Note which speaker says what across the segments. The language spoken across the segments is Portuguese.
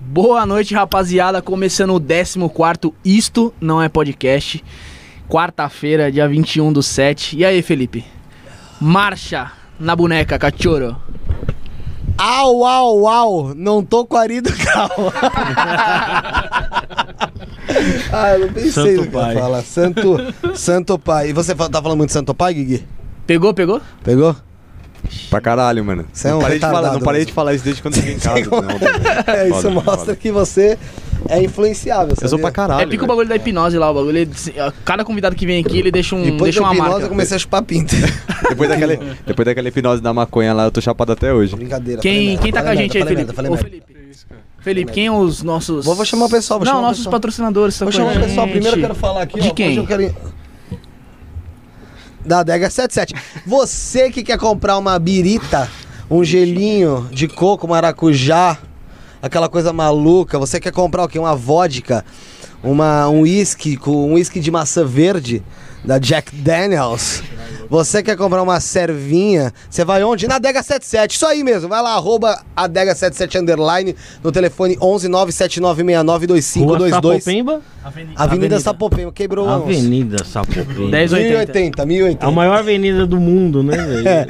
Speaker 1: Boa noite, rapaziada. Começando o 14 Isto Não É Podcast. Quarta-feira, dia 21 do 7. E aí, Felipe? Marcha na boneca, cachorro.
Speaker 2: Au, au, au. Não tô com arido cal. ah, eu não pensei
Speaker 3: Santo
Speaker 2: no que eu ia
Speaker 3: pai.
Speaker 2: falar. Santo, Santo Pai. E você fa- tá falando muito de Santo Pai, Guigui?
Speaker 1: Pegou, pegou?
Speaker 2: Pegou?
Speaker 3: Pra caralho, mano.
Speaker 2: Você é um
Speaker 3: não parei, de falar,
Speaker 2: retardado
Speaker 3: não parei
Speaker 2: mesmo.
Speaker 3: de falar isso desde quando eu cheguei em casa.
Speaker 2: Sim,
Speaker 3: Não, não.
Speaker 2: É, isso
Speaker 3: Foda,
Speaker 2: mostra
Speaker 3: foda.
Speaker 2: que você é influenciável.
Speaker 3: Eu sou pra
Speaker 2: sabia?
Speaker 3: caralho.
Speaker 1: é pica o
Speaker 3: velho.
Speaker 1: bagulho da hipnose lá, o bagulho. ele- cada convidado que vem aqui, ele deixa, um,
Speaker 2: Depois
Speaker 1: deixa
Speaker 2: da
Speaker 1: uma
Speaker 2: hipnose,
Speaker 1: marca.
Speaker 2: eu comecei a chupar pinta.
Speaker 3: Depois daquela, depois daquela hipnose da maconha lá, eu tô chapado até hoje.
Speaker 2: Brincadeira. falei
Speaker 1: Quem,
Speaker 2: merda,
Speaker 1: quem tá com a
Speaker 2: falei
Speaker 1: gente aí,
Speaker 2: merda,
Speaker 1: Felipe?
Speaker 2: falei
Speaker 1: Ô,
Speaker 2: merda, falei merda.
Speaker 1: Felipe. Felipe, quem é os nossos.
Speaker 2: Vou- vou chamar o pessoal, vou
Speaker 1: Não,
Speaker 2: chamar o
Speaker 1: nossos
Speaker 2: pessoal.
Speaker 1: patrocinadores.
Speaker 2: Vou chamar o pessoal primeiro, eu quero falar aqui,
Speaker 1: De
Speaker 2: ó.
Speaker 1: quem?
Speaker 2: Hoje eu quero... Da Adega 77. Você que quer comprar uma birita, um gelinho de coco, um maracujá, aquela coisa maluca, você quer comprar o quê? Uma vodka, uma, um uísque, com- um uísque de maçã verde, da Jack Daniels. Você quer comprar uma servinha, você vai onde? Na Adega 77, isso aí mesmo. Vai lá, arroba Adega 77 Underline, no telefone 11 979792522.
Speaker 4: Sapopemba?
Speaker 2: Avenida
Speaker 4: Avenida.
Speaker 2: Sapopema, quebrou a
Speaker 4: Avenida Sapopemba.
Speaker 1: 1080.
Speaker 2: 1080, 1080.
Speaker 4: A maior avenida do mundo, né, velho?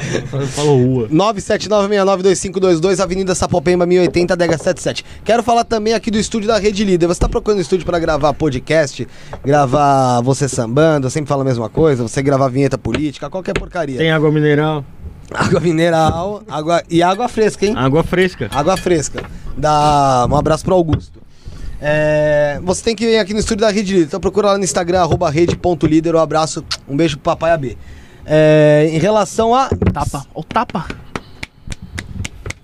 Speaker 4: Falou rua.
Speaker 2: 979692522, Avenida Sapopemba 1080, Dega 77. Quero falar também aqui do estúdio da Rede Líder. Você tá procurando estúdio pra gravar podcast, gravar você sambando, eu sempre falo a mesma coisa, você gravar vinheta política, qualquer porcaria.
Speaker 4: Tem água mineral,
Speaker 2: Água mineral, água e água fresca, hein?
Speaker 4: água fresca.
Speaker 2: Água fresca. Dá um abraço pro Augusto. É, você tem que vir aqui no estúdio da Rede Líder. Então procura lá no Instagram, arroba rede.líder. Um abraço, um beijo pro papai AB. É, em relação a
Speaker 1: Tapa. Ó, o tapa.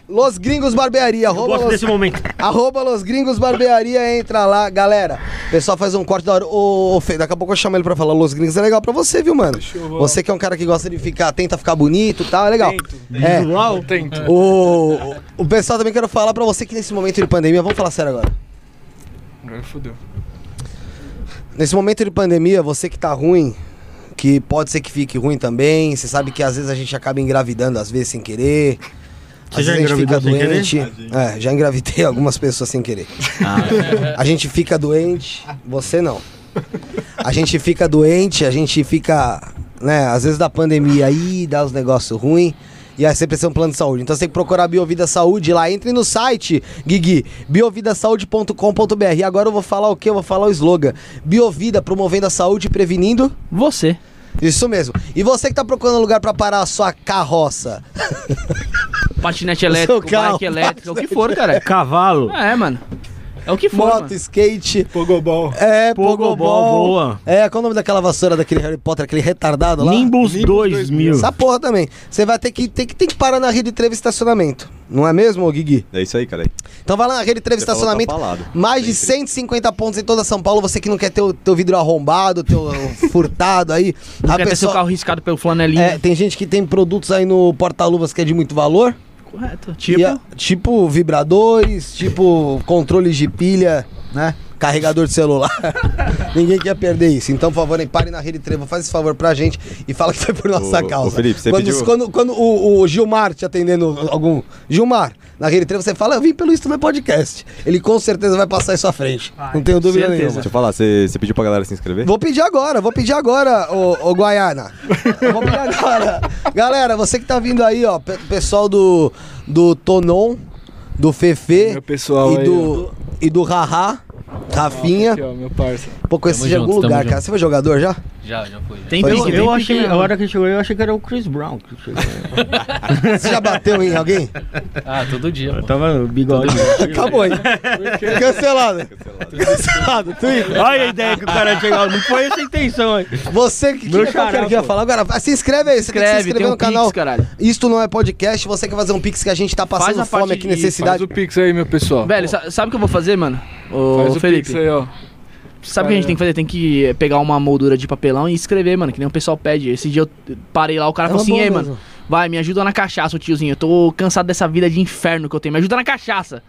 Speaker 2: Los Gringos Barbearia,
Speaker 4: Eu
Speaker 2: arroba
Speaker 4: gosto
Speaker 2: Los,
Speaker 4: desse momento.
Speaker 2: arroba Los Gringos Barbearia, entra lá, galera. O pessoal faz um corte da hora. Ô, ô Fê, daqui a pouco eu chamo ele pra falar. Los Gringos é legal pra você, viu, mano? Você que é um cara que gosta de ficar, tenta ficar bonito e tal, é legal. É.
Speaker 4: Uau.
Speaker 2: O, o pessoal também quero falar pra você que nesse momento de pandemia, vamos falar sério agora.
Speaker 5: Agora fodeu.
Speaker 2: Nesse momento de pandemia, você que tá ruim, que pode ser que fique ruim também, você sabe que às vezes a gente acaba engravidando, às vezes sem querer.
Speaker 4: Você
Speaker 2: às
Speaker 4: já
Speaker 2: vezes a gente fica
Speaker 4: engravidou sem querer? Ah.
Speaker 2: doente. É, já engravidei algumas pessoas sem querer. a gente fica doente, você não. A gente fica doente, a gente fica, né, às vezes da pandemia aí, dá os negócios ruins. E aí você precisa de um plano de saúde. Então você tem que procurar Biovida Saúde lá. Entre no site, Guigui, biovidasaude.com.br. E agora eu vou falar o quê? Eu vou falar o slogan. Biovida, promovendo a saúde e prevenindo...
Speaker 1: Você.
Speaker 2: Isso mesmo. E você que tá procurando um lugar pra parar a sua carroça.
Speaker 1: Patinete elétrico,
Speaker 2: carro,
Speaker 1: bike elétrico, é o que for, cara.
Speaker 2: tipo.
Speaker 4: Cavalo.
Speaker 1: É, mano. É o que for.
Speaker 2: Moto,
Speaker 1: mano.
Speaker 2: skate,
Speaker 5: Pogobol.
Speaker 2: é,
Speaker 4: Pogobol,
Speaker 2: pogobol.
Speaker 4: boa.
Speaker 2: É, qual o nome daquela vassoura daquele Harry Potter, aquele retardado lá?
Speaker 4: Nimbus
Speaker 5: Nimbus
Speaker 4: 2000.
Speaker 2: Essa porra também. Você vai ter que, tem que, tem que parar na Rede Trevo Estacionamento. Não é mesmo, ô Guigui?
Speaker 3: É isso aí, cara.
Speaker 2: Então vai lá na Rede Trevo
Speaker 3: Você falou,
Speaker 2: Estacionamento.
Speaker 3: tá falado.
Speaker 2: mais de 150 pontos em toda São Paulo. Você que não quer ter o teu vidro arrombado, teu furtado aí.
Speaker 1: Não
Speaker 2: A
Speaker 1: quer ter seu
Speaker 2: pessoa-
Speaker 1: carro né? riscado pelo flanelinho.
Speaker 2: É, tem gente que tem produtos aí no porta-luvas que é de muito valor.
Speaker 1: Correto. Tipo,
Speaker 2: E a- tipo vibradores, tipo controles de pilha, né? Carregador de celular. Ninguém quer perder isso. Então, por favor, hein, pare na rede Trevo, faz esse favor pra gente e fala que foi por nossa
Speaker 3: Ô, ô,
Speaker 2: causa.
Speaker 3: Felipe, você
Speaker 2: quando,
Speaker 3: pediu-
Speaker 2: quando, quando o, o Gilmar te atendendo algum. Gilmar, na rede Trevo, você fala, eu vim pelo Isto Não é Podcast. Ele com certeza vai passar isso à frente. Não tenho dúvida
Speaker 1: certeza.
Speaker 2: nenhuma.
Speaker 3: Deixa eu falar, você você pediu pra galera se inscrever?
Speaker 2: Vou pedir agora, vou pedir agora, ô, ô Guaiana. Eu Vou pedir agora. Galera, você que tá vindo aí, ó, pe- pessoal do, do Tonon, do Fefe
Speaker 5: Meu pessoal
Speaker 2: e,
Speaker 5: aí,
Speaker 2: do, e do Raha, Rafinha.
Speaker 5: Aqui, ó, meu parça.
Speaker 2: Pô, conheci
Speaker 6: Tamo
Speaker 2: de algum
Speaker 6: junto, tamo
Speaker 2: lugar,
Speaker 6: junto.
Speaker 2: cara. Você foi jogador já?
Speaker 6: Já, já foi.
Speaker 1: tem
Speaker 2: Foi
Speaker 1: pique,
Speaker 2: bom.
Speaker 4: Eu,
Speaker 1: tem
Speaker 4: eu
Speaker 1: pique
Speaker 4: achei,
Speaker 1: mesmo.
Speaker 4: a hora que chegou, eu achei que era o Chris Brown. Que chegou.
Speaker 2: Você já bateu em alguém?
Speaker 6: Ah, todo dia,
Speaker 4: Eu
Speaker 6: mano.
Speaker 4: tava no bigode.
Speaker 2: Acabou, hein? Cancelado. Cancelado, Twitter.
Speaker 4: Olha a ideia que o cara chegou. Não foi essa a intenção aí.
Speaker 2: Você que,
Speaker 4: Meu
Speaker 2: que, qual que era
Speaker 4: xará,
Speaker 2: que eu ia
Speaker 4: pô.
Speaker 2: falar agora, Ah, se inscreve aí, você tem que se
Speaker 1: Escreve,
Speaker 2: inscrever
Speaker 1: tem um
Speaker 2: no canal.
Speaker 1: Pix, caralho.
Speaker 2: Isto não é podcast, você quer fazer um pix que a gente tá
Speaker 1: Faz
Speaker 2: passando
Speaker 1: a parte
Speaker 2: fome aqui,
Speaker 1: de-
Speaker 2: necessidade.
Speaker 5: Faz o pix aí, meu pessoal.
Speaker 1: Velho, sa- sabe o que eu vou fazer, mano?
Speaker 5: Faz
Speaker 1: Ô,
Speaker 5: o
Speaker 1: Felipe,
Speaker 5: pix aí, ó.
Speaker 1: sabe o que a gente
Speaker 5: cara.
Speaker 1: tem que fazer? Tem que eh, pegar uma moldura de papelão e escrever, mano, que nem o pessoal pede. Esse dia eu parei lá, o cara
Speaker 2: É
Speaker 1: falou
Speaker 2: uma
Speaker 1: assim,
Speaker 2: boa
Speaker 1: ei,
Speaker 2: mesmo.
Speaker 1: mano, vai, me ajuda na cachaça, ô tiozinho. Eu tô cansado dessa vida de inferno que eu tenho. Me ajuda na cachaça.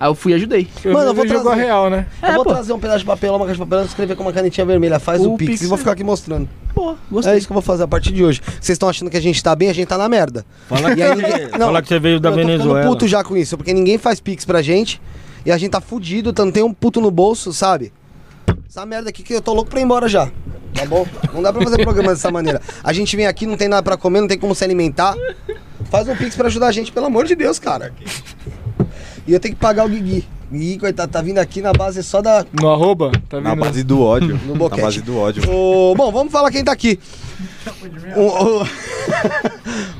Speaker 1: Aí eu fui e ajudei.
Speaker 5: Pelo
Speaker 2: Mano, eu
Speaker 5: menos
Speaker 2: vou
Speaker 5: ele jogou a
Speaker 2: trazer-
Speaker 5: real, né?
Speaker 2: Eu
Speaker 1: É,
Speaker 2: vou
Speaker 1: pô.
Speaker 2: trazer um pedaço de papel, uma caixa de papel, eu escrever com uma canetinha vermelha. Faz o,
Speaker 1: O
Speaker 2: pix,
Speaker 1: Pix,
Speaker 2: e vou
Speaker 1: é.
Speaker 2: ficar aqui mostrando.
Speaker 1: Pô,
Speaker 2: É
Speaker 1: gostei.
Speaker 2: isso que eu vou fazer a partir de hoje. Vocês estão achando que a gente tá bem, a gente tá na merda.
Speaker 4: Fala que,
Speaker 2: E aí ninguém- não,
Speaker 4: fala que você veio da
Speaker 2: eu tô ficando
Speaker 4: Venezuela.
Speaker 2: puto já com isso, porque ninguém faz pix pra gente e a gente tá fudido, então não tem um puto no bolso, sabe? Essa merda aqui que eu tô louco pra ir embora já. Tá bom? Não dá pra fazer programa dessa maneira. A gente vem aqui, não tem nada pra comer, não tem como se alimentar. Faz um pix pra ajudar a gente, pelo amor de Deus, cara. E eu tenho que pagar o Guigui. Guigui, coitado, tá vindo aqui na base só da
Speaker 5: No arroba, tá
Speaker 3: Na
Speaker 5: vendo?
Speaker 3: base do ódio.
Speaker 2: No
Speaker 3: Na
Speaker 2: boquete.
Speaker 3: base do ódio.
Speaker 2: Ô, bom, vamos falar quem tá aqui. O,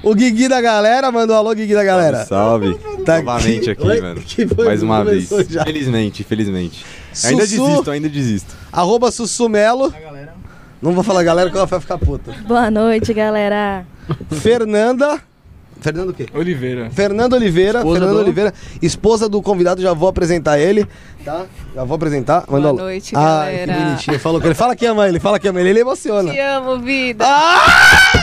Speaker 2: o, o Guigui da galera mandou alô, Guigui da galera.
Speaker 3: Salve.
Speaker 2: Tá
Speaker 3: Novamente aqui,
Speaker 2: Oi?
Speaker 3: mano.
Speaker 2: Que foi?
Speaker 3: Mais uma vez.
Speaker 2: Começou já.
Speaker 3: Infelizmente, infelizmente. Ainda
Speaker 2: Sussu.
Speaker 3: desisto, ainda desisto.
Speaker 2: Arroba Sussumelo. Não vou falar galera que ela vai ficar puta.
Speaker 7: Boa noite, galera.
Speaker 2: Fernanda. Fernanda o quê?
Speaker 5: Oliveira.
Speaker 2: Fernando Oliveira,
Speaker 1: Esposa
Speaker 2: Fernando
Speaker 1: do-
Speaker 2: Oliveira, esposa do convidado, já vou apresentar ele, tá? Já vou apresentar. Manda
Speaker 7: Boa
Speaker 2: alô.
Speaker 7: noite,
Speaker 2: Ai,
Speaker 7: galera.
Speaker 2: que bonitinho. Falou com ele. Fala que ama ele, fala que ama ele. Ele emociona.
Speaker 7: Te amo, vida.
Speaker 2: Ah!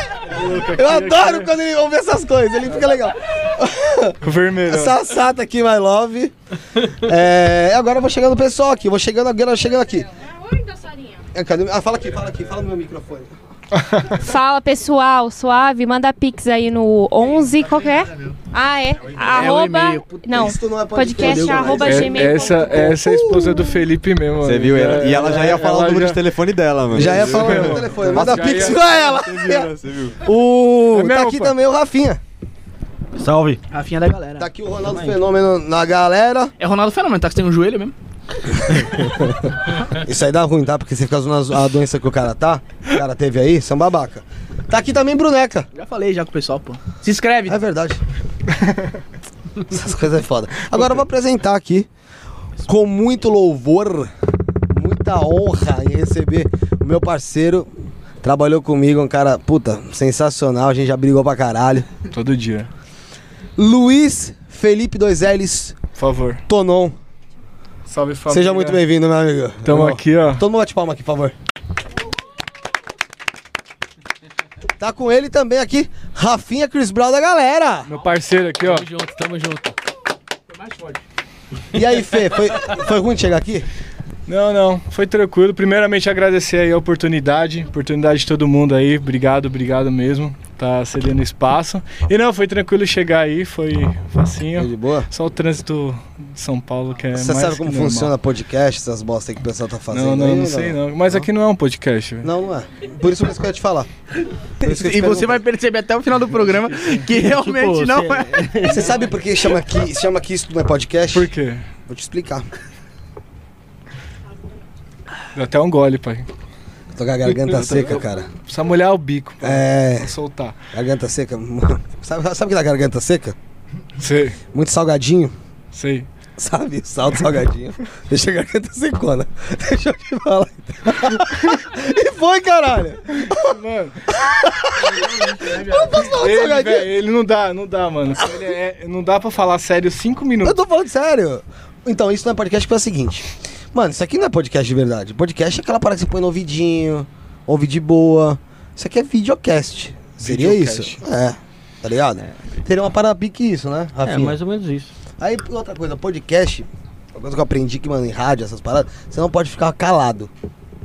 Speaker 2: Eu adoro quando ele ouve essas coisas, ele fica legal.
Speaker 5: Vermelho.
Speaker 2: Sassata tá aqui, my love. É, agora eu vou chegando o pessoal aqui, vou chegando agora, chegando aqui. É, cadê? Ah, fala aqui, fala aqui, fala no meu microfone.
Speaker 7: Fala, pessoal. Suave. Manda pix aí no 11, qual que é? Ah, é?
Speaker 1: e-mail.
Speaker 7: Arroba...
Speaker 1: Puta,
Speaker 7: Não.
Speaker 2: Isso não é
Speaker 7: Podcast,
Speaker 2: entendeu,
Speaker 7: arroba
Speaker 2: galera?
Speaker 5: É-
Speaker 7: gmail.
Speaker 5: essa, essa é a esposa do Felipe mesmo.
Speaker 3: Você
Speaker 5: mano.
Speaker 3: viu? Ela- E ela já ia falar o
Speaker 5: ela
Speaker 3: número de
Speaker 5: já-
Speaker 3: telefone dela, mano.
Speaker 2: é, Já ia
Speaker 3: Você viu?
Speaker 2: falar no meu
Speaker 5: irmão?
Speaker 2: telefone, manda
Speaker 5: Já
Speaker 2: pix
Speaker 5: ia-
Speaker 2: pra ela.
Speaker 3: Você viu, né? Você viu?
Speaker 2: O,
Speaker 5: É
Speaker 2: tá
Speaker 5: mesmo,
Speaker 2: aqui
Speaker 5: pô.
Speaker 2: também o Rafinha.
Speaker 4: Salve.
Speaker 1: Rafinha da galera.
Speaker 2: Tá aqui o Ronaldo Fenômeno na galera.
Speaker 1: É Ronaldo Fenômeno, tá? Que você tem um joelho mesmo.
Speaker 2: Isso aí dá ruim, tá? Porque você fica zoando a doença que o cara tá. O cara teve aí, são babaca. Tá aqui também Bruneca.
Speaker 1: Já falei já com o pessoal, pô. Se inscreve.
Speaker 2: É verdade. Essas coisas é foda. Agora eu vou apresentar aqui, com muito louvor, muita honra em receber o meu parceiro. Trabalhou comigo, um cara, puta, sensacional. A gente já brigou pra caralho.
Speaker 5: Todo dia.
Speaker 2: Luiz Felipe Dois L's
Speaker 5: Por favor.
Speaker 2: Tonon.
Speaker 5: Salve, família.
Speaker 2: Seja muito bem-vindo, meu amigo.
Speaker 5: Tamo aqui, ó.
Speaker 2: Todo mundo bate palma aqui, por favor. Tá com ele também aqui, Rafinha Chris Brown da galera.
Speaker 5: Meu parceiro aqui, ó.
Speaker 6: Tamo junto, tamo junto.
Speaker 2: E aí, Fê, foi, foi ruim de chegar aqui?
Speaker 5: Não, não, foi tranquilo. Primeiramente agradecer aí a oportunidade, oportunidade de todo mundo aí. Obrigado, obrigado mesmo. tá cedendo espaço. E não, foi tranquilo chegar aí, foi
Speaker 2: Tá
Speaker 5: facinho.
Speaker 2: de boa?
Speaker 5: Só o trânsito de São Paulo que é
Speaker 2: Você
Speaker 5: mais
Speaker 2: sabe
Speaker 5: que
Speaker 2: como
Speaker 5: normal.
Speaker 2: funciona podcast, essas bosta aí que o pessoal tá fazendo?
Speaker 5: Não, não,
Speaker 2: aí,
Speaker 5: não sei não. Mas aqui não é um podcast, velho.
Speaker 2: Não, não é. Por isso mesmo que eu ia te falar. Por isso que eu te
Speaker 1: E você
Speaker 2: perguntei.
Speaker 1: vai perceber até o final do programa que realmente
Speaker 4: Tipo,
Speaker 1: não
Speaker 4: você-
Speaker 1: é.
Speaker 2: Você sabe por que chama aqui, chama aqui isso não é podcast?
Speaker 5: Por quê?
Speaker 2: Vou te explicar.
Speaker 5: Deu até um gole, pai.
Speaker 2: Eu tô com a garganta seca, cara.
Speaker 5: Precisa molhar o bico pra
Speaker 2: É.
Speaker 5: soltar.
Speaker 2: Garganta seca. Sabe, sabe o que dá garganta seca?
Speaker 5: Sei,
Speaker 2: Muito salgadinho.
Speaker 5: sei.
Speaker 2: Sabe? Sal do salgadinho. Deixa a garganta secona. Deixa eu te falar. e foi, caralho.
Speaker 5: Mano,
Speaker 2: Sal do
Speaker 5: ele,
Speaker 2: salgadinho.
Speaker 5: velho, ele não dá, não dá, mano. Ele é- não dá pra falar sério cinco
Speaker 2: Eu
Speaker 5: minutos.
Speaker 2: tô falando sério. Então, isso não é podcast porque é o seguinte. Mano, isso aqui não é podcast de verdade. Podcast é aquela parada que você põe no ouvidinho, ouve de boa. Isso aqui é videocast. Seria
Speaker 5: Videocast.
Speaker 2: isso? É. Tá ligado? Teria uma parada pique isso, né, Rafinha?
Speaker 4: É, mais ou menos isso.
Speaker 2: Aí, outra coisa, podcast, uma coisa que eu aprendi que, mano, em rádio, essas paradas, você não pode ficar calado.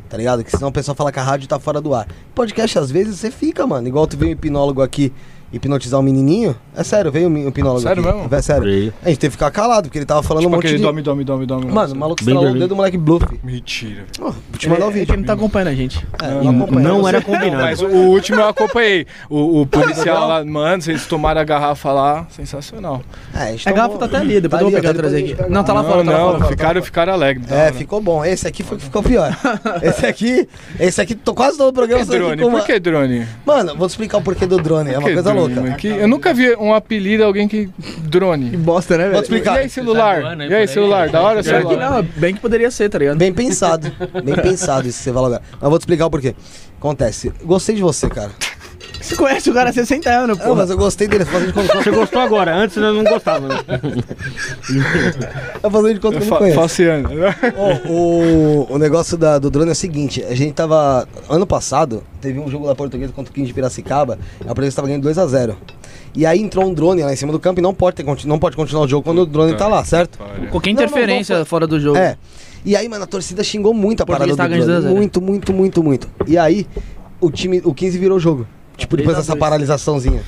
Speaker 2: Tá ligado? Que senão o pessoal fala que a rádio tá fora do ar. Podcast, às vezes, você fica, mano. Igual tu veio um hipnólogo aqui hipnotizar um menininho. É sério, veio um hipnólogo
Speaker 5: Sério
Speaker 2: aqui.
Speaker 5: mesmo?
Speaker 2: É sério.
Speaker 4: Veio.
Speaker 2: A gente teve que ficar calado, porque ele tava falando
Speaker 5: Tipo
Speaker 2: um monte
Speaker 5: aquele
Speaker 2: de...
Speaker 5: dorme, dorme, dorme, dorme.
Speaker 2: Mano, o maluco
Speaker 4: Bem
Speaker 2: estralou o
Speaker 4: dormido.
Speaker 2: dedo do moleque bluff.
Speaker 5: Mentira, velho.
Speaker 2: Ó, vou te mandar o
Speaker 1: Ele-
Speaker 2: vídeo.
Speaker 1: Ele não tá acompanhando a gente.
Speaker 2: É,
Speaker 5: não,
Speaker 2: eu acompanho.
Speaker 4: Não
Speaker 2: Eu
Speaker 4: era
Speaker 2: sei-
Speaker 4: combinado.
Speaker 5: Mas o último eu acompanhei. O, o policial lá, mano, vocês tomaram a garrafa lá, sensacional.
Speaker 2: É, a gente
Speaker 1: A
Speaker 2: tomou-
Speaker 1: garrafa tá até ali, depois eu vou
Speaker 2: ali,
Speaker 1: pegar
Speaker 2: ó,
Speaker 1: e trazer
Speaker 2: depois a gente
Speaker 1: aqui.
Speaker 2: pega.
Speaker 1: Não, tá lá
Speaker 5: não,
Speaker 1: fora, tá lá
Speaker 5: não,
Speaker 1: fora, tá lá
Speaker 5: ficaram, ficaram alegres.
Speaker 2: É, ficou bom. Esse aqui foi o que ficou pior. Esse aqui, esse aqui, tô quase todo o
Speaker 5: Por
Speaker 2: programa.
Speaker 5: que
Speaker 2: só aqui
Speaker 5: drone?
Speaker 2: com uma-
Speaker 5: Por que drone?
Speaker 2: Mano, vou te explicar o porquê do drone. É
Speaker 5: Por
Speaker 2: uma
Speaker 5: que
Speaker 2: coisa
Speaker 5: drone,
Speaker 2: louca.
Speaker 5: mano? Que- eu nunca vi um apelido alguém que.
Speaker 1: Que
Speaker 5: Drone.
Speaker 1: bosta, né,
Speaker 2: Vou te
Speaker 1: velho?
Speaker 5: E
Speaker 2: explicar.
Speaker 5: aí, celular?
Speaker 6: voando aí
Speaker 5: E
Speaker 6: por
Speaker 5: aí,
Speaker 6: aí?
Speaker 5: celular? Da hora,
Speaker 1: Pior que
Speaker 5: celular?
Speaker 1: não, bem que poderia ser, tá ligado?
Speaker 2: Bem pensado. Bem pensado isso que você falou agora. Mas vou te explicar o porquê. Acontece. Gostei de você, cara.
Speaker 1: Você conhece o cara há 60 anos,
Speaker 2: Não,
Speaker 1: pô.
Speaker 2: mas eu gostei dele. Fazendo de conta que
Speaker 4: Você gostou agora, antes eu não gostava. né?
Speaker 2: eu- fazendo de conta que eu não
Speaker 5: Fa
Speaker 2: conheço.
Speaker 5: falseando.
Speaker 2: Ô, o, o negócio da- do drone é o seguinte: a gente tava. Ano passado, teve um jogo da Portuguesa contra o 15 de Piracicaba. A Portuguesa tava ganhando 2x0. E aí entrou um drone lá em cima do campo e não pode, ter conti- não pode continuar o jogo quando o drone tá lá, certo?
Speaker 1: Qualquer
Speaker 2: Não, não,
Speaker 1: interferência
Speaker 2: não foi-
Speaker 1: fora do jogo.
Speaker 2: É. E aí, mano, a torcida xingou muito a parada
Speaker 1: Português
Speaker 2: do
Speaker 1: tá ganhando
Speaker 2: drone.
Speaker 1: 2 a 0.
Speaker 2: Muito, muito, muito, muito. E aí, o time, o 15 virou o jogo. Tipo, depois
Speaker 1: 3 a
Speaker 2: dessa
Speaker 1: 2.
Speaker 2: paralisaçãozinha.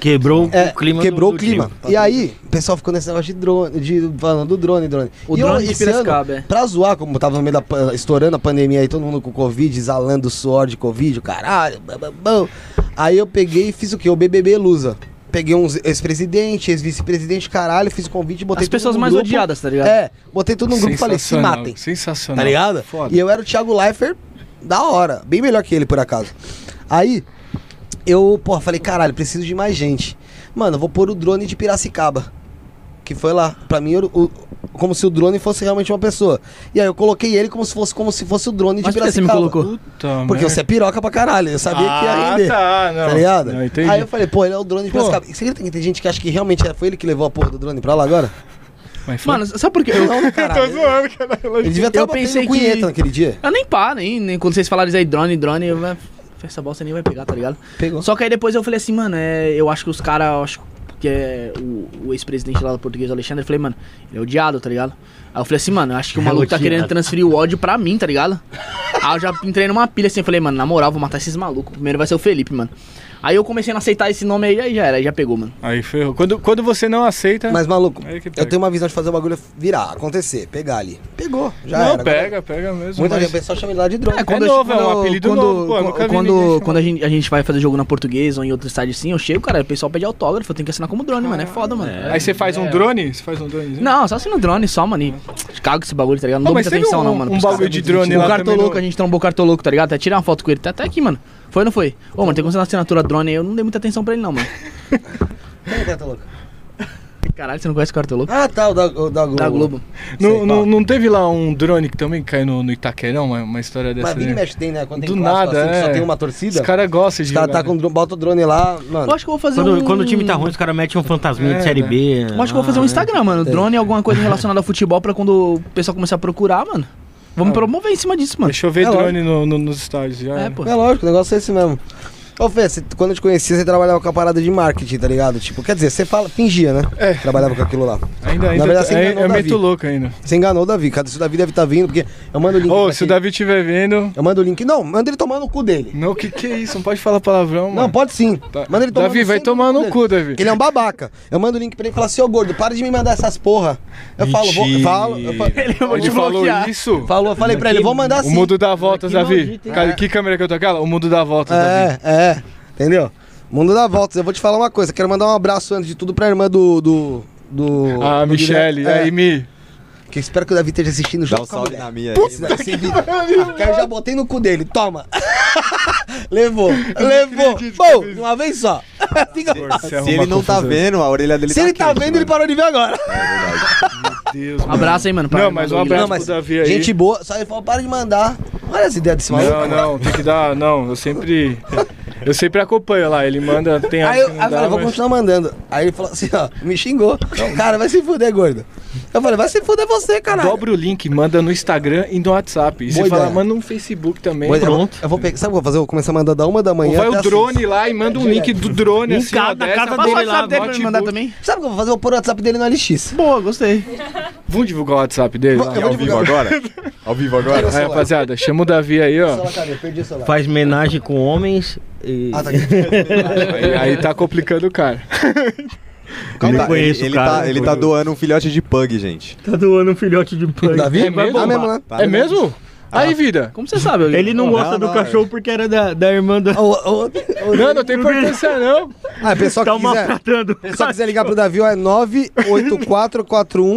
Speaker 4: Quebrou
Speaker 2: É,
Speaker 4: o clima.
Speaker 2: quebrou
Speaker 4: do-
Speaker 2: o
Speaker 4: do
Speaker 2: clima.
Speaker 4: time.
Speaker 2: E aí, o pessoal ficou nesse negócio de drone, de, falando do drone, drone.
Speaker 1: O
Speaker 2: e
Speaker 1: drone de
Speaker 2: esse ano,
Speaker 1: Piracicaba, é.
Speaker 2: Pra zoar, como tava no meio da. pan- estourando a pandemia aí, todo mundo com Covid, exalando o suor de Covid, o caralho, bababão. Aí eu peguei e fiz o quê? O BBB Lusa. Peguei uns ex-presidente, ex-vice-presidente, caralho, fiz o convite e botei
Speaker 1: As pessoas
Speaker 2: tudo no
Speaker 1: mais
Speaker 2: grupo.
Speaker 1: odiadas, tá ligado?
Speaker 2: É, botei tudo num grupo e falei, se
Speaker 5: Sensacional,
Speaker 2: matem.
Speaker 5: Sensacional.
Speaker 2: Tá ligado?
Speaker 5: Foda.
Speaker 2: E eu era o Thiago Leifert da hora. Bem melhor que ele, por acaso. Aí, eu, porra, falei, caralho, preciso de mais gente. Mano, eu vou pôr o drone de Piracicaba. Que foi lá. Pra mim, era o- como se o drone fosse realmente uma pessoa. E aí eu coloquei ele como se fosse, como se fosse o drone de
Speaker 1: Mas por que você me
Speaker 2: Piracicaba.
Speaker 1: colocou?
Speaker 5: Puta
Speaker 2: Porque você é piroca pra caralho. Eu sabia que ia render.
Speaker 5: Tá, não.
Speaker 2: Tá ligado?
Speaker 5: Não, entendi.
Speaker 2: Aí eu falei, pô, ele é o drone de
Speaker 5: Pô.
Speaker 2: Piracicaba. E você acredita que tem gente que acha que realmente era- foi ele que levou a porra do drone pra lá agora?
Speaker 5: Mas foi-
Speaker 1: Mano, sabe por quê? Eu,
Speaker 2: Não,
Speaker 5: Tô
Speaker 2: caralho.
Speaker 5: zoando, cara.
Speaker 2: Ele devia
Speaker 1: Eu
Speaker 2: estar batendo
Speaker 1: pensei que-
Speaker 2: punheta naquele dia.
Speaker 1: eu nem pá, nem, nem quando vocês falaram isso aí, drone, drone, eu, né, essa bosta nem vai pegar, tá ligado?
Speaker 2: Pegou.
Speaker 1: Só que aí depois eu falei assim, mano, é, eu acho que os caras, eu acho que é o, o ex-presidente lá do português, o Alexandre, eu falei, mano, ele é odiado, tá ligado? Aí eu falei assim, mano, eu acho que o
Speaker 4: É
Speaker 1: maluco tá
Speaker 4: odiado.
Speaker 1: querendo transferir o ódio pra mim, tá ligado? aí eu já entrei numa pilha assim, eu falei, mano, na moral, vou matar esses malucos. Primeiro vai ser o Felipe, mano. Aí eu comecei a aceitar esse nome aí, aí já era, aí já pegou, mano.
Speaker 5: Aí ferrou. Quando, quando você não aceita.
Speaker 2: Mas, maluco,
Speaker 5: Aí que
Speaker 2: eu
Speaker 5: pega.
Speaker 2: tenho uma visão de fazer o bagulho virar, acontecer, pegar ali. Pegou, já
Speaker 5: não,
Speaker 2: era.
Speaker 5: pega, pega mesmo.
Speaker 2: Muita
Speaker 5: mas-
Speaker 2: gente, o pessoal chama ele lá de drone.
Speaker 5: É novo, é um apelido
Speaker 1: quando,
Speaker 5: novo, pô,
Speaker 1: quando-
Speaker 5: nunca vi ninguém
Speaker 1: quando,
Speaker 5: chamar.
Speaker 1: quando a, gente, a gente vai fazer jogo na portuguesa ou em outro estádio assim, eu chego, cara, o pessoal pede autógrafo, eu tenho que assinar como drone, mano. É foda, mano.
Speaker 5: Aí você faz um
Speaker 6: É.
Speaker 5: drone? Você faz um dronezinho?
Speaker 1: Não, só assina o drone só, mano. E cago esse bagulho, tá ligado? Não
Speaker 5: Pô,
Speaker 1: dou
Speaker 5: mas
Speaker 1: muita
Speaker 5: teve
Speaker 1: atenção,
Speaker 5: um,
Speaker 1: não, mano.
Speaker 5: um
Speaker 1: pros
Speaker 5: bagulho
Speaker 1: caras.
Speaker 5: de drone lá
Speaker 1: O
Speaker 5: também né?
Speaker 1: cartoloco,
Speaker 5: no-
Speaker 1: a gente trombou o cartoloco, tá ligado? Até tirar uma foto com ele, tá até aqui, mano. Foi ou não foi? Ô, mano, tem como ser uma assinatura drone aí? Eu não dei muita atenção pra ele, não, mano.
Speaker 2: Quem é que é, tá louco?
Speaker 1: Caralho, você não conhece o cartoloco?
Speaker 2: Ah, tá, o da, o da Globo.
Speaker 1: Da Globo.
Speaker 5: Não,
Speaker 2: Sei,
Speaker 5: não-
Speaker 2: pá.
Speaker 5: não teve lá um drone que também caiu no, no Itaquerão? Uma, uma história dessa.
Speaker 2: Mas Big
Speaker 5: né?
Speaker 2: Match tem, né? Quando tem
Speaker 5: Do
Speaker 2: clássico
Speaker 5: nada,
Speaker 2: assim, que
Speaker 5: é.
Speaker 2: só tem uma
Speaker 5: Os
Speaker 2: torcida.
Speaker 5: caras gostam
Speaker 2: Os
Speaker 5: de.
Speaker 2: caras tá
Speaker 5: jogar,
Speaker 2: com
Speaker 5: né?
Speaker 2: o dro- bota o drone lá, mano.
Speaker 1: Eu acho que eu vou fazer
Speaker 4: Quando,
Speaker 1: um...
Speaker 4: quando o time tá ruim, Ah, é. os caras metem um fantasminha
Speaker 5: É,
Speaker 4: de Série
Speaker 5: né?
Speaker 4: B.
Speaker 1: Eu acho que eu vou fazer um Instagram, mano. Drone, alguma coisa relacionada ao futebol pra quando o pessoal começar a procurar, mano. Vamos promover em cima disso, mano.
Speaker 5: Deixa eu ver
Speaker 2: É
Speaker 5: drone no, no- nos estádios já.
Speaker 1: É,
Speaker 5: né?
Speaker 1: pô.
Speaker 2: É lógico, o negócio é esse mesmo. Ô, Fê, você- quando eu te conheci, você trabalhava com a parada de marketing, tá ligado? Tipo, quer dizer, você fala, fingia, né?
Speaker 5: É.
Speaker 2: Trabalhava com aquilo lá.
Speaker 5: Ainda, ainda.
Speaker 2: verdade, você
Speaker 5: é-
Speaker 2: enganou o
Speaker 5: eu
Speaker 2: Davi.
Speaker 5: meto louco ainda.
Speaker 2: Você enganou o Davi, cara. Se o Davi deve estar vindo, porque eu mando o link.
Speaker 5: Ô,
Speaker 2: pra
Speaker 5: se o
Speaker 2: aquele-
Speaker 5: Davi estiver vendo.
Speaker 2: Eu mando o link. Não, manda ele tomar no cu dele.
Speaker 5: Não, que que é isso? Não pode falar palavrão, mano.
Speaker 2: Não, pode sim.
Speaker 5: Tá.
Speaker 2: Manda ele tomar
Speaker 5: Davi,
Speaker 2: no-
Speaker 5: vai
Speaker 2: sempre
Speaker 5: tomar no
Speaker 2: dele.
Speaker 5: cu, Davi.
Speaker 2: Que Ele é um babaca. Eu mando o link pra ele e falo assim, ô gordo, para de me mandar essas porra. Eu falo, vou, eu falo, eu falo,
Speaker 1: Ele eu vou
Speaker 5: Ele
Speaker 1: te
Speaker 5: falou
Speaker 1: bloquear.
Speaker 5: isso?
Speaker 2: falou, eu falei pra ele, vou mandar
Speaker 5: O
Speaker 2: sim.
Speaker 5: mundo dá voltas,
Speaker 4: Que
Speaker 5: Davi.
Speaker 4: maldito, hein?
Speaker 5: Cara, Que câmera que eu tô aquela? O mundo dá voltas, Davi.
Speaker 2: né? É, é, entendeu? Mundo dá voltas. Eu vou te falar uma coisa, quero mandar um abraço antes de tudo pra irmã do... do, do
Speaker 5: A
Speaker 2: do
Speaker 5: Michelle,
Speaker 2: Guilherme.
Speaker 5: a
Speaker 2: É,
Speaker 5: Emi.
Speaker 2: que espero que o Davi esteja assistindo
Speaker 3: Dá
Speaker 2: junto
Speaker 3: um
Speaker 2: com a
Speaker 3: salve
Speaker 2: mulher.
Speaker 3: na minha aí.
Speaker 2: Putz, deve ser vida. Que eu já botei no cu dele. Toma. levou. Levou. Pô, uma vez só. Fica fácil.
Speaker 3: Se ele não tá vendo, a orelha dele
Speaker 2: Se ele tá
Speaker 3: quente,
Speaker 2: vendo, ele
Speaker 3: mano.
Speaker 2: parou de ver agora.
Speaker 5: Deus, mano.
Speaker 1: Abraço aí, mano. pra
Speaker 5: Não,
Speaker 1: irmã
Speaker 5: mas
Speaker 1: do
Speaker 5: um
Speaker 1: Guilherme.
Speaker 5: abraço pro Davi aí.
Speaker 2: Gente boa. Só ele falou, para de mandar. Olha as ideias desse maluco.
Speaker 5: Não, não, tem que dar. Não, eu sempre. Eu sempre acompanho lá. Ele manda, tem
Speaker 2: Aí
Speaker 5: áudio
Speaker 2: eu,
Speaker 5: que
Speaker 2: aí
Speaker 5: não
Speaker 2: eu
Speaker 5: dá,
Speaker 2: falei, vou
Speaker 5: mas-
Speaker 2: continuar mandando. Aí ele falou assim, ó, me xingou. Cara, vai se fuder, gordo. Eu falei, vai se fuder você, caralho.
Speaker 5: Dobra o link, manda no Instagram e no WhatsApp. E
Speaker 2: Boa
Speaker 5: você fala,
Speaker 2: ideia.
Speaker 5: manda no Facebook também.
Speaker 2: Pois é, eu vou-
Speaker 5: Pronto.
Speaker 2: Eu vou pegar, sabe o que eu vou fazer? Eu vou começar a mandar da uma da
Speaker 5: Ou
Speaker 2: manhã
Speaker 5: vai
Speaker 2: até
Speaker 5: o
Speaker 2: as
Speaker 5: drone lá e manda um link do drone assim, ó,
Speaker 1: Linkado na
Speaker 5: dessa,
Speaker 1: casa
Speaker 5: passa
Speaker 1: dele
Speaker 5: o
Speaker 1: lá,
Speaker 5: WhatsApp
Speaker 1: dele pra me mandar
Speaker 5: notebook.
Speaker 1: também.
Speaker 2: seis. Sabe o que eu vou fazer? Eu vou pôr o WhatsApp dele no LX.
Speaker 1: Boa, gostei.
Speaker 5: Vamos divulgar o WhatsApp dele lá?
Speaker 2: Eu vou
Speaker 3: Ao vivo agora? Ao vivo agora?
Speaker 5: Aí, rapaziada, chama o Davi aí, ó.
Speaker 2: Celular, cadê? Eu perdi o
Speaker 1: um-
Speaker 2: celular.
Speaker 4: Faz homenagem com homens e.
Speaker 2: Ah, tá aqui.
Speaker 5: Aí, aí tá complicando o cara.
Speaker 4: Eu
Speaker 3: Tá,
Speaker 4: conheço
Speaker 3: ele,
Speaker 4: o cara.
Speaker 3: tá, ele tá doando um filhote de pug, gente.
Speaker 4: Tá doando um filhote de pug.
Speaker 2: Davi?
Speaker 5: É mesmo?
Speaker 2: Ah, mesmo, né?
Speaker 3: Tá
Speaker 5: é mesmo? Aí, vida.
Speaker 1: Como você sabe?
Speaker 4: Ele não,
Speaker 3: Não,
Speaker 4: gosta
Speaker 3: não,
Speaker 4: do cachorro porque era da, da irmã do.
Speaker 2: Ah, o- o- o-
Speaker 5: Não, não tem importância não.
Speaker 2: Ah, a pessoa que
Speaker 4: tá
Speaker 2: quiser,
Speaker 4: maltratando. o
Speaker 2: a pessoa que
Speaker 4: cachorro.
Speaker 2: quiser ligar pro Davi, ó, é 98441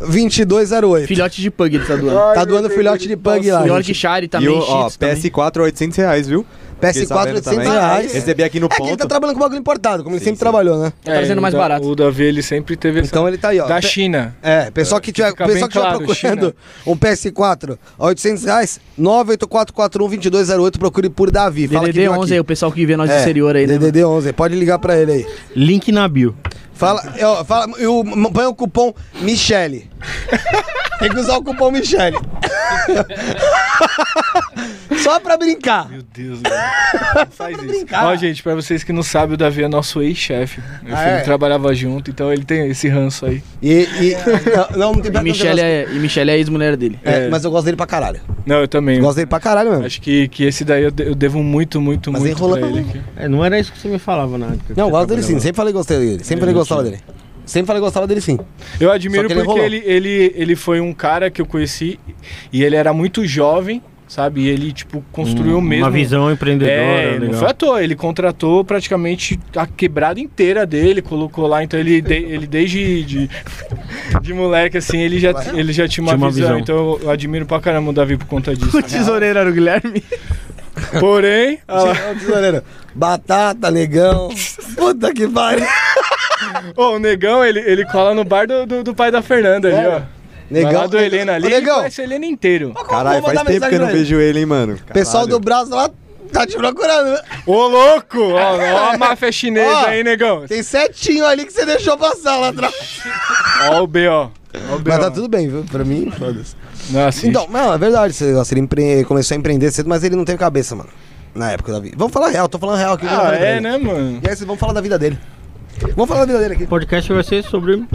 Speaker 2: 2208.
Speaker 1: Filhote de pug ele tá doando.
Speaker 2: Tá doando filhote de pug lá. Tá, gente.
Speaker 1: Yorkshire também,
Speaker 3: e o, ó,
Speaker 1: Shih Tzu também.
Speaker 3: PS4 800 reais, viu? Fiquei
Speaker 2: PS4,
Speaker 3: sabendo
Speaker 2: 800
Speaker 3: também.
Speaker 2: reais.
Speaker 3: Recebi aqui no
Speaker 2: É que ele
Speaker 3: ponto.
Speaker 2: tá trabalhando com bagulho importado, como ele
Speaker 3: Sim,
Speaker 2: sempre
Speaker 3: sim.
Speaker 2: trabalhou, né?
Speaker 1: Tá trazendo
Speaker 5: É,
Speaker 1: mais
Speaker 5: o Da-
Speaker 1: barato.
Speaker 5: O Davi, ele sempre teve essa...
Speaker 2: Então ele tá aí, ó.
Speaker 5: Da
Speaker 2: Pe-
Speaker 5: China.
Speaker 2: É, pessoal que tiver,
Speaker 5: fica
Speaker 2: pessoal
Speaker 5: bem
Speaker 2: que tiver
Speaker 5: claro,
Speaker 2: procurando um PS4 a 800 reais, 984412208, procure por Davi. Fala que
Speaker 1: DDD
Speaker 2: viu
Speaker 1: 11 aí,
Speaker 2: aqui.
Speaker 1: o pessoal que vê nós do
Speaker 2: É,
Speaker 1: exterior aí, né?
Speaker 2: DDD 11, pode ligar pra ele aí.
Speaker 4: Link na bio.
Speaker 2: Fala, eu, fala, eu, m- põe o cupom Michele. Tem que usar o cupom Michele. Só pra brincar.
Speaker 5: Meu Deus, velho. Faz isso. Ó, gente, pra vocês que não sabem, o Davi é nosso ex-chefe. Meu
Speaker 2: Ah,
Speaker 5: filho
Speaker 2: é?
Speaker 5: trabalhava junto, então ele tem esse ranço aí.
Speaker 2: E, e- não, não tem
Speaker 1: E Michelle é, e Michelle é ex-mulher dele.
Speaker 2: é, Mas eu gosto dele pra caralho.
Speaker 5: Não, eu também.
Speaker 2: Eu gosto dele pra caralho mesmo.
Speaker 5: Acho que, que esse daí eu, de- eu devo muito, muito,
Speaker 2: Mas
Speaker 5: muito
Speaker 2: enrolou.
Speaker 5: pra ele aqui.
Speaker 4: É, não era isso que você me falava na época. que
Speaker 2: Não, eu
Speaker 4: você
Speaker 2: gosto dele sim.
Speaker 4: trabalhava.
Speaker 2: Sempre falei que gostei dele. Sempre falei que gostava dele. Sempre falei que gostava dele sim.
Speaker 5: Eu admiro
Speaker 2: Só que ele
Speaker 5: porque ele,
Speaker 2: enrolou.
Speaker 5: ele, ele foi um cara que eu conheci e ele era muito jovem, sabe? E ele, tipo, construiu mesmo.
Speaker 4: Uma visão empreendedora.
Speaker 5: É,
Speaker 4: legal.
Speaker 5: não foi à toa. Ele contratou praticamente a quebrada inteira dele, colocou lá. Então ele, de- ele desde de, de moleque, assim, ele já, ele já tinha uma,
Speaker 4: Tinha uma
Speaker 5: visão,
Speaker 4: visão.
Speaker 5: Então eu admiro pra caramba o Davi por conta disso.
Speaker 1: tesoureiro era o Guilherme.
Speaker 5: Porém, ah lá.
Speaker 2: Ô, tesoureiro, Batata, negão. Puta que pariu.
Speaker 5: Ô, o negão, ele, ele cola no bar do, do, do pai da Fernanda
Speaker 2: É.
Speaker 5: ali, ó. Negão,
Speaker 2: Negão.
Speaker 5: do Helena
Speaker 2: Ô,
Speaker 5: ali, ele
Speaker 2: negão.
Speaker 5: conhece o Helena inteiro.
Speaker 3: Caralho,
Speaker 2: Vou mandar
Speaker 3: faz tempo que eu não
Speaker 2: mensagem pra ele.
Speaker 3: vejo ele, hein, mano.
Speaker 2: Pessoal do
Speaker 3: Caralho.
Speaker 2: Brasil lá tá te procurando, né?
Speaker 5: Ô, louco! Ó, ó a máfia chinesa
Speaker 2: Ó.
Speaker 5: aí, negão.
Speaker 2: Tem setinho ali que você deixou passar lá atrás.
Speaker 5: Ó o B, ó. Ó o B,
Speaker 2: Mas
Speaker 5: ó. assim.
Speaker 2: tá tudo bem, viu? Pra mim, foda-se.
Speaker 5: Nossa,
Speaker 2: Então, não, é verdade esse negócio. Ele empre- começou a empreender cedo, mas ele não teve cabeça, mano. Na época da vida. Vamos falar real, tô falando real aqui. eu não
Speaker 5: ah,
Speaker 2: falei pra
Speaker 5: é,
Speaker 2: ele.
Speaker 5: né, mano?
Speaker 2: E aí, vocês vão falar da vida dele. Vamos falar da vida dele aqui.
Speaker 4: O podcast vai ser sobre.
Speaker 2: Vamos,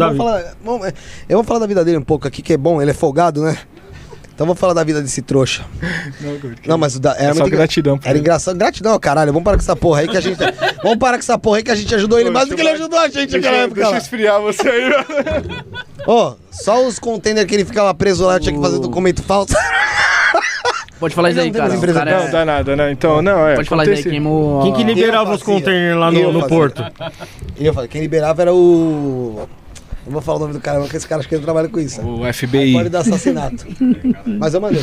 Speaker 4: Davi.
Speaker 2: vamos falar, vamos- é, eu vou falar da vida dele um pouco aqui, que é bom, ele é folgado, né? Então vou falar da vida desse trouxa.
Speaker 5: Não, Gordo, que-
Speaker 2: Não, mas o da, era
Speaker 5: É só
Speaker 2: muito engra-
Speaker 5: gratidão por
Speaker 2: Era
Speaker 5: ele.
Speaker 2: engraçado. Gratidão, caralho. Vamos parar com essa porra aí que a gente. vamos parar com essa porra aí que a gente ajudou ele
Speaker 5: Ô,
Speaker 2: mais do
Speaker 5: deixa
Speaker 2: que ele
Speaker 5: eu-
Speaker 2: ajudou a gente
Speaker 5: Deixa,
Speaker 2: naquela
Speaker 5: eu-
Speaker 2: época.
Speaker 5: deixa eu
Speaker 2: lá.
Speaker 5: esfriar você aí, mano.
Speaker 2: Ô, só os containers que ele ficava preso lá, eu tinha que fazer documento falso.
Speaker 1: Pode falar isso aí,
Speaker 2: Não tem
Speaker 1: cara.
Speaker 2: mais
Speaker 1: O
Speaker 2: empresa
Speaker 1: cara
Speaker 5: Não,
Speaker 1: é-
Speaker 5: dá nada, né? Então, não, é.
Speaker 1: Pode falar isso aí,
Speaker 5: acontece.
Speaker 1: queimou.
Speaker 4: Quem que liberava
Speaker 2: eu
Speaker 4: os
Speaker 2: fazia.
Speaker 4: containers lá
Speaker 2: Eu
Speaker 4: no, no
Speaker 2: fazia.
Speaker 4: porto?
Speaker 2: E eu falei, quem liberava era o. Eu vou falar o nome do cara, não, porque esse cara acho que ele trabalha com isso.
Speaker 5: O
Speaker 2: Pode
Speaker 5: FBI.
Speaker 2: dar assassinato. mas eu mandei.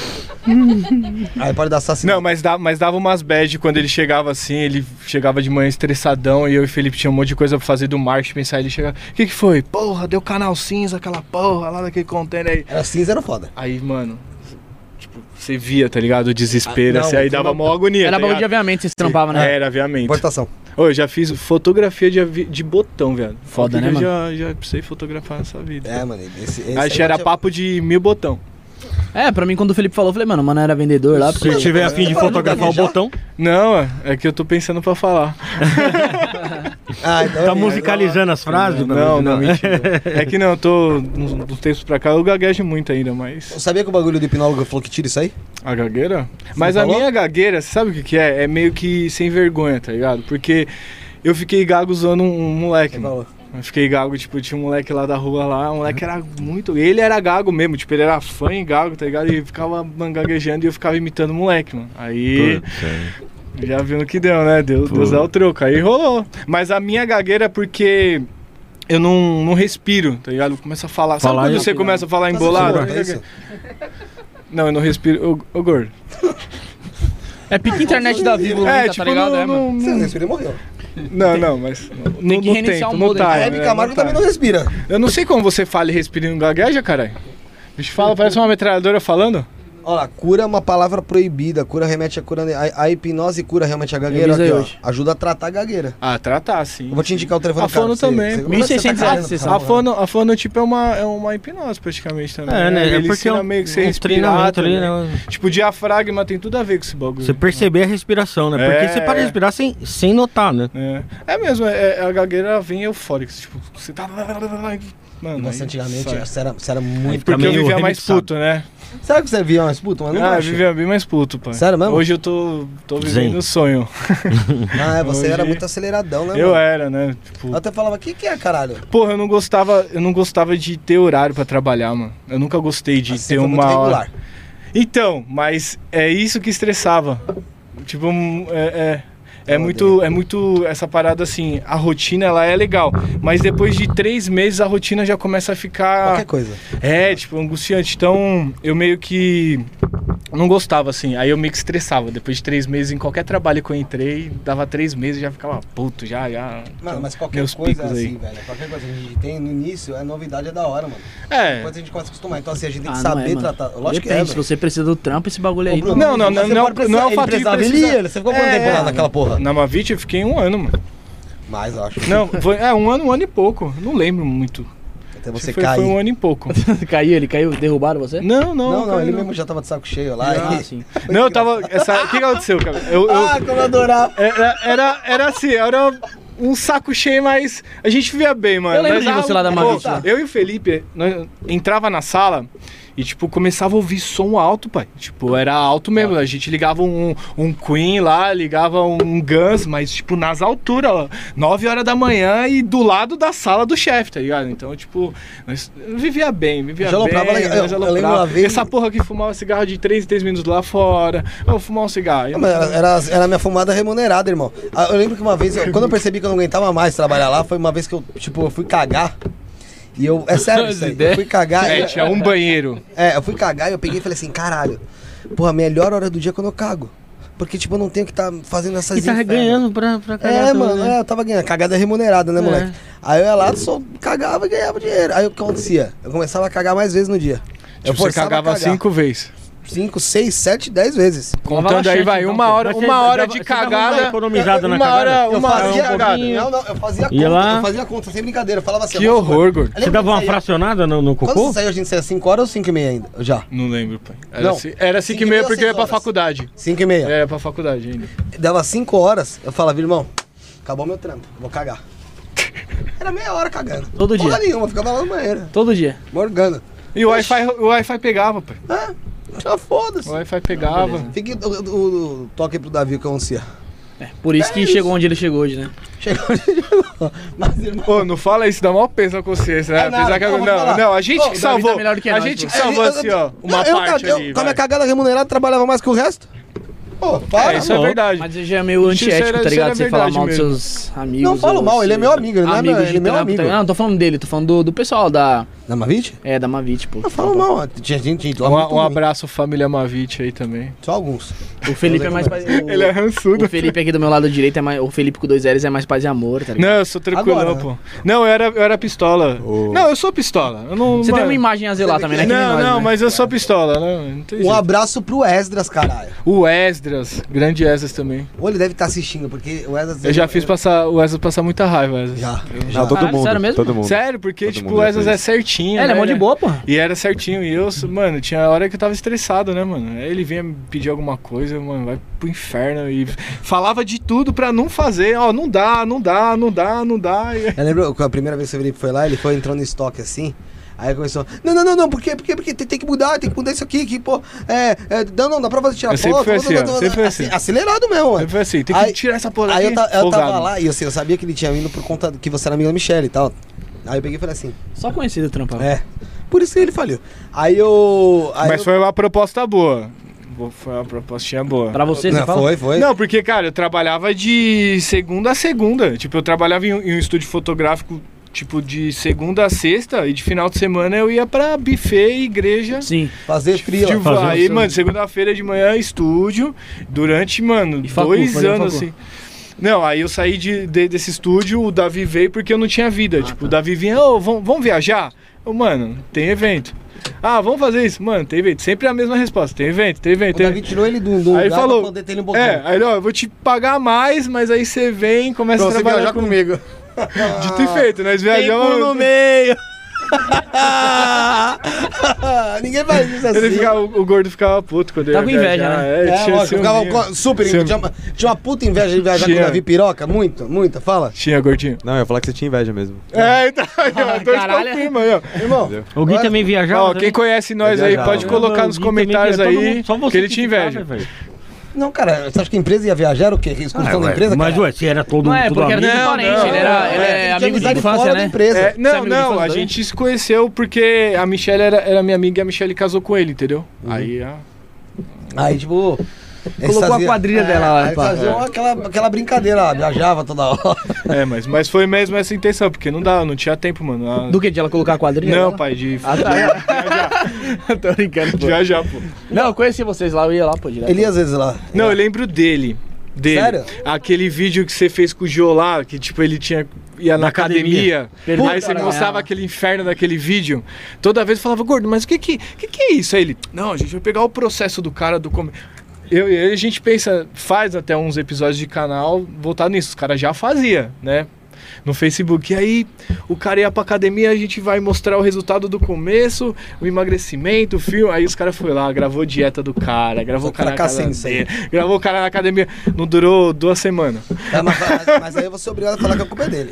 Speaker 2: Aí pode dar assassinato.
Speaker 5: Não, mas dava, mas dava umas bad quando ele chegava assim, ele chegava de manhã estressadão e eu e o Felipe tinha um monte de coisa pra fazer do marketing, pensar ele chegava, o que que foi? Porra, deu canal cinza aquela porra lá daquele container aí.
Speaker 2: Era cinza, era foda.
Speaker 5: Aí, mano, tipo, você via, tá ligado? O desespero,
Speaker 2: Ah, não,
Speaker 5: assim, aí
Speaker 2: foi
Speaker 5: dava
Speaker 2: uma-
Speaker 5: mó agonia,
Speaker 1: Era
Speaker 5: tá
Speaker 1: bagulho de
Speaker 5: ligado?
Speaker 1: aviamento, vocês trampavam,
Speaker 2: É.
Speaker 1: né?
Speaker 5: Era aviamento.
Speaker 2: Importação.
Speaker 5: Ô, eu já fiz fotografia de, avi- de botão, velho.
Speaker 1: Foda,
Speaker 5: Eu
Speaker 1: né,
Speaker 5: já, já precisei fotografar nessa vida.
Speaker 2: É, mano. Esse, esse
Speaker 5: Acho que era
Speaker 2: papo.
Speaker 5: papo de mil botão.
Speaker 1: É, pra mim, quando o Felipe falou, eu falei, mano, o mano era vendedor lá. Porque...
Speaker 8: Se tiver afim de fotografar o botão,
Speaker 5: Não, é- é que eu tô pensando pra falar.
Speaker 2: Ah, então
Speaker 8: tá
Speaker 2: é isso.
Speaker 8: musicalizando as frases?
Speaker 5: não, não, mentira. É que não, eu tô. Nos nos textos pra cá eu gaguejo muito ainda, mas.
Speaker 2: Eu sabia que o bagulho do hipnólogo falou que tira isso aí?
Speaker 5: A gagueira? Mas
Speaker 2: não
Speaker 5: a
Speaker 2: falou?
Speaker 5: minha gagueira, você sabe o que, que é? É meio que sem vergonha, tá ligado? Porque eu fiquei gago usando um, um moleque.
Speaker 2: É
Speaker 5: mano. Eu fiquei gago, tipo, tinha um moleque lá da rua lá, o moleque era muito. Ele era gago mesmo, tipo, ele era fã em gago, tá ligado? E ficava mano, gaguejando e eu ficava imitando o moleque, mano. Aí. Já viu no que deu, né? Deus, Deus dá o troco. Aí rolou. Mas a minha gagueira é porque. Eu não, não respiro, tá ligado? Eu começo a falar.
Speaker 8: Falar
Speaker 5: Sabe
Speaker 8: e-
Speaker 5: quando você começa a falar
Speaker 2: Mas
Speaker 5: embolado? Hum.
Speaker 2: você isso?
Speaker 5: Não, eu não respiro. Ô, ô gordo.
Speaker 6: É pique internet da Vivo,
Speaker 5: É,
Speaker 6: tá
Speaker 5: tipo,
Speaker 6: ligado?
Speaker 5: não,
Speaker 6: é, mano.
Speaker 5: não,
Speaker 2: Você não
Speaker 5: não,
Speaker 2: respira e morreu.
Speaker 5: não, não, mas no, no
Speaker 6: que reiniciar
Speaker 5: tempo,
Speaker 6: um o
Speaker 5: no
Speaker 6: modem.
Speaker 5: time,
Speaker 2: A
Speaker 5: né,
Speaker 2: Hebe
Speaker 5: no
Speaker 2: Camargo também não
Speaker 5: time.
Speaker 2: respira.
Speaker 5: Eu não sei como você fala e respira e não gagueja, caralho. O bicho fala, parece uma metralhadora falando.
Speaker 2: Olha, cura é uma palavra proibida. Cura remete a cura. A, a hipnose cura realmente a gagueira.
Speaker 1: avisei
Speaker 2: Aqui, ó.
Speaker 1: hoje.
Speaker 2: Ajuda a tratar a gagueira.
Speaker 5: Ah, tratar, sim.
Speaker 2: Eu vou te indicar o telefone
Speaker 5: A fono também.
Speaker 1: 1600 reais,
Speaker 2: você
Speaker 1: vocês
Speaker 5: A
Speaker 2: sabe?
Speaker 5: fono, a fono, tipo, é uma, é uma hipnose praticamente também.
Speaker 8: É, né? É
Speaker 5: Ele
Speaker 8: porque é
Speaker 5: ensina
Speaker 8: um,
Speaker 5: meio que você
Speaker 8: um
Speaker 5: respirar.
Speaker 8: treinamento ali,
Speaker 5: também.
Speaker 8: né?
Speaker 5: Tipo, o diafragma tem tudo a ver com esse bagulho.
Speaker 8: Você perceber a respiração, né? Porque
Speaker 5: É,
Speaker 8: você para
Speaker 5: é.
Speaker 8: de respirar sem, sem notar, né?
Speaker 5: É, é mesmo, é, é- a gagueira vem eufórica. Tipo, você tá. Mano,
Speaker 2: Nossa,
Speaker 5: aí
Speaker 2: antigamente
Speaker 5: sai.
Speaker 2: você era, você era muito.
Speaker 8: Tá
Speaker 5: Porque eu
Speaker 8: meio
Speaker 5: vivia mais
Speaker 8: remixado.
Speaker 5: puto, né?
Speaker 2: Será que você vivia umas putas? Mas não
Speaker 5: ah, eu
Speaker 2: acho.
Speaker 5: vivia bem mais puto, pai.
Speaker 2: Sério mesmo?
Speaker 5: Hoje eu tô, tô vivendo
Speaker 8: Zen.
Speaker 5: o sonho.
Speaker 2: Ah, é, você
Speaker 5: Hoje-
Speaker 2: era muito aceleradão, né?
Speaker 5: Eu
Speaker 2: mano?
Speaker 5: era, né?
Speaker 2: Eu
Speaker 5: Tipo,
Speaker 2: até falava, o que, que é, caralho?
Speaker 5: porra, eu não gostava, eu não gostava de ter horário pra trabalhar, mano. Eu nunca gostei de
Speaker 2: Assim,
Speaker 5: ter
Speaker 2: foi muito
Speaker 5: uma hora.
Speaker 2: regular.
Speaker 5: Então, mas é isso que estressava. Tipo, hum, é, é, é
Speaker 2: Eu
Speaker 5: muito, é muito essa parada assim. A rotina ela é legal, mas depois de três meses a rotina já começa a ficar
Speaker 2: Qualquer coisa.
Speaker 5: É, tipo, angustiante. Então, eu meio que não gostava, assim. Aí eu meio que estressava. Depois de três meses, em qualquer trabalho que eu entrei, dava três meses, já ficava puto, já, já. Então,
Speaker 2: Mano, mas qualquer
Speaker 5: meus
Speaker 2: coisa é
Speaker 5: picos
Speaker 2: assim,
Speaker 5: aí.
Speaker 2: velho. Qualquer coisa que a gente tem no início, a novidade é da hora, mano.
Speaker 5: É.
Speaker 2: Depois a gente começa a acostumar. Então, assim, a gente tem
Speaker 1: Ah,
Speaker 2: que
Speaker 1: não
Speaker 2: saber
Speaker 1: é, mano.
Speaker 2: tratar. Lógico que é,
Speaker 1: Depende, se
Speaker 2: velho.
Speaker 1: você precisa do trampo, esse bagulho aí.
Speaker 2: Ô, Bruno,
Speaker 5: Não, não,
Speaker 2: você
Speaker 5: não,
Speaker 2: pode
Speaker 5: não,
Speaker 2: precisar-
Speaker 5: não é o
Speaker 2: ele
Speaker 5: fato de
Speaker 2: precisava, ele
Speaker 5: precisar.
Speaker 2: ia, um Você ficou quanto
Speaker 5: É.
Speaker 2: tempo lá naquela porra?
Speaker 5: Na Mavit eu fiquei um ano, mano.
Speaker 2: Mais, eu acho.
Speaker 5: Não, foi é, um ano, um ano e pouco. Não lembro muito.
Speaker 2: Até você
Speaker 5: foi,
Speaker 2: cair.
Speaker 5: foi um ano e pouco.
Speaker 1: caiu, ele caiu, derrubaram você?
Speaker 5: Não, não,
Speaker 2: Não, não,
Speaker 5: cara,
Speaker 2: ele mesmo já tava de saco cheio lá.
Speaker 1: Ah,
Speaker 2: e-
Speaker 1: sim.
Speaker 5: Não, eu tava. essa- O que que aconteceu, cara? Eu, eu-
Speaker 2: Ah, como eu adorava.
Speaker 5: era, era, era assim, era um saco cheio, mas a gente via bem, mano.
Speaker 1: Eu lembro
Speaker 5: Mas,
Speaker 1: de você lá da
Speaker 5: pô,
Speaker 1: Mavit, lá.
Speaker 5: Eu e o Felipe, nós entrava na sala e, tipo, começava a ouvir som alto, pai. Tipo, era alto mesmo. A gente ligava um, um Queen lá, ligava um Guns, mas, tipo, nas alturas, ó. 9 horas da manhã e do lado da sala do chefe, tá ligado? Então, tipo, nós vivia bem, vivia
Speaker 2: Já
Speaker 5: bem.
Speaker 2: aloprava legal. Eu-
Speaker 5: nós
Speaker 2: eu lembro
Speaker 5: aloprava.
Speaker 2: uma vez-
Speaker 5: Essa porra que fumava cigarro de 3 em 3 minutos lá fora. Eu fumar um cigarro.
Speaker 2: Não, Ah, mas Era, era, era a minha fumada remunerada, irmão. Ah, Eu lembro que uma vez, eu- quando eu percebi que eu não aguentava mais trabalhar lá, foi uma vez que eu, tipo, eu fui cagar. E eu. É sério, isso aí, eu fui cagar.
Speaker 5: É,
Speaker 2: e-
Speaker 5: tinha um banheiro.
Speaker 2: É, eu fui cagar e eu peguei e falei assim, caralho, porra, a melhor hora do dia é quando eu cago. Porque, tipo, eu não tenho que estar fazendo essas
Speaker 8: E tá
Speaker 5: é
Speaker 2: inferno.
Speaker 8: ganhando pra, pra cagar
Speaker 2: É,
Speaker 8: tudo,
Speaker 2: mano,
Speaker 8: né?
Speaker 2: é, eu tava ganhando. Cagada é remunerada, né,
Speaker 8: É.
Speaker 2: moleque? Aí eu ia lá, só cagava e ganhava dinheiro. Aí o que acontecia? Eu começava a cagar mais vezes no dia.
Speaker 5: Tipo,
Speaker 2: eu
Speaker 5: você
Speaker 2: forçava a
Speaker 5: cagava
Speaker 2: cagar.
Speaker 5: cinco vezes.
Speaker 2: 5, 6, 7, 10 vezes.
Speaker 5: Contando aí, vai, uma hora,
Speaker 8: Mas você
Speaker 5: uma hora
Speaker 8: dava-
Speaker 5: de
Speaker 8: você dava uma
Speaker 5: cagada.
Speaker 8: economizada na
Speaker 5: uma
Speaker 8: cagada?
Speaker 5: hora, uma hora
Speaker 2: eu
Speaker 5: de
Speaker 2: fazia,
Speaker 5: cagada.
Speaker 2: não, não, eu um fazia
Speaker 8: Ia
Speaker 2: conta,
Speaker 8: lá.
Speaker 2: eu fazia conta, sem brincadeira. Eu falava assim,
Speaker 5: Que
Speaker 2: vamos supor.
Speaker 5: horror, gordo.
Speaker 2: Eu lembro
Speaker 8: Você dava
Speaker 2: quando
Speaker 8: uma
Speaker 2: saía-
Speaker 8: fracionada no, no
Speaker 2: Quando
Speaker 8: cocô?
Speaker 2: você saiu, a gente saía 5 horas ou 5 e meia ainda? Eu Já.
Speaker 5: Não lembro, pai. Era
Speaker 2: Não.
Speaker 5: ci- Era
Speaker 2: Cinco
Speaker 5: 5 e
Speaker 2: e meia,
Speaker 5: meia porque eu ia
Speaker 2: seis
Speaker 5: pra
Speaker 2: horas.
Speaker 5: faculdade.
Speaker 2: 5 e meia.
Speaker 5: Era pra faculdade ainda.
Speaker 2: Dava 5 horas, eu falava, irmão, acabou meu trampo, vou cagar. Era meia hora cagando.
Speaker 1: Todo
Speaker 2: Porra
Speaker 1: dia.
Speaker 2: nenhuma, ficava lá no banheiro,
Speaker 1: Todo dia.
Speaker 2: morgando.
Speaker 5: E o Wi-Fi o Wi-Fi pegava, pai.
Speaker 2: Ah, já foda-se.
Speaker 5: O Wi-Fi pegava.
Speaker 2: Fique o, o, o toque aí pro Davi que anuncia.
Speaker 1: Por
Speaker 2: É
Speaker 1: isso que chegou onde ele chegou hoje, né?
Speaker 2: Chegou onde chegou. Mas, irmão,
Speaker 5: Ô, não fala isso, dá maior peso na consciência, né?
Speaker 2: É nada,
Speaker 5: Apesar que
Speaker 2: eu vou
Speaker 5: não,
Speaker 2: falar.
Speaker 5: não, a gente
Speaker 2: Ô,
Speaker 5: que
Speaker 1: o Davi tá
Speaker 5: salvou.
Speaker 1: melhor que
Speaker 5: A
Speaker 1: nós,
Speaker 5: gente que
Speaker 1: pô.
Speaker 5: salvou assim, ó, uma
Speaker 2: eu,
Speaker 5: parte
Speaker 2: eu,
Speaker 5: ali.
Speaker 2: Com a minha
Speaker 5: vai.
Speaker 2: cagada remunerada, trabalhava mais que o resto? Pô, para.
Speaker 5: É, isso é
Speaker 8: Não.
Speaker 5: verdade.
Speaker 1: Mas ele já é meio
Speaker 5: Isso
Speaker 1: antiético,
Speaker 5: era-
Speaker 1: tá ligado?
Speaker 5: isso
Speaker 1: Você
Speaker 5: era
Speaker 1: falar
Speaker 5: verdade
Speaker 1: mal
Speaker 5: mesmo.
Speaker 1: dos seus amigos.
Speaker 2: Não falo
Speaker 1: ou
Speaker 2: mal, ele é
Speaker 1: seus
Speaker 2: meu amigo, ele não é
Speaker 1: amigos
Speaker 2: meu-
Speaker 1: de
Speaker 2: ele é meu
Speaker 1: trampo, tá
Speaker 2: amigo.
Speaker 1: ligado? Não, tô falando dele, tô falando do, do pessoal da.
Speaker 2: Na Mavit?
Speaker 1: É, da Mavit, pô.
Speaker 5: Tá
Speaker 2: Não falo mal, tinha gente, gente
Speaker 5: Um,
Speaker 2: lá é muito
Speaker 5: um
Speaker 2: ruim.
Speaker 5: abraço família Mavit aí também.
Speaker 2: Só alguns.
Speaker 1: O Felipe é mais paz. o-
Speaker 5: Ele é rançudo.
Speaker 1: O Felipe aqui do meu lado direito é mais. O Felipe com dois L's é mais paz e amor, tá ligado?
Speaker 5: Não, eu sou tranquilão,
Speaker 2: Agora.
Speaker 5: pô. Não, eu era, eu era pistola.
Speaker 3: Ô.
Speaker 5: Não, eu sou pistola. Eu não,
Speaker 1: Você tem
Speaker 5: mano.
Speaker 1: uma imagem a zelar também, né? Que
Speaker 5: Não,
Speaker 1: nem nós,
Speaker 5: não,
Speaker 1: né?
Speaker 5: mas eu sou pistola, né? Não tem
Speaker 2: Um
Speaker 5: jeito.
Speaker 2: abraço pro Esdras, caralho.
Speaker 5: O Esdras, grande Esdras também.
Speaker 2: Ou ele deve estar assistindo, porque o Esdras...
Speaker 5: Eu já fiz passar o Esdras passar muita raiva, Esdras.
Speaker 2: Já, já.
Speaker 3: Não, todo
Speaker 1: Caralho,
Speaker 3: mundo.
Speaker 1: sério mesmo?
Speaker 3: Todo mundo.
Speaker 5: Sério, porque
Speaker 3: Todo
Speaker 5: tipo,
Speaker 3: mundo
Speaker 5: o
Speaker 3: já
Speaker 5: Esdras
Speaker 3: fez.
Speaker 5: é certinho.
Speaker 1: Ela é
Speaker 5: né?
Speaker 1: mó de boa, porra.
Speaker 5: E era certinho. E eu, mano, tinha hora que eu tava estressado, né, mano? Aí ele vinha me pedir alguma coisa, mano, vai pro inferno. E falava de tudo pra não fazer. Ó, não dá, não dá, não dá, não dá. E-
Speaker 2: Eu lembro que a primeira vez que o Felipe foi lá, ele foi entrando em estoque assim. Aí começou, não, não, não, não, por quê? Por quê? Porque tem, tem que mudar, tem que mudar isso aqui, que, pô, é, é, não, não, dá pra você tirar
Speaker 5: Eu sempre
Speaker 2: foto.
Speaker 5: fui
Speaker 2: não,
Speaker 5: assim,
Speaker 2: não,
Speaker 5: ó,
Speaker 2: não,
Speaker 5: sempre
Speaker 2: não,
Speaker 5: fui assim.
Speaker 2: Acelerado mesmo, mano.
Speaker 5: Aí foi assim, tem que
Speaker 2: Aí-
Speaker 5: tirar essa porra
Speaker 2: Aí eu,
Speaker 5: daqui.
Speaker 2: ta- eu
Speaker 5: Folgado.
Speaker 2: tava lá e eu, sei, eu sabia que ele tinha vindo por conta que você era amigo da Michelle e tal. Aí eu peguei e falei assim,
Speaker 1: Só conhecido trampava.
Speaker 2: é, por isso que ele faliu. Aí eu... Aí
Speaker 5: Mas
Speaker 2: eu-
Speaker 5: foi assim uma proposta boa. Bo- Foi uma propostinha boa.
Speaker 1: Pra você, você
Speaker 2: Não,
Speaker 1: fala?
Speaker 2: foi, foi.
Speaker 5: Não, porque, cara, eu trabalhava de segunda a segunda. Tipo, eu trabalhava em um, em um estúdio fotográfico, tipo, de segunda a sexta, e de final de semana eu ia pra buffet, igreja.
Speaker 1: Sim.
Speaker 2: Fazer frila.
Speaker 5: Tipo,
Speaker 4: fazer
Speaker 5: aí,
Speaker 4: o seu-
Speaker 5: mano, segunda-feira de manhã, estúdio, durante, mano,
Speaker 1: E facu,
Speaker 5: dois
Speaker 1: fazer
Speaker 5: anos,
Speaker 1: facu.
Speaker 5: assim. Não, aí eu saí de, de- desse estúdio, o Davi veio porque eu não tinha
Speaker 2: Ah,
Speaker 5: vida.
Speaker 2: tá.
Speaker 5: tipo, o Davi vinha, ô, vamos, vamos viajar? Eu, mano, tem evento. Ah, vamos fazer isso? Mano, tem evento. Sempre é a mesma resposta. Tem evento, tem evento,
Speaker 2: O
Speaker 5: tem
Speaker 2: Davi tirou ele do, do
Speaker 5: Aí
Speaker 2: lugar
Speaker 5: falou,
Speaker 2: pra poder ter ele um pouquinho.
Speaker 5: é, aí ele, ó, eu vou te pagar mais, mas aí você vem e começa
Speaker 2: Pra
Speaker 5: a
Speaker 2: você
Speaker 5: trabalhar
Speaker 2: viajar Ah,
Speaker 5: com-
Speaker 2: comigo.
Speaker 5: Dito e feito, nós
Speaker 1: Tem cu no
Speaker 5: viajamos...
Speaker 1: meio.
Speaker 2: Ninguém faz isso assim.
Speaker 5: Ele ficava, o gordo ficava puto quando
Speaker 1: Tava
Speaker 5: ele
Speaker 1: com
Speaker 5: ia
Speaker 1: inveja,
Speaker 5: viajar.
Speaker 1: né?
Speaker 5: É,
Speaker 2: É,
Speaker 5: tinha
Speaker 2: lógico, ficava
Speaker 5: ciúminho.
Speaker 2: co- super
Speaker 5: Ciúme.
Speaker 2: tinha uma, tinha uma puta inveja de viajar com
Speaker 5: Tinha.
Speaker 2: o Davi Piroca, muito, muita, fala.
Speaker 5: Tinha, gordinho.
Speaker 3: Não, eu ia falar que você tinha inveja mesmo.
Speaker 5: É, então, aí, ó,
Speaker 1: Ah,
Speaker 5: dois
Speaker 1: caralho.
Speaker 5: confirma aí, ó.
Speaker 2: Irmão,
Speaker 8: O Gui
Speaker 2: Agora-
Speaker 8: também viajava? né?
Speaker 5: Ó, quem conhece nós
Speaker 3: Eu
Speaker 1: é
Speaker 5: aí
Speaker 3: viajava.
Speaker 5: pode
Speaker 3: Eu
Speaker 5: colocar nos
Speaker 8: então
Speaker 5: comentários aí que ele te inveja.
Speaker 2: não, cara, você acha que a empresa ia viajar era o quê?
Speaker 1: Ah,
Speaker 2: Excursão da empresa?
Speaker 8: Mas
Speaker 2: cara?
Speaker 8: ué, se era todo
Speaker 1: Não é,
Speaker 8: tudo
Speaker 1: porque era
Speaker 8: amigo.
Speaker 1: nem
Speaker 5: Não,
Speaker 1: parente,
Speaker 5: não,
Speaker 1: ele era, ele
Speaker 5: não,
Speaker 1: é
Speaker 2: Tinha
Speaker 1: amigo de
Speaker 2: amizade
Speaker 1: infância,
Speaker 2: fora da
Speaker 1: né?
Speaker 2: empresa.
Speaker 5: É,
Speaker 1: Você é
Speaker 5: não,
Speaker 1: amigo de
Speaker 5: não,
Speaker 1: fãs
Speaker 5: a
Speaker 1: dele?
Speaker 5: gente se conheceu porque a Michelle era, era minha amiga e a Michelle casou com ele, entendeu? Aí, ó.
Speaker 2: Aí, tipo. eles
Speaker 1: Colocou a quadrilha dela lá,
Speaker 2: aí
Speaker 1: pá.
Speaker 2: faziam aquela, aquela brincadeira lá, viajava toda hora.
Speaker 5: É, mas, mas foi mesmo essa intenção, porque não dá, não tinha tempo, mano. A-
Speaker 1: Do que? De ela colocar a quadrilha?
Speaker 5: Não,
Speaker 1: dela?
Speaker 5: pai, de
Speaker 1: Ah, tá. Tô brincando, pô.
Speaker 5: viajar, pô.
Speaker 1: Não, eu conheci vocês lá, eu ia lá, pô, direto.
Speaker 2: Ele ia às vezes lá.
Speaker 5: Não, eu lembro dele. Dele.
Speaker 2: Sério?
Speaker 5: Aquele vídeo que você fez com o Jolá, que tipo, ele tinha. ia na,
Speaker 8: Na
Speaker 5: academia.
Speaker 8: academia.
Speaker 1: Puta
Speaker 5: aí você
Speaker 1: merda.
Speaker 5: mostrava aquele inferno daquele vídeo. Toda vez eu falava, gordo, mas o que que, que que é isso? Aí ele, não, a gente vai pegar o processo do cara do come. Eu e ele, a gente pensa, faz até uns episódios de canal voltado nisso. Os caras já fazia, né? No Facebook. E aí, o cara ia pra academia, a gente vai mostrar o resultado do começo, o emagrecimento, o filme. Aí os caras foram lá, gravou dieta do cara, gravou o cara na
Speaker 2: Fracassando
Speaker 5: casa
Speaker 2: isso aí.
Speaker 5: dele, gravou o cara na academia. Não durou duas semanas.
Speaker 2: Tá, Mas, mas aí eu vou ser obrigado a falar que a culpa é dele.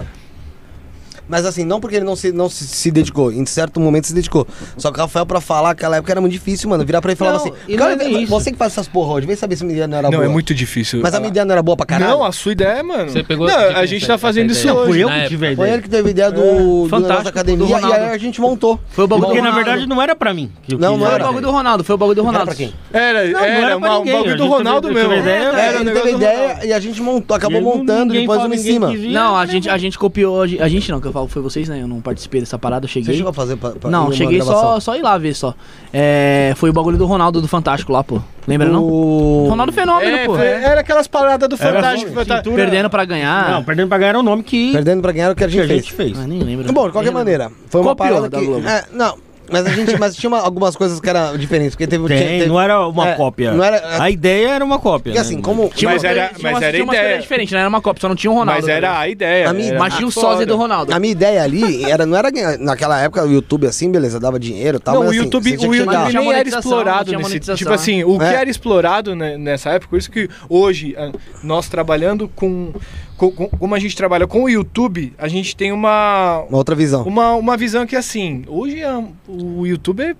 Speaker 2: Mas assim, não porque ele não se, não se, se dedicou, em certo momento se dedicou. Só que o Rafael, pra falar aquela época era muito difícil, mano. Virar pra ele e falava
Speaker 8: Não,
Speaker 2: assim:
Speaker 8: e não
Speaker 2: cara,
Speaker 8: é nem isso.
Speaker 2: você que faz essas porra hoje, vem saber se a minha ideia não era
Speaker 5: não,
Speaker 2: boa.
Speaker 5: é muito difícil.
Speaker 2: Mas a minha ideia não era boa pra caralho.
Speaker 5: Não, a sua ideia, é, mano.
Speaker 6: Você pegou
Speaker 5: não,
Speaker 6: de
Speaker 5: a
Speaker 6: quem
Speaker 5: gente
Speaker 6: essa-
Speaker 5: tá
Speaker 6: essa
Speaker 5: fazendo isso
Speaker 6: ideia?
Speaker 5: hoje.
Speaker 8: Foi eu
Speaker 6: Na
Speaker 8: que
Speaker 6: época.
Speaker 8: tive a
Speaker 2: Foi
Speaker 8: ideia.
Speaker 2: ele que teve a ideia do, do
Speaker 1: fantástico,
Speaker 2: negócio da academia
Speaker 1: do
Speaker 2: e
Speaker 1: Ronaldo.
Speaker 2: aí a gente montou.
Speaker 1: Foi o bagulho do
Speaker 8: Porque na
Speaker 1: Ronaldo.
Speaker 8: verdade não era pra mim. que
Speaker 2: Não,
Speaker 8: eu quis
Speaker 2: não
Speaker 1: Foi o
Speaker 8: viajar.
Speaker 1: bagulho do Ronaldo, foi o bagulho do
Speaker 2: Era
Speaker 1: Ronaldo.
Speaker 2: pra quem?
Speaker 5: Era,
Speaker 8: Não, não
Speaker 5: era,
Speaker 8: era pra ninguém,
Speaker 5: uma- um bagulho
Speaker 8: a
Speaker 5: do
Speaker 8: gente
Speaker 5: Ronaldo
Speaker 8: teve- teve
Speaker 5: mesmo.
Speaker 8: ideia,
Speaker 5: Era,
Speaker 2: É,
Speaker 5: um
Speaker 2: ele teve
Speaker 5: negócio do
Speaker 2: ideia
Speaker 5: Ronaldo.
Speaker 2: e a gente montou, acabou
Speaker 8: E aí
Speaker 2: montando
Speaker 8: ninguém
Speaker 2: depois
Speaker 8: fala,
Speaker 2: um em
Speaker 8: ninguém
Speaker 2: cima.
Speaker 8: quis ir.
Speaker 1: Não, a gente, a gente copiou. A gente, a gente não, que eu falo, foi vocês, né? Eu não participei dessa parada, eu
Speaker 2: Você
Speaker 1: cheguei.
Speaker 2: chegou a fazer pra, pra
Speaker 1: Não,
Speaker 2: uma
Speaker 1: cheguei só,
Speaker 2: gravação?
Speaker 1: só ir lá ver só. É, foi o bagulho do Ronaldo do Fantástico lá, pô. Lembra não?
Speaker 2: O...
Speaker 1: Ronaldo Fenômeno,
Speaker 5: É,
Speaker 1: pô.
Speaker 5: foi- era aquelas paradas do Fantástico.
Speaker 8: só-
Speaker 5: Fantástico.
Speaker 1: Perdendo pra ganhar.
Speaker 8: Não, perdendo pra ganhar era o nome que
Speaker 2: Perdendo pra ganhar o que a
Speaker 8: que
Speaker 2: gente
Speaker 8: a
Speaker 2: fez.
Speaker 8: gente fez.
Speaker 1: Ah, nem lembro.
Speaker 2: Tá Bom, de qualquer
Speaker 1: Nem lembro.
Speaker 2: maneira, foi uma
Speaker 1: Copiou
Speaker 2: parada
Speaker 1: da
Speaker 2: que...
Speaker 1: Globo.
Speaker 2: É, não, mas a gente... Mas tinha uma- algumas coisas que eram diferentes, porque teve...
Speaker 8: Tem,
Speaker 2: tinha- teve-
Speaker 8: não era uma
Speaker 2: é,
Speaker 8: cópia.
Speaker 2: Não era...
Speaker 8: A ideia era uma cópia.
Speaker 2: Porque
Speaker 8: né?
Speaker 2: assim, como...
Speaker 1: Tinha umas
Speaker 5: Mas era-
Speaker 1: coisas- tinha
Speaker 5: mas
Speaker 1: umas-
Speaker 5: era
Speaker 1: tinha umas
Speaker 5: ideia.
Speaker 1: coisas diferentes, não era uma Copa, só não tinha o Ronaldo. tá
Speaker 5: Mas era a ideia.
Speaker 2: A minha-
Speaker 5: era
Speaker 1: Mas tinha o
Speaker 5: foda.
Speaker 1: sósia do Ronaldo.
Speaker 2: A minha ideia ali era, não era ganhar. Naquela época, o YouTube, assim, beleza, dava dinheiro e tal.
Speaker 5: não,
Speaker 2: mas,
Speaker 5: o
Speaker 2: assim,
Speaker 5: YouTube,
Speaker 2: você tinha
Speaker 5: o
Speaker 2: que
Speaker 5: YouTube
Speaker 2: chegar.
Speaker 1: Não
Speaker 5: nem
Speaker 1: tinha
Speaker 5: era
Speaker 1: monetização,
Speaker 5: explorado
Speaker 1: não tinha
Speaker 5: nesse
Speaker 1: monetização,
Speaker 5: tipo assim, o
Speaker 2: É.
Speaker 5: que era explorado né, nessa época, por isso que hoje a- nós trabalhando com, com- com- como a gente trabalha com o YouTube, a gente tem uma
Speaker 2: Uma outra visão.
Speaker 5: uma, uma visão que assim, hoje a- o YouTube é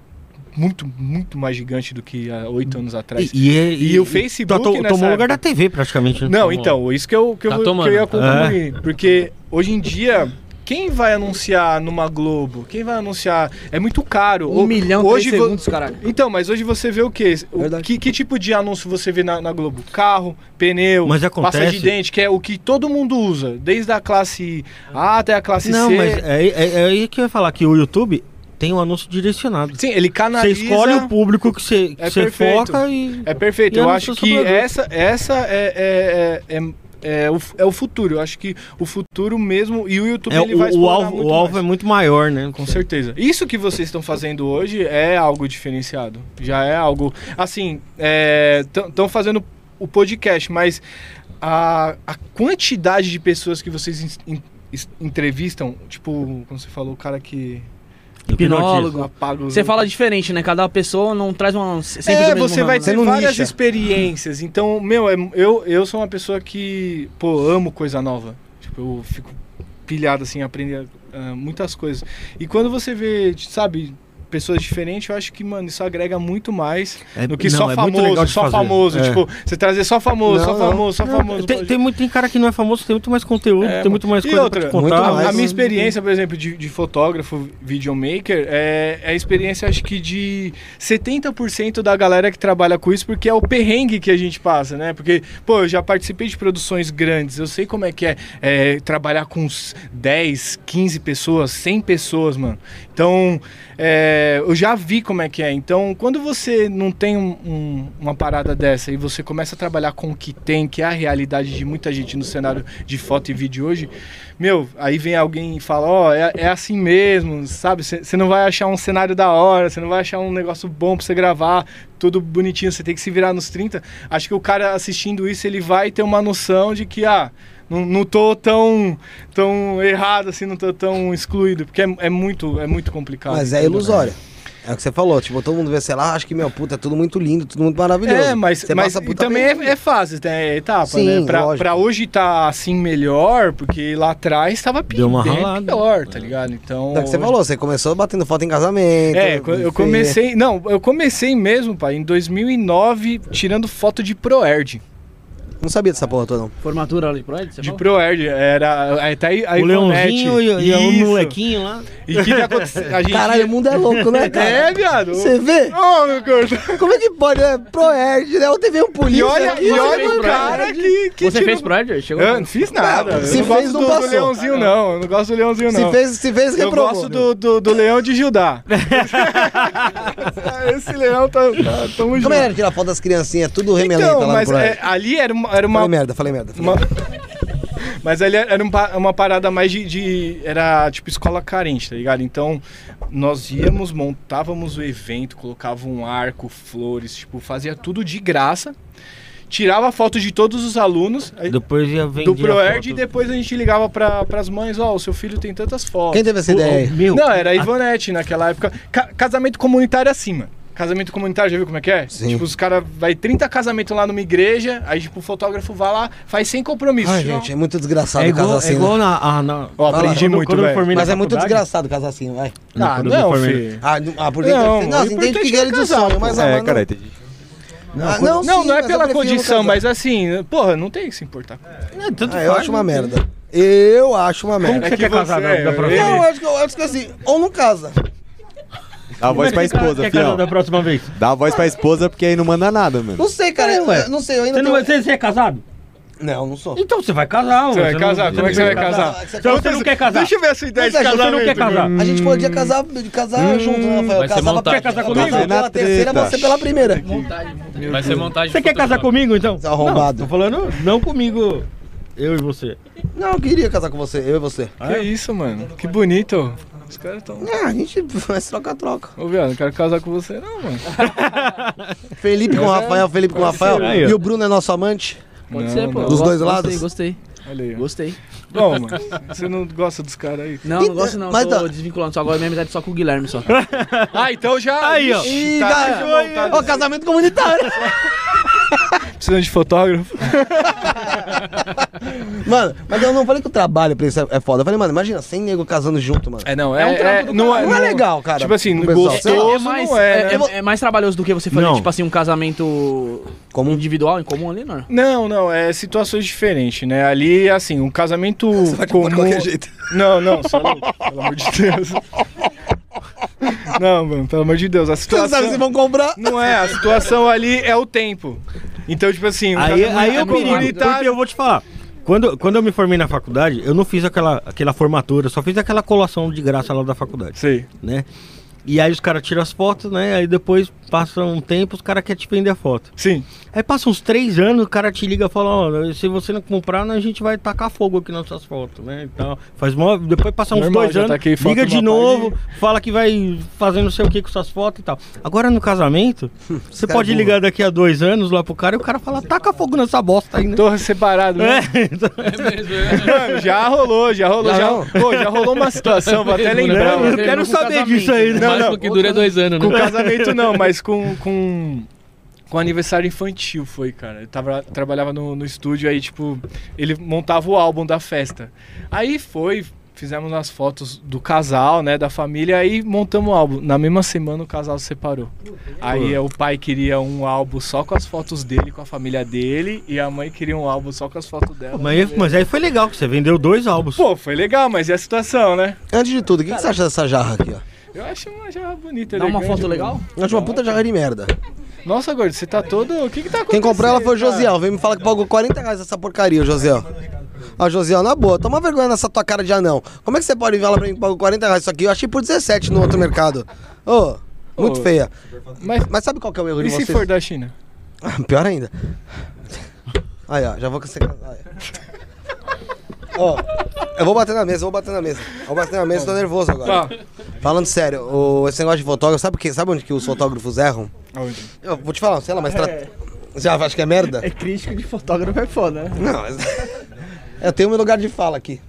Speaker 5: muito muito mais gigante do que há oito anos atrás.
Speaker 8: E, e-
Speaker 5: E o Facebook
Speaker 8: to-
Speaker 5: nessa
Speaker 8: tomou o lugar
Speaker 5: época.
Speaker 8: da TV praticamente. né?
Speaker 5: Não,
Speaker 8: Tomou.
Speaker 5: então, isso que eu, que eu,
Speaker 6: Tá
Speaker 5: que eu
Speaker 6: tomando.
Speaker 5: ia concluir. Porque hoje em dia, quem vai anunciar numa Globo? Quem vai anunciar? É muito caro.
Speaker 1: Um
Speaker 5: Ho-
Speaker 1: milhão,
Speaker 5: hoje
Speaker 1: três
Speaker 5: vo-
Speaker 1: segundos, caralho.
Speaker 5: Então, mas hoje você vê o quê? O-
Speaker 2: Verdade.
Speaker 5: que, que tipo de anúncio você vê na, na Globo? Carro, pneu,
Speaker 8: Mas acontece-
Speaker 5: pasta de dente, que é o que todo mundo usa, desde a classe A até a classe
Speaker 8: Não,
Speaker 5: C.
Speaker 8: mas é, é, é aí que eu ia falar que o YouTube tem um anúncio direcionado.
Speaker 5: Sim, ele
Speaker 8: Você
Speaker 5: canaliza...
Speaker 8: escolhe o público que você
Speaker 5: É
Speaker 8: que você
Speaker 5: perfeito.
Speaker 8: foca e.
Speaker 5: É perfeito.
Speaker 8: E
Speaker 5: Eu
Speaker 8: anuncia
Speaker 5: acho
Speaker 8: o seu
Speaker 5: que
Speaker 8: produto.
Speaker 5: essa, essa é, é, é, é- é o, é o futuro. Eu acho que o futuro mesmo e o YouTube
Speaker 8: É,
Speaker 5: ele vai
Speaker 8: o, o
Speaker 5: explorar
Speaker 8: alvo,
Speaker 5: muito
Speaker 8: o alvo
Speaker 5: mais.
Speaker 8: é muito maior, né?
Speaker 5: Com certeza. Isso que vocês estão fazendo hoje é algo diferenciado. Já é algo. Assim, estão fazendo o podcast, mas a, a quantidade de pessoas que vocês en- en- es- entrevistam, tipo, como você falou, o cara que.
Speaker 1: Hipnólogo.
Speaker 5: Apaga os
Speaker 1: Você fala diferente, né? Cada pessoa não traz uma. Sempre do
Speaker 5: é,
Speaker 1: mesmo
Speaker 5: você
Speaker 1: ramo,
Speaker 5: vai
Speaker 1: né?
Speaker 5: ter
Speaker 2: não
Speaker 5: várias
Speaker 2: nicha.
Speaker 5: experiências. Então, meu, é- eu, eu sou uma pessoa que, pô, amo coisa nova. Tipo, eu fico pilhado, assim, aprendo ah, muitas coisas. E quando você vê, sabe, pessoas diferentes, eu acho que, mano, isso agrega muito mais
Speaker 8: É,
Speaker 5: do que
Speaker 8: não,
Speaker 5: só
Speaker 8: é muito
Speaker 5: famoso,
Speaker 8: legal de
Speaker 5: só
Speaker 8: fazer.
Speaker 5: famoso.
Speaker 8: É.
Speaker 5: Tipo, você trazer só famoso, só
Speaker 2: Não, não.
Speaker 5: famoso, só
Speaker 8: Não,
Speaker 5: famoso.
Speaker 8: tem, tem muito tem cara que não é famoso, tem muito mais conteúdo,
Speaker 5: É,
Speaker 8: tem muito mais
Speaker 5: e
Speaker 8: coisa
Speaker 5: outra,
Speaker 8: pra te contar.
Speaker 2: muito
Speaker 5: A-
Speaker 2: mais.
Speaker 5: A minha experiência, por exemplo, de, de fotógrafo, videomaker, é, é a experiência, acho que, de 70% da galera que trabalha com isso, porque é o perrengue que a gente passa, né? Porque, pô, eu já participei de produções grandes, eu sei como é que é, é, trabalhar com uns 10, 15 pessoas, 100 pessoas, mano. Então, é, eu já vi como é que é. Então, quando você não tem um- um- uma parada dessa e você começa a trabalhar com o que tem, que é a realidade de muita gente no cenário de foto e vídeo hoje, meu, aí vem alguém e fala, ó, é, é assim mesmo, sabe? Você não vai achar um cenário da hora, você não vai achar um negócio bom pra você gravar, tudo bonitinho, você tem que se virar nos 30. Acho que o cara assistindo isso, ele vai ter uma noção de que, ah, não, não tô tão, tão errado assim, não tô tão excluído, porque é, é muito, é muito complicado.
Speaker 2: Mas é
Speaker 5: entendeu?
Speaker 2: ilusório. É o que você falou, tipo, todo mundo vê, sei lá, acha que, meu, puta, é tudo muito lindo, tudo muito maravilhoso.
Speaker 5: É, mas,
Speaker 2: Você
Speaker 5: mas
Speaker 2: passa
Speaker 5: e
Speaker 2: puta
Speaker 5: também
Speaker 2: perrengue.
Speaker 5: é, é fase, né? É etapa,
Speaker 2: Sim,
Speaker 5: né? Pra,
Speaker 2: lógico.
Speaker 5: pra hoje tá assim melhor, porque lá atrás tava pi-
Speaker 8: Deu uma
Speaker 5: bem
Speaker 8: ralada. né?
Speaker 5: pior, tá ligado? Então.
Speaker 2: É o que você falou, então, você começou batendo foto em casamento.
Speaker 5: É, co- eu
Speaker 2: buffet.
Speaker 5: comecei. Não, eu comecei mesmo, pai, em 2009, tirando foto de Proerd.
Speaker 2: é. Não sabia dessa porra toda, não.
Speaker 1: Formatura ali, pro Ed, você
Speaker 5: De
Speaker 1: fala?
Speaker 5: Proerd. Era. Aí tá aí. a
Speaker 8: o
Speaker 5: Ivonete.
Speaker 8: leãozinho e, e o
Speaker 5: Isso.
Speaker 8: molequinho lá.
Speaker 5: E o que que aconteceu? A gente-
Speaker 2: Caralho, o mundo é louco, né, cara?
Speaker 5: É, viado.
Speaker 2: Você vê?
Speaker 5: Ô, meu gordo.
Speaker 2: Como é que pode, né? Proerd, né? Ontem veio um
Speaker 5: E
Speaker 2: polícia
Speaker 5: olha,
Speaker 2: aqui,
Speaker 5: e
Speaker 2: você
Speaker 5: olha
Speaker 2: viu,
Speaker 5: o cara que. que
Speaker 1: Você
Speaker 5: tirou-
Speaker 1: fez pro Ed? Chegou.
Speaker 5: Eu não fiz nada.
Speaker 2: Não,
Speaker 5: eu
Speaker 2: se
Speaker 5: não
Speaker 2: fez,
Speaker 5: gosto
Speaker 2: não
Speaker 5: do,
Speaker 2: passou.
Speaker 5: do leãozinho, não. Eu não gosto do leãozinho, né? não.
Speaker 2: Se fez, se fez,
Speaker 5: Eu
Speaker 2: reprovou.
Speaker 5: gosto do, do, do leão de Judá. Esse leão tá. tá tamo junto.
Speaker 2: Como era tirar foto das criancinhas, É tudo remelenta
Speaker 5: Então,
Speaker 2: lá
Speaker 5: mas
Speaker 2: no Proerd?
Speaker 5: é, ali era uma, era uma
Speaker 2: Falei merda, falei merda.
Speaker 5: Uma- Mas ali era um pa- uma parada mais de, de- Era tipo escola carente, tá ligado? Então nós íamos, montávamos o evento, colocava um arco, flores, tipo, fazia tudo de graça. Tirava foto de todos os alunos aí- do,
Speaker 8: Depois ia vender.
Speaker 5: Proerd e depois a gente ligava pra, pras mães: Ó, o seu filho tem tantas fotos.
Speaker 2: Quem teve essa ideia aí?
Speaker 8: Meu,
Speaker 5: Não, era a Ivonete naquela época. Ca- casamento comunitário acima. Casamento comunitário, já viu como é que é?
Speaker 2: Sim.
Speaker 5: Tipo, os caras vai 30 casamentos lá numa igreja, aí tipo, o fotógrafo vai lá, faz sem compromisso.
Speaker 2: Ai, gente, é muito desgraçado
Speaker 8: é igual,
Speaker 2: casar
Speaker 8: é
Speaker 2: assim. né?
Speaker 8: igual na, ah, na-
Speaker 5: Ó, aprendi
Speaker 8: quando-
Speaker 5: muito,
Speaker 8: quando eu
Speaker 5: velho.
Speaker 8: formei na
Speaker 2: Mas é muito
Speaker 8: faculdade,
Speaker 2: desgraçado casar assim, vai.
Speaker 5: Ah,
Speaker 8: quando eu me
Speaker 5: não,
Speaker 8: formei.
Speaker 5: filho.
Speaker 2: Ah, não- ah, por dentro.
Speaker 5: Não,
Speaker 2: Não,
Speaker 5: o
Speaker 2: assim, entende que
Speaker 5: importante é
Speaker 2: querer do
Speaker 5: casar,
Speaker 2: sonho, mas
Speaker 3: É,
Speaker 2: amar não.
Speaker 3: cara, entendi.
Speaker 2: Ah, Não,
Speaker 5: Não,
Speaker 2: sim,
Speaker 5: não é
Speaker 2: mas eu
Speaker 5: pela
Speaker 2: prefiro
Speaker 5: condição,
Speaker 2: casar.
Speaker 5: mas assim, porra, não tem que se importar.
Speaker 8: É, tanto
Speaker 2: Ah, eu
Speaker 8: faz,
Speaker 2: acho uma
Speaker 8: né?
Speaker 2: merda. Eu acho uma merda.
Speaker 8: Como que você
Speaker 5: que
Speaker 8: quer casar
Speaker 5: você-
Speaker 8: da, da
Speaker 5: que- é
Speaker 2: Não,
Speaker 8: próxima
Speaker 2: eu
Speaker 8: vez?
Speaker 2: acho que, eu acho que assim, ou não casa.
Speaker 3: Dá a voz pra esposa,
Speaker 8: Quer casar da
Speaker 3: fião.
Speaker 8: próxima vez?
Speaker 3: Dá a voz pra esposa porque aí não manda nada, mano.
Speaker 2: Não sei, cara, eu, eu não sei, eu ainda
Speaker 8: Você não,
Speaker 2: tenho...
Speaker 8: vai- você, você é casado?
Speaker 2: Não, não sou.
Speaker 8: Então você vai casar,
Speaker 5: Você
Speaker 8: ué,
Speaker 5: vai
Speaker 8: não-
Speaker 5: casar, como é que você vai casar?
Speaker 2: Você
Speaker 8: Então você não quer casar. Então
Speaker 5: Deixa eu ver a sua ideia
Speaker 2: Mas
Speaker 5: de
Speaker 2: a gente
Speaker 8: Você
Speaker 5: casamento. né?
Speaker 8: não quer casar.
Speaker 2: A gente podia casar, casar junto, né, Rafael?
Speaker 6: Vai ser
Speaker 2: Casava
Speaker 6: montagem.
Speaker 2: pela-
Speaker 8: Quer casar comigo?
Speaker 2: casava pela
Speaker 3: Na
Speaker 2: terceira,
Speaker 3: treta.
Speaker 2: você pela primeira.
Speaker 6: Vai ser montagem.
Speaker 8: Você quer casar
Speaker 6: Photoshop.
Speaker 8: comigo, então?
Speaker 2: Seu arrombado.
Speaker 8: Não, tô falando não comigo, eu e você.
Speaker 2: Não, eu queria casar com você, eu e você.
Speaker 5: Que isso, mano. Que bonito. Os caras tão.
Speaker 2: Ah, a gente vai se troca-troca.
Speaker 5: Ô, viado, não quero casar com você, não, mano.
Speaker 2: Felipe com o Rafael, Felipe com o Rafael.
Speaker 8: Aí, ó.
Speaker 2: E o Bruno é nosso amante.
Speaker 1: Pode
Speaker 5: Não,
Speaker 1: ser, pô.
Speaker 5: não.
Speaker 1: Eu
Speaker 2: Dos
Speaker 1: gosto-
Speaker 2: dois lados?
Speaker 1: Gostei,
Speaker 5: Olha aí. ó.
Speaker 1: gostei. Gostei.
Speaker 5: Bom, mano, você não gosta dos caras aí?
Speaker 1: Não,
Speaker 2: Então,
Speaker 1: não gosto não.
Speaker 2: mas
Speaker 1: tô
Speaker 2: dá-
Speaker 1: desvinculando. Só agora minha amizade só com o Guilherme só.
Speaker 5: Ah, então já.
Speaker 8: Aí, ó.
Speaker 5: Ixi,
Speaker 2: Ih,
Speaker 5: tá,
Speaker 2: cara,
Speaker 5: deixa eu voltar.
Speaker 2: Ó, casamento comunitário.
Speaker 5: Precisando de fotógrafo.
Speaker 2: mano, mas eu não falei que o trabalho pra isso é- é foda. Eu falei, mano, imagina, sem nego casando junto, mano.
Speaker 5: É, não, é. é, não,
Speaker 2: Não é legal, cara.
Speaker 5: Tipo assim,
Speaker 2: pro pessoal.
Speaker 5: gostoso
Speaker 1: é mais,
Speaker 5: não é.
Speaker 1: é-
Speaker 5: né?
Speaker 1: é- é mais trabalhoso do que você fazer,
Speaker 8: Não.
Speaker 1: tipo assim, um casamento
Speaker 2: Como um
Speaker 1: individual, em comum ali, não?
Speaker 5: Não, não, é situações diferentes, né? Ali, assim, um casamento comum.
Speaker 2: de qualquer jeito.
Speaker 5: Não, não, você é louco, pelo amor de Deus. Não, mano, pelo amor de Deus. A
Speaker 2: Você não sabe
Speaker 5: situação.
Speaker 2: se vão comprar.
Speaker 5: Não é, a situação ali é o tempo. Então, tipo assim, um
Speaker 8: Aí,
Speaker 5: casamento
Speaker 8: aí eu perigo,
Speaker 5: comunitário-
Speaker 8: porque eu vou te falar. Quando, quando eu me formei na faculdade, eu não fiz aquela, aquela formatura, só fiz aquela colação de graça lá da faculdade,
Speaker 5: Sei.
Speaker 8: né? E aí os caras tiram as fotos, né? Aí depois passa um tempo, os caras querem te vender a foto.
Speaker 5: Sim.
Speaker 8: Aí passa uns três anos, o cara te liga e fala, ó, se você não comprar, né, a gente vai tacar fogo aqui nas suas fotos, né? Então, faz mó... Depois passa uns
Speaker 5: Normal,
Speaker 8: dois
Speaker 5: já
Speaker 8: anos,
Speaker 5: taquei foto
Speaker 8: liga de
Speaker 5: numa
Speaker 8: novo, fala que vai fazer não sei o que com suas fotos e tal. Agora no casamento, você
Speaker 2: cara é
Speaker 8: pode
Speaker 2: burro.
Speaker 8: ligar daqui a dois anos lá pro cara e o cara fala, taca fogo nessa bosta aí, né?
Speaker 5: Tô separado, né?
Speaker 8: É, então,
Speaker 5: Mano, já rolou, já rolou,
Speaker 2: Já
Speaker 5: já,
Speaker 2: não?
Speaker 5: pô, já rolou uma situação, vou até lembrar.
Speaker 8: eu quero saber disso aí, né?
Speaker 5: Não,
Speaker 6: Não,
Speaker 5: não.
Speaker 6: porque dura dois anos,
Speaker 5: Com
Speaker 6: né?
Speaker 5: casamento não, mas com, com, com aniversário infantil foi, cara. Eu tava, trabalhava no, no estúdio, aí, tipo, ele montava o álbum da festa. Aí foi, fizemos as fotos do casal, né, da família, aí montamos o álbum. Na mesma semana o casal se separou. Aí eh, o pai queria um álbum só com as fotos dele, com a família dele, e a mãe queria um álbum só com as fotos dela.
Speaker 1: é-
Speaker 8: Mas, mas aí foi legal, que você vendeu dois álbuns.
Speaker 5: Pô, foi legal, mas e a situação, né?
Speaker 2: Antes de tudo, o que, que você acha dessa jarra aqui, ó?
Speaker 5: Eu acho uma jarra bonita,
Speaker 1: Dá uma
Speaker 5: elegante,
Speaker 1: foto
Speaker 5: mano.
Speaker 1: legal?
Speaker 2: Eu acho uma puta jarra de merda.
Speaker 5: Nossa, gordo, você tá todo. O que que tá acontecendo?
Speaker 2: Quem comprou ela foi o
Speaker 5: cara?
Speaker 2: Josiel. Vem me falar que pagou 40 reais essa porcaria, Josiel. Ó, Josiel, na boa, toma vergonha nessa tua cara de anão. Como é que você pode falar pra mim que pagou 40 reais isso aqui? Eu achei por 17 no outro mercado. Ô, muito
Speaker 5: Ô.
Speaker 2: feia.
Speaker 5: Mas,
Speaker 2: Mas sabe qual que é o erro de
Speaker 5: e se
Speaker 2: vocês?
Speaker 5: for da China?
Speaker 2: Ah, Pior ainda. Aí, ó, já vou com você. aí. Ó, eu vou bater na mesa, eu vou bater na mesa. Eu vou bater na mesa, tô nervoso
Speaker 5: Tá.
Speaker 2: agora.
Speaker 5: Ah,
Speaker 2: Falando sério, o, esse negócio de fotógrafo, sabe, o quê? sabe onde que os fotógrafos erram?
Speaker 5: Aonde?
Speaker 2: Eu vou te falar, sei lá, mas. Tra... Você acha que é merda?
Speaker 1: É crítico de fotógrafo, é foda, né?
Speaker 2: Não, mas... eu tenho meu lugar de fala aqui.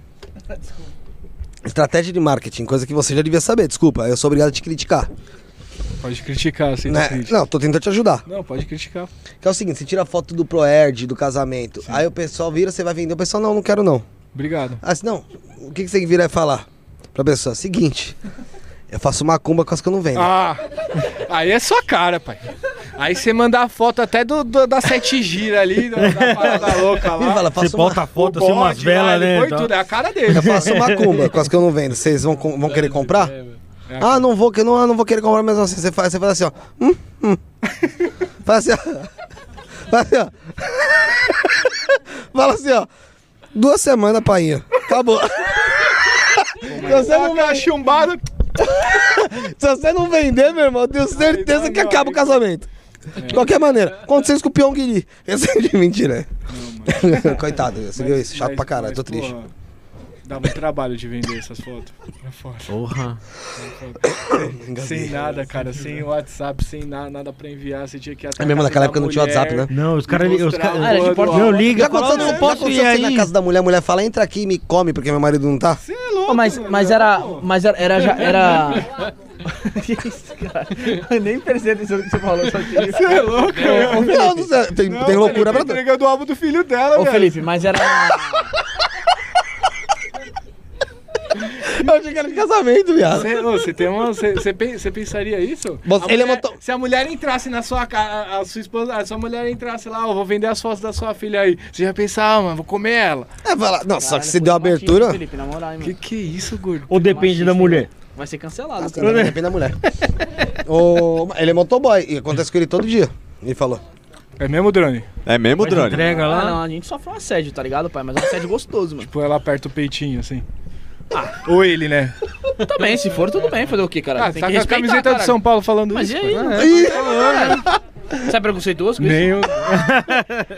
Speaker 2: Estratégia de marketing, coisa que você já devia saber, desculpa, eu sou obrigado a te criticar.
Speaker 5: Pode criticar, aceita
Speaker 2: né?
Speaker 5: crítica.
Speaker 2: Não, tô tentando te ajudar.
Speaker 5: Não, pode criticar.
Speaker 2: Que é o seguinte, você tira a foto do Proerd, do casamento, aí o pessoal vira, você vai vender, o pessoal, não, não quero não.
Speaker 5: Obrigado.
Speaker 2: Ah, se não, o que, que você vira e falar pra pessoa? Seguinte, eu faço macumba com as que eu não vendo.
Speaker 5: Ah! Aí é sua cara, pai. Aí você manda a foto até do, do- da sete gira ali, da, da parada louca
Speaker 2: Vira e
Speaker 5: lá.
Speaker 2: fala,
Speaker 8: Você
Speaker 2: faço, ma-
Speaker 8: bota a foto, assim,
Speaker 5: Bode
Speaker 8: umas
Speaker 5: lá,
Speaker 8: velas,
Speaker 5: ele
Speaker 8: né?
Speaker 5: põe
Speaker 8: então.
Speaker 5: tudo, é a cara dele.
Speaker 2: eu faço macumba com as que eu não vendo. Vocês vão, com- vão querer comprar?
Speaker 5: É,
Speaker 2: Ah, não vou, que não, ah, não vou querer comprar mesmo assim. Você faz, você faz assim, ó. Hum, hum. faz assim, ó. Faz assim, ó. Fala assim, ó. Duas semanas, painha. Acabou.
Speaker 5: Se você não me chumbado,
Speaker 2: Se você não vender, meu irmão, eu tenho certeza
Speaker 5: dá
Speaker 2: que
Speaker 5: uma É.
Speaker 2: acaba o
Speaker 5: merda.
Speaker 2: casamento. De qualquer maneira, aconteceu isso com o Pyong Lee. Esse é de mentira. Coitado, você viu isso? Chato pra caralho, tô triste.
Speaker 5: porra, Dá muito trabalho de vender essas fotos. É foda.
Speaker 8: Porra.
Speaker 5: Sem nada, cara. Sem WhatsApp, sem nada, nada pra enviar. Você tinha que ir até.
Speaker 2: É mesmo, naquela época não tinha WhatsApp, né?
Speaker 8: Não, os caras...
Speaker 5: Mostrar
Speaker 8: Os cara,
Speaker 5: a
Speaker 1: Ah, a gente pode-
Speaker 8: não, liga,
Speaker 2: Já
Speaker 8: fala,
Speaker 2: aconteceu,
Speaker 8: não,
Speaker 2: já
Speaker 8: posso ir
Speaker 2: aconteceu você
Speaker 8: aí.
Speaker 2: na casa da mulher, a mulher fala, entra aqui e me come, porque meu marido não tá?
Speaker 5: É
Speaker 1: Pô, mas,
Speaker 5: né?
Speaker 1: mas era. Mas era. era, já- era... Que isso, cara? Eu nem prestei atenção no que você falou, só queria.
Speaker 5: Você é louco, meu.
Speaker 2: Não, não sei, tem, tem loucura pra
Speaker 5: pra
Speaker 2: tudo.
Speaker 5: entregando o álbum do filho dela,
Speaker 1: Ô,
Speaker 5: velho.
Speaker 1: Felipe, mas era.
Speaker 2: Eu achei que era de casamento, viado.
Speaker 5: Você, ô, você tem uma. Você, você pen- você pensaria isso?
Speaker 2: Você-
Speaker 5: A
Speaker 2: ele
Speaker 5: mulher-
Speaker 2: montou-
Speaker 5: Se a mulher entrasse na sua casa, a sua esposa, a sua mulher entrasse lá, ó, vou vender as fotos da sua filha aí. Você já pensava, ah, mano, vou comer ela.
Speaker 2: É, fala, não, só que
Speaker 1: Caralho, foi
Speaker 2: se deu
Speaker 1: machista,
Speaker 2: abertura.
Speaker 1: hein, Felipe, na moral, hein,
Speaker 5: Que
Speaker 1: mano.
Speaker 5: que é isso, gordo?
Speaker 8: Ou depende da mulher.
Speaker 1: Vai ser cancelado,
Speaker 2: Nossa, não,
Speaker 1: cara.
Speaker 2: Depende da mulher. Ô, ele é motoboy, e acontece com ele todo dia. Ele falou.
Speaker 5: É mesmo, Drone?
Speaker 3: É mesmo, drone?
Speaker 8: Entrega
Speaker 1: Ah,
Speaker 8: lá.
Speaker 1: não, a gente sofre um assédio, tá ligado, pai? Mas é um assédio gostoso, mano.
Speaker 5: Tipo, ela aperta o peitinho assim. Ou ele, né?
Speaker 1: Também, se for, tudo bem. Fazer o quê, cara?
Speaker 5: Ah,
Speaker 1: Tem
Speaker 5: tá
Speaker 1: que
Speaker 5: com a
Speaker 1: respeitar,
Speaker 5: camiseta
Speaker 1: cara.
Speaker 5: do São Paulo falando
Speaker 1: Mas e
Speaker 5: isso.
Speaker 1: aí?
Speaker 5: cara?
Speaker 1: Não,
Speaker 2: Ih,
Speaker 1: Você é preconceituoso com isso?
Speaker 5: Nem eu.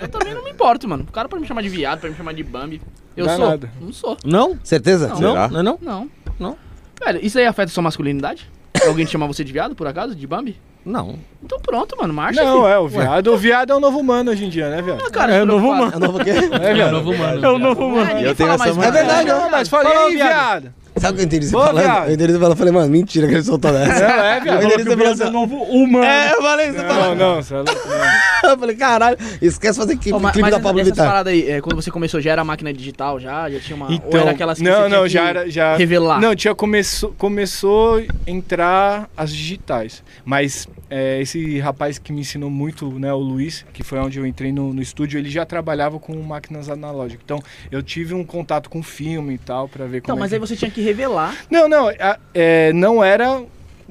Speaker 1: Eu também não me importo, mano. O cara pode me chamar de viado, pode me chamar de bambi. Eu
Speaker 5: Dá
Speaker 1: sou?
Speaker 5: nada.
Speaker 1: Não sou.
Speaker 8: Não?
Speaker 2: Certeza?
Speaker 8: Não?
Speaker 3: Será?
Speaker 8: Não é não?
Speaker 1: Não.
Speaker 8: Não?
Speaker 1: Velho, isso aí afeta sua masculinidade? Alguém te chamar você de viado, por acaso? De bambi?
Speaker 8: Não.
Speaker 1: Então pronto, mano. Marcha.
Speaker 5: Não,
Speaker 1: filho.
Speaker 5: é o viado. O viado é o novo humano hoje em dia, né, viado?
Speaker 1: Ah, cara,
Speaker 8: É,
Speaker 1: se
Speaker 8: eu não vou,
Speaker 1: preocupar.
Speaker 8: mano.
Speaker 2: É novo o quê?
Speaker 5: É,
Speaker 6: É o
Speaker 5: viado.
Speaker 6: novo humano.
Speaker 8: Eu não vou,
Speaker 1: Ah,
Speaker 8: mano.
Speaker 1: ninguém
Speaker 3: Eu tenho
Speaker 1: fala
Speaker 3: essa
Speaker 1: mais
Speaker 2: É verdade,
Speaker 1: nada. né?
Speaker 2: não,
Speaker 5: Mas falei,
Speaker 8: Fala,
Speaker 5: "Ei, viado.
Speaker 2: Sabe o que eu entendi você
Speaker 5: Boa,
Speaker 2: falando?
Speaker 5: viado.
Speaker 2: Eu entendi ela, eu falei, mano, mentira que ele soltou
Speaker 5: Não,
Speaker 2: dessa.
Speaker 5: é,
Speaker 2: Eu
Speaker 5: viado.
Speaker 2: entendi você falando assim,
Speaker 8: novo humano.
Speaker 2: É, eu falei, você falou.
Speaker 5: Não, não, você é louco, não.
Speaker 2: Eu falei, caralho, esquece fazer clipe,
Speaker 1: Ô, ma-
Speaker 2: clipe
Speaker 1: mas
Speaker 2: da
Speaker 1: essa-
Speaker 2: Pablo
Speaker 1: essas
Speaker 2: Vittar.
Speaker 1: paradas aí, é, quando você começou, já era máquina digital, já? Já tinha uma. ou
Speaker 5: Então,
Speaker 1: era aquelas que
Speaker 5: não,
Speaker 1: você tinha
Speaker 5: não,
Speaker 1: que
Speaker 5: já era, já
Speaker 1: revelar?
Speaker 5: Não, tinha começou, começou a entrar as digitais, mas é, esse rapaz que me ensinou muito, né, o Luiz, que foi onde eu entrei no, no estúdio, ele já trabalhava com máquinas analógicas. Então, eu tive um contato com filme e tal pra ver como
Speaker 1: Então,
Speaker 5: é
Speaker 1: mas
Speaker 5: que-
Speaker 1: aí você tinha que revelar.
Speaker 5: Não, não, a- é, não era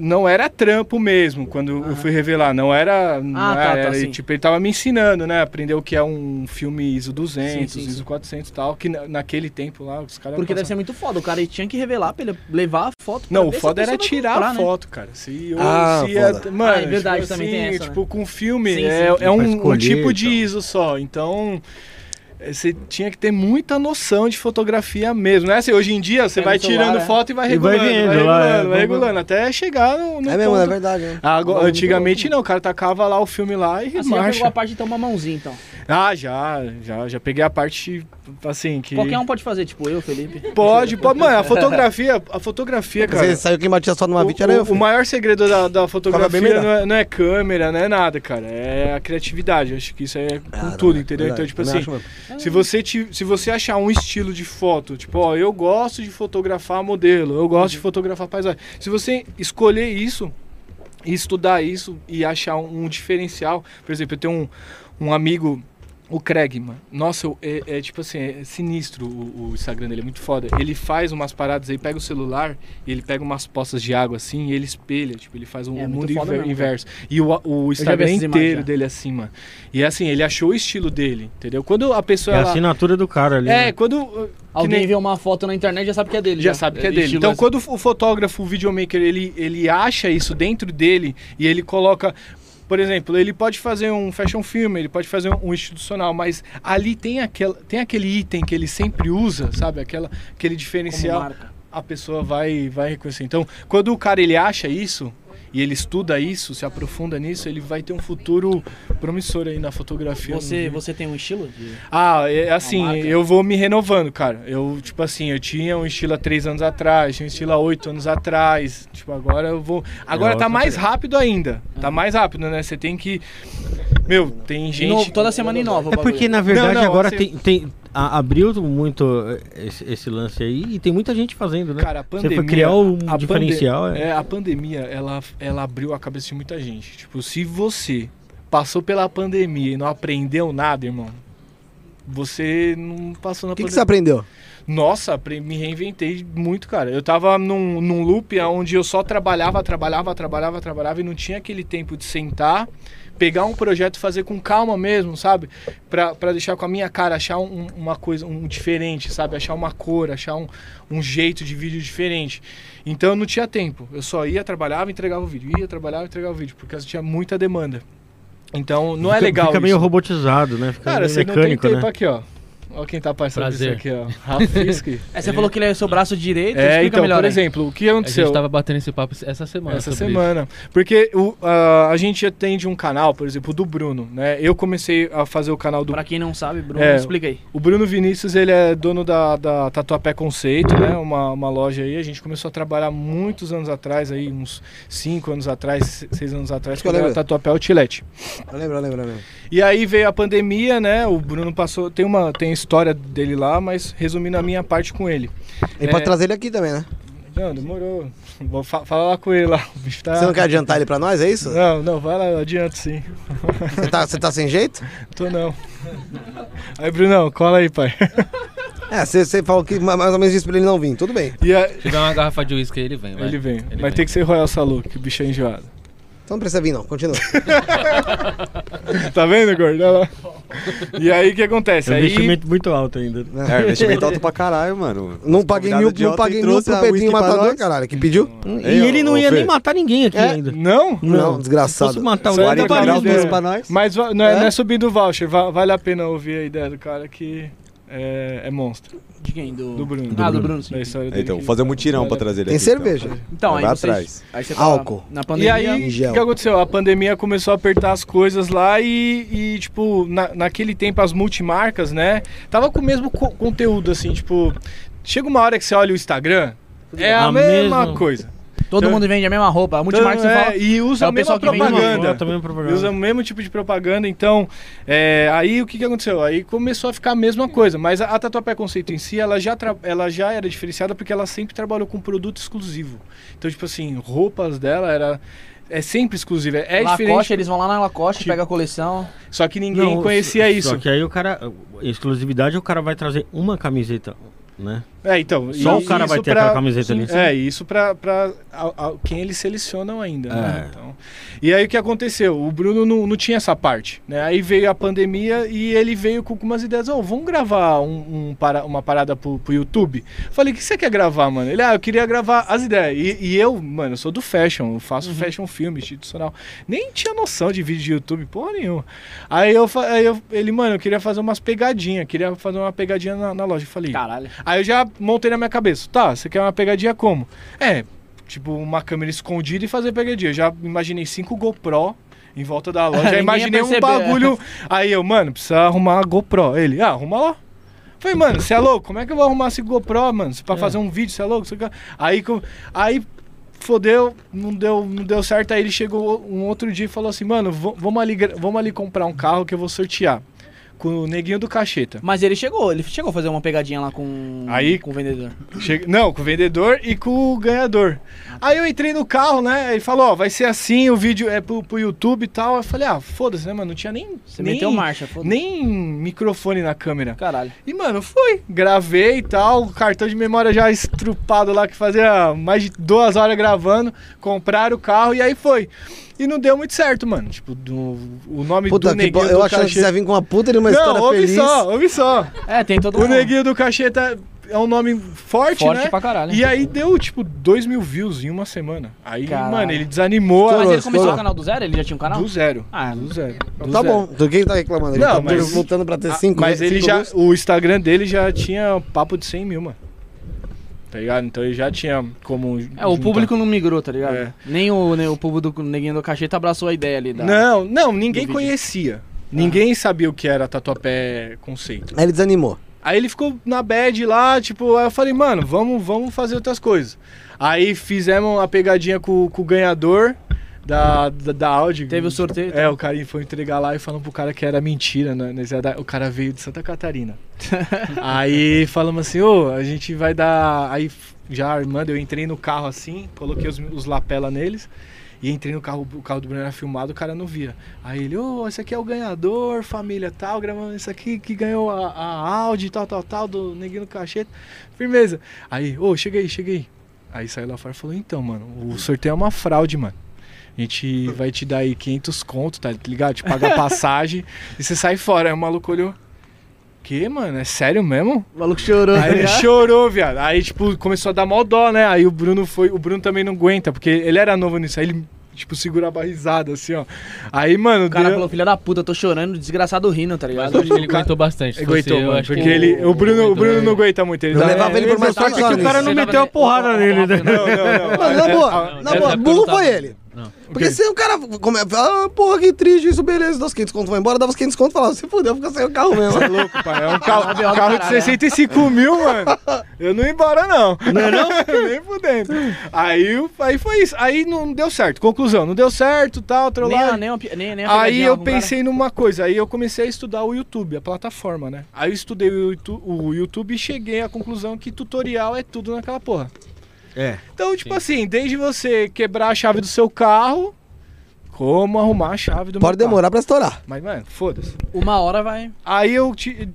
Speaker 5: não era trampo mesmo, quando eu fui revelar. Não era. não
Speaker 1: Ah, tá,
Speaker 5: era,
Speaker 1: tá,
Speaker 5: era-
Speaker 1: sim.
Speaker 5: Tipo, ele tava me ensinando, né? Aprender o que é um filme ISO 200,
Speaker 1: Sim, sim,
Speaker 5: ISO 400 e tal. Que na- naquele tempo lá, os caras.
Speaker 1: Porque deve
Speaker 5: passavam-
Speaker 1: ser muito foda. O cara ele tinha que revelar pra ele levar a foto. pra
Speaker 5: Não, o
Speaker 1: ver se a
Speaker 5: foda era
Speaker 1: pessoa vai
Speaker 5: tirar
Speaker 1: comprar,
Speaker 5: a
Speaker 1: né?
Speaker 5: foto, cara. Se, ou
Speaker 2: Ah,
Speaker 5: se a-
Speaker 2: foda.
Speaker 5: mano,
Speaker 1: Ah, é verdade,
Speaker 5: tipo
Speaker 1: também
Speaker 5: assim,
Speaker 1: tem essa,
Speaker 5: Tipo, com filme
Speaker 1: Sim, sim.
Speaker 5: é, é
Speaker 8: Pra
Speaker 5: um, um
Speaker 8: escolher,
Speaker 5: tipo de
Speaker 8: então.
Speaker 5: ISO só. Então, é, você tinha que ter muita noção de fotografia mesmo. Não é assim, hoje em dia você
Speaker 1: É,
Speaker 5: vai
Speaker 1: no celular,
Speaker 5: tirando
Speaker 1: é.
Speaker 5: foto e vai
Speaker 8: E vai
Speaker 5: regulando, vai,
Speaker 8: vendo lá,
Speaker 5: regulando,
Speaker 8: é,
Speaker 5: vai
Speaker 8: vamos-
Speaker 5: regulando, até chegar no, no
Speaker 2: É mesmo,
Speaker 5: ponto. Ah,
Speaker 2: é verdade. né?
Speaker 5: Agora, antigamente não, o cara tacava lá o filme lá e
Speaker 1: Ah, você já pegou a
Speaker 5: marcha.
Speaker 1: parte então mamãozinha, então.
Speaker 5: Ah, já, já, já peguei a parte assim que
Speaker 1: Qualquer um pode fazer, tipo eu, Felipe.
Speaker 5: pode, pode, mano, a fotografia, a fotografia, cara.
Speaker 2: Você saiu quem batia só numa
Speaker 5: O-
Speaker 2: vítima era eu.
Speaker 5: o, o maior segredo da, da
Speaker 2: bem
Speaker 5: fotografia
Speaker 2: melhor.
Speaker 5: não é, não é câmera, não é nada, cara. É a criatividade. Acho que isso aí é com
Speaker 2: Ah, não,
Speaker 5: tudo,
Speaker 2: é
Speaker 5: entendeu?
Speaker 2: verdade.
Speaker 5: Então, tipo
Speaker 2: Também
Speaker 5: assim,
Speaker 2: acho mesmo.
Speaker 5: se você, ti- se você achar um estilo de foto, tipo, ó, eu gosto de fotografar modelo, eu gosto de
Speaker 1: Uhum.
Speaker 5: fotografar paisagem. Se você escolher isso, e estudar isso e achar um, um diferencial, por exemplo, eu tenho um, um amigo, o Craig, mano. Nossa, eu- é, é tipo assim, é sinistro o, o Instagram dele, é muito foda. Ele faz umas paradas aí, pega o celular e ele pega umas poças de água assim e ele espelha, tipo, ele faz um
Speaker 1: É, muito
Speaker 5: mundo
Speaker 1: foda
Speaker 5: inver-
Speaker 1: mesmo,
Speaker 5: inverso. E o, o
Speaker 1: já vi
Speaker 5: Instagram
Speaker 1: essas imagens,
Speaker 5: inteiro
Speaker 1: já.
Speaker 5: dele é assim, mano. E assim, ele achou o estilo dele, entendeu? Quando a
Speaker 8: É
Speaker 5: pessoa.
Speaker 8: a
Speaker 5: ela-
Speaker 8: assinatura do cara ali.
Speaker 5: é,
Speaker 8: né?
Speaker 5: quando. uh, que
Speaker 1: Alguém
Speaker 5: nem-
Speaker 1: vê uma foto na internet já sabe que é dele.
Speaker 5: já sabe que é dele.
Speaker 1: estilo
Speaker 5: Então,
Speaker 1: assim.
Speaker 5: quando o fotógrafo, o videomaker, ele, ele acha isso dentro dele e ele coloca. Por exemplo, ele pode fazer um fashion film, ele pode fazer um institucional, mas ali tem, aquela, tem aquele item que ele sempre usa, sabe? Aquela, aquele
Speaker 1: Como
Speaker 5: diferencial
Speaker 1: marca.
Speaker 5: a pessoa vai vai reconhecer. Então, quando o cara ele acha isso e ele estuda isso, se aprofunda nisso, ele vai ter um futuro promissor aí na fotografia. Uhum.
Speaker 1: Você,
Speaker 5: no-
Speaker 1: você tem um estilo? de-
Speaker 5: ah, é assim,
Speaker 1: Uma marca.
Speaker 5: eu vou me renovando, cara. Eu, tipo assim, eu tinha um estilo há três anos atrás, tinha um estilo há oito anos atrás. Tipo, agora eu vou. Agora tá
Speaker 8: outra
Speaker 5: mais rápido ainda. Tá mais rápido, né? Você tem que. Meu, tem gente.
Speaker 1: Ino- Toda semana inova. o
Speaker 8: É
Speaker 1: bagulho.
Speaker 8: porque, na verdade,
Speaker 5: Não, não,
Speaker 8: agora
Speaker 5: assim-
Speaker 8: tem, tem- a- abriu muito eh, esse, esse lance aí e tem muita gente fazendo, né?
Speaker 5: Cara, a pandemia.
Speaker 8: foi criar um
Speaker 5: a pande-
Speaker 8: diferencial, é.
Speaker 5: é. a pandemia, ela, ela abriu a cabeça de muita gente. Tipo, se você passou pela pandemia e não aprendeu nada, irmão, você não passou na
Speaker 2: O que, que
Speaker 5: pandemia.
Speaker 2: você aprendeu?
Speaker 5: Nossa, pre- me reinventei muito, cara. Eu tava num, num loop onde eu só trabalhava, trabalhava, trabalhava, trabalhava e não tinha aquele tempo de sentar, pegar um projeto, fazer com calma mesmo, sabe? Pra, pra deixar com a minha cara, achar um- uma coisa, um diferente, sabe? Achar uma cor, achar um, um jeito de vídeo diferente. Então eu não tinha tempo. Eu só ia, trabalhava, entregava o vídeo. Ia, trabalhava, entregava o vídeo, porque eu tinha muita demanda. Então não é
Speaker 8: Fica-
Speaker 5: legal
Speaker 8: Fica
Speaker 5: isso.
Speaker 8: meio robotizado, né? Fica
Speaker 5: Cara,
Speaker 8: meio
Speaker 5: você não tem
Speaker 8: mecânico,
Speaker 5: tempo
Speaker 8: né?
Speaker 5: aqui, ó. Olha quem tá passando isso
Speaker 6: Prazer.
Speaker 5: aqui, ó. Rafiski.
Speaker 1: É, você falou que ele é seu braço direito.
Speaker 5: É,
Speaker 1: explica
Speaker 5: então,
Speaker 1: melhor
Speaker 5: por
Speaker 1: aí.
Speaker 5: exemplo, o que
Speaker 6: A gente
Speaker 5: aconteceu
Speaker 6: tava batendo esse papo essa semana.
Speaker 5: essa
Speaker 6: sobre
Speaker 5: semana? Porque o, a- a gente atende um canal, por exemplo, do Bruno, né? Eu comecei a fazer o canal do
Speaker 1: Pra quem não sabe, Bruno,
Speaker 5: É.
Speaker 1: explica aí.
Speaker 5: o Bruno Vinícius, ele é dono da, da Tatuapé Conceito, né? Uma, uma loja aí. A gente começou a trabalhar muitos anos atrás, aí uns 5 anos atrás, 6 anos atrás,
Speaker 2: Acho que eu
Speaker 5: quando era
Speaker 2: lembro.
Speaker 5: Tatuapé Outlet.
Speaker 2: Eu lembro, eu lembro, eu lembro.
Speaker 5: E aí veio a pandemia, né? O Bruno passou. Tem uma tem a história dele lá, mas resumindo a minha parte com ele.
Speaker 2: Ele
Speaker 5: É.
Speaker 2: pode trazer ele aqui também, né?
Speaker 5: Não, demorou. Vou fa- falar lá com ele lá. O bicho tá-
Speaker 2: Você não quer adiantar ele pra nós, é isso?
Speaker 5: Não, não, vai lá, eu adianto sim.
Speaker 2: Você tá, você tá sem jeito?
Speaker 5: Tô não. Aí, Brunão, cola aí, pai.
Speaker 2: É, você, você falou que ma- mais ou menos disse pra ele não vir, tudo bem.
Speaker 5: E a-
Speaker 6: isso. Se tiver uma garrafa de uísque, aí ele vem, vai.
Speaker 5: Ele vem. Mas
Speaker 6: vem.
Speaker 5: tem que ser Royal Salu, que o bicho é enjoado.
Speaker 2: Então não precisa vir não, continua.
Speaker 5: Tá vendo, gordo? Olha lá. E aí, o que acontece?
Speaker 8: É um
Speaker 5: Aí,
Speaker 8: investimento muito alto ainda.
Speaker 3: É, investimento alto pra caralho, mano.
Speaker 2: né? Não paguei
Speaker 3: Convidado
Speaker 2: mil,
Speaker 3: idiota
Speaker 2: não paguei
Speaker 3: e
Speaker 2: mil
Speaker 3: trouxe
Speaker 2: pro
Speaker 3: a
Speaker 2: Pedrinho
Speaker 3: whisky pra
Speaker 2: Matador,
Speaker 3: nós.
Speaker 2: caralho, que pediu?
Speaker 8: E
Speaker 5: É,
Speaker 3: Ei,
Speaker 8: ele
Speaker 3: ô,
Speaker 8: não
Speaker 3: ô,
Speaker 8: ia
Speaker 3: Fê.
Speaker 8: nem matar ninguém aqui
Speaker 2: É.
Speaker 8: ainda.
Speaker 5: não?
Speaker 2: Não,
Speaker 8: Se fosse
Speaker 2: desgraçado.
Speaker 1: Então,
Speaker 8: matar
Speaker 5: Só
Speaker 8: alguém,
Speaker 5: ele
Speaker 1: tá
Speaker 8: dava
Speaker 5: trabalhar
Speaker 8: ali,
Speaker 5: o
Speaker 8: né?
Speaker 5: mesmo.
Speaker 3: nós.
Speaker 5: Mas va- não é,
Speaker 2: É?
Speaker 5: não é subindo o voucher. va- vale a pena ouvir a ideia do cara que é, é monstro.
Speaker 1: De quem? Do,
Speaker 5: Do Bruno.
Speaker 1: Ah, do Bruno, sim.
Speaker 5: Da história dele.
Speaker 3: Então,
Speaker 5: que-
Speaker 3: vou fazer um mutirão
Speaker 5: vale
Speaker 3: pra
Speaker 5: a pena.
Speaker 3: trazer ele
Speaker 2: Tem
Speaker 3: aqui,
Speaker 2: cerveja.
Speaker 1: Então, aí
Speaker 3: Vai
Speaker 1: vocês-
Speaker 3: atrás.
Speaker 1: Aí você tá
Speaker 2: Álcool.
Speaker 1: na
Speaker 5: E
Speaker 1: pandemia.
Speaker 5: aí,
Speaker 2: em gel.
Speaker 5: o que aconteceu? A pandemia começou a apertar as coisas lá e, e, tipo, na- naquele tempo as multimarcas, né? Tava com o mesmo co- conteúdo, assim, tipo. Chega uma hora que você olha o Instagram, é a,
Speaker 8: A
Speaker 5: mesma
Speaker 8: mesma-
Speaker 5: coisa.
Speaker 1: Todo
Speaker 5: Então-
Speaker 1: mundo vende a mesma roupa. A multimarca
Speaker 5: Então,
Speaker 1: você
Speaker 5: é,
Speaker 1: fala.
Speaker 5: E usa
Speaker 1: é o
Speaker 5: a mesma
Speaker 1: pessoal que né? vem
Speaker 5: propaganda.
Speaker 8: Propaganda. Também propaganda.
Speaker 5: Usa o mesmo tipo de propaganda, então é, aí o que, que aconteceu? Aí começou a ficar a mesma coisa, mas a, a Tatuapé Conceito em si, ela já, tra- ela já era diferenciada porque ela sempre trabalhou com produto exclusivo. Então, tipo assim, roupas dela era é sempre exclusiva, é
Speaker 1: Lacoste,
Speaker 5: diferente,
Speaker 1: eles vão lá na Lacoste,
Speaker 5: Tipo-
Speaker 1: pega a coleção.
Speaker 5: só que ninguém
Speaker 8: Não,
Speaker 5: conhecia
Speaker 8: só-
Speaker 5: isso.
Speaker 8: Só que aí o cara, exclusividade, o cara vai trazer uma camiseta, né?
Speaker 5: É, então.
Speaker 8: Só
Speaker 5: e
Speaker 8: o cara vai
Speaker 5: isso
Speaker 8: ter
Speaker 5: pra-
Speaker 8: aquela camiseta ali.
Speaker 5: É, e isso pra, pra a- a- quem eles selecionam ainda, né?
Speaker 8: É.
Speaker 5: Então, e aí o que aconteceu? O Bruno não, não tinha essa parte, né? Aí veio a pandemia e ele veio com umas ideias, ó, vamos gravar um, um para, uma parada pro, pro YouTube? Falei, o que você quer gravar, mano? Ele, ah, eu queria gravar as ideias. E, e eu, mano, eu sou do fashion, eu faço fashion filme institucional. Nem tinha noção de vídeo de YouTube, porra nenhuma. Aí eu, fa- aí eu- ele, mano, eu queria fazer umas pegadinhas, queria fazer uma pegadinha na, na loja. Eu falei,
Speaker 1: Caralho.
Speaker 5: Aí eu já montei na minha cabeça, tá, você quer uma pegadinha como? É, tipo, uma câmera escondida e fazer pegadinha. Eu já imaginei cinco GoPro em volta da loja, já
Speaker 1: Ninguém
Speaker 5: imaginei
Speaker 1: ia
Speaker 5: um
Speaker 1: perceber.
Speaker 5: bagulho. Aí eu, mano, precisa arrumar a GoPro. Ele, ah, arruma lá. Falei, mano, você é louco? Como é que eu vou arrumar esse GoPro, mano? Pra fazer um vídeo, você é louco? Cê quer- Aí, co- aí fodeu, não deu, não deu certo. Aí ele chegou um outro dia e falou assim, mano, vo- vamos ali, gra- vamos ali comprar um carro que eu vou sortear. Com o neguinho do cacheta.
Speaker 1: Mas ele chegou, ele chegou a fazer uma pegadinha lá com,
Speaker 5: Aí-
Speaker 1: com o vendedor.
Speaker 5: Chega- Não, com o vendedor e com o ganhador. Aí eu entrei no carro, né? Ele falou, ó, vai ser assim, o vídeo é pro, pro YouTube e tal. Eu falei, ah, foda-se, né, mano? Não tinha nem.
Speaker 1: Você
Speaker 5: nem,
Speaker 1: meteu marcha, foda
Speaker 5: Nem microfone na câmera.
Speaker 1: Caralho.
Speaker 5: E, mano, fui. Gravei e tal. O cartão de memória já estrupado lá, que fazia mais de duas horas gravando. Compraram o carro e aí foi. E não deu muito certo, mano. Tipo, do, o nome
Speaker 2: Puta
Speaker 5: do
Speaker 2: que bo...
Speaker 5: neguinho
Speaker 2: Eu
Speaker 5: do
Speaker 2: achando que
Speaker 5: cachê-
Speaker 2: você ia vir com uma puta de uma história
Speaker 5: Não, ouve
Speaker 2: feliz.
Speaker 5: só, ouve só.
Speaker 1: É, tem todo
Speaker 5: O
Speaker 1: um
Speaker 5: neguinho do cacheta é um nome forte,
Speaker 1: forte
Speaker 5: né?
Speaker 1: pra caralho.
Speaker 5: E aí deu, tipo, 2 mil views em uma semana. Aí,
Speaker 1: Caralho.
Speaker 5: mano, ele desanimou
Speaker 1: Mas
Speaker 5: a...
Speaker 1: ele começou
Speaker 2: Estourou.
Speaker 1: o canal do zero? Ele já tinha um canal?
Speaker 5: do zero.
Speaker 1: Ah,
Speaker 5: Do zero. Do
Speaker 2: Tá
Speaker 5: zero.
Speaker 2: bom, do quem tá reclamando? Ele
Speaker 5: Não,
Speaker 2: tá
Speaker 5: mas-
Speaker 2: voltando pra ter
Speaker 5: Ah,
Speaker 2: 5
Speaker 5: mas ele já. O Instagram dele já tinha papo de 100 mil, mano. Tá ligado? Então ele já tinha como.
Speaker 1: É, o
Speaker 5: juntar.
Speaker 1: público não migrou, tá ligado?
Speaker 5: É.
Speaker 1: Nem, o, nem o público do neguinho do cacheta abraçou a ideia ali da.
Speaker 5: Não, não, ninguém
Speaker 1: vídeo.
Speaker 5: conhecia. Ninguém sabia o que era tatuapé conceito.
Speaker 2: Aí ele desanimou.
Speaker 5: Aí ele ficou na bad lá, tipo, aí eu falei, mano, vamos, vamos fazer outras coisas. Aí fizemos a pegadinha com, com o ganhador da, da, da Audi.
Speaker 1: Teve o sorteio. então?
Speaker 5: É, o cara foi entregar lá e falando pro cara que era mentira, né? Nós ia dar- O cara veio de Santa Catarina. aí falamos assim, ô, a gente vai dar. Aí f- já a irmã, eu entrei no carro assim, coloquei os, os lapela neles. E entrei no carro, o carro do Bruno era filmado, o cara não via. Aí ele, ô, esse aqui é o ganhador, família tal, gravando isso aqui que ganhou a, a Audi, tal, tal, tal, do Neguinho do Cacheta. Firmeza. Aí, ô, cheguei, cheguei. Aí saiu lá fora e falou, então, mano, o sorteio é uma fraude, mano. A gente vai te dar aí 500 conto, tá ligado? Te pagar passagem e você sai fora. Aí o maluco olhou. Que, mano? É sério mesmo?
Speaker 1: O maluco chorou. tá
Speaker 5: Aí ele chorou, viado. Aí, tipo, começou a dar mó dó, né? Aí o Bruno foi. O Bruno também não aguenta, porque ele era novo nisso. Aí ele, tipo, segurava a risada, assim, ó. Aí, mano,
Speaker 1: O cara
Speaker 5: deu-
Speaker 1: falou, filha da puta, eu tô chorando, desgraçado rindo, tá
Speaker 6: Mas
Speaker 1: ligado?
Speaker 6: hoje ele aguentou bastante. Se
Speaker 5: Aguentou,
Speaker 6: fosse eu,
Speaker 5: mano,
Speaker 6: acho que né?
Speaker 5: porque ele, o Bruno, o Bruno não aguenta muito. Ele tá
Speaker 2: Eu
Speaker 5: dá-
Speaker 2: levava ele por mais
Speaker 8: Sorte
Speaker 2: quatro
Speaker 8: que o
Speaker 2: anos.
Speaker 8: cara não meteu a porrada nele, né?
Speaker 5: Não, não, não.
Speaker 2: Mano, na boa,
Speaker 5: Ah,
Speaker 2: na
Speaker 6: deve
Speaker 2: boa,
Speaker 6: ter
Speaker 2: burro
Speaker 6: perguntado.
Speaker 2: foi ele.
Speaker 6: Não.
Speaker 2: Porque
Speaker 5: Ok.
Speaker 2: se o cara. Como é, ah, porra, que triste isso, beleza. Dá os 500 conto, vai embora, dava os 500 conto e falava, se fudeu, fica sem o carro mesmo.
Speaker 5: Você é louco, pai. É um carro,
Speaker 1: Caralho,
Speaker 5: carro de
Speaker 1: caralho.
Speaker 5: 65 mil, mano. Eu não ia embora, não.
Speaker 2: é
Speaker 5: Não, não? Nem fudendo. Aí, o- aí foi isso. Aí não deu certo. Conclusão, não deu certo, tal,
Speaker 1: nem,
Speaker 5: trollado.
Speaker 1: a- nem, a pi- nem, nem a
Speaker 5: Aí
Speaker 1: pegadinha
Speaker 5: eu
Speaker 1: lá com o cara.
Speaker 5: pensei numa coisa, aí eu comecei a estudar o YouTube, a plataforma, né? Aí eu estudei o Youtu- o YouTube e cheguei à conclusão que tutorial é tudo naquela porra.
Speaker 8: É.
Speaker 5: Então, tipo assim, desde você quebrar a chave do seu carro, como arrumar a chave do meu
Speaker 2: Pode
Speaker 5: carro.
Speaker 2: demorar pra estourar.
Speaker 5: Mas, mano, foda-se.
Speaker 1: Uma hora vai.
Speaker 5: Aí eu te-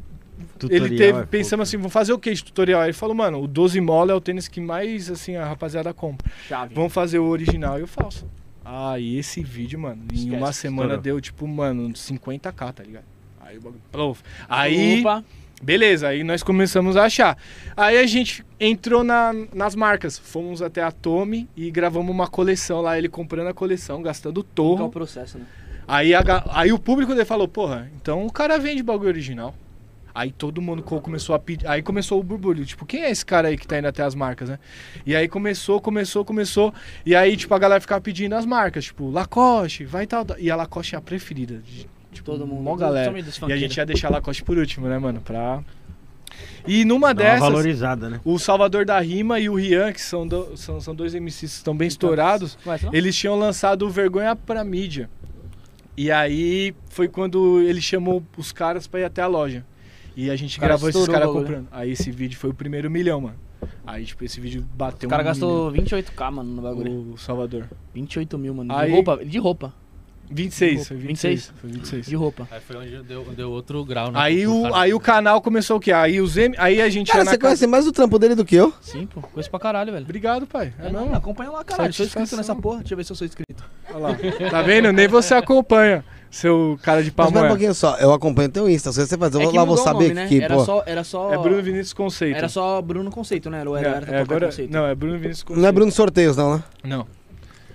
Speaker 8: Tutorial
Speaker 5: ele
Speaker 8: é
Speaker 5: teve,
Speaker 8: foda.
Speaker 5: pensando assim, vamos fazer o que de tutorial? Aí ele falou, mano, o 12 mola é o tênis que mais, assim, a rapaziada compra.
Speaker 1: Chave.
Speaker 5: Vamos fazer o original e o falso. Aí Ah, esse vídeo, mano, em
Speaker 1: Esquece,
Speaker 5: uma semana
Speaker 8: estourou.
Speaker 5: deu, tipo, mano, 50k, tá ligado? Aí o bagulho, plof. Aí,
Speaker 1: Opa. é
Speaker 5: beleza, aí nós começamos a achar. Aí a gente entrou na- nas marcas, fomos até a Tommy e gravamos uma coleção lá, ele comprando a coleção, gastando
Speaker 1: Que é o
Speaker 5: torro.
Speaker 1: processo, né?
Speaker 5: Aí, a ga- aí o público dele falou, porra, então o cara vende bagulho original. Aí todo mundo co- começou a pedir. Aí começou o burburinho. Tipo, quem é esse cara aí que tá indo até as marcas, né? E aí começou, começou, começou. E aí, tipo, a galera ficava pedindo as marcas. Tipo, Lacoste, vai tal. tal. E a Lacoste é a preferida. de- Tipo,
Speaker 1: Todo mundo.
Speaker 5: Mó galera.
Speaker 1: Somente dos
Speaker 5: E a
Speaker 1: funkeiros.
Speaker 5: gente ia deixar a Lacoste por último, né, mano? Pra. E
Speaker 8: Dá uma
Speaker 5: numa dessas.
Speaker 8: valorizada, né?
Speaker 5: O Salvador da Rima e o Rian, que são, do- são, são dois MCs que estão bem estourados,
Speaker 1: Vai, sei lá.
Speaker 5: eles tinham lançado o Vergonha pra mídia. E aí foi quando ele chamou os caras pra ir até a loja. E a gente
Speaker 1: O cara
Speaker 5: gravou esses
Speaker 1: estourou
Speaker 5: caras
Speaker 1: o bagulho.
Speaker 5: comprando. Aí esse vídeo foi o primeiro milhão, mano. Aí, tipo, esse vídeo bateu
Speaker 1: O cara
Speaker 5: um
Speaker 1: gastou 28k, mano, no bagulho.
Speaker 5: milhão, o Salvador.
Speaker 1: 28 mil, mano.
Speaker 5: Aí-
Speaker 1: De roupa. De roupa.
Speaker 5: 26, foi 26.
Speaker 1: 26?
Speaker 5: Foi 26.
Speaker 1: De roupa.
Speaker 6: Aí foi onde deu, deu outro grau, né?
Speaker 5: Aí o, aí o canal começou o quê? Aí os M, aí a gente
Speaker 2: Cara,
Speaker 5: ia na
Speaker 2: você
Speaker 5: casa-
Speaker 2: conhece mais o trampo dele do que eu?
Speaker 6: Sim, pô. Coisa pra caralho, velho.
Speaker 5: Obrigado, pai. É
Speaker 1: É, não,
Speaker 5: mesmo?
Speaker 1: acompanha lá, caralho. Sou inscrito
Speaker 5: Satisfação.
Speaker 1: nessa porra. Deixa eu ver se eu sou inscrito.
Speaker 5: Olha lá. Tá vendo? Nem você acompanha, seu cara de
Speaker 2: Mas pera um
Speaker 5: pamonha.
Speaker 2: pouquinho só, eu acompanho teu Insta, se você fazer, Então eu vou lá vou
Speaker 1: mudou o
Speaker 2: saber
Speaker 1: nome, né?
Speaker 2: que,
Speaker 1: era
Speaker 2: pô.
Speaker 1: só, era só...
Speaker 5: É Bruno Vinícius Conceito.
Speaker 1: Era só Bruno Conceito, né? Ou era, era
Speaker 5: é,
Speaker 1: qualquer
Speaker 5: agora,
Speaker 1: Conceito?
Speaker 5: não, é Bruno Vinícius Conceito.
Speaker 2: Não é Bruno Sorteios, não, né?
Speaker 5: Não.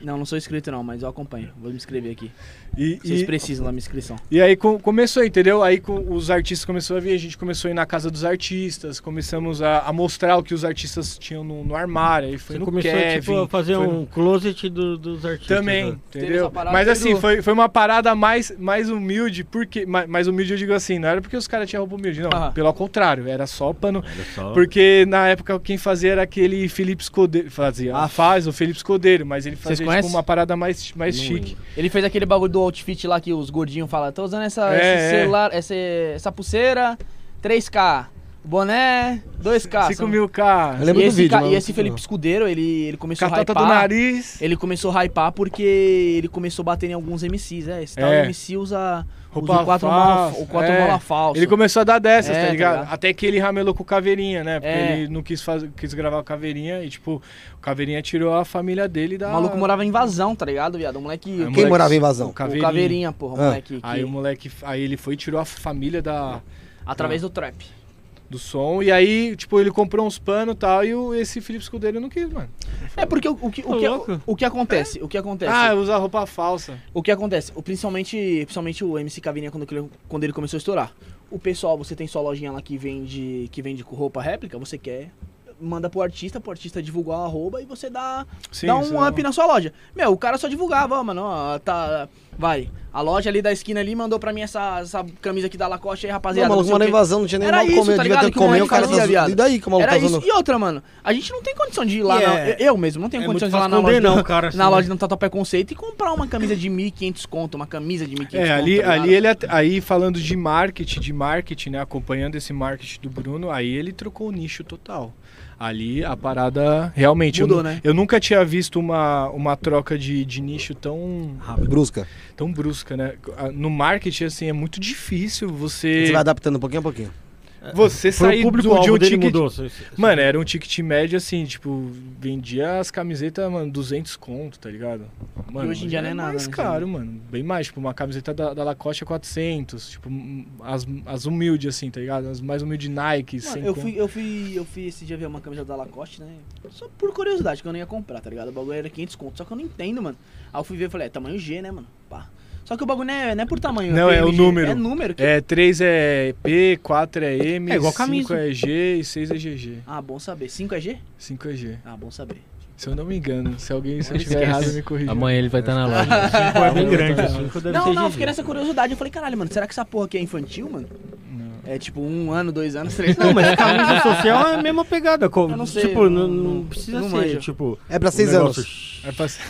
Speaker 1: Não, não sou inscrito não, mas eu acompanho. Vou me inscrever aqui.
Speaker 5: E,
Speaker 1: Vocês
Speaker 5: e-
Speaker 1: precisam da minha inscrição.
Speaker 5: E aí co- começou, entendeu? Aí co- os artistas começaram a vir, a gente começou a ir na casa dos artistas, começamos a, a mostrar o que os artistas tinham no, no armário, aí foi
Speaker 8: Você
Speaker 5: no
Speaker 8: começou
Speaker 5: Kevin,
Speaker 8: tipo, a fazer
Speaker 5: foi no-
Speaker 8: um closet do- dos artistas.
Speaker 5: Também,
Speaker 8: né?
Speaker 1: Teve
Speaker 5: entendeu?
Speaker 1: essa parada
Speaker 5: Mas
Speaker 1: aí
Speaker 5: assim,
Speaker 1: do-
Speaker 5: foi, foi uma parada mais, mais humilde, porque. ma- Mais, humilde eu digo assim, não era porque os caras tinham roupa humilde, não.
Speaker 1: Aham.
Speaker 5: Pelo contrário, era só pano.
Speaker 8: Olha só.
Speaker 5: Porque na época quem fazia era aquele Felipe Escodeiro. Fazia. Ah, faz o Felipe Escodeiro, mas ele fazia tipo,
Speaker 1: conhecem?
Speaker 5: uma parada mais, mais
Speaker 8: Não
Speaker 5: chique.
Speaker 1: Ele fez aquele bagulho do outfit lá que os gordinhos falam. Tô usando essa,
Speaker 5: É,
Speaker 1: esse
Speaker 5: é.
Speaker 1: celular, essa, essa pulseira, 3K. Boné, 2K.
Speaker 5: 5
Speaker 1: são-
Speaker 5: mil K.
Speaker 2: Eu lembro
Speaker 1: e
Speaker 2: do
Speaker 1: esse,
Speaker 2: vídeo,
Speaker 1: ca-
Speaker 2: mas
Speaker 1: e
Speaker 2: não
Speaker 1: esse
Speaker 2: sei
Speaker 1: Felipe Escudeiro, ele, ele começou a
Speaker 5: Catota
Speaker 1: hypar.
Speaker 5: do nariz.
Speaker 1: Ele começou a hypar porque ele começou a bater em alguns MCs, é. Esse tal
Speaker 5: É.
Speaker 1: MC usa,
Speaker 5: Roupa
Speaker 1: usa o quatro
Speaker 5: falsa,
Speaker 1: mola, o quatro
Speaker 5: é.
Speaker 1: mola falso.
Speaker 5: Ele começou a dar dessas,
Speaker 1: É,
Speaker 5: tá,
Speaker 1: tá
Speaker 5: ligado?
Speaker 1: ligado?
Speaker 5: Até que ele ramelou com o Caveirinha, né? Porque
Speaker 1: É.
Speaker 5: ele não quis, faz... quis gravar o Caveirinha e, tipo, o Caveirinha tirou a família dele da.
Speaker 1: O maluco morava em vazão, tá ligado, viado? O moleque.
Speaker 5: Quem
Speaker 1: o
Speaker 2: Quem
Speaker 5: É, Moleque,
Speaker 2: morava em
Speaker 5: o
Speaker 2: invasão?
Speaker 1: Caveirinha,
Speaker 5: Caveirinha.
Speaker 1: porra, o
Speaker 2: Ah.
Speaker 1: moleque.
Speaker 5: Aí
Speaker 1: que-
Speaker 5: o moleque, aí ele foi e tirou a família da,
Speaker 1: Através do trap.
Speaker 5: do som. E aí, tipo, ele comprou uns panos e tal. E o, esse Felipe Escudeiro não quis, mano.
Speaker 1: É porque o, o que, o,
Speaker 8: Ô,
Speaker 1: que,
Speaker 8: louco.
Speaker 1: o que acontece? O que acontece?
Speaker 5: Ah, usa roupa falsa.
Speaker 1: O que acontece? O, principalmente, principalmente o MC Cavirinha quando, ele- quando ele começou a estourar. O pessoal, você tem sua lojinha lá que vende, que vende com roupa réplica, você quer. Manda pro artista, pro artista divulgar a roupa e você dá,
Speaker 5: Sim,
Speaker 1: dá
Speaker 5: isso
Speaker 1: um
Speaker 5: é-
Speaker 1: up na sua loja. Meu, o cara só divulgava, ó, mano, ó, tá. Vai. A loja ali da esquina ali mandou pra mim essa, essa camisa aqui da Lacoste aí,
Speaker 2: Não,
Speaker 1: rapaziada.
Speaker 2: o maluco
Speaker 1: não sei o
Speaker 2: morava em
Speaker 1: quê.
Speaker 2: invasão, não tinha nem
Speaker 1: Era
Speaker 2: mal
Speaker 1: isso,
Speaker 2: comer,
Speaker 1: tá
Speaker 2: devia
Speaker 1: ligado?
Speaker 2: ter
Speaker 1: Que
Speaker 2: que comer,
Speaker 1: moleque
Speaker 2: o cara
Speaker 1: fazia,
Speaker 2: tá
Speaker 1: viado.
Speaker 2: E daí que o maluco
Speaker 1: Era
Speaker 2: tá
Speaker 1: isso.
Speaker 2: usando...
Speaker 1: E outra, mano, a gente não tem condição de ir lá.
Speaker 8: E
Speaker 1: na-
Speaker 8: é-
Speaker 1: eu, eu mesmo não tenho
Speaker 8: é
Speaker 1: condição
Speaker 8: muito
Speaker 1: de ir lá
Speaker 8: fácil
Speaker 1: na loja,
Speaker 8: condenar
Speaker 1: do-
Speaker 8: o cara, assim,
Speaker 1: na
Speaker 8: né?
Speaker 1: loja do Tatuapé Conceito e comprar uma camisa de 1.500 conto, uma camisa de 1.500 conto.
Speaker 5: É, ali,
Speaker 1: tá ligado?
Speaker 5: ali ele at- aí falando de marketing, de marketing, né, acompanhando esse marketing do Bruno, aí ele trocou o nicho total. Ali a parada realmente
Speaker 1: Mudou,
Speaker 5: eu, nu-
Speaker 1: né?
Speaker 5: eu nunca tinha visto uma, uma troca de, de nicho tão
Speaker 2: Brusca.
Speaker 5: tão brusca, né? Ah, No marketing assim é muito difícil você
Speaker 2: Você vai adaptando um pouquinho a pouquinho.
Speaker 5: você
Speaker 8: Foi
Speaker 5: sair
Speaker 8: o
Speaker 5: do, de
Speaker 8: público-alvo
Speaker 5: um
Speaker 8: dele
Speaker 5: ticket
Speaker 8: mudou. se- se-
Speaker 5: Mano, era um ticket médio assim, tipo, vendia as camisetas, mano, 200 conto, tá ligado? Mano,
Speaker 1: hoje em dia não é nada,
Speaker 5: mais
Speaker 1: né?
Speaker 5: caro, mano. Bem mais, tipo, uma camiseta da, da Lacoste é 400, tipo, hum, as, as humildes assim, tá ligado? As mais humildes Nike,
Speaker 1: Mano,
Speaker 5: 100
Speaker 1: eu
Speaker 5: conto.
Speaker 1: fui, eu fui, eu fui esse dia ver uma camisa da Lacoste, né? Só por curiosidade, que eu não ia comprar, tá ligado? O bagulho era 500 conto, só que eu não entendo, mano. Aí eu fui ver e falei, é tamanho G, né, mano? Pá. Só que o bagulho não é, não é por tamanho.
Speaker 5: Não, é o
Speaker 1: PMG,
Speaker 5: número.
Speaker 1: É número. Que...
Speaker 5: É, 3 é P, 4 é M,
Speaker 8: É igual
Speaker 5: 5
Speaker 8: camisa.
Speaker 5: é G e 6 é GG.
Speaker 1: Ah, bom saber. 5 é G?
Speaker 5: 5 é G.
Speaker 1: Ah, bom saber.
Speaker 5: Se eu não me engano, se alguém se eu
Speaker 6: Olha,
Speaker 5: estiver
Speaker 6: esquece.
Speaker 5: errado, me corrija.
Speaker 6: Amanhã ele vai estar na loja.
Speaker 8: Cinco é bem grande, assim. deve
Speaker 1: Não,
Speaker 8: ser
Speaker 1: não, eu
Speaker 8: GG.
Speaker 1: fiquei nessa curiosidade. Eu falei, caralho, mano, será que essa porra aqui é infantil, mano?
Speaker 5: Não.
Speaker 1: É tipo um ano, dois anos, três
Speaker 8: Não,
Speaker 1: anos.
Speaker 8: mas camisa social é a mesma pegada. co-
Speaker 1: Eu não sei,
Speaker 8: tipo,
Speaker 1: não-
Speaker 8: não,
Speaker 1: não-
Speaker 8: não precisa
Speaker 1: não
Speaker 8: ser,
Speaker 1: manjo.
Speaker 8: tipo...
Speaker 2: É pra
Speaker 8: um
Speaker 2: seis
Speaker 8: negócio
Speaker 2: anos.
Speaker 8: ch-
Speaker 5: É, pass-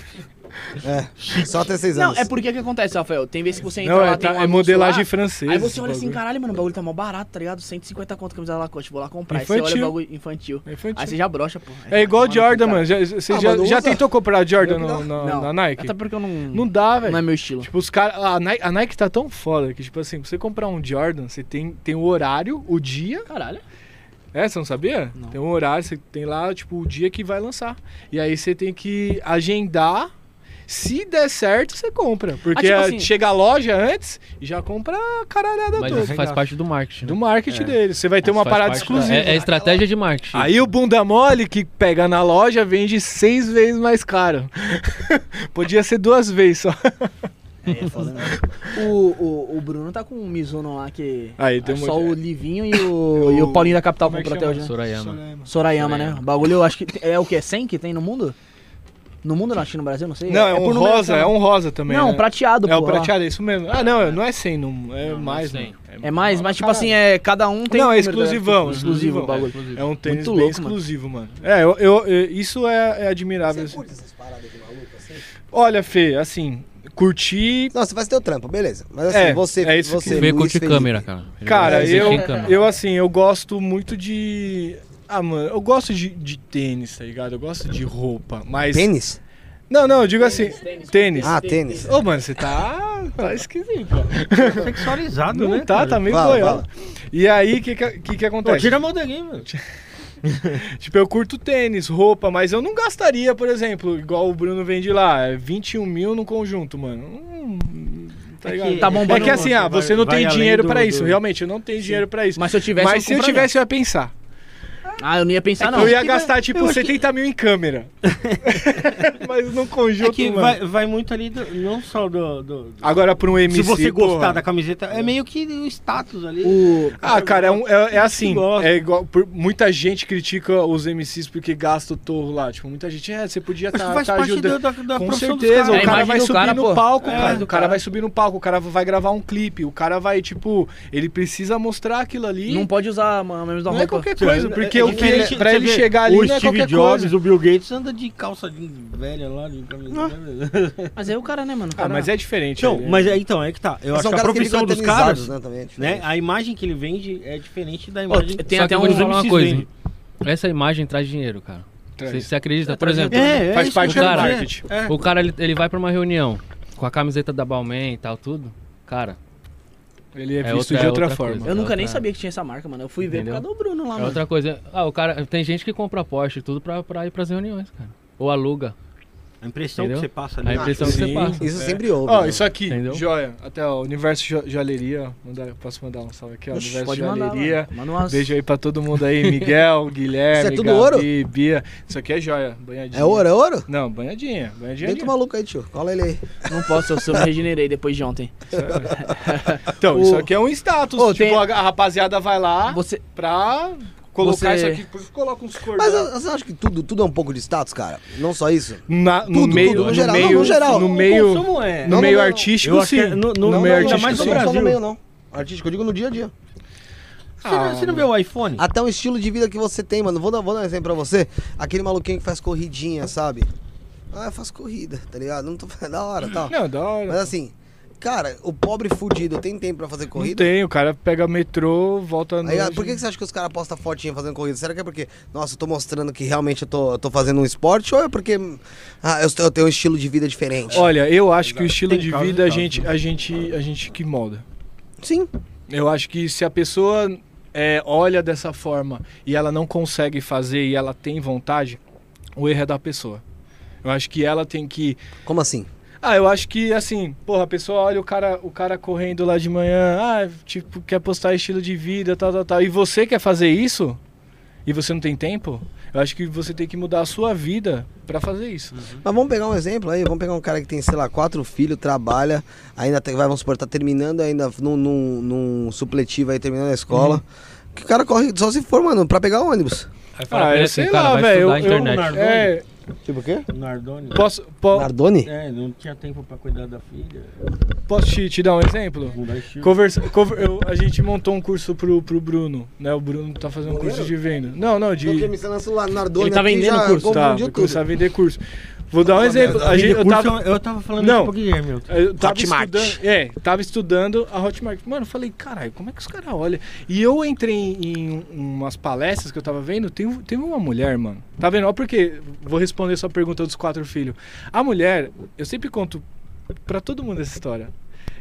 Speaker 2: É, só até seis
Speaker 1: Não,
Speaker 2: anos.
Speaker 1: é porque o que acontece, Rafael? Tem vezes que você entra
Speaker 5: não,
Speaker 1: lá,
Speaker 5: é,
Speaker 1: tem
Speaker 5: tá-
Speaker 1: um
Speaker 5: é
Speaker 1: anúncio
Speaker 5: modelagem
Speaker 1: lá,
Speaker 5: francesa.
Speaker 1: Aí você
Speaker 5: esse
Speaker 1: olha assim,
Speaker 5: bagulho.
Speaker 1: caralho, mano, o bagulho tá mó barato, tá ligado? 150 conto a camisa da Lacoste, vou lá comprar. Aí você olha
Speaker 5: Infantil.
Speaker 1: o bagulho infantil.
Speaker 5: É infantil.
Speaker 1: Aí você já brocha, pô.
Speaker 5: É igual o
Speaker 1: Mano,
Speaker 5: Jordan,
Speaker 1: cara.
Speaker 5: mano. Já, você
Speaker 2: Ah,
Speaker 5: já,
Speaker 2: mano,
Speaker 5: já
Speaker 2: usa.
Speaker 5: tentou comprar o Jordan no- no-
Speaker 1: Não.
Speaker 5: na Nike?
Speaker 1: Até porque eu não.
Speaker 5: Não dá, velho.
Speaker 1: não é meu estilo.
Speaker 5: Tipo, os caras. A, Ni- a Nike tá tão foda que, tipo assim, pra você comprar um Jordan, você tem, tem o horário, o dia.
Speaker 1: Caralho.
Speaker 5: É, você não sabia?
Speaker 1: Não.
Speaker 5: Tem um horário, você tem lá, tipo, o dia que vai lançar. E aí você tem que agendar. Se der certo, você compra. Porque
Speaker 1: tipo
Speaker 5: a-
Speaker 1: assim-
Speaker 5: chega a loja antes e já compra a caralhada
Speaker 6: Mas
Speaker 5: toda.
Speaker 6: isso faz parte do marketing.
Speaker 5: Do
Speaker 6: né?
Speaker 5: marketing dele. Você vai ter
Speaker 6: Isso
Speaker 5: uma
Speaker 6: faz
Speaker 5: parada
Speaker 6: parte da-
Speaker 5: exclusiva.
Speaker 6: É, é estratégia de marketing.
Speaker 5: Aí o bunda mole que pega na loja vende seis vezes mais caro. Podia ser duas vezes só.
Speaker 1: É, é foda, né? o, o, o Bruno tá com um Mizuno lá que. é
Speaker 5: Aí tem um
Speaker 1: só
Speaker 5: monte-
Speaker 1: o Livinho e o, e o Paulinho da Capital
Speaker 5: Como é que
Speaker 1: comprou até
Speaker 5: chama?
Speaker 1: hoje. né?
Speaker 6: Sorayama.
Speaker 1: Sorayama, né?
Speaker 6: Sorayama.
Speaker 1: O bagulho eu acho que. É o que? 100 que tem no mundo? No mundo, não, acho que no Brasil, não sei.
Speaker 5: Não, é, um
Speaker 1: por número,
Speaker 5: rosa,
Speaker 1: tá?
Speaker 5: é um rosa também.
Speaker 1: Não,
Speaker 5: né?
Speaker 1: prateado, pô.
Speaker 5: É o
Speaker 1: lá.
Speaker 5: prateado, é isso mesmo. Ah, não, não é 100, não, é
Speaker 6: Não, não
Speaker 5: mais,
Speaker 6: é
Speaker 5: né?
Speaker 6: 100.
Speaker 1: É mais, mas tipo assim, é cada um tem.
Speaker 5: Não,
Speaker 1: um
Speaker 5: é
Speaker 1: número, tá?
Speaker 5: exclusivão,
Speaker 1: Tipo, Exclusivo o
Speaker 5: exclusivão.
Speaker 1: bagulho.
Speaker 5: É um tênis
Speaker 1: Muito
Speaker 5: bem
Speaker 1: louco, mano.
Speaker 5: exclusivo, mano. É, eu, eu- eu- isso é, é admirável. assim.
Speaker 2: essas paradas de maluco assim?
Speaker 5: Olha, Fê, assim, curti.
Speaker 2: Não, você faz teu trampo, beleza. Mas assim,
Speaker 5: É,
Speaker 2: você...
Speaker 5: é isso que-
Speaker 2: você,
Speaker 6: Vê
Speaker 2: Luiz
Speaker 6: curte
Speaker 2: Felipe.
Speaker 6: câmera, cara. Ele
Speaker 5: Cara,
Speaker 6: gosta de
Speaker 5: eu,
Speaker 6: mexer em câmera.
Speaker 5: eu assim, eu gosto muito de. Ah, mano, eu gosto de, de tênis, tá ligado? Eu gosto de roupa, mas.
Speaker 2: Pênis?
Speaker 5: Não, não, eu digo assim, tênis.
Speaker 2: Ah, tênis.
Speaker 5: Ô, mano, você tá, tá esquisito.
Speaker 8: É Sexualizado,
Speaker 5: Não
Speaker 8: né?
Speaker 5: tá, tá meio
Speaker 2: Fala,
Speaker 5: boiola. E aí, o que, que, que que
Speaker 8: Pô,
Speaker 5: acontece?
Speaker 8: tira a mão daqui, mano.
Speaker 5: Tipo, eu curto tênis, roupa, mas eu não gastaria, por exemplo, igual o Bruno vende lá, é 21 mil no conjunto, mano. Hum, tá,
Speaker 8: É
Speaker 5: ligado?
Speaker 8: que-
Speaker 5: é
Speaker 8: tá
Speaker 5: que,
Speaker 8: bombando
Speaker 5: assim,
Speaker 8: muito,
Speaker 5: ah,
Speaker 8: vai-
Speaker 5: você não
Speaker 8: vai
Speaker 5: tem
Speaker 8: além
Speaker 5: dinheiro
Speaker 8: do-
Speaker 5: pra isso,
Speaker 8: do-
Speaker 5: realmente, eu não tenho dinheiro pra isso.
Speaker 1: Mas se eu tivesse,
Speaker 5: Mas se eu
Speaker 1: compraria.
Speaker 5: tivesse, eu ia pensar.
Speaker 1: Ah, eu não ia pensar, não.
Speaker 5: eu ia gastar, tipo,
Speaker 8: eu acho que-
Speaker 5: 70 mil em câmera. mas no
Speaker 8: É
Speaker 5: conjunto,
Speaker 8: que
Speaker 5: mano.
Speaker 8: vai, vai muito ali, do- não só do. do-
Speaker 5: Agora, pra um
Speaker 8: se
Speaker 5: MC,
Speaker 8: você
Speaker 5: porra.
Speaker 8: gostar da camiseta, é meio que o status ali.
Speaker 1: O...
Speaker 5: Ah, cara, é, um- é- é assim.
Speaker 8: gosta.
Speaker 5: É igual, por- muita gente critica os MCs porque gasta o torro lá. Tipo, muita gente, é, você podia
Speaker 8: Mas
Speaker 5: estar
Speaker 8: faz parte
Speaker 5: ajudando.
Speaker 8: da, da, da
Speaker 5: Com
Speaker 8: profissão dos
Speaker 5: certeza,
Speaker 8: caras.
Speaker 5: o
Speaker 8: É,
Speaker 5: cara
Speaker 8: imagina-
Speaker 5: vai
Speaker 1: o
Speaker 5: subir
Speaker 1: cara,
Speaker 5: no
Speaker 1: pô.
Speaker 5: palco,
Speaker 1: É,
Speaker 5: cara. O cara
Speaker 1: cara.
Speaker 5: vai subir no palco, o cara vai gravar um clipe, o cara vai, tipo, ele precisa mostrar aquilo ali.
Speaker 1: Não pode usar a mesma
Speaker 5: Não é
Speaker 1: roupa.
Speaker 5: qualquer coisa, porque
Speaker 8: é
Speaker 5: o que ele,
Speaker 8: diferente,
Speaker 5: pra
Speaker 8: você
Speaker 5: ele
Speaker 8: vê,
Speaker 5: chegar ali
Speaker 8: o
Speaker 5: não é
Speaker 8: Steve
Speaker 5: qualquer
Speaker 8: Jobs,
Speaker 5: coisa.
Speaker 8: o Bill Gates anda de calça de velha lá, de camisa velha.
Speaker 1: Mas é o cara, né, mano? O
Speaker 5: Ah,
Speaker 1: cara-
Speaker 5: mas é diferente.
Speaker 8: Então,
Speaker 5: né?
Speaker 8: Ah. mas é, então, é que tá. Eu acho
Speaker 2: São
Speaker 8: que a
Speaker 2: caras que ficam
Speaker 8: profissão dos
Speaker 2: eternizados,
Speaker 8: caras,
Speaker 2: né? Também é
Speaker 8: né?
Speaker 2: diferente.
Speaker 8: A imagem que ele vende é diferente da
Speaker 1: Ó,
Speaker 8: imagem.
Speaker 1: tem
Speaker 6: Só
Speaker 1: até
Speaker 6: que eu
Speaker 1: um...
Speaker 6: vou dizer uma
Speaker 8: MCs
Speaker 6: coisa.
Speaker 8: vendem.
Speaker 6: Essa imagem traz dinheiro, cara. Você,
Speaker 5: Traz.
Speaker 6: você acredita? Por
Speaker 1: Traz
Speaker 6: exemplo,
Speaker 8: É, é
Speaker 5: Faz
Speaker 8: isso
Speaker 5: é, parte
Speaker 8: é que eu
Speaker 6: do
Speaker 8: quero dizer.
Speaker 5: marketing.
Speaker 8: É.
Speaker 6: o cara ele, ele vai pra uma reunião com a camiseta da Balmain e tal, tudo. Cara,
Speaker 5: Ele é
Speaker 6: É
Speaker 5: visto
Speaker 6: outra-
Speaker 5: de
Speaker 6: é
Speaker 5: outra,
Speaker 6: outra
Speaker 5: forma.
Speaker 6: coisa.
Speaker 1: Eu nunca nem
Speaker 6: Cara.
Speaker 1: sabia que tinha essa marca, mano. Eu fui ver por
Speaker 6: Entendeu?
Speaker 1: causa do Bruno lá,
Speaker 6: é
Speaker 1: mano.
Speaker 6: outra coisa. Ah, o cara. Tem gente que compra Porsche e tudo pra, pra ir pras reuniões, cara. Ou aluga.
Speaker 8: A impressão
Speaker 6: Entendeu?
Speaker 8: que você passa
Speaker 6: A
Speaker 8: ali.
Speaker 6: impressão que
Speaker 5: sim.
Speaker 6: você passa.
Speaker 2: Isso sempre houve.
Speaker 5: Ó,
Speaker 2: né?
Speaker 5: isso aqui,
Speaker 6: Entendeu?
Speaker 5: joia. Até o Universo jo Joalheria, ó. Mandar- posso mandar um salve aqui, ó.
Speaker 1: Oxe,
Speaker 5: Universo
Speaker 1: pode mandar,
Speaker 5: Joalheria.
Speaker 1: mano. Manda umas...
Speaker 5: Beijo aí pra todo mundo aí, Miguel, Guilherme,
Speaker 2: Isso é tudo ouro?
Speaker 5: Gabi, Bia. Isso aqui é joia, banhadinha.
Speaker 2: É ouro, é ouro?
Speaker 5: Não, banhadinha, banhadinha.
Speaker 2: Deita o maluco aí, tio. Cola ele aí.
Speaker 1: Não posso, eu só me regenerei depois de ontem.
Speaker 5: Então,
Speaker 1: O-
Speaker 5: isso aqui é um status.
Speaker 1: Ô,
Speaker 5: tipo,
Speaker 1: tem-
Speaker 5: a a rapaziada vai
Speaker 2: Tá?
Speaker 5: lá
Speaker 1: Você...
Speaker 5: pra colocar
Speaker 1: Você-
Speaker 5: isso aqui. Por isso que coloca uns cordões.
Speaker 2: Mas ah, você acha que tudo, tudo é um pouco de status, cara? Não só isso?
Speaker 5: Na- no
Speaker 2: tudo,
Speaker 5: meio,
Speaker 2: tudo, no
Speaker 5: no
Speaker 2: geral, não,
Speaker 5: meio,
Speaker 2: no geral.
Speaker 5: no
Speaker 2: O
Speaker 5: meio,
Speaker 8: consumo é-
Speaker 5: no
Speaker 2: não,
Speaker 5: meio
Speaker 2: não, não.
Speaker 5: artístico,
Speaker 8: Eu acho
Speaker 5: sim.
Speaker 8: que é- no- no- não,
Speaker 5: meio
Speaker 8: ainda
Speaker 5: artístico,
Speaker 8: mais no
Speaker 5: sim.
Speaker 2: Não só
Speaker 8: Brasil.
Speaker 2: no meio, não. Artístico, eu digo no dia a dia.
Speaker 8: Você, não- você não vê o iPhone?
Speaker 2: Até um estilo de vida que você tem, mano. Vou dar, vou dar um exemplo pra você. Aquele maluquinho que faz corridinha, sabe? Ah, eu faço corrida, tá ligado? Não tô da hora, tal.
Speaker 5: Não, da hora.
Speaker 2: Mas assim, cara, o pobre fudido tem tempo pra fazer
Speaker 5: Não
Speaker 2: corrida?
Speaker 5: tem, o cara pega metrô, volta no...
Speaker 2: Aí, ah, por que, que você acha que os caras postam fotinha fazendo corrida? Será que é porque, nossa, eu tô mostrando que realmente eu tô, eu tô fazendo um esporte? Ou é porque ah, eu, eu tenho um estilo de vida diferente?
Speaker 5: Olha, eu acho que o estilo
Speaker 8: Tem
Speaker 5: de
Speaker 8: casos e
Speaker 5: vida a
Speaker 8: casos,
Speaker 5: gente, a gente, a gente que molda.
Speaker 2: Sim.
Speaker 5: Eu acho que se a pessoa é, olha dessa forma e ela não consegue fazer e ela tem vontade, o erro é da pessoa. Eu acho que ela tem que.
Speaker 2: Como assim?
Speaker 5: Ah, eu acho que assim, porra, a pessoa olha o cara, o cara correndo lá de manhã, ah, tipo, quer postar estilo de vida, tal, tal, tal. E você quer fazer isso? E você não tem tempo? Eu acho que você tem que mudar a sua vida pra fazer isso.
Speaker 6: Hum.
Speaker 2: Mas vamos pegar um exemplo aí, vamos pegar um cara que tem, sei lá, quatro filhos, trabalha, ainda tem, vai, vamos supor, tá terminando ainda num, num, num supletivo aí, terminando a escola.
Speaker 1: Uhum.
Speaker 2: Que o cara corre só se for, mano, pra pegar ônibus.
Speaker 6: Aí
Speaker 5: Ah,
Speaker 6: fala pra ele assim, cara, vai
Speaker 5: velho,
Speaker 6: estudar
Speaker 5: eu-
Speaker 6: internet.
Speaker 5: eu- é,
Speaker 2: Tipo o quê?
Speaker 8: Nardoni.
Speaker 5: posso, po-
Speaker 2: Nardoni?
Speaker 8: É, não tinha tempo pra cuidar da filha.
Speaker 5: posso te- te dar um exemplo?
Speaker 8: mudar estilo.
Speaker 5: Conversa, cover- eu- a gente montou um curso pro, pro Bruno, né? O Bruno tá fazendo um curso de venda. Não, não, de.
Speaker 2: Porque me lançou lá Nardoni
Speaker 1: Ele tá
Speaker 2: aqui,
Speaker 1: vendendo
Speaker 2: já
Speaker 1: curso,
Speaker 2: confundiu
Speaker 5: Tá, vai
Speaker 2: tudo. Tá,
Speaker 5: começar a vender curso. Vou dar um exemplo. A gente, eu
Speaker 8: Curso,
Speaker 5: tava,
Speaker 8: eu tava falando
Speaker 5: Não.
Speaker 8: isso pro Guilherme. eu-
Speaker 5: É, eu tava
Speaker 2: Hotmart.
Speaker 5: estudando. É, tava estudando a Hotmart. Mano, eu falei, caralho, como é que os caras olham? E eu entrei em um, umas palestras que eu tava vendo, tem, tem uma mulher, mano. Tá vendo? Ó, porque vou responder sua pergunta dos quatro filhos. A mulher, eu sempre conto pra todo mundo essa história.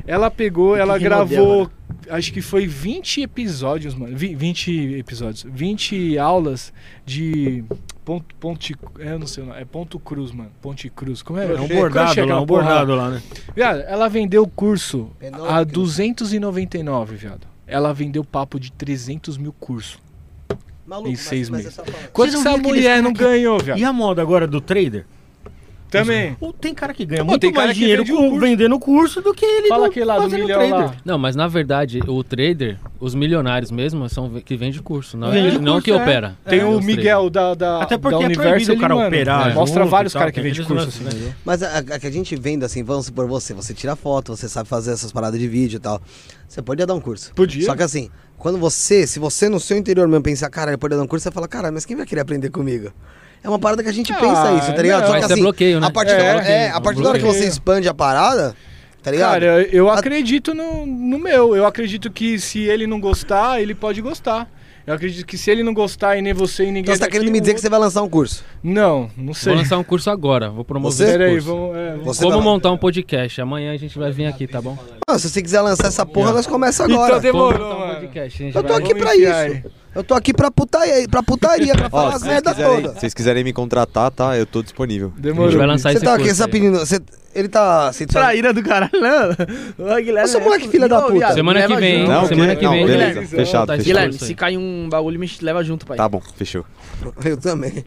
Speaker 5: Ela pegou, ela
Speaker 1: rimou
Speaker 5: gravou, acho que foi 20 episódios, mano. Vi- 20 episódios, 20 aulas de ponto, ponte, é, eu não sei, o nome, é ponto cruz, mano. Ponte cruz. Como é?
Speaker 8: É um bordado lá, um bordado lá, né?
Speaker 5: Viado, ela vendeu o curso a
Speaker 2: Penóquio.
Speaker 5: 299, viado. Ela vendeu papo de 300 mil cursos.
Speaker 2: Maluco,
Speaker 5: em seis meses.
Speaker 2: você tá falando.
Speaker 5: Quanto que
Speaker 8: não
Speaker 5: essa
Speaker 8: viu aqueles
Speaker 5: mulher
Speaker 8: cara
Speaker 5: não
Speaker 8: que-
Speaker 5: ganhou, viado?
Speaker 8: E a moda agora do trader?
Speaker 5: Também.
Speaker 8: Ou tem cara que ganha
Speaker 5: Pô,
Speaker 8: muito
Speaker 5: tem cara
Speaker 8: mais
Speaker 5: que
Speaker 8: dinheiro
Speaker 5: vende o
Speaker 8: com-
Speaker 5: curso.
Speaker 8: vendendo curso do que ele
Speaker 5: Fala
Speaker 8: do-
Speaker 5: aquele lá do
Speaker 8: fazendo
Speaker 5: milhão
Speaker 8: trader.
Speaker 5: lá.
Speaker 6: Não, mas na verdade, o trader, os milionários mesmo, são ve- que vende curso, não,
Speaker 8: Vende
Speaker 6: não
Speaker 8: curso,
Speaker 6: que
Speaker 8: é.
Speaker 6: opera.
Speaker 5: Tem
Speaker 6: Os
Speaker 5: o
Speaker 6: traders.
Speaker 5: Miguel da, da,
Speaker 8: Até porque
Speaker 5: da
Speaker 8: é
Speaker 5: Universo,
Speaker 8: proibido o
Speaker 5: ele,
Speaker 8: cara
Speaker 5: mano,
Speaker 8: operar. né?
Speaker 5: é, mostra
Speaker 8: junto
Speaker 5: vários
Speaker 8: e tal,
Speaker 5: caras que
Speaker 8: tá, tem
Speaker 5: vendem
Speaker 8: aqueles
Speaker 5: curso assim.
Speaker 8: lances, né?
Speaker 2: Mas a, a que a gente vendo, assim, vamos supor você, você tira foto, você sabe fazer essas paradas de vídeo e tal. Você podia dar um curso.
Speaker 5: Podia.
Speaker 2: Só que assim, quando você, se você no seu interior mesmo pensar, cara, ele podia dar um curso, você fala, cara, mas quem vai querer aprender comigo? É uma parada que a gente
Speaker 5: Ah,
Speaker 2: pensa isso, tá ligado?
Speaker 5: não,
Speaker 2: Só
Speaker 6: mas
Speaker 2: que
Speaker 6: isso é
Speaker 2: assim,
Speaker 6: bloqueio, né?
Speaker 2: a partir, da,
Speaker 5: É,
Speaker 2: hora- é,
Speaker 6: bloqueio.
Speaker 2: a partir da hora que você
Speaker 5: Bloqueio.
Speaker 2: expande a parada, tá ligado?
Speaker 5: Cara, eu- eu
Speaker 2: A-
Speaker 5: acredito no, no meu. Eu acredito que se ele não gostar, ele pode gostar. Eu acredito que se ele não gostar e nem você e ninguém.
Speaker 2: Então você tá
Speaker 5: daqui,
Speaker 2: querendo me dizer
Speaker 5: o
Speaker 2: que você vai lançar um curso.
Speaker 5: outro- Não, não sei.
Speaker 6: Vou lançar um curso agora, vou promover
Speaker 2: Você?
Speaker 6: esse
Speaker 5: Pera aí,
Speaker 6: curso.
Speaker 5: vamos. é, vamos-
Speaker 2: Você tá-
Speaker 6: Como
Speaker 2: vai-
Speaker 6: montar um podcast. Amanhã a gente vai vir aqui, tá bom?
Speaker 2: Ah, se você quiser lançar essa porra, nós começa agora.
Speaker 5: Então demorou,
Speaker 6: Como montar um
Speaker 5: mano.
Speaker 6: podcast. A gente
Speaker 2: Eu tô
Speaker 6: vai-
Speaker 2: aqui
Speaker 5: Vamos
Speaker 2: pra
Speaker 5: enfiar
Speaker 2: isso. Eu tô aqui pra putaria, pra, putaria, pra
Speaker 3: Ó,
Speaker 2: falar
Speaker 3: se
Speaker 2: as
Speaker 3: vocês
Speaker 2: merda
Speaker 3: quiserem,
Speaker 2: toda.
Speaker 3: se vocês quiserem me contratar, tá? Eu tô disponível.
Speaker 6: A gente
Speaker 5: Demorou.
Speaker 6: vai lançar
Speaker 2: Você
Speaker 6: esse
Speaker 2: tá aqui,
Speaker 6: curso.
Speaker 2: você tá
Speaker 6: aí.
Speaker 2: pedindo. você- ele tá. Você tá
Speaker 1: Traíra do caralho, não. Ô, Guilherme.
Speaker 2: Você é moleque filha da
Speaker 1: Ô,
Speaker 2: puta.
Speaker 1: viado,
Speaker 6: Semana
Speaker 1: me
Speaker 6: que
Speaker 1: leva
Speaker 6: vem, hein?
Speaker 1: junto.
Speaker 3: Não,
Speaker 6: Semana
Speaker 3: que-
Speaker 6: que
Speaker 3: não,
Speaker 6: vem.
Speaker 3: beleza,
Speaker 5: Beleza.
Speaker 3: fechado,
Speaker 6: Tá,
Speaker 3: fechado.
Speaker 1: Guilherme,
Speaker 6: Curso aí.
Speaker 1: se cair um bagulho, me leva junto, pai.
Speaker 3: Tá bom, fechou.
Speaker 2: Eu também.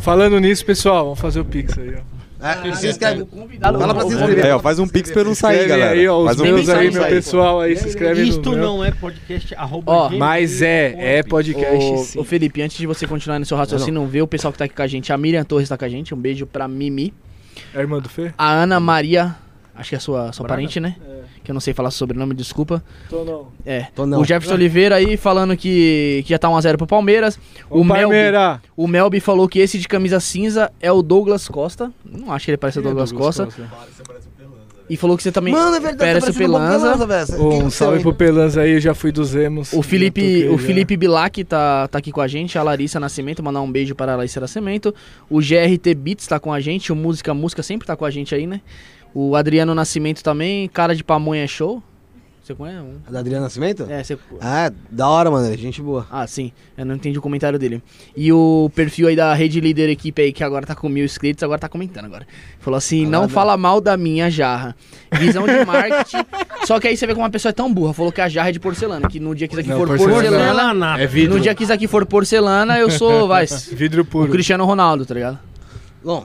Speaker 5: Falando nisso, pessoal, vamos fazer o Pix aí, ó.
Speaker 2: É, se inscreve.
Speaker 1: Convidado.
Speaker 2: Fala pra se inscrever.
Speaker 3: Aí, ó, faz um pix pra eu não sair,
Speaker 5: Escreve
Speaker 3: galera.
Speaker 5: aí, ó, os
Speaker 3: faz um
Speaker 5: meus
Speaker 3: pix pra eu
Speaker 5: aí,
Speaker 3: não
Speaker 5: meu
Speaker 3: sair.
Speaker 5: pessoal aí, se inscreve no
Speaker 8: Isto
Speaker 5: meu.
Speaker 8: não é podcast, arroba
Speaker 1: Ó,
Speaker 8: gmail.
Speaker 5: Mas é, é podcast
Speaker 1: Ô,
Speaker 5: sim.
Speaker 1: ô, Felipe, antes de você continuar no seu raciocínio, não vê o pessoal que tá aqui com a gente. A Miriam Torres tá com a gente. Um beijo pra Mimi.
Speaker 5: É a irmã do Fê?
Speaker 1: A Ana Maria, acho que é sua, sua parente, né?
Speaker 2: É.
Speaker 1: Que eu não sei falar seu sobrenome, desculpa.
Speaker 5: Tô não.
Speaker 1: É.
Speaker 2: Tô não.
Speaker 1: O Jefferson Oliveira aí falando que, que já tá 1x0 pro Palmeiras. O
Speaker 5: O
Speaker 1: Melbi,
Speaker 5: Palmeira.
Speaker 1: o Melbi falou que esse de camisa cinza é o Douglas Costa. Não acho que ele parece o é Douglas, Costa. E falou que você também
Speaker 2: Mano, é verdade,
Speaker 1: parece o
Speaker 2: parecendo uma
Speaker 1: Pelanza.
Speaker 2: velho. O que
Speaker 5: Um
Speaker 2: aconteceu,
Speaker 5: salve
Speaker 2: hein?
Speaker 5: pro Pelans aí, eu já fui dos Emos.
Speaker 1: O Felipe,
Speaker 5: Já
Speaker 1: o
Speaker 5: toquei,
Speaker 1: Felipe Bilac tá, tá aqui com a gente, a Larissa Nascimento, mandar um beijo para a Larissa Nascimento. O GRT Beats tá com a gente, o Música Música sempre tá com a gente aí, né? O Adriano Nascimento também, cara de pamonha show. Você conhece? Um-
Speaker 2: A Da Adriana Nascimento?
Speaker 1: É, você...
Speaker 2: Ah, da hora, mano. ele é Gente boa.
Speaker 1: Ah, sim, eu não entendi o comentário dele. E o perfil aí da Rede Líder Equipe aí, que agora tá com mil inscritos, agora tá comentando agora. Falou assim, não fala mal da minha jarra. Visão de marketing. Só que aí você vê como uma pessoa é tão burra. Falou que a jarra é de porcelana, que no dia que isso aqui
Speaker 5: Não,
Speaker 1: for
Speaker 5: porcelana.
Speaker 1: porcelana
Speaker 8: Porcelana.
Speaker 5: ó. É
Speaker 1: no
Speaker 5: vidro.
Speaker 1: dia que isso aqui for porcelana, eu sou, vai, s-
Speaker 5: Vidro
Speaker 1: o
Speaker 5: puro.
Speaker 1: Cristiano Ronaldo, tá ligado?
Speaker 2: Bom,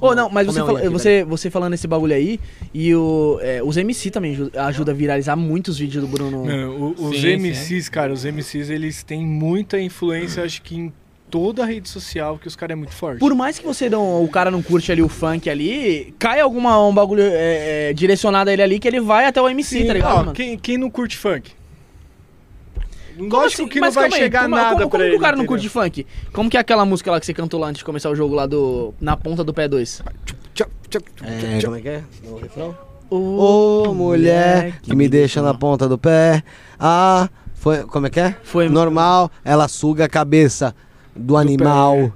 Speaker 1: Ô, não, mas você,
Speaker 2: Como é
Speaker 1: fala-
Speaker 2: unha aqui,
Speaker 1: você, você falando esse bagulho aí, e o, é, os MC também ju- ajuda a viralizar muitos vídeos do Bruno.
Speaker 5: Mano, o- os
Speaker 6: Sim,
Speaker 5: MCs, cara, os MCs, eles têm muita influência, acho que em toda a rede social, que os caras é muito forte.
Speaker 1: Por mais que você não, o cara não curte ali o funk ali, cai alguma um bagulho é, é, direcionado a ele ali que ele vai até o MC,
Speaker 5: Sim,
Speaker 1: tá ligado,
Speaker 5: ó,
Speaker 1: mano?
Speaker 5: quem, quem não curte funk?
Speaker 1: Como
Speaker 5: Lógico
Speaker 1: assim?
Speaker 5: que não
Speaker 1: Mas
Speaker 5: vai
Speaker 1: calma aí,
Speaker 5: chegar
Speaker 1: como-
Speaker 5: nada
Speaker 1: como,
Speaker 5: pra
Speaker 1: como
Speaker 5: ele.
Speaker 1: que o cara não
Speaker 5: entendeu?
Speaker 1: curte funk? Como que é aquela música lá que você cantou lá antes de começar o jogo lá do Na Ponta do Pé 2?
Speaker 2: é, como é que é? O refrão?
Speaker 1: Ô,
Speaker 2: Ô, mulher que me deixa na ponta do pé. Ah, foi. Como é que é?
Speaker 1: Foi-
Speaker 2: Normal, ela suga a cabeça do animal.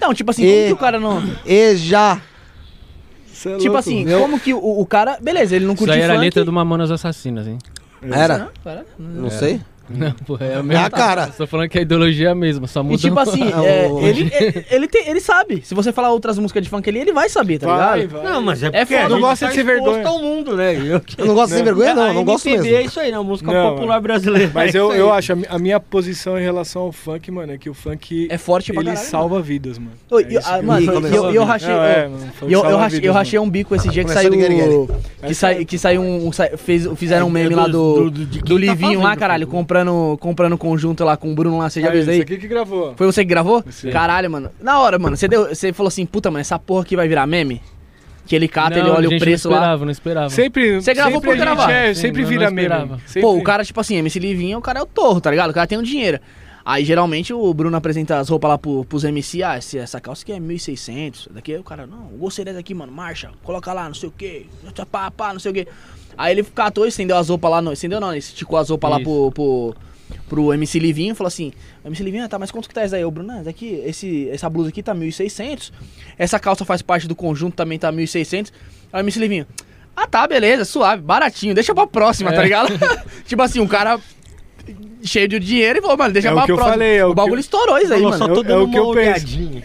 Speaker 1: Não, tipo assim,
Speaker 2: E-
Speaker 1: como que o cara não...
Speaker 2: E já.
Speaker 5: Cê é
Speaker 1: Tipo
Speaker 5: louco.
Speaker 1: assim, como que o, o cara. Beleza, ele não
Speaker 6: Isso
Speaker 1: curte
Speaker 6: aí era a
Speaker 1: funk.
Speaker 6: letra do Mamonas Assassinas, hein?
Speaker 2: Era?
Speaker 1: Cara,
Speaker 2: Não sei.
Speaker 6: Não, pô, é a
Speaker 2: É
Speaker 6: mesma.
Speaker 2: a cara.
Speaker 6: Tô falando que a ideologia é a mesma, só
Speaker 1: E
Speaker 6: muda.
Speaker 1: tipo assim,
Speaker 2: Ah,
Speaker 1: é,
Speaker 2: o-
Speaker 1: ele, ele, ele tem- ele sabe. Se você falar outras músicas de funk ali, ele vai saber, tá
Speaker 5: Vai,
Speaker 1: ligado?
Speaker 5: vai.
Speaker 8: Não, mas é
Speaker 1: É
Speaker 8: porque
Speaker 1: foda,
Speaker 8: a
Speaker 1: não
Speaker 8: gente
Speaker 5: gosta de ser
Speaker 8: exposto
Speaker 5: vergonha.
Speaker 8: ao mundo, né? Eu,
Speaker 2: Eu não Ah, gosto de sem vergonha, não.
Speaker 8: A
Speaker 2: Eu não gosto
Speaker 8: MPB é
Speaker 2: mesmo.
Speaker 8: isso aí, não. Música
Speaker 5: Não,
Speaker 8: popular brasileira.
Speaker 5: Mas
Speaker 8: é
Speaker 5: eu,
Speaker 8: isso aí.
Speaker 5: eu acho, a mi- a minha posição em relação ao funk, mano, é que o funk,
Speaker 1: É forte pra
Speaker 5: ele
Speaker 1: caralho.
Speaker 5: salva vidas, mano.
Speaker 1: Ô,
Speaker 5: É
Speaker 1: e-
Speaker 5: isso
Speaker 1: ah,
Speaker 5: que-
Speaker 1: mano,
Speaker 2: Ih,
Speaker 1: eu-
Speaker 2: começou.
Speaker 1: eu, eu rachei.
Speaker 5: Não, é,
Speaker 1: eu-
Speaker 5: mano, funk
Speaker 1: Eu, eu,
Speaker 5: salva
Speaker 1: rachei,
Speaker 5: vidas,
Speaker 1: eu
Speaker 5: mano.
Speaker 1: rachei um bico esse dia que
Speaker 2: Começou
Speaker 1: saiu.
Speaker 2: ninguém,
Speaker 1: Que, sai, que saiu um. sai- fez, fizeram um meme lá do.
Speaker 8: do, de quem
Speaker 1: Do
Speaker 8: tá
Speaker 1: Livinho lá,
Speaker 8: fazendo,
Speaker 1: caralho,
Speaker 8: pô.
Speaker 1: comprando, comprando conjunto lá com o Bruno lá, você já
Speaker 5: Aí,
Speaker 1: viu isso
Speaker 5: esse
Speaker 1: aí?
Speaker 5: É, aqui que gravou.
Speaker 1: Foi você que gravou?
Speaker 5: Sim.
Speaker 1: Caralho, mano. Na hora, mano, você, deu, você falou assim, puta, mano, essa porra aqui vai virar meme? Que ele cata, ele
Speaker 6: Não,
Speaker 1: olha
Speaker 6: gente,
Speaker 1: o preço
Speaker 6: não
Speaker 1: lá.
Speaker 6: esperava, não esperava.
Speaker 5: Sempre,
Speaker 1: Você gravou
Speaker 5: sempre
Speaker 1: por
Speaker 5: a gente
Speaker 1: gravar.
Speaker 5: É,
Speaker 6: Sim,
Speaker 5: sempre
Speaker 6: não- não
Speaker 5: vira meme.
Speaker 6: esperava.
Speaker 5: Sempre.
Speaker 1: Pô, o cara, tipo assim, MC Livinho, o cara é o torro, tá ligado? O cara tem o dinheiro. Aí, geralmente, o Bruno apresenta as roupas lá pro, pros MC, ah, esse- essa calça aqui é 1.600, essa daqui o cara, não, eu gostei dessa aqui, mano, marcha, coloca lá, não sei o quê, pá, pá, não sei o quê. Aí ele catou, estendeu as roupas lá, não, estendeu não, ele esticou as roupas lá
Speaker 6: Isso.
Speaker 1: pro, pro, pro MC Livinho, falou assim, MC Livinho, ah, tá, mas quanto que tá isso daí? Ô, Bruno, ah, essa aqui, esse, essa blusa aqui tá 1.600, essa calça faz parte do conjunto, também tá 1.600. Aí o MC Livinho, ah, tá, beleza, suave, baratinho, deixa pra próxima, tá ligado? tipo assim, um cara cheio de dinheiro e falou, mano, deixa
Speaker 5: É o
Speaker 1: pra
Speaker 5: que eu
Speaker 1: próxima.
Speaker 5: falei, é o
Speaker 1: o bagulho
Speaker 5: que eu-
Speaker 1: estourou isso aí, mano.
Speaker 8: Falou, só tô
Speaker 5: eu- é
Speaker 8: dando
Speaker 5: o que eu
Speaker 8: uma
Speaker 5: penso.
Speaker 8: olhadinha.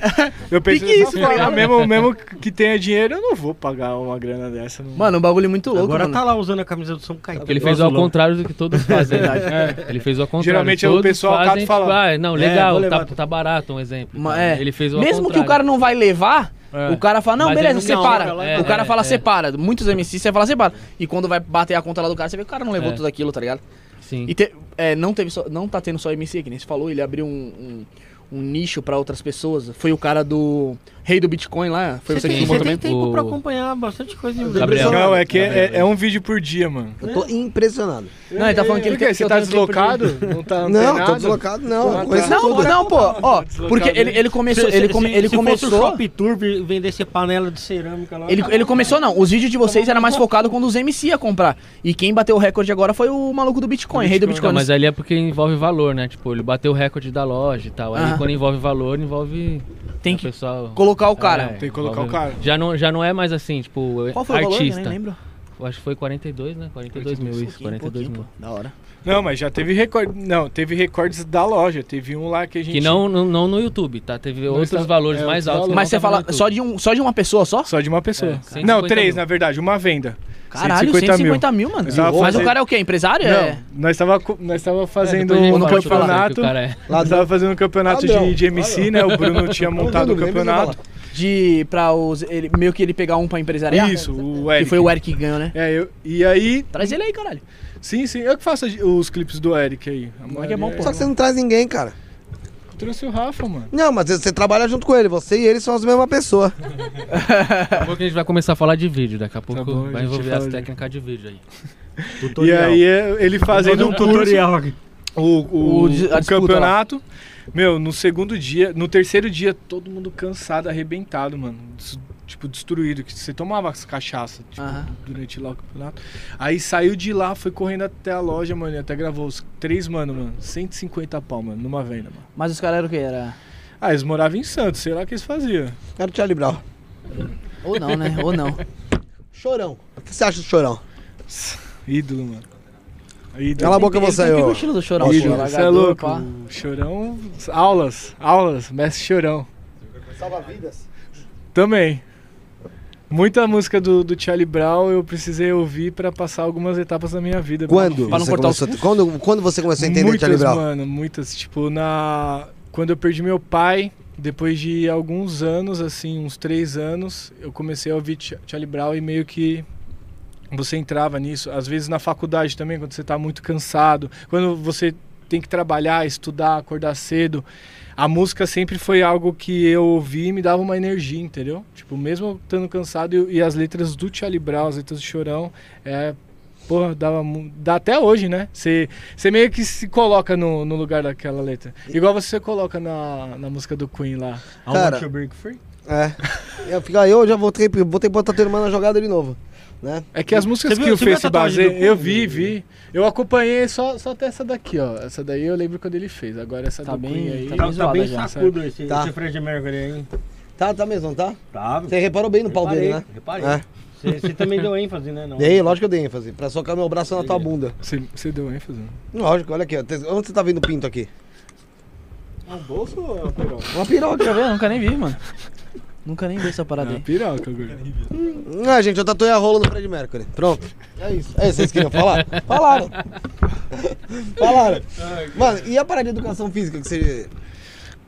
Speaker 5: Eu penso
Speaker 1: que
Speaker 5: dessa
Speaker 1: isso,
Speaker 5: forma,
Speaker 1: cara?
Speaker 5: mesmo, mesmo que tenha dinheiro, eu não vou pagar uma grana dessa. Não.
Speaker 1: Mano, um bagulho muito louco,
Speaker 8: Agora
Speaker 1: mano.
Speaker 8: tá lá usando a camisa do São Caetano.
Speaker 6: Porque ele fez ao contrário do que todos fazem. É, ele fez ao contrário.
Speaker 5: Geralmente é o
Speaker 6: todos
Speaker 5: pessoal acaba
Speaker 6: fazem, tipo,
Speaker 5: falando.
Speaker 6: Ah, não,
Speaker 8: É,
Speaker 6: legal,
Speaker 8: vou levar.
Speaker 6: tá, tá barato, um exemplo.
Speaker 1: Ma-
Speaker 6: tá?
Speaker 1: é.
Speaker 6: Ele fez o ao
Speaker 1: Mesmo que o
Speaker 6: contrário.
Speaker 1: cara não vai levar,
Speaker 6: É.
Speaker 1: o cara fala, não,
Speaker 6: Mas
Speaker 1: beleza,
Speaker 6: ele não
Speaker 1: separa.
Speaker 6: quer hora lá,
Speaker 1: o
Speaker 6: é,
Speaker 1: cara fala,
Speaker 6: é.
Speaker 1: separa. Muitos MCs, você fala, separa. E quando vai bater a conta lá do cara, você vê que o cara não levou
Speaker 6: É.
Speaker 1: tudo aquilo, tá ligado?
Speaker 6: Sim.
Speaker 1: E te- é, não, teve só- não tá tendo só MC, que nem você falou, ele abriu um, um, um nicho pra outras pessoas? Foi o cara do rei do Bitcoin lá? Foi você,
Speaker 8: tem,
Speaker 1: que filmou
Speaker 8: você tem
Speaker 1: também?
Speaker 8: tempo pra
Speaker 6: O-
Speaker 8: acompanhar bastante coisa. em- né?
Speaker 6: Gabriel.
Speaker 5: Não, é que é, é- é um vídeo por dia, mano.
Speaker 2: Eu tô impressionado.
Speaker 1: Não, ele tá falando que ele
Speaker 5: Por quê?
Speaker 1: quer-
Speaker 5: Você
Speaker 1: que
Speaker 5: tá
Speaker 1: eu tenho tempo
Speaker 5: deslocado? Não tá não tem
Speaker 2: Não,
Speaker 5: nada?
Speaker 2: tô deslocado, não.
Speaker 5: Ah,
Speaker 2: Eu conheço
Speaker 5: tá.
Speaker 1: Não,
Speaker 2: tudo.
Speaker 1: não, pô, ó,
Speaker 5: Deslocado,
Speaker 1: porque
Speaker 6: né?
Speaker 1: ele,
Speaker 5: hein?
Speaker 1: ele começou, ele, come- ele
Speaker 8: se
Speaker 1: começou...
Speaker 8: fosse o Shop Tour vi- vendesse panela de cerâmica lá.
Speaker 1: Ele, ele começou, não. Os vídeos de vocês era mais focado quando os MC ia comprar. E quem bateu o recorde agora foi o maluco do Bitcoin, rei do Bitcoin.
Speaker 6: Não, mas ali é porque envolve valor, né? Tipo, ele bateu o recorde da loja e tal. Aí
Speaker 1: Aham.
Speaker 6: quando envolve valor, envolve
Speaker 1: Tem
Speaker 6: o
Speaker 1: que
Speaker 6: pessoal.
Speaker 1: colocar o cara.
Speaker 6: É,
Speaker 5: Tem que colocar o cara.
Speaker 6: Já não, já não é mais assim, tipo,
Speaker 1: Qual foi o valor?
Speaker 6: artista.
Speaker 1: Eu nem lembro.
Speaker 6: Eu acho que foi 42, né? 42 mil, isso. 42 mil.
Speaker 1: Da hora.
Speaker 5: Não, mas já teve recorde. Não, teve recordes da loja. Teve um lá que a gente.
Speaker 6: Que não, não, não no YouTube, tá? Teve outros
Speaker 5: está-
Speaker 6: valores
Speaker 5: é,
Speaker 6: mais
Speaker 5: outros
Speaker 6: altos. que
Speaker 1: Mas
Speaker 6: não
Speaker 1: você
Speaker 6: tava no
Speaker 1: fala
Speaker 6: YouTube.
Speaker 1: só de, um, só de uma pessoa só?
Speaker 5: Só de uma pessoa.
Speaker 6: É,
Speaker 5: não,
Speaker 6: 150
Speaker 5: três,
Speaker 6: mil.
Speaker 5: na verdade, uma venda.
Speaker 1: Caralho,
Speaker 5: 150 mil.
Speaker 1: 150 mil, mano.
Speaker 5: Eu tava
Speaker 1: Mas o
Speaker 5: fazendo-
Speaker 1: cara é o quê? Empresário? É.
Speaker 5: Não, nós tava, co- nós tava
Speaker 6: É, depois
Speaker 5: fazendo
Speaker 6: a gente
Speaker 5: um
Speaker 6: fala sobre o que o
Speaker 5: campeonato.
Speaker 6: cara é.
Speaker 5: Nós tava fazendo um campeonato
Speaker 2: Ladrão.
Speaker 5: de, de MC, né? O Bruno tinha montado o
Speaker 2: Lembra de
Speaker 5: campeonato.
Speaker 1: De. pra os. Ele, meio que ele pegar um pra empresariar?
Speaker 5: Isso, o
Speaker 1: Que
Speaker 5: Eric.
Speaker 1: foi o Eric que ganhou, né?
Speaker 5: É, eu, e aí,
Speaker 1: Traz ele aí, caralho.
Speaker 5: sim, sim, eu que faço os clipes do Eric aí. A
Speaker 1: Moleque é
Speaker 5: maioria
Speaker 1: bom, pô.
Speaker 2: Só que você não traz ninguém, cara.
Speaker 5: Trouxe o Rafa, mano.
Speaker 2: Não, mas você trabalha junto com ele. Você e ele são as mesma pessoa.
Speaker 6: Daqui a pouco a gente vai começar a falar de vídeo, daqui a pouco
Speaker 5: bom, a
Speaker 6: vai
Speaker 5: gente
Speaker 6: envolver
Speaker 5: fala
Speaker 6: as
Speaker 5: de-
Speaker 6: técnicas de vídeo aí.
Speaker 5: E
Speaker 8: Tutorial.
Speaker 5: aí é, ele fazendo um tutorial.
Speaker 8: aqui.
Speaker 5: O, o,
Speaker 1: O dis- a
Speaker 5: o
Speaker 1: disputa
Speaker 5: campeonato. Meu, no segundo dia, no terceiro dia, todo mundo cansado, arrebentado, mano. Des- tipo, destruído. Que você tomava as cachaças tipo,
Speaker 1: Aham.
Speaker 5: durante lá o campeonato. Aí saiu de lá, foi correndo até a loja, mano. E até gravou os três, mano, mano. 150 pau, mano, numa venda, mano.
Speaker 1: Mas os caras eram o quê? Era.
Speaker 5: Ah, eles moravam em Santos, sei lá o que eles faziam.
Speaker 2: Quero te livrar.
Speaker 1: Ou não, né? Ou não.
Speaker 2: Chorão. O que você acha do chorão?
Speaker 5: Ídolo, mano. Ídolo.
Speaker 2: Cala a boca
Speaker 1: Ele- ele
Speaker 2: você,
Speaker 1: tem
Speaker 2: ô.
Speaker 1: o estilo do chorão,
Speaker 5: Ídolo,
Speaker 1: pô,
Speaker 5: cê é
Speaker 1: alagador,
Speaker 5: louco.
Speaker 1: pá.
Speaker 5: O Chorão. Aulas, aulas, mestre chorão.
Speaker 2: Salva vidas.
Speaker 5: Também. Muita música do, do Charlie Brown eu precisei ouvir pra passar algumas etapas da minha vida.
Speaker 2: Quando?
Speaker 1: Pra não
Speaker 2: você
Speaker 1: cortar os
Speaker 2: começou- quando, quando você começou a entender o
Speaker 5: muitas,
Speaker 2: Charlie Brown?
Speaker 5: mano, muitas. Tipo, na... quando eu perdi meu pai, depois de alguns anos, assim, uns três anos, eu comecei a ouvir Ch- Charlie Brown e meio que você entrava nisso. Às vezes na faculdade também, quando você tá muito cansado, quando você tem que trabalhar, estudar, acordar cedo. A música sempre foi algo que eu ouvi e me dava uma energia, entendeu? Tipo, mesmo eu estando cansado e, e as letras do Charlie Brown, as letras do Chorão, é. Porra, dava. mu- Dá até hoje, né? Você você meio que se coloca no, no lugar daquela letra. Igual você coloca na, na música do Queen lá. I want
Speaker 2: Cara.
Speaker 5: you break free.
Speaker 8: Tá,
Speaker 2: É. Eu, fico, aí eu já voltei, voltei pra tatuar na jogada de novo. Né?
Speaker 5: É que as músicas
Speaker 8: Você
Speaker 5: que
Speaker 8: viu-
Speaker 5: o
Speaker 8: você viu a
Speaker 5: Fê se
Speaker 8: tatuagem
Speaker 5: baseia.
Speaker 8: do Queen?
Speaker 5: Eu vi, vi. Eu acompanhei só, só até essa daqui, ó. Essa daí eu lembro quando ele fez. Agora essa
Speaker 1: Tá
Speaker 5: do
Speaker 1: bem-
Speaker 5: Queen aí.
Speaker 1: tá
Speaker 8: Tá, tá bem
Speaker 1: Zoada já,
Speaker 8: sacudo esse,
Speaker 2: Tá.
Speaker 8: esse Fred Mercury aí, hein?
Speaker 2: Tá, tá mesmo, não tá?
Speaker 8: Tá,
Speaker 2: Você reparou bem no pau dele, né?
Speaker 8: Reparei.
Speaker 2: É.
Speaker 8: Você você também deu ênfase, né? Não.
Speaker 2: Dei, lógico que eu dei ênfase. Pra socar meu braço na tua bunda.
Speaker 5: Você, você deu ênfase? né?
Speaker 2: Lógico, olha aqui, ó. Te- Onde você tá vendo o pinto aqui?
Speaker 5: É um bolso ou é uma piroca?
Speaker 2: Uma piroca.
Speaker 1: Deixa eu ver, eu nunca nem vi, mano. Nunca nem vi essa
Speaker 5: É
Speaker 8: Tá
Speaker 1: parada
Speaker 5: uma
Speaker 1: aí.
Speaker 5: piroca, agora.
Speaker 2: Ah, gente, eu tatuei a rola no Fred Mercury. Pronto. É isso. É isso, vocês queriam falar? Falaram. Falaram. Mano, e a parada de educação física que você.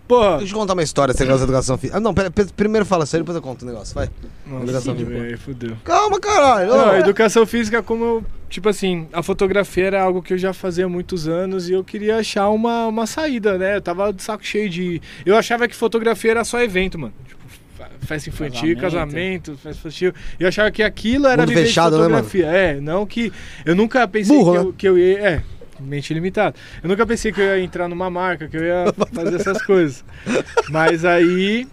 Speaker 5: Porra!
Speaker 2: Deixa eu contar uma história, você gosta de educação física. Ah, não, pera, pe- primeiro fala sério, depois eu conto o negócio, vai.
Speaker 5: Nossa,
Speaker 2: Obrigação de
Speaker 5: velho, fudeu.
Speaker 2: Calma, caralho.
Speaker 5: Não, a
Speaker 2: Ô,
Speaker 5: educação física, como eu. Tipo assim, a fotografia era algo que eu já fazia há muitos anos e eu queria achar uma, uma saída, né? Eu tava de saco cheio de. Eu achava que fotografia era só evento, mano. Tipo, fa- festa infantil, casamento, festa infantil. Eu achava que aquilo era
Speaker 2: Mundo
Speaker 5: viver
Speaker 2: fechado,
Speaker 5: de
Speaker 2: né, mano?
Speaker 5: fotografia. É, não que. Eu nunca pensei
Speaker 2: Burro,
Speaker 5: que,
Speaker 2: né?
Speaker 5: eu, que eu ia. É, mente limitada. Eu nunca pensei que eu ia entrar numa marca, que eu ia fazer essas coisas. Mas aí.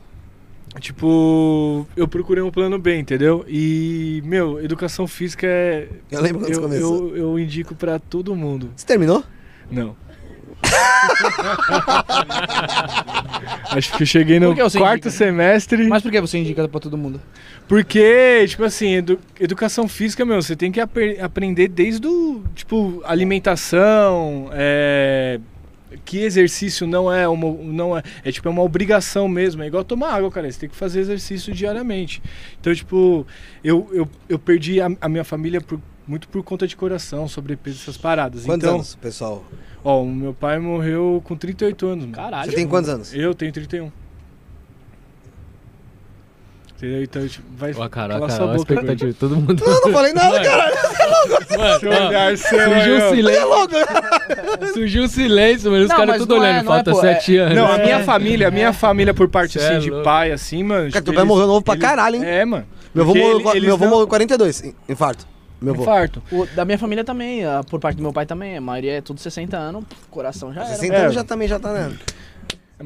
Speaker 5: Tipo, eu procurei um plano B, entendeu? E, meu, educação física é.
Speaker 2: Eu lembro quando você
Speaker 5: eu,
Speaker 2: começou.
Speaker 5: eu, eu indico pra todo mundo.
Speaker 2: Você terminou?
Speaker 5: Não. Acho que eu cheguei no
Speaker 1: Por que você
Speaker 5: quarto
Speaker 1: indica?
Speaker 5: semestre.
Speaker 1: Mas por que você indica pra todo mundo?
Speaker 5: Porque, tipo assim, edu- educação física, meu, você tem que aper- aprender desde o. Tipo, alimentação, é, Que exercício não é uma. Não é, é tipo, é uma obrigação mesmo. É igual tomar água, cara. Você tem que fazer exercício diariamente. Então, tipo, eu, eu, eu perdi a, a minha família por- muito por conta de coração, sobrepeso, essas paradas.
Speaker 2: Quantos
Speaker 5: então,
Speaker 2: anos, pessoal?
Speaker 5: ó, o meu pai morreu com 38 anos, mano.
Speaker 6: Caralho.
Speaker 2: Você tem quantos anos?
Speaker 5: Eu tenho 31. Entendeu? Então, tipo, vai
Speaker 6: Ó, a Carol,
Speaker 5: cala
Speaker 6: a
Speaker 5: sua
Speaker 6: Carol, a
Speaker 5: boca,
Speaker 6: expectativa de todo mundo.
Speaker 2: Eu não falei nada,
Speaker 6: Vai.
Speaker 2: caralho. Você é
Speaker 5: Seu olhar, seu
Speaker 6: Surgiu um
Speaker 5: olhar.
Speaker 2: Ele é
Speaker 6: silêncio,
Speaker 2: louco.
Speaker 6: surgiu um silêncio, mano. Os
Speaker 1: Não,
Speaker 6: caras
Speaker 1: mas
Speaker 6: tudo
Speaker 1: não é,
Speaker 6: olhando,
Speaker 1: não é,
Speaker 6: falta
Speaker 1: pô,
Speaker 6: sete anos. É.
Speaker 5: Não, a minha família, a minha família por parte
Speaker 6: Cê é
Speaker 5: assim de
Speaker 6: louco.
Speaker 5: pai, assim, mano.
Speaker 2: Cara, tu
Speaker 5: eles-
Speaker 2: vai morrer novo pra
Speaker 5: eles-
Speaker 2: caralho, hein?
Speaker 5: É, mano.
Speaker 2: Meu avô
Speaker 5: Porque
Speaker 2: morreu
Speaker 5: ele-
Speaker 2: qua-
Speaker 5: eles
Speaker 2: meu avô
Speaker 5: não-
Speaker 2: morreu com 42, in- infarto. Meu avô.
Speaker 5: Infarto.
Speaker 1: O- da minha família também, a- por parte do meu pai também. A maioria é tudo 60 anos, pô, coração já era.
Speaker 2: 60
Speaker 5: É.
Speaker 2: anos já também já tá, né?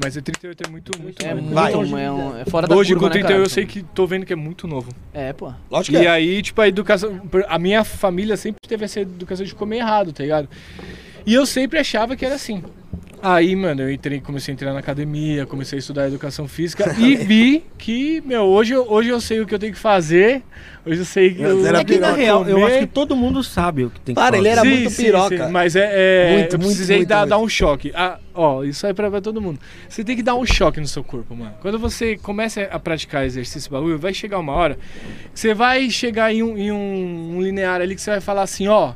Speaker 5: Mas o 38 é muito, muito.
Speaker 1: É
Speaker 5: novo.
Speaker 1: muito,
Speaker 2: Vai.
Speaker 1: é, um- é fora da
Speaker 5: Hoje
Speaker 1: curva,
Speaker 5: com 38
Speaker 1: né,
Speaker 5: eu sei que tô vendo que é muito novo.
Speaker 1: É, pô.
Speaker 2: Lógico que
Speaker 5: E
Speaker 2: é.
Speaker 5: aí, tipo, a educação. A minha família sempre teve essa educação de comer errado, tá ligado? E eu sempre achava que era assim. Aí, mano, eu entrei, comecei a entrar na academia, comecei a estudar educação física e vi que, meu, hoje, eu- hoje eu sei o que eu tenho que fazer. Hoje eu sei que. Eu,
Speaker 2: Mas era
Speaker 8: É que na
Speaker 2: piroca.
Speaker 8: real, eu acho que
Speaker 5: Comer.
Speaker 8: todo mundo sabe o que tem que
Speaker 2: Para,
Speaker 8: fazer.
Speaker 2: ele era é muito piroca.
Speaker 5: mas é. é
Speaker 2: Muito,
Speaker 5: eu
Speaker 2: muito,
Speaker 5: precisei
Speaker 2: muito,
Speaker 5: dar,
Speaker 2: muito.
Speaker 5: dar um choque. Ah, ó, isso é pra, pra todo mundo. Você tem que dar um choque no seu corpo, mano. Quando você começa a praticar exercício bagulho, vai chegar uma hora que você vai chegar em um, em um- um linear ali que você vai falar assim, ó.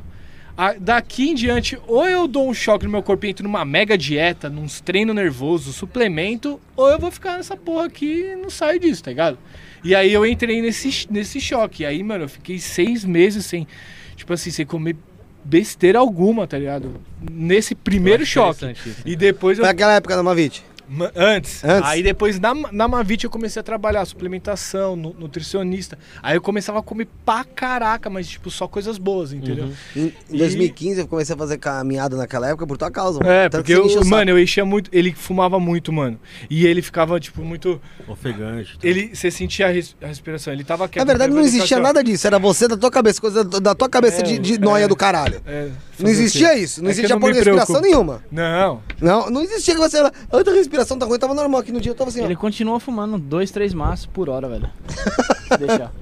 Speaker 5: a- daqui em diante, ou eu dou um choque no meu corpo e entro numa mega dieta, num treino nervoso, suplemento, ou eu vou ficar nessa porra aqui e não saio disso, tá ligado? E aí eu entrei nesse, nesse choque. Aí, mano, eu fiquei seis meses sem, tipo assim, sem comer besteira alguma, tá ligado? Nesse primeiro choque. E depois eu.
Speaker 2: Foi aquela época da Mavit.
Speaker 5: Ma- Antes.
Speaker 2: Antes.
Speaker 5: Aí depois na, na Mavit eu comecei a trabalhar, suplementação, nu- nutricionista. Aí eu começava a comer pra caraca, mas tipo, só coisas boas, entendeu?
Speaker 2: Em em
Speaker 5: E-
Speaker 2: 2015 eu comecei a fazer caminhada naquela época por tua causa, mano.
Speaker 5: É,
Speaker 2: Tanto
Speaker 5: porque
Speaker 2: que
Speaker 5: eu,
Speaker 2: você me encheu o saco.
Speaker 5: mano, eu enchia muito. Ele fumava muito, mano. E ele ficava, tipo, muito.
Speaker 8: Ofegante. tá?
Speaker 5: Ele, você sentia a, res- a respiração, ele tava
Speaker 2: Na
Speaker 5: quieto.
Speaker 2: verdade, não
Speaker 5: ele
Speaker 2: existia
Speaker 5: ficava assim,
Speaker 2: nada disso. Era você da tua cabeça, coisa da da tua cabeça de, de
Speaker 5: é.
Speaker 2: noia do caralho.
Speaker 5: ó. É,
Speaker 2: Não
Speaker 5: fazer o
Speaker 2: existia
Speaker 5: quê?
Speaker 2: isso.
Speaker 5: É
Speaker 2: Não
Speaker 5: que eu
Speaker 2: existia
Speaker 5: não
Speaker 2: por
Speaker 5: me
Speaker 2: respiração
Speaker 5: preocupo.
Speaker 2: nenhuma.
Speaker 5: Não.
Speaker 2: Não, não existia que você. era, "Ah, Outra respiração tá ruim, tava normal aqui no dia, eu tava assim, ó.
Speaker 1: Ele continua fumando dois, três maços por hora, velho. Se deixar.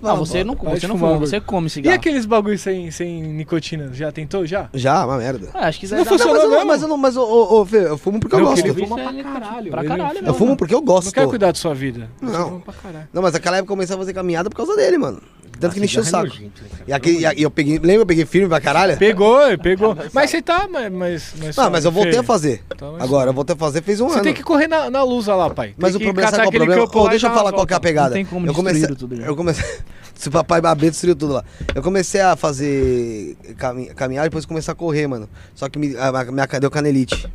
Speaker 1: Não, você não,
Speaker 5: Pode
Speaker 1: você não
Speaker 5: fumar,
Speaker 1: fuma,
Speaker 5: Gordo.
Speaker 1: você come
Speaker 5: E
Speaker 1: cigarro.
Speaker 5: aqueles bagulhos sem, sem nicotina? Já tentou? Já?
Speaker 2: Já, uma merda.
Speaker 1: Ah, acho que isso
Speaker 5: Não
Speaker 1: aí dá-
Speaker 5: funciona.
Speaker 2: Não, mas eu, não-
Speaker 5: mesmo?
Speaker 2: mas eu não, mas ô, ô, ô, Fê, eu fumo porque eu
Speaker 5: Não,
Speaker 2: gosto.
Speaker 5: ele
Speaker 2: Eu
Speaker 5: fuma pra é caralho.
Speaker 1: pra
Speaker 5: ele
Speaker 1: caralho mesmo.
Speaker 2: fumo porque eu
Speaker 5: Não
Speaker 2: gosto.
Speaker 5: quer cuidar da sua vida.
Speaker 2: Não.
Speaker 5: Fuma pra caralho.
Speaker 2: Não, mas naquela época eu comecei a fazer caminhada por causa dele, mano. Tanto que ele encheu o
Speaker 8: Cigarro é
Speaker 2: saco.
Speaker 8: nojento, né, cara?
Speaker 2: E, aqui, e a- e eu peguei. Lembra, eu peguei firme pra caralho?
Speaker 5: Pegou, pegou. Mas você tá, mas. mas,
Speaker 2: Ah, mas eu voltei
Speaker 5: Fê,
Speaker 2: a fazer.
Speaker 5: tá, mas-
Speaker 2: Agora, eu voltei a fazer, fez um
Speaker 5: Você
Speaker 2: ano.
Speaker 5: tem que correr na, na luz lá, pai.
Speaker 2: Mas o
Speaker 5: Tem que
Speaker 2: problema,
Speaker 5: catar
Speaker 2: sabe qual é o
Speaker 5: aquele
Speaker 2: problema?
Speaker 5: campo
Speaker 2: Ô,
Speaker 5: lá e
Speaker 2: deixa eu
Speaker 5: dar uma
Speaker 2: falar qual que é a
Speaker 5: volta.
Speaker 2: pegada.
Speaker 1: Não tem como
Speaker 2: eu comecei,
Speaker 1: destruir tudo, né?
Speaker 2: Eu comecei... Se o papai babê destruiu tudo lá. Eu comecei a fazer... cami- Caminhar e depois começar a correr, mano. Só que me, a, a, minha, deu canelite.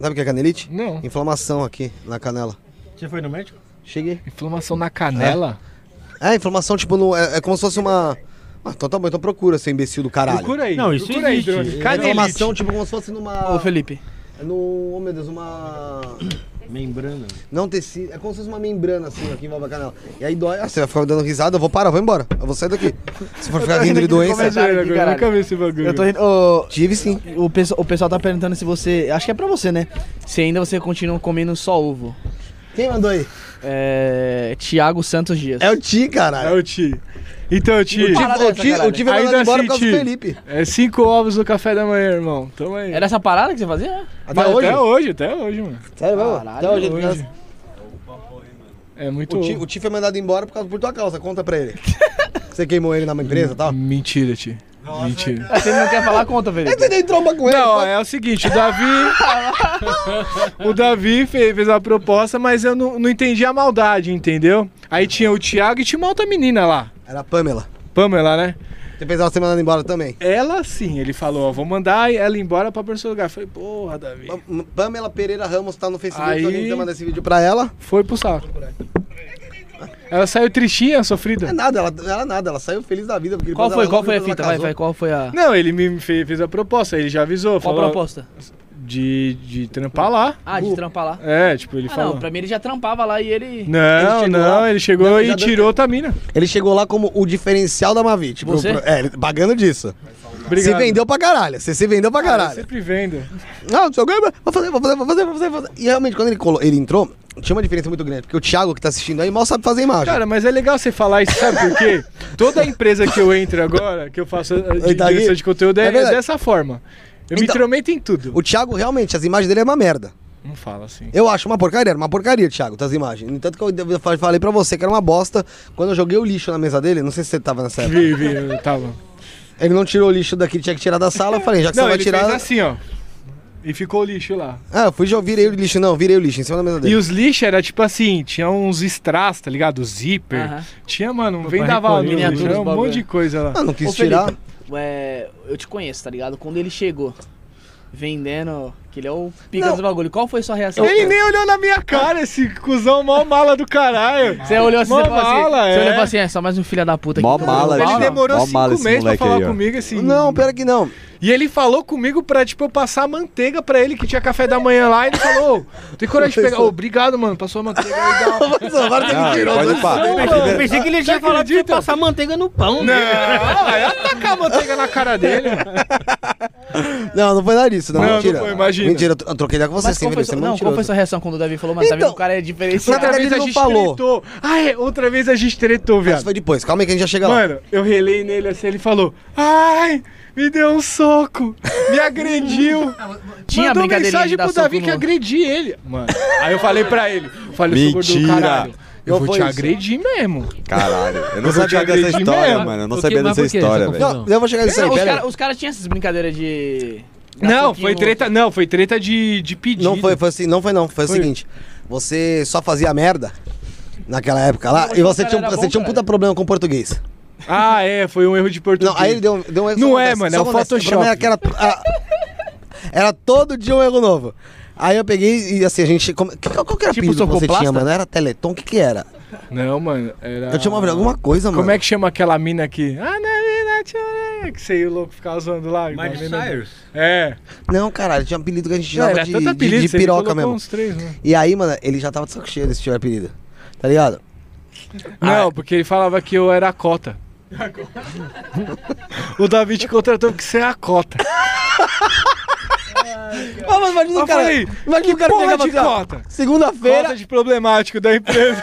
Speaker 2: Sabe o que é canelite?
Speaker 5: Não.
Speaker 2: Inflamação aqui, na canela.
Speaker 8: Você foi no médico?
Speaker 2: Cheguei.
Speaker 5: Inflamação na canela?
Speaker 2: É, inflamação, tipo, no, é, é como se fosse uma... Ah, então tá bom, então procura, seu imbecil do caralho.
Speaker 5: Procura aí.
Speaker 8: Não, isso
Speaker 5: procura aí,
Speaker 8: existe.
Speaker 5: drone.
Speaker 2: Inflamação,
Speaker 5: Canelite.
Speaker 2: tipo, como se fosse numa...
Speaker 1: Ô, Felipe.
Speaker 2: No... Oh, meu Deus, uma...
Speaker 8: Membrana.
Speaker 2: Não tecido, é como se fosse uma membrana assim, ó, que envolve a canela. E aí dói. Ah, você vai ficar dando risada, eu vou parar, eu vou embora. Eu vou sair daqui. Se for ficar rindo de doença.
Speaker 1: Comentário aqui,
Speaker 5: é Agora,
Speaker 1: caralho.
Speaker 5: nunca vi esse bagulho.
Speaker 1: Eu tô rindo. ô,
Speaker 2: Tive sim.
Speaker 1: o, pessoal, o pessoal tá perguntando se você. Acho que é pra você, né? Se ainda você continua comendo só ovo.
Speaker 2: Quem mandou aí?
Speaker 1: É. Tiago Santos Dias.
Speaker 2: É o Ti,
Speaker 5: É
Speaker 2: caralho.
Speaker 5: o Ti. Então, Ti.
Speaker 1: Não para
Speaker 2: O Ti,
Speaker 1: dessa,
Speaker 2: o Ti vai mandar
Speaker 5: caralho. Ainda
Speaker 2: embora
Speaker 5: assim,
Speaker 2: por causa do
Speaker 5: Ti.
Speaker 2: Felipe.
Speaker 5: É cinco ovos no café da manhã, irmão. Tamo aí.
Speaker 1: Era essa parada que você fazia?
Speaker 2: Até
Speaker 5: Mas
Speaker 2: hoje?
Speaker 5: Até hoje, até hoje, mano.
Speaker 2: Sério, mesmo?
Speaker 1: Caralho,
Speaker 2: Até hoje.
Speaker 5: hoje.
Speaker 2: ele fica-
Speaker 5: É muito.
Speaker 2: O Ti, o Ti foi mandado embora por, causa, por tua causa, conta pra ele. Você queimou ele na empresa e tal?
Speaker 5: Mentira, Ti. Mentira.
Speaker 1: Você não quer falar, conta,
Speaker 2: Aí
Speaker 5: É
Speaker 1: Felipe.
Speaker 2: você nem tromba com ele.
Speaker 5: Não,
Speaker 2: pô.
Speaker 5: é o seguinte, o Davi. o Davi fez, fez a proposta, mas eu não, não entendi a maldade, entendeu? Aí tinha o Thiago e tinha uma outra menina lá.
Speaker 2: Era a Pamela.
Speaker 5: Pamela, né?
Speaker 2: Você fez ela ser mandada embora também.
Speaker 5: Ela sim, ele falou, ó, vou mandar ela embora pra outro lugar. Eu Falei, porra, Davi.
Speaker 2: Pa- M- Pamela Pereira Ramos tá no Facebook,
Speaker 5: Aí-
Speaker 2: se alguém quiser mandar esse vídeo pra ela.
Speaker 5: Foi pro saco. Ela saiu tristinha, sofrida.
Speaker 2: É nada, ela, ela nada, ela saiu feliz da vida. Porque
Speaker 1: Qual foi,
Speaker 2: depois ela-
Speaker 1: qual foi a
Speaker 2: depois ela
Speaker 1: fita? Vai,
Speaker 2: casou.
Speaker 1: vai, qual foi a.
Speaker 5: Não, ele me fez, fez a proposta, ele já avisou,
Speaker 1: Qual a
Speaker 5: falou
Speaker 1: proposta?
Speaker 5: de, de trampar lá.
Speaker 1: Ah, de trampar lá.
Speaker 5: É, tipo, ele
Speaker 1: Ah,
Speaker 5: falou.
Speaker 1: não, pra mim ele já trampava lá e ele.
Speaker 5: Não,
Speaker 2: Ele chegou
Speaker 5: não,
Speaker 2: lá-
Speaker 5: ele chegou
Speaker 2: Não, já
Speaker 5: e
Speaker 2: deu-
Speaker 5: tirou outra mina.
Speaker 2: Ele chegou lá como o diferencial da Mavit.
Speaker 1: Você?
Speaker 2: é, ele- pagando disso.
Speaker 5: Obrigado.
Speaker 2: Se vendeu pra caralho. Você se vendeu pra
Speaker 1: Ah,
Speaker 5: Cara, eu
Speaker 2: caralho.
Speaker 5: sempre vendo.
Speaker 2: Não, não sei o quê, mas vou fazer, vou fazer, vou fazer, vou fazer, vou fazer. E realmente, quando ele, colo... ele entrou, tinha uma diferença muito grande. Porque o Thiago, que tá assistindo aí, mal sabe fazer imagem.
Speaker 5: Cara, mas é legal você falar isso, sabe por quê? Toda empresa que eu entro agora, que eu faço eh, de
Speaker 2: Oi, Davi.
Speaker 5: direção de conteúdo, é,
Speaker 2: É verdade.
Speaker 5: dessa forma. Eu me
Speaker 2: Então-
Speaker 5: intrometo em tudo.
Speaker 2: O Thiago, realmente, as imagens dele é uma merda.
Speaker 5: Não fala assim.
Speaker 2: Eu acho uma porcaria, era uma porcaria, Thiago, tuas imagens. No Tanto que eu de- fa- falei pra você que era uma bosta. Quando eu joguei o lixo na mesa dele, não sei se você tava nessa época.
Speaker 5: Vi, vi, tá eu tava.
Speaker 2: Ele não tirou o lixo daqui, tinha que tirar da sala. Eu falei, já que
Speaker 5: Não,
Speaker 2: você vai
Speaker 5: ele assim.
Speaker 2: tirar.
Speaker 5: fez assim, ó. E ficou o lixo lá.
Speaker 2: Ah, eu fui já virei o lixo, não, virei o lixo em cima da mesa
Speaker 5: E
Speaker 2: dele.
Speaker 5: os lixos era tipo assim, tinha uns strass, tá ligado? Zíper.
Speaker 1: Aham.
Speaker 5: Tinha, mano, um
Speaker 4: Pra
Speaker 5: vendaval,
Speaker 4: recolher
Speaker 1: o lixo.
Speaker 5: tinha um monte de coisa lá.
Speaker 2: Ah, não quis
Speaker 1: Ô, Felipe.
Speaker 2: tirar.
Speaker 1: É, eu te conheço, tá ligado? Quando ele chegou vendendo, que ele é o pica
Speaker 2: Não.
Speaker 1: dos bagulho, qual foi sua reação?
Speaker 5: Ele nem olhou na minha cara, esse cuzão mó mala do caralho.
Speaker 1: Você olhou assim,
Speaker 5: Mó
Speaker 1: você falou assim,
Speaker 5: mala,
Speaker 1: você olhou e
Speaker 5: é.
Speaker 1: falou assim, é só mais um filho da puta.
Speaker 3: Mó
Speaker 1: que-
Speaker 3: mala,
Speaker 5: Ele
Speaker 3: Fala,
Speaker 5: demorou
Speaker 3: mó
Speaker 5: cinco
Speaker 3: mala esse
Speaker 5: meses pra
Speaker 3: moleque
Speaker 5: falar
Speaker 3: aí, ó.
Speaker 5: comigo, assim.
Speaker 2: Não, pera que não.
Speaker 5: E ele falou comigo pra, tipo, eu passar manteiga pra ele, que tinha café da manhã lá, e ele falou, ô, tem coragem de pegar. Ô, obrigado, mano, passou a manteiga aí. dá uma-"
Speaker 2: Agora tem que
Speaker 3: Ah,
Speaker 2: tirar.
Speaker 3: pode pá.
Speaker 8: Eu pensei que ele tinha falado de
Speaker 5: acredita?
Speaker 8: passar manteiga no pão. né?
Speaker 5: Não, aí atacar a manteiga na cara dele.
Speaker 2: Não, não foi nada disso, não.
Speaker 5: Não, não
Speaker 2: mentira.
Speaker 5: foi, imagina.
Speaker 2: Mentira, eu tro- eu troquei ideia com você
Speaker 1: Mas
Speaker 2: sim,
Speaker 1: qual foi,
Speaker 2: Felipe. Você
Speaker 1: sua,
Speaker 2: é
Speaker 1: não,
Speaker 2: mentiroso.
Speaker 1: qual foi sua reação quando o Davi falou, mano, tá vendo
Speaker 2: Então,
Speaker 1: o cara é
Speaker 2: na
Speaker 1: diferenciado.
Speaker 2: verdade, ele não falou.
Speaker 5: tretou. Ah, é, outra vez a gente tretou,
Speaker 2: Mas
Speaker 5: viado.
Speaker 2: foi depois, calma aí que a gente já chega lá.
Speaker 5: Mano, eu relei nele assim, ele falou, ai, me deu um soco, me agrediu.
Speaker 1: Tinha
Speaker 5: Mandou
Speaker 1: brincadeirinha de
Speaker 5: mensagem
Speaker 1: dar
Speaker 5: pro
Speaker 1: soco
Speaker 5: Davi
Speaker 1: no
Speaker 5: que
Speaker 1: outro.
Speaker 5: agredi ele. Mano, aí eu falei pra ele, eu falei, seu gordo do
Speaker 3: Mentira.
Speaker 5: caralho. Eu assim,
Speaker 2: Não
Speaker 5: vou
Speaker 2: foi
Speaker 5: te
Speaker 2: isso.
Speaker 5: agredir mesmo.
Speaker 3: Caralho, eu não
Speaker 5: Eu vou te
Speaker 3: sabia dessa
Speaker 5: agredir
Speaker 3: história,
Speaker 5: mesmo.
Speaker 3: mano. Eu
Speaker 6: O
Speaker 3: não
Speaker 6: que-
Speaker 3: sabia
Speaker 6: mas
Speaker 3: dessa
Speaker 6: por que
Speaker 3: história,
Speaker 6: essa
Speaker 3: velho.
Speaker 2: Não, eu vou chegar nisso aí,
Speaker 1: Os
Speaker 2: pera aí.
Speaker 1: caras tinham essas brincadeiras de... dar
Speaker 5: Não,
Speaker 1: soquinho
Speaker 5: foi
Speaker 1: no
Speaker 5: treta, não, foi treta de, de pedido.
Speaker 2: Não foi, foi assim, não foi não, foi, o seguinte. Você só fazia merda naquela época lá
Speaker 1: Não,
Speaker 2: e você
Speaker 1: mas
Speaker 2: tinha
Speaker 1: o
Speaker 2: um,
Speaker 1: cara era
Speaker 2: você
Speaker 1: bom,
Speaker 2: tinha um puta
Speaker 1: caralho.
Speaker 2: problema com português.
Speaker 5: Ah, é, foi um erro de português.
Speaker 2: Não, aí ele deu, um- deu um erro.
Speaker 5: Não
Speaker 2: só
Speaker 5: é,
Speaker 2: acontece,
Speaker 5: mano,
Speaker 2: só
Speaker 5: é o
Speaker 2: acontece.
Speaker 5: Photoshop.
Speaker 2: problema é que era, a- era todo dia um erro novo. Aí eu peguei e assim, a gente. Como, que- qual que era o
Speaker 1: Tipo
Speaker 2: apelido que você
Speaker 1: socoplasta?
Speaker 2: tinha, mano? Era Teleton? O que que era?
Speaker 5: Não, mano, era...
Speaker 2: Eu tinha uma alguma coisa, mano.
Speaker 5: Ah. Como é que chama aquela mina aqui? Ah, não, mina, tchau, que você e o louco ficava zoando lá. igual a
Speaker 8: Miley
Speaker 5: mina-
Speaker 8: Cyrus.
Speaker 5: É.
Speaker 2: Não, caralho, tinha um apelido que a gente
Speaker 5: Não,
Speaker 2: chamava
Speaker 5: era
Speaker 2: de,
Speaker 5: tanto
Speaker 2: de-
Speaker 5: apelido,
Speaker 2: de
Speaker 5: você
Speaker 2: piroca
Speaker 5: colocou
Speaker 2: mesmo.
Speaker 5: uns três, né?
Speaker 2: E aí, mano, ele já tava de saco cheio desse tipo de apelido. Tá ligado?
Speaker 5: Não, porque ele falava que eu era a cota. o Davi te contratou porque você é a cota.
Speaker 2: Ah, mas imagina
Speaker 5: Eu
Speaker 2: o cara.
Speaker 5: falei,
Speaker 2: imagina o cara
Speaker 5: Porra
Speaker 2: pegava assim,
Speaker 5: de
Speaker 2: ó,
Speaker 5: cota. Cota
Speaker 2: Segunda-feira,
Speaker 5: de problemático da empresa.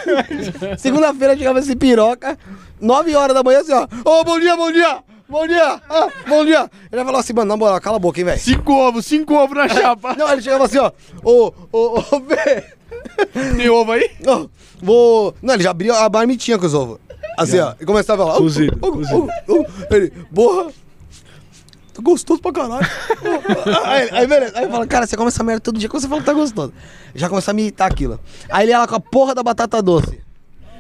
Speaker 2: segunda-feira chegava esse piroca, 9 horas da manhã, assim, ó. Ô, bom dia, bom dia! Bom dia! Ah, bom dia! Ele ia falar assim, mano, na moral, cala a boca, hein, velho.
Speaker 1: Cinco ovos, cinco ovos na chapa.
Speaker 2: Não, ele chegava assim, ó. Ô, ô, ô, vê.
Speaker 1: Tem ovo aí?
Speaker 2: Ô, Vou. Não, ele já abriu a marmitinha com os ovos. Assim, ó. E começava a falar. ô,
Speaker 5: Cozido,
Speaker 2: ô, ô,
Speaker 5: cozido.
Speaker 2: ô, ô. Ele, porra. tá Gostoso pra caralho. aí, aí, beleza. Aí fala, cara, você come essa merda todo dia. Quando você fala que tá gostoso? Já começa a me irritar aquilo. Aí ele ia lá com a porra da batata doce.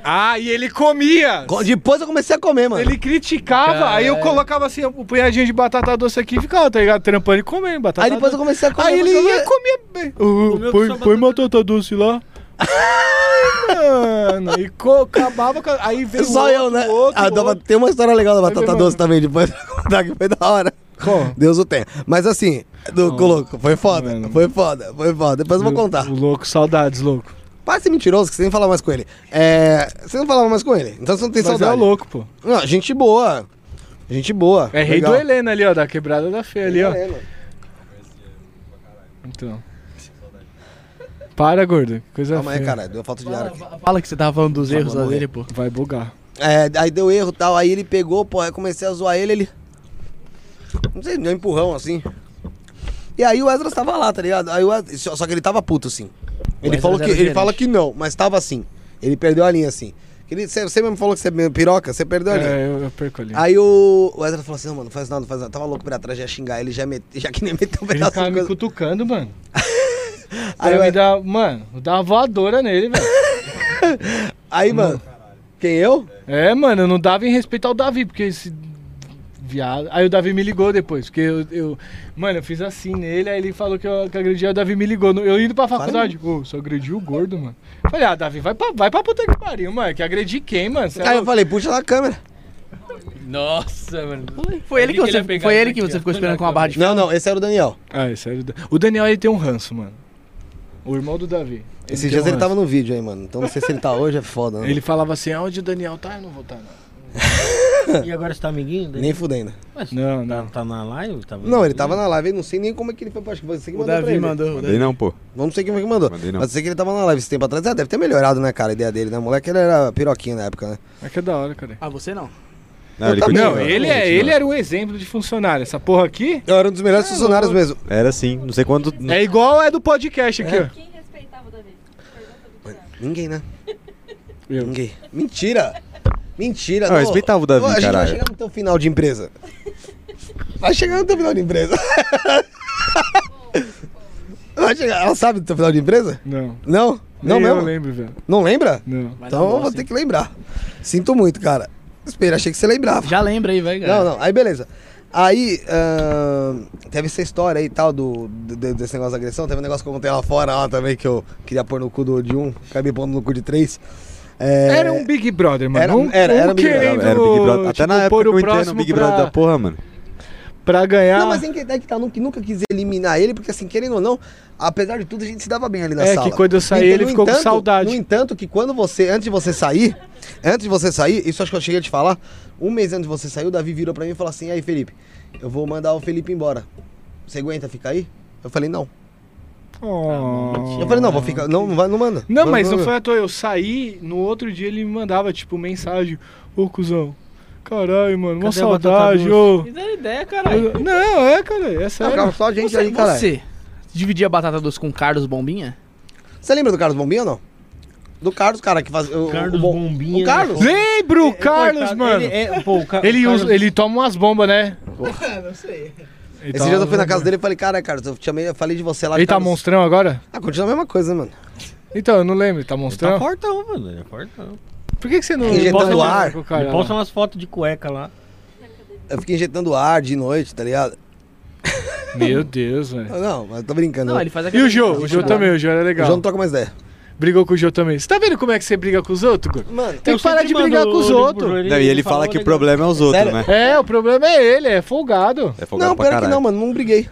Speaker 5: ah, e ele comia.
Speaker 2: Co- Depois eu comecei a comer, mano.
Speaker 5: Ele criticava, aí eu colocava assim, um punhadinho de batata doce aqui e ficava, tá ligado? Trampando e comendo batata
Speaker 2: Aí depois eu
Speaker 5: doce.
Speaker 2: comecei a comer.
Speaker 5: Aí ele
Speaker 2: porque eu-
Speaker 5: ia comer bem.
Speaker 8: Comeu
Speaker 5: põe
Speaker 8: só
Speaker 5: põe batata doce lá. Ai, mano, e co- acabava com. a- Aí veio
Speaker 2: Só
Speaker 5: outro,
Speaker 2: eu, né?
Speaker 5: Outro,
Speaker 2: Ah, dava-
Speaker 5: outro.
Speaker 2: Tem uma história legal da batata
Speaker 5: Aí,
Speaker 2: doce também, depois eu vou contar que foi da hora.
Speaker 5: Como?
Speaker 2: Deus o tenha. Mas assim, do coloco, foi foda,
Speaker 5: Mano.
Speaker 2: foi foda, foi foda. Depois eu vou contar.
Speaker 5: O louco, saudades, louco.
Speaker 2: Para de ser mentiroso, que você nem falava mais com ele. É. Você não falava mais com ele, então você não tem
Speaker 5: Mas é
Speaker 2: saudade.
Speaker 5: louco, pô.
Speaker 2: Não, gente boa. Gente boa.
Speaker 5: É rei
Speaker 2: legal. É.
Speaker 5: do Helena ali, ó, da quebrada da fé ali, ó.
Speaker 2: Helena.
Speaker 5: Então. Para, gordo. que Coisa
Speaker 2: Calma aí,
Speaker 5: feia.
Speaker 2: caralho, deu falta de ar aqui.
Speaker 1: Fala que você tava falando dos erros
Speaker 2: vamos
Speaker 1: dele, pô.
Speaker 5: Vai bugar.
Speaker 2: É, aí deu erro e tal, aí ele pegou, pô, aí eu comecei a zoar ele, ele. Não sei, me deu um empurrão assim. E aí o Ezra tava lá, tá ligado? Aí o Esdras- só, só que ele tava puto, assim. Ele,
Speaker 1: Esdras
Speaker 2: falou
Speaker 5: é
Speaker 2: que,
Speaker 1: era
Speaker 2: ele
Speaker 1: gerente.
Speaker 2: fala que não, mas tava assim. Ele perdeu a linha assim. Ele, você, você mesmo falou que você é meio piroca, você perdeu a linha.
Speaker 5: É, eu, eu perco ali.
Speaker 2: Aí o, o Ezra falou assim: não, mano, não faz nada, não faz nada. Tava louco pra trás, já ia xingar ele, já, met, já que nem meteu um
Speaker 5: Ele
Speaker 2: pedaço
Speaker 5: ficava
Speaker 2: de
Speaker 5: me
Speaker 2: coisa.
Speaker 5: cutucando, mano.
Speaker 2: Aí,
Speaker 5: Aí
Speaker 2: o
Speaker 5: me
Speaker 2: Ezra-
Speaker 5: dá, mano, dá uma voadora nele, velho.
Speaker 2: aí, mano, quem eu?
Speaker 5: É, mano, eu não dava em respeito ao Davi, porque esse viado. Aí o Davi me ligou depois, porque eu. eu- Mano, eu fiz assim nele, aí ele falou que eu que eu agredi, aí o Davi me ligou. Eu indo pra
Speaker 2: um-
Speaker 5: faculdade, ô, só agredi o gordo, mano. Falei, ah, Davi, vai pra, vai pra puta que pariu, mano, que agredi quem, mano? Cê é
Speaker 2: Aí eu
Speaker 5: louco?
Speaker 2: falei: puxa na câmera.
Speaker 6: Nossa, mano.
Speaker 1: Foi ele que,
Speaker 6: Eu vi
Speaker 1: você,
Speaker 6: que ele ia pegar
Speaker 1: foi
Speaker 6: isso
Speaker 1: ele que
Speaker 6: aqui,
Speaker 1: você
Speaker 6: ó.
Speaker 1: ficou esperando com uma barra de...
Speaker 2: Não, não, esse era o Daniel.
Speaker 5: Ah, é sério. O Daniel, ele tem um ranço, mano. O irmão do Davi. Ele tem
Speaker 2: Esses dias
Speaker 5: um
Speaker 2: ele tava
Speaker 5: ranço.
Speaker 2: no vídeo aí, mano. Então não sei se ele tá hoje, é foda, né?
Speaker 5: Ele falava assim, aonde o Daniel tá, eu não vou estar, não.
Speaker 8: E agora você tá amiguinho dele?
Speaker 2: Nem fudendo.
Speaker 8: Tá,
Speaker 5: Não, não.
Speaker 8: tá na live? Tá
Speaker 2: Não, ele tava na live, eu não sei nem como é que ele foi pra. Acho que foi você que
Speaker 1: O
Speaker 2: mandou pra
Speaker 1: Davi
Speaker 2: ele.
Speaker 1: mandou. né? o
Speaker 3: Mandei
Speaker 1: Davi-
Speaker 3: não, pô.
Speaker 2: Não sei quem foi que mandou.
Speaker 3: Mandei não.
Speaker 2: Mas eu sei que ele tava na live esse tempo atrás. Ah, deve ter melhorado, né, cara, a ideia dele, né? O moleque ele era piroquinha na época, né?
Speaker 5: É que é da hora, cara.
Speaker 1: Ah, você não.
Speaker 3: Não,
Speaker 2: Eu
Speaker 3: ele
Speaker 2: também,
Speaker 5: Não,
Speaker 3: continua,
Speaker 5: ele, é,
Speaker 3: continua.
Speaker 5: ele era um exemplo de funcionário. Essa porra aqui
Speaker 2: Eu era um dos melhores funcionários mesmo.
Speaker 3: Era assim, não sei quanto. não-
Speaker 5: é igual é do podcast aqui, ó.
Speaker 7: Quem respeitava o Davi?
Speaker 2: Ninguém, né?
Speaker 5: Eu.
Speaker 2: Ninguém. Mentira! Mentira,
Speaker 3: Não, respeitava o Davi,
Speaker 2: Ô, A gente vai
Speaker 3: caralho.
Speaker 2: chegar no teu final de empresa. Vai chegar no teu final de empresa. vai chegar. Ela sabe do teu final de empresa?
Speaker 5: Não.
Speaker 2: Não? Não
Speaker 5: Nem Eu
Speaker 2: mesmo?
Speaker 5: lembro, velho.
Speaker 2: Não lembra?
Speaker 5: Não.
Speaker 1: Vai dar
Speaker 2: Então eu
Speaker 1: bosta,
Speaker 2: vou
Speaker 1: hein?
Speaker 2: ter que lembrar. Sinto muito, cara. Espera, achei que você lembrava.
Speaker 1: Já lembra aí, vai,
Speaker 5: É.
Speaker 1: galera.
Speaker 2: Não, não. Aí, beleza. Aí, ahn, teve essa história aí e tal do, do- desse negócio da agressão. Teve um negócio que eu contei lá fora lá também que eu queria pôr no cu do, de um, acabei pondo no cu de três. É,
Speaker 5: Era um Big Brother, mano.
Speaker 2: Era-
Speaker 5: um,
Speaker 2: era-
Speaker 5: um
Speaker 2: era um Big Brother,
Speaker 5: querendo,
Speaker 3: Era o Big Brother. Até
Speaker 5: tipo,
Speaker 3: na época
Speaker 5: pôr
Speaker 3: que
Speaker 5: o
Speaker 3: eu entrei no
Speaker 5: próximo
Speaker 3: Big
Speaker 5: pra,
Speaker 3: Brother da porra, mano.
Speaker 5: pra ganhar.
Speaker 2: Não, mas em que, é que tá, nunca, nunca quis eliminar ele, porque assim, querendo ou não, apesar de tudo, a gente se dava bem ali na
Speaker 5: É,
Speaker 2: sala.
Speaker 5: que quando eu saí,
Speaker 2: Ent-
Speaker 5: ele
Speaker 2: no
Speaker 5: ficou com
Speaker 2: entanto-
Speaker 5: saudade.
Speaker 2: No entanto, que quando você, antes de você sair, antes de você sair, isso acho que eu cheguei a te falar, um mês antes de você sair, o Davi virou pra mim e falou assim, aí Felipe, eu vou mandar o Felipe embora. Você aguenta ficar aí? Eu falei, não.
Speaker 5: Oh.
Speaker 2: Eu falei, não,
Speaker 3: né?
Speaker 2: vou ficar, não, não, vai- não manda.
Speaker 5: Não, mas
Speaker 2: manda.
Speaker 5: não foi à toa. Eu saí, no outro dia ele me mandava, tipo, mensagem. Ô, cuzão. Caralho, mano, uma
Speaker 6: Cadê a batata
Speaker 5: saudade, ô.
Speaker 6: Me dá ideia, caralho.
Speaker 5: Eu- Não, é, cara, é
Speaker 2: Não,
Speaker 5: sério.
Speaker 2: cara, só a gente
Speaker 1: Você,
Speaker 2: aí, cara. Você.
Speaker 1: você dividia batata doce com Carlos Bombinha?
Speaker 2: lembra do Carlos Bombinha ou não? Do Carlos, cara, que faz... o- o-
Speaker 8: Carlos
Speaker 2: o Bom-
Speaker 8: Bombinha.
Speaker 2: O Carlos?
Speaker 5: Lembro, o
Speaker 8: É,
Speaker 5: Carlos,
Speaker 8: coitado,
Speaker 5: mano.
Speaker 8: Ele,
Speaker 5: Ele,
Speaker 8: é, pô, o Ca- o Carlos- Ah,
Speaker 5: usa, ele toma umas bombas, né?
Speaker 1: não sei.
Speaker 5: Ele
Speaker 2: Esses dias eu fui na casa dele e falei, cara, Carlos, eu te amei, eu falei de você lá.
Speaker 5: né, Ele tá
Speaker 2: Carlos.
Speaker 5: monstrão agora?
Speaker 2: Ah, continua a mesma coisa, mano.
Speaker 5: Então, eu não lembro, ele tá
Speaker 8: Ele Tá
Speaker 5: monstrão.
Speaker 8: fortão, mano. Ele é fortão.
Speaker 5: Por que, que você não
Speaker 2: Injetando
Speaker 5: Posta uma
Speaker 2: ar.
Speaker 5: com o cara
Speaker 8: Ele
Speaker 5: lá?
Speaker 8: posta umas fotos de cueca lá.
Speaker 2: Eu fiquei injetando ar de noite, tá ligado?
Speaker 5: Meu Deus, velho.
Speaker 2: Não, mas eu tô brincando.
Speaker 1: Não, ele faz
Speaker 5: E
Speaker 1: aquele-
Speaker 5: o Jô? O Jô
Speaker 1: Não.
Speaker 5: também, o Jô era
Speaker 2: O
Speaker 5: legal.
Speaker 2: João não tá- troca mais ideia.
Speaker 5: Brigou com o Jô também. Você tá vendo como é que você briga com os outros, Gordo?
Speaker 2: Mano,
Speaker 5: Tem
Speaker 8: Eu
Speaker 5: que parar
Speaker 8: sempre
Speaker 5: de brigar
Speaker 8: mando
Speaker 5: com os
Speaker 8: o link
Speaker 5: outros.
Speaker 8: pro Joel,
Speaker 3: Não, e ele fala
Speaker 8: falou
Speaker 3: que o
Speaker 8: legal.
Speaker 3: problema é os outros,
Speaker 2: Sério?
Speaker 3: né?
Speaker 5: É, o problema é ele, é folgado.
Speaker 3: É folgado
Speaker 2: não,
Speaker 3: pra
Speaker 2: pior que
Speaker 3: caralho.
Speaker 2: não, mano. Não briguei.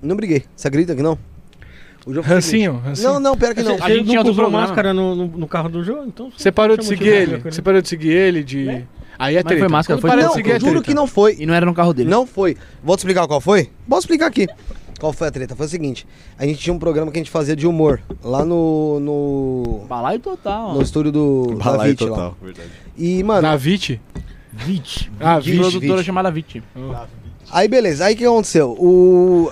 Speaker 2: Não briguei. Você acredita que não? O João foi o seguinte-
Speaker 5: Rancinho, rancinho.
Speaker 2: Não, não, pior é que não.
Speaker 6: A gente
Speaker 8: Você
Speaker 6: tinha
Speaker 8: não
Speaker 6: outro
Speaker 8: comprou
Speaker 6: programa.
Speaker 8: máscara no, no, no carro do João, então...
Speaker 5: Você parou de
Speaker 8: chama o
Speaker 5: seguir ele?
Speaker 8: Tiago, né?
Speaker 5: Você parou de seguir ele de. Aí é
Speaker 1: Mas foi
Speaker 5: treta.
Speaker 1: máscara,
Speaker 5: Quando
Speaker 1: foi
Speaker 5: para de
Speaker 1: tudo.
Speaker 5: seguir, é
Speaker 2: Né? Não, juro
Speaker 5: treta.
Speaker 2: que não foi.
Speaker 1: E não era no carro dele.
Speaker 2: Não foi. Vou te explicar qual foi? Posso explicar aqui. Qual foi a treta? Foi o seguinte: a gente tinha um programa que a gente fazia de humor lá no. no.
Speaker 1: Balaio total.
Speaker 2: no estúdio do. da
Speaker 3: Balaio
Speaker 2: Vit lá.
Speaker 3: total. Verdade.
Speaker 2: E, mano,
Speaker 5: Na Vit?
Speaker 1: Vit.
Speaker 5: Ah,
Speaker 1: Vit.
Speaker 5: Vit.
Speaker 1: Produtora
Speaker 2: Vit.
Speaker 1: chamada Vit.
Speaker 2: aí beleza. Aí o que aconteceu? O.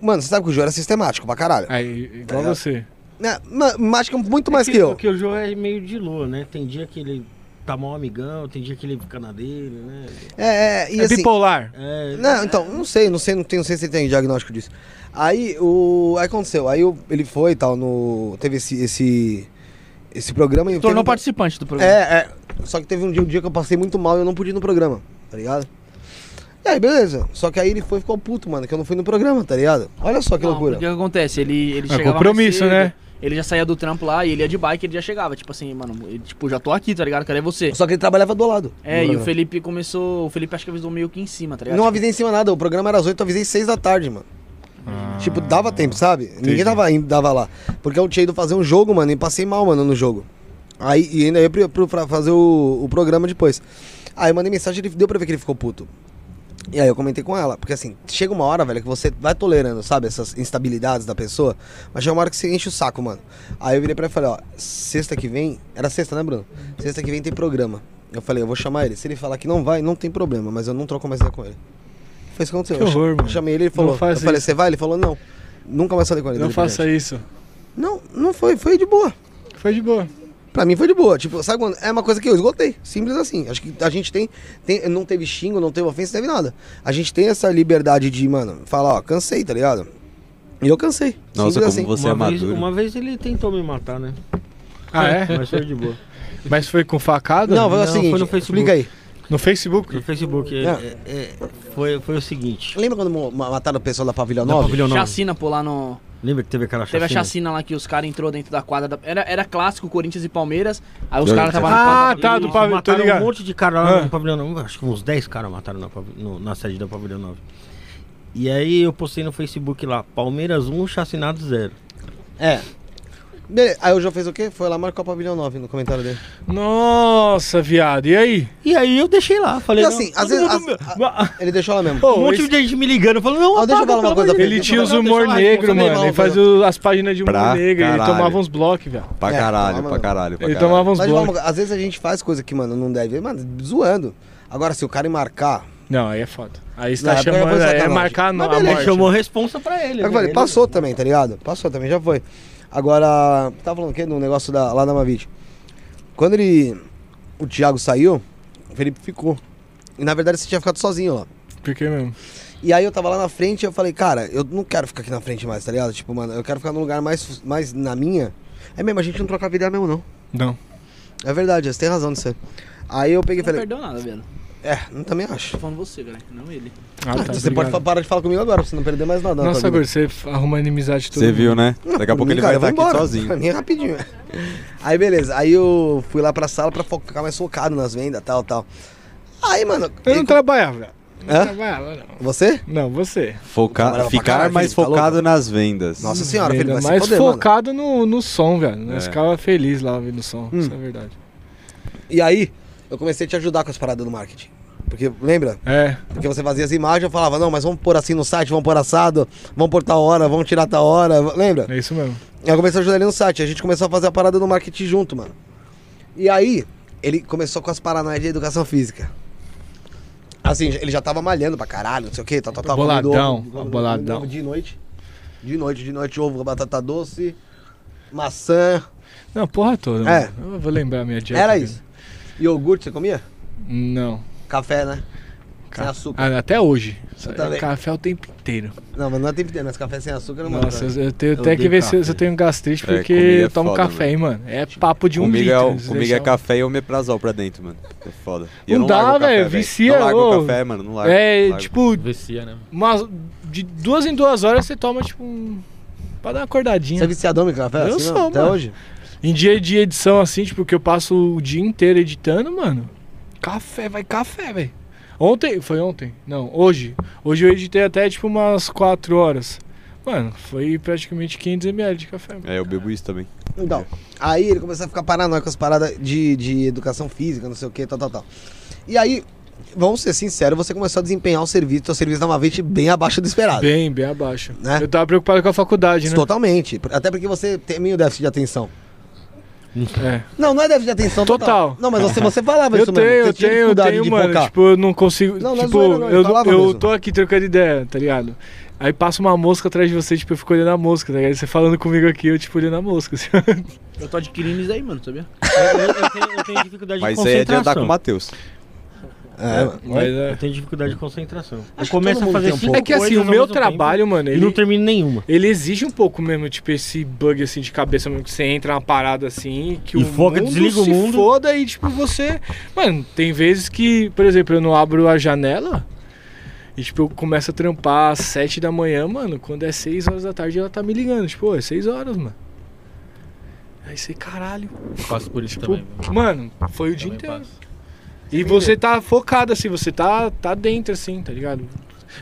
Speaker 2: Mano, você sabe que o João era sistemático pra caralho.
Speaker 5: Aí, igual você.
Speaker 2: Né, ma- mas acho que muito mais
Speaker 8: É
Speaker 2: que eu.
Speaker 8: Porque o João é meio de lua, né? Tem dia que ele tá mal amigão, tem dia que ele fica na dele, né?
Speaker 2: É, é, e
Speaker 5: é
Speaker 2: assim,
Speaker 5: bipolar.
Speaker 8: É,
Speaker 2: Não, então, não sei, não sei, não, tenho, não sei se tem diagnóstico disso. Aí o. Aí aconteceu, aí o- ele foi e tal, no. Teve esse. esse, esse programa e.
Speaker 1: Tornou
Speaker 2: teve, um-
Speaker 1: participante do programa.
Speaker 2: É, é. Só que teve um dia, um dia que eu passei muito mal e eu não pude ir no programa, tá ligado? E aí, beleza. Só que aí ele foi e ficou puto, mano, que eu não fui no programa, tá ligado? Olha só que
Speaker 1: Não,
Speaker 2: loucura.
Speaker 1: porque O que acontece? Ele, ele
Speaker 5: É
Speaker 1: chegava mais
Speaker 5: compromisso,
Speaker 1: cedo,
Speaker 5: né?
Speaker 1: Ele já saía do trampo lá e ele ia de bike, ele já chegava. Tipo assim, mano, ele, tipo, já tô aqui, tá ligado? Cadê você?
Speaker 2: Só que ele trabalhava do lado.
Speaker 1: É,
Speaker 2: do
Speaker 1: e o
Speaker 2: programa.
Speaker 1: Felipe começou. O Felipe acho que avisou meio que em cima, tá ligado?
Speaker 2: Não avisei em cima nada, o programa era às 8, eu avisei 6 da tarde, mano. Tipo, dava tempo, sabe? Ninguém tava indo, dava lá. Porque eu tinha ido fazer um jogo, mano, e passei mal, mano, no jogo. Aí, e ainda ia pro, pro- pra fazer o, o programa depois. Aí eu mandei mensagem, ele deu pra ver que ele ficou puto. E aí eu comentei com ela, porque assim, chega uma hora, velho, que você vai tolerando, sabe, essas instabilidades da pessoa, mas chega uma hora que você enche o saco, mano. Aí eu virei pra ela e falei, ó, sexta que vem, era sexta, né, Bruno? Sexta que vem tem programa. Eu falei, eu vou chamar ele. Se ele falar que não vai, não tem problema, mas eu não troco mais ideia com ele. Foi isso que aconteceu.
Speaker 5: Que horror,
Speaker 2: eu
Speaker 5: mano.
Speaker 2: chamei ele, ele falou,
Speaker 5: Não faz
Speaker 2: eu falei,
Speaker 5: isso.
Speaker 2: você vai? Ele falou, não. Nunca mais falei com ele.
Speaker 5: Não
Speaker 2: dele pra
Speaker 5: faça
Speaker 2: frente.
Speaker 5: isso.
Speaker 2: Não, não foi, foi de boa.
Speaker 5: Foi de boa.
Speaker 2: Pra mim foi de boa. Tipo, sabe quando? É uma coisa que eu esgotei. Simples assim. Acho que a gente tem. tem não teve xingo, não teve ofensa, não teve nada. A gente tem essa liberdade de, mano, falar, ó, cansei, tá ligado? E eu cansei.
Speaker 3: Nossa,
Speaker 2: Simples
Speaker 3: como
Speaker 2: assim.
Speaker 3: você
Speaker 8: uma
Speaker 3: é
Speaker 8: vez,
Speaker 3: maduro.
Speaker 8: uma vez ele tentou me matar, né?
Speaker 5: Ah, é?
Speaker 8: Mas foi de boa.
Speaker 5: Mas foi com facada?
Speaker 2: Não, foi o
Speaker 8: Não,
Speaker 2: seguinte.
Speaker 8: foi no Facebook.
Speaker 2: Explica aí.
Speaker 5: No
Speaker 8: No
Speaker 5: Facebook?
Speaker 8: Facebook, é,
Speaker 2: Não.
Speaker 8: é, é, foi, foi o seguinte.
Speaker 2: Lembra quando mo- ma- mataram o pessoal da Pavilhão
Speaker 8: Da
Speaker 2: 9?
Speaker 8: Pavilhão Nove.
Speaker 1: Chacina, pô, lá no.
Speaker 8: Lembra que teve aquela chacina?
Speaker 1: Teve a chacina lá que os caras entrou dentro da quadra. da- Era, era clássico, Corinthians e Palmeiras. Aí os
Speaker 3: Eu-
Speaker 1: caras estavam na
Speaker 5: Ah,
Speaker 1: quadra. da
Speaker 5: tá,
Speaker 1: Pavilhão.
Speaker 5: do Pavilhão. tô
Speaker 8: mataram
Speaker 5: ligado.
Speaker 8: um monte de cara lá
Speaker 5: Ah.
Speaker 8: no pavilhão 9. Acho que uns 10 caras mataram na, pavi- no- na sede da pavilhão 9. E aí eu postei no Facebook lá, Palmeiras 1, chacinado 0.
Speaker 2: É. Beleza. Aí o João fez o quê? Foi lá, marcou a Pavilhão 9 no comentário dele.
Speaker 5: Nossa, viado. E aí?
Speaker 8: E aí eu deixei lá, falei...
Speaker 2: E
Speaker 8: não,
Speaker 2: assim,
Speaker 8: todo
Speaker 2: às vezes-
Speaker 8: mundo-
Speaker 2: as-
Speaker 8: Ma-
Speaker 2: Ele deixou lá mesmo.
Speaker 5: Pô,
Speaker 8: um monte
Speaker 5: esse-
Speaker 8: de gente me ligando, falando, não,
Speaker 2: Ó, deixa eu
Speaker 8: apaga,
Speaker 2: falar uma
Speaker 8: pelo
Speaker 2: coisa
Speaker 8: amor de
Speaker 2: pra
Speaker 5: Ele
Speaker 2: Deixa
Speaker 5: tinha
Speaker 2: eu
Speaker 5: os
Speaker 8: falar,
Speaker 5: humor
Speaker 8: deixa eu falar,
Speaker 5: negro,
Speaker 8: deixa eu falar,
Speaker 5: mano. Ele
Speaker 2: irmão,
Speaker 5: fazia o- as páginas de humor
Speaker 3: Pra
Speaker 5: negro. Ele
Speaker 3: caralho.
Speaker 5: tomava uns blocos, velho.
Speaker 3: Pra
Speaker 2: É,
Speaker 3: caralho,
Speaker 2: toma,
Speaker 3: pra
Speaker 2: mano.
Speaker 3: caralho, pra
Speaker 5: Ele
Speaker 3: caralho.
Speaker 5: tomava uns
Speaker 2: Mas vamos-
Speaker 5: blocos.
Speaker 2: às vezes a gente faz coisa que, mano, não deve. Mano, zoando. Agora, se o cara marcar.
Speaker 5: Não, aí é foda. Aí você
Speaker 2: Não,
Speaker 5: tá
Speaker 2: é porque
Speaker 5: chamando.
Speaker 2: foi
Speaker 5: É
Speaker 2: sacanagem.
Speaker 5: marcar no,
Speaker 2: Mas
Speaker 5: a
Speaker 2: beleza,
Speaker 8: Ele
Speaker 5: morte.
Speaker 8: chamou a responsa pra
Speaker 2: É o que
Speaker 8: ele.
Speaker 2: eu
Speaker 8: né?
Speaker 2: falei,
Speaker 8: Ele-
Speaker 2: passou também, tá ligado? Passou também, já foi. Agora, tava falando o quê? No negócio da, lá da Mavit. Quando ele. O Thiago saiu, o Felipe ficou. E na verdade você tinha ficado sozinho lá.
Speaker 5: Por que mesmo?
Speaker 2: E aí eu tava lá na frente e eu falei, cara, eu não quero ficar aqui na frente mais, tá ligado? Tipo, mano, eu quero ficar num lugar mais, mais na minha. É mesmo, a gente não troca ideia mesmo, não.
Speaker 5: Não.
Speaker 2: É verdade, você tem razão nisso. aí. Aí eu peguei e
Speaker 1: Não
Speaker 2: falei,
Speaker 1: perdeu nada, velho.
Speaker 2: é, não também acho.
Speaker 1: Tô falando você, galera, não ele.
Speaker 5: Ah,
Speaker 2: Ah,
Speaker 5: tá,
Speaker 2: você pode
Speaker 5: obrigado.
Speaker 2: fa- parar de falar comigo agora, pra você não perder mais nada. na
Speaker 5: Nossa,
Speaker 2: tua vida.
Speaker 5: agora você arruma inimizade toda.
Speaker 3: Você viu, né? Daqui a pouco ele vai
Speaker 2: eu vou
Speaker 3: estar aqui
Speaker 2: embora. Pra
Speaker 3: sozinho.
Speaker 2: mim é rapidinho. Aí beleza, aí eu fui lá pra sala pra fo- ficar mais focado nas vendas, tal, tal. Aí, mano.
Speaker 5: Eu
Speaker 2: aí-
Speaker 5: não trabalhava, velho. Não
Speaker 2: Hã?
Speaker 5: trabalhava, não.
Speaker 2: Você?
Speaker 5: Não, você.
Speaker 2: Trabalhava
Speaker 3: Focar,
Speaker 2: pra
Speaker 3: ficar
Speaker 2: caralho,
Speaker 3: mais
Speaker 2: filho, tá
Speaker 3: focado
Speaker 2: louco?
Speaker 3: nas vendas.
Speaker 2: Nossa senhora, filho, vai
Speaker 5: Ainda
Speaker 2: se
Speaker 5: mais
Speaker 2: foder, mano.
Speaker 5: focado no, no som, velho. Né? Nós
Speaker 3: É.
Speaker 5: ficava feliz lá ouvindo o som.
Speaker 2: Hum.
Speaker 5: Isso é verdade.
Speaker 2: E aí, eu comecei a te ajudar com as paradas do marketing. Porque, lembra?
Speaker 5: É.
Speaker 2: Porque você fazia as imagens, eu falava, não, mas vamos pôr assim no site, vamos pôr assado, vamos pôr tal hora, vamos tirar tal hora, lembra?
Speaker 5: É isso mesmo.
Speaker 2: Eu comecei a ajudar ele no site, a gente começou a fazer a parada do marketing junto, mano. E aí, ele começou com as paranoias de educação física. Assim, ele já tava malhando pra caralho, não sei o que, tal, tal, tal.
Speaker 5: Boladão,
Speaker 2: comendo ovo, comendo ovo,
Speaker 5: boladão.
Speaker 2: comendo ovo De noite, de noite, de noite, ovo, batata doce, maçã,
Speaker 5: Não, porra toda.
Speaker 2: É.
Speaker 5: mano. Eu vou lembrar a minha dieta.
Speaker 2: era
Speaker 5: cara.
Speaker 2: isso. Iogurte você comia?
Speaker 5: Não.
Speaker 2: Café, né? Sem
Speaker 5: Ca-
Speaker 2: açúcar.
Speaker 5: Ah, até hoje.
Speaker 2: Eu também.
Speaker 5: Café o tempo inteiro.
Speaker 2: Não, mas não é tempo inteiro, mas café sem açúcar não né?
Speaker 5: Nossa, eu, eu tenho
Speaker 4: Eu
Speaker 5: até que
Speaker 4: odeio
Speaker 5: ver se, eu-
Speaker 4: café.
Speaker 5: se eu tenho gastrite,
Speaker 3: É,
Speaker 5: porque
Speaker 3: comida é
Speaker 5: eu tomo
Speaker 3: foda,
Speaker 5: café, hein, mano. É papo de um
Speaker 3: comigo é,
Speaker 5: litro.
Speaker 3: o-
Speaker 5: se
Speaker 3: comigo é
Speaker 5: deixar.
Speaker 3: café e omeprazol pra dentro, mano. É foda. E
Speaker 5: Não dá,
Speaker 3: largo o café,
Speaker 5: velho, vicia,
Speaker 3: Não largo
Speaker 5: ô.
Speaker 3: o café, mano. Não largo.
Speaker 5: É,
Speaker 3: não largo.
Speaker 5: tipo,
Speaker 6: Vicia, né?
Speaker 5: umas- de duas em duas horas você toma, tipo, um... Pra dar uma acordadinha.
Speaker 2: Você é viciadão em café?
Speaker 5: Eu
Speaker 2: assim, não?
Speaker 5: sou,
Speaker 2: Até
Speaker 5: mano.
Speaker 2: hoje?
Speaker 5: Em dia de edição, assim, tipo, que eu passo o dia inteiro editando, mano. Café, vai café, velho. Ontem, foi ontem? Não, hoje. Hoje eu editei até, tipo, umas 4 horas. Mano, foi praticamente 500ml de café. mano.
Speaker 3: É, eu bebo isso também.
Speaker 2: Então, aí ele começou a ficar paranoico com as paradas de, de educação física, não sei o que, tal, tal, tal. E aí, vamos ser sinceros, você começou a desempenhar o serviço, seu serviço dava uma vez bem abaixo do esperado.
Speaker 5: Bem, bem abaixo.
Speaker 2: Né?
Speaker 5: Eu tava preocupado com a faculdade, né?
Speaker 2: Totalmente. Até porque você tem o déficit de atenção.
Speaker 5: É.
Speaker 2: Não, não é déficit de atenção total.
Speaker 5: Total.
Speaker 2: Não, mas você, você falava
Speaker 5: Eu
Speaker 2: isso mesmo.
Speaker 5: tenho,
Speaker 2: você
Speaker 5: eu
Speaker 2: tinha
Speaker 5: tenho, eu
Speaker 2: dificuldade
Speaker 5: tenho,
Speaker 2: de
Speaker 5: mano.
Speaker 2: focar.
Speaker 5: Tipo, eu não consigo.
Speaker 2: Não, não é
Speaker 5: tipo,
Speaker 2: zoeira, não, ele
Speaker 5: eu,
Speaker 2: falava
Speaker 5: eu
Speaker 2: mesmo.
Speaker 5: tô aqui trocando ideia, tá ligado? Aí passa uma mosca atrás de você, tipo, eu fico olhando a mosca, tá ligado? Você falando comigo aqui, eu, tipo, olhando a mosca. Assim.
Speaker 1: Eu tô adquirindo isso daí, mano, sabia?
Speaker 8: Eu, eu- eu tenho, eu tenho dificuldade
Speaker 3: Mas
Speaker 8: de
Speaker 3: isso aí é de andar com
Speaker 8: concentração. tá?
Speaker 3: o Matheus.
Speaker 2: É, mano.
Speaker 5: Mas, é.
Speaker 8: Eu tenho dificuldade de concentração.
Speaker 2: Acho que
Speaker 8: eu começo
Speaker 2: todo
Speaker 8: a
Speaker 2: mundo
Speaker 8: fazer
Speaker 2: tem um
Speaker 8: cinco
Speaker 2: pouco.
Speaker 5: É que assim,
Speaker 8: coisas
Speaker 5: o
Speaker 8: ao
Speaker 5: meu
Speaker 8: mesmo
Speaker 5: trabalho, mano,
Speaker 8: tempo
Speaker 5: ele,
Speaker 8: E não termino nenhuma.
Speaker 5: ele exige um pouco mesmo, tipo, esse bug assim de cabeça mesmo, que você entra numa parada assim, que
Speaker 8: E
Speaker 5: o
Speaker 8: foca,
Speaker 5: mundo
Speaker 8: desliga o
Speaker 5: se
Speaker 8: mundo.
Speaker 5: foda e, tipo, você. Mano, tem vezes que, por exemplo, eu não abro a janela. E, tipo, eu começo a trampar às 7 da manhã, mano. Quando é 6 horas da tarde, ela tá me ligando. Tipo, "Ô, é 6 horas, mano. Aí você, caralho.
Speaker 6: Passo por isso
Speaker 5: Tipo,
Speaker 6: também.
Speaker 5: mano, foi o dia
Speaker 6: Também
Speaker 5: inteiro.
Speaker 6: passo.
Speaker 5: E você tá focado, assim, você tá, tá dentro, assim, tá ligado?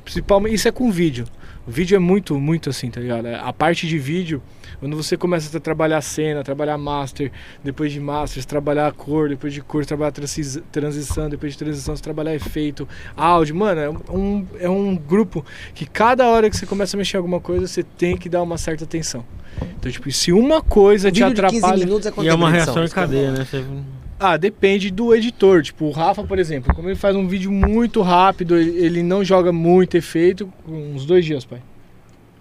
Speaker 5: Principalmente, isso é com vídeo. O vídeo é muito, muito assim, tá ligado? A parte de vídeo, quando você começa a trabalhar cena, trabalhar master, depois de masters, trabalhar cor, depois de cor, trabalhar transi- transição, depois de transição, você trabalhar efeito, áudio. Mano, é um, é um grupo que cada hora que você começa a mexer em alguma coisa, você tem que dar uma certa atenção. Então, tipo, se uma coisa
Speaker 2: Um
Speaker 5: te
Speaker 2: vídeo de 15
Speaker 5: atrapalha.
Speaker 2: minutos é quanto
Speaker 8: E é
Speaker 2: tempo
Speaker 8: uma
Speaker 2: de
Speaker 8: reação em
Speaker 2: edição?
Speaker 8: cadeia, né? Você-
Speaker 5: Ah, depende do editor. Tipo, o Rafa, por exemplo, como ele faz um vídeo muito rápido, ele ele não joga muito efeito, uns dois dias, pai.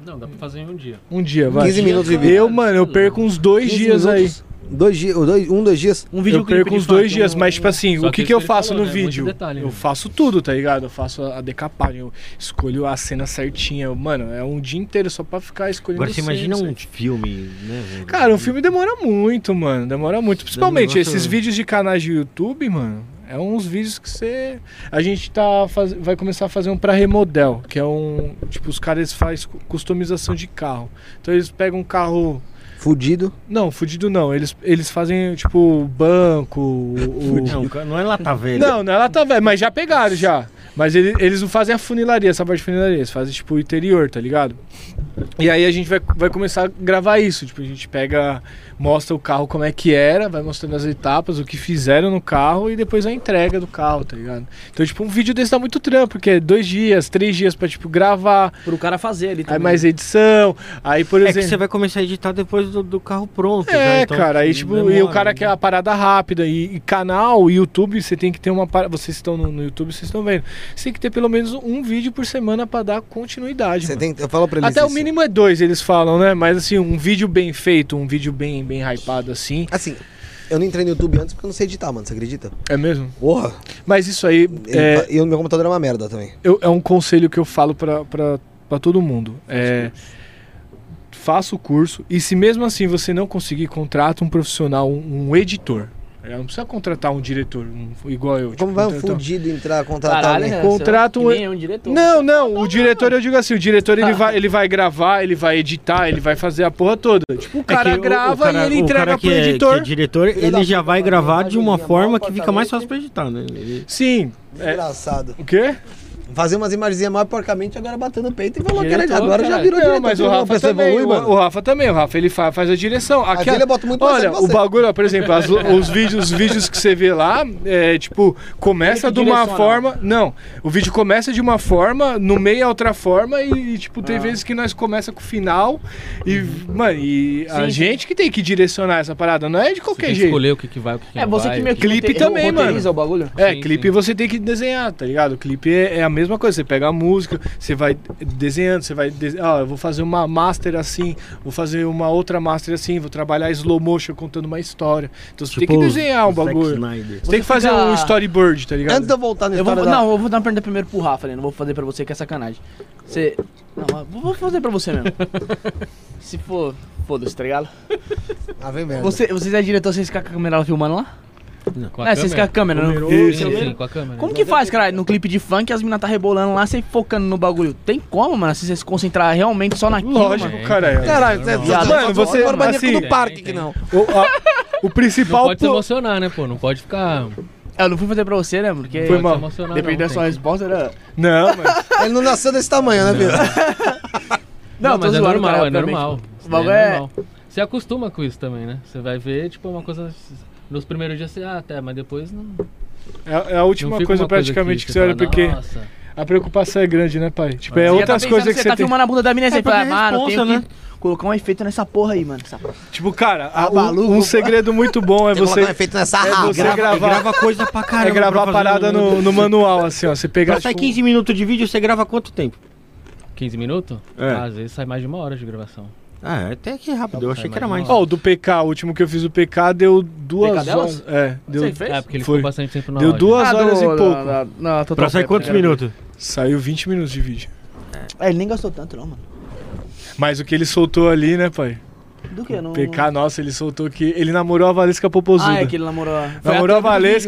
Speaker 6: Não, dá pra fazer em um dia.
Speaker 5: Um dia, vai.
Speaker 2: 15 minutos de vídeo.
Speaker 5: Eu, mano, eu perco uns dois
Speaker 2: 15
Speaker 5: dias aí.
Speaker 2: minutos? Dois dias, dois, um, dois dias.
Speaker 1: Um
Speaker 5: Eu
Speaker 1: videoclipe
Speaker 5: perco
Speaker 1: de
Speaker 5: uns
Speaker 1: funk,
Speaker 5: dois
Speaker 1: um-
Speaker 5: dias, mas tipo assim,
Speaker 6: então, né? Só
Speaker 5: o
Speaker 6: que
Speaker 5: que, que
Speaker 6: isso
Speaker 5: eu
Speaker 6: que ele
Speaker 5: faço
Speaker 6: falou,
Speaker 5: no
Speaker 6: né? É muito
Speaker 5: vídeo?
Speaker 6: detalhe,
Speaker 5: eu
Speaker 6: né?
Speaker 5: faço tudo, tá ligado? Eu faço a a decapagem, eu escolho a cena certinha. Eu- Mano, é um dia inteiro só pra ficar escolhendo
Speaker 8: Agora você
Speaker 5: cena,
Speaker 8: imagina
Speaker 5: certo?
Speaker 8: um filme, né? velho?
Speaker 5: Cara, um filme demora muito, mano. Demora muito. Principalmente
Speaker 8: negócio-
Speaker 5: esses vídeos de canais de YouTube, mano. É uns vídeos que você. A gente tá faz... vai começar a fazer um pra remodel, que é um. Tipo, os caras fazem cu- customização de carro. Então eles pegam um carro.
Speaker 2: Fudido.
Speaker 5: Não, fudido não. Eles, eles fazem, tipo, o banco. O... o-
Speaker 8: Não, cara, não é lata velha.
Speaker 5: Não, não é lata velha, mas já pegaram já. Mas ele- eles não fazem a funilaria, essa parte de funilaria, eles fazem tipo o interior, tá ligado? E aí a gente vai, vai começar a gravar isso. Tipo, a gente pega, mostra o carro como é que era, vai mostrando as etapas, o que fizeram no carro e depois a entrega do carro, tá ligado? Então, tipo, um vídeo desse dá muito trampo, porque é dois dias, três dias pra, tipo, gravar,
Speaker 1: Pro cara fazer ali também.
Speaker 5: aí mais edição, aí, por
Speaker 8: É
Speaker 5: exemplo.
Speaker 8: que você vai começar a editar depois do, do carro pronto.
Speaker 5: É,
Speaker 8: já, então,
Speaker 5: cara, aí tipo, e o
Speaker 8: demora,
Speaker 5: cara
Speaker 8: né?
Speaker 5: quer a parada rápida e, e canal, YouTube, você tem que ter uma parada, vocês estão no, no YouTube, vocês estão vendo. Você tem que ter pelo menos um vídeo por semana pra dar continuidade.
Speaker 2: Você
Speaker 5: mano.
Speaker 2: tem, eu falo pra ele
Speaker 5: Até o mínimo é dois, eles falam, né? Mas assim, um vídeo bem feito, um vídeo bem bem hypado assim.
Speaker 2: Assim, Eu não entrei no YouTube antes porque eu não sei editar, mano. Você acredita?
Speaker 5: É mesmo?
Speaker 2: Porra!
Speaker 5: Mas isso aí é,
Speaker 2: E o meu computador é uma merda também.
Speaker 5: eu- é um conselho que eu falo pra, pra, pra todo mundo. É, faça o curso e se mesmo assim você não conseguir, contrata um profissional, um, um editor. É, Não precisa contratar um diretor, um- igual eu. tipo,
Speaker 2: Como vai um
Speaker 5: contratar um-
Speaker 2: fudido entrar, contratar alguém?
Speaker 5: né? Contrato
Speaker 1: Que nem é um diretor.
Speaker 5: Não, não, o diretor, eu digo assim, o diretor ele vai, ele vai gravar, ele vai editar, ele vai fazer a porra toda. Tipo, o cara
Speaker 8: que o- o
Speaker 5: grava
Speaker 8: cara-
Speaker 5: e ele
Speaker 8: o cara
Speaker 5: entrega
Speaker 8: que
Speaker 5: pro
Speaker 8: é- que
Speaker 5: editor.
Speaker 8: É, diretor,
Speaker 2: Filho da
Speaker 8: ele já
Speaker 2: puta,
Speaker 8: vai
Speaker 2: mano,
Speaker 8: gravar de uma
Speaker 2: imagina,
Speaker 8: forma
Speaker 2: mó
Speaker 8: que fica
Speaker 2: apartamento.
Speaker 8: mais fácil pra editar, né? Ele-
Speaker 5: Sim. É,
Speaker 2: Engraçado.
Speaker 5: o quê?
Speaker 2: Fazer umas imagens mais porcamente, agora batendo peito e falou que era de
Speaker 5: Diretor,
Speaker 2: agora já
Speaker 5: cara.
Speaker 2: virou
Speaker 5: não,
Speaker 2: diretor.
Speaker 5: mas o
Speaker 2: Viu como a
Speaker 5: Rafa
Speaker 2: pessoa
Speaker 5: também,
Speaker 2: evolui,
Speaker 5: o,
Speaker 2: mano?
Speaker 5: o Rafa também, o Rafa ele fa- faz a direção.
Speaker 2: Às
Speaker 5: Aquela-
Speaker 2: vezes ele bota muito mais
Speaker 5: Olha,
Speaker 2: que
Speaker 5: o
Speaker 2: você.
Speaker 5: bagulho, ó, por exemplo, as- os, vídeos, os vídeos que você vê lá, é, tipo, começa
Speaker 1: Ele que
Speaker 5: de uma
Speaker 1: direciona.
Speaker 5: forma. Não, o vídeo começa de uma forma, no meio é outra forma, e, tipo,
Speaker 2: Ah.
Speaker 5: tem vezes que nós começa com o final. E, mano, e a
Speaker 1: Sim, sim.
Speaker 5: gente que tem que direcionar essa parada, não é de
Speaker 6: Tem
Speaker 5: qualquer
Speaker 6: que
Speaker 5: jeito.
Speaker 6: escolher o que, que vai, o que, que
Speaker 1: É,
Speaker 6: não
Speaker 1: você
Speaker 6: vai,
Speaker 1: que
Speaker 6: o
Speaker 1: meio que
Speaker 5: clipe
Speaker 1: rote-
Speaker 5: também, mano.
Speaker 1: roteiriza o bagulho.
Speaker 5: É,
Speaker 6: Sim,
Speaker 5: clipe
Speaker 6: sim.
Speaker 5: você tem que desenhar, tá ligado? Clipe é, é a mesma coisa. Você pega a música, você vai desenhando, você vai. dese- Ah, eu vou fazer uma master assim, vou fazer uma outra master assim, vou trabalhar slow motion contando uma história. Então você tem
Speaker 8: Tipo,
Speaker 5: que desenhar um bagulho.
Speaker 2: né?
Speaker 8: Zack Snyder.
Speaker 5: Você tem que fazer
Speaker 1: fica-
Speaker 5: um storyboard, tá ligado?
Speaker 2: Antes de eu voltar na
Speaker 1: Eu vou,
Speaker 2: história da...
Speaker 1: Não, eu vou dar uma pergunta primeiro pro Rafa, né? Não vou fazer pra você, que é sacanagem. Você. Não, eu vou vou fazer pra você mesmo. Se for. Foda-se, tá ligado?
Speaker 2: Ah, vem merda.
Speaker 1: Você, vocês é diretor, vocês ficam com a câmera lá filmando lá?
Speaker 6: Com
Speaker 1: É, vocês ficam com a câmera, não?
Speaker 5: Isso.
Speaker 6: Sim, um, sim, com a câmera.
Speaker 1: Como que faz, caralho? No clipe de funk, as minas tá rebolando lá, você focando no bagulho. Tem como, mano? Se você se concentrar realmente só naquilo,
Speaker 5: Lógico,
Speaker 1: mano.
Speaker 5: cara. é.
Speaker 2: Caralho, você...
Speaker 6: Mano,
Speaker 2: só- só-
Speaker 5: você-
Speaker 2: só- maníaco
Speaker 5: assim-
Speaker 2: do parque
Speaker 6: Tem,
Speaker 2: que
Speaker 6: tem.
Speaker 2: não.
Speaker 5: O, a- o
Speaker 6: Não
Speaker 5: principal.
Speaker 6: pode se
Speaker 5: po-
Speaker 6: emocionar, né, pô? Não pode ficar.
Speaker 1: É, Eu não fui fazer pra você, né, mano? Porque
Speaker 5: Foi
Speaker 6: não pode
Speaker 5: mal.
Speaker 6: se emocionar,
Speaker 1: dependendo da
Speaker 6: não,
Speaker 1: sua
Speaker 6: tem que-
Speaker 1: resposta, era.
Speaker 5: Não, mas.
Speaker 2: Ele não nasceu desse tamanho, né, Bia?
Speaker 1: Não,
Speaker 6: Não,
Speaker 1: tô
Speaker 6: mas é
Speaker 1: zoando,
Speaker 6: normal,
Speaker 1: cara,
Speaker 6: é
Speaker 1: obviamente.
Speaker 6: normal.
Speaker 5: tipo,
Speaker 1: O bagulho
Speaker 6: É
Speaker 1: é-
Speaker 6: normal. Você acostuma com isso também, né? Você vai ver, tipo, uma coisa. Nos primeiros dias você, ah, até, mas depois não. não
Speaker 5: É, é a última
Speaker 6: fica
Speaker 5: coisa
Speaker 6: uma
Speaker 5: praticamente que você olha,
Speaker 6: fala,
Speaker 5: porque
Speaker 6: Nossa.
Speaker 5: a preocupação é grande, né, pai? Tipo, é
Speaker 1: Você
Speaker 6: Você
Speaker 1: já
Speaker 5: outras
Speaker 1: tá pensando
Speaker 5: coisas que
Speaker 1: você
Speaker 5: você
Speaker 1: tá
Speaker 5: tem.
Speaker 1: filmando a bunda da mina e
Speaker 8: É
Speaker 1: você
Speaker 8: pra
Speaker 1: fala,
Speaker 8: ver a
Speaker 1: mano, eu tenho
Speaker 8: responsa,
Speaker 1: que colocar um efeito nessa porra aí, mano. Essa-
Speaker 5: Tipo, cara, a- um-
Speaker 2: maluco,
Speaker 5: um segredo muito bom
Speaker 2: Tem
Speaker 5: é
Speaker 2: que colocar um
Speaker 5: você.
Speaker 2: efeito nessa
Speaker 5: é
Speaker 2: raba.
Speaker 5: você
Speaker 8: Grava,
Speaker 5: gravar-
Speaker 8: gravar, grava coisa pra caramba.
Speaker 5: é gravar a
Speaker 8: pra fazer um
Speaker 5: parada no, no manual, assim, ó. Você pegar.
Speaker 8: Pra sair
Speaker 5: tipo,
Speaker 8: 15 minutos de vídeo, você grava quanto tempo?
Speaker 6: 15 minutos?
Speaker 8: É.
Speaker 6: Ah, às vezes sai mais de uma hora de gravação.
Speaker 8: Ah, até que rápido. Eu achei que era mais.
Speaker 5: Ó, o do PK, o último que eu fiz o PK deu duas
Speaker 1: PK delas?
Speaker 5: horas. É, deu,
Speaker 1: Você fez?
Speaker 6: É, porque ele
Speaker 5: Foi.
Speaker 6: ficou bastante tempo na
Speaker 5: deu
Speaker 6: loja.
Speaker 5: duas
Speaker 1: Ah,
Speaker 5: horas e pouco.
Speaker 8: Pra sair quantos minutos?
Speaker 5: Saiu 20 minutos de vídeo.
Speaker 1: É, ele nem gastou tanto, não, mano.
Speaker 5: Mas o que ele soltou ali, né, pai?
Speaker 1: Do que? Não...
Speaker 5: PK, nossa, ele soltou que. Ele namorou a Valesca Popozuda.
Speaker 1: Ah, é que ele namorou. a- Foi
Speaker 5: Namorou a
Speaker 1: thumb do vídeo,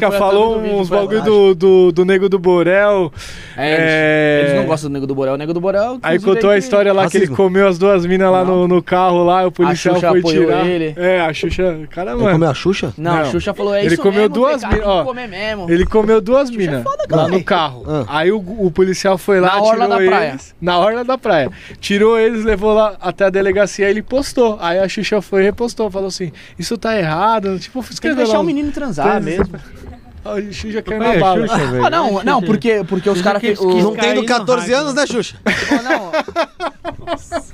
Speaker 5: Valesca,
Speaker 1: foi a
Speaker 5: falou
Speaker 1: thumb do vídeo,
Speaker 5: uns
Speaker 1: foi a-
Speaker 5: bagulho do, do, do Nego do Borel.
Speaker 1: É, eles-
Speaker 5: é,
Speaker 1: Eles não gostam do Nego do Borel. O Nego do Borel.
Speaker 5: Aí
Speaker 1: inclusive,
Speaker 5: contou a
Speaker 1: que-
Speaker 5: história lá que ele
Speaker 2: Racismo.
Speaker 5: comeu as duas minas lá no, no carro lá, o policial
Speaker 1: Xuxa
Speaker 5: foi
Speaker 1: apoiou
Speaker 5: tirar.
Speaker 1: ele.
Speaker 5: É, a Xuxa. Cara,
Speaker 2: Ele
Speaker 5: mano.
Speaker 2: comeu a Xuxa?
Speaker 1: Não, a
Speaker 5: Não.
Speaker 1: Xuxa falou, é
Speaker 5: Ele
Speaker 1: isso
Speaker 5: comeu
Speaker 1: mesmo,
Speaker 5: duas
Speaker 1: PK, tem
Speaker 5: mina- ó,
Speaker 1: que comer mesmo.
Speaker 5: Ele comeu duas minas lá no carro.
Speaker 2: Ah.
Speaker 5: Aí o, o policial foi lá,
Speaker 1: é Na orla
Speaker 5: tirou
Speaker 1: da praia.
Speaker 5: eles. Na orla da praia. Tirou eles, levou lá até a delegacia e ele postou. Aí a Xuxa foi e repostou. Falou assim, isso tá errado. Tipo,
Speaker 1: Tem que
Speaker 5: escreveu
Speaker 1: deixar
Speaker 5: lá.
Speaker 1: o menino transar
Speaker 5: Tem-
Speaker 1: mesmo.
Speaker 5: A Xuxa caiu
Speaker 8: É,
Speaker 5: na bala.
Speaker 8: Xuxa, velho.
Speaker 1: Ah, não, não, porque, porque os caras...
Speaker 8: aqueles
Speaker 1: o-
Speaker 8: que
Speaker 2: Não
Speaker 8: Caiu
Speaker 2: tendo
Speaker 8: no
Speaker 2: 14
Speaker 8: hype.
Speaker 2: anos, né, Xuxa?
Speaker 1: Não, não.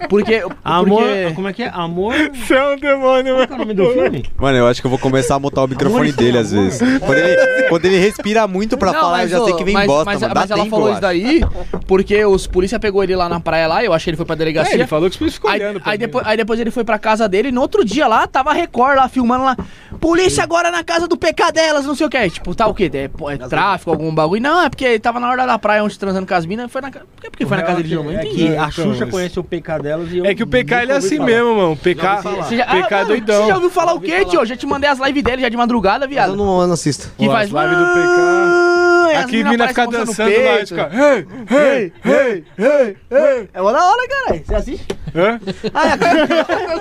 Speaker 1: Porque... porque-
Speaker 8: Amor. Como é que é? Amor. Qual
Speaker 5: Você é um demônio,
Speaker 8: que é
Speaker 5: mano.
Speaker 8: o nome do filme?
Speaker 3: Mano, eu acho que eu vou começar a mutar o microfone dele às vezes. Quando ele, quando ele respira muito pra
Speaker 1: Não,
Speaker 3: falar, eu
Speaker 1: mas,
Speaker 3: já sei
Speaker 1: ô,
Speaker 3: que vem
Speaker 1: mas,
Speaker 3: bosta,
Speaker 1: mas,
Speaker 3: mano. Dá
Speaker 1: mas ela
Speaker 3: tempo,
Speaker 1: falou
Speaker 3: eu
Speaker 1: isso
Speaker 3: acho.
Speaker 1: daí porque os polícia pegou ele lá na praia lá, eu achei ele foi pra
Speaker 5: É,
Speaker 1: delegacia.
Speaker 5: ele falou que você ficou
Speaker 1: Aí,
Speaker 5: olhando pra
Speaker 1: aí
Speaker 5: mim. né?
Speaker 1: depois, aí depois ele foi pra casa dele e no outro dia lá, tava a Record lá filmando lá. Polícia agora na casa do PK delas, não sei o que. Tipo, tá o quê? É, pô, é tráfico, algum bagulho? Não, é porque ele tava na hora da praia onde transando com as minas. Foi na, ca- por que, por que foi na casa dele? Não, não
Speaker 8: É
Speaker 1: entendi.
Speaker 8: que
Speaker 5: Então,
Speaker 8: a Xuxa
Speaker 5: mas-
Speaker 8: conhece o PK delas e eu.
Speaker 5: É que o PK ele
Speaker 8: nunca
Speaker 5: é
Speaker 8: ouvi
Speaker 5: assim
Speaker 8: falar.
Speaker 5: mesmo, mano. O PK,
Speaker 8: Já ouvi falar.
Speaker 1: Você já, ah,
Speaker 5: PK é
Speaker 1: mano,
Speaker 5: doidão.
Speaker 1: Você já ouviu falar o
Speaker 8: ouvi
Speaker 1: quê,
Speaker 8: falar.
Speaker 1: tio? Eu já te mandei as lives dele já de madrugada,
Speaker 2: Mas eu
Speaker 1: viado.
Speaker 2: não, eu não assisto.
Speaker 1: Que
Speaker 5: Ó,
Speaker 1: faz
Speaker 5: as lives do PK.
Speaker 1: "Ah", e as
Speaker 5: Aqui mina fica
Speaker 1: aparecem
Speaker 5: dançando
Speaker 1: mostrando o
Speaker 5: lá,
Speaker 1: peito.
Speaker 5: e fica. Hey, hey, hey, hey, hey.
Speaker 1: É uma da hora, caralho. Você assiste?
Speaker 5: Hã?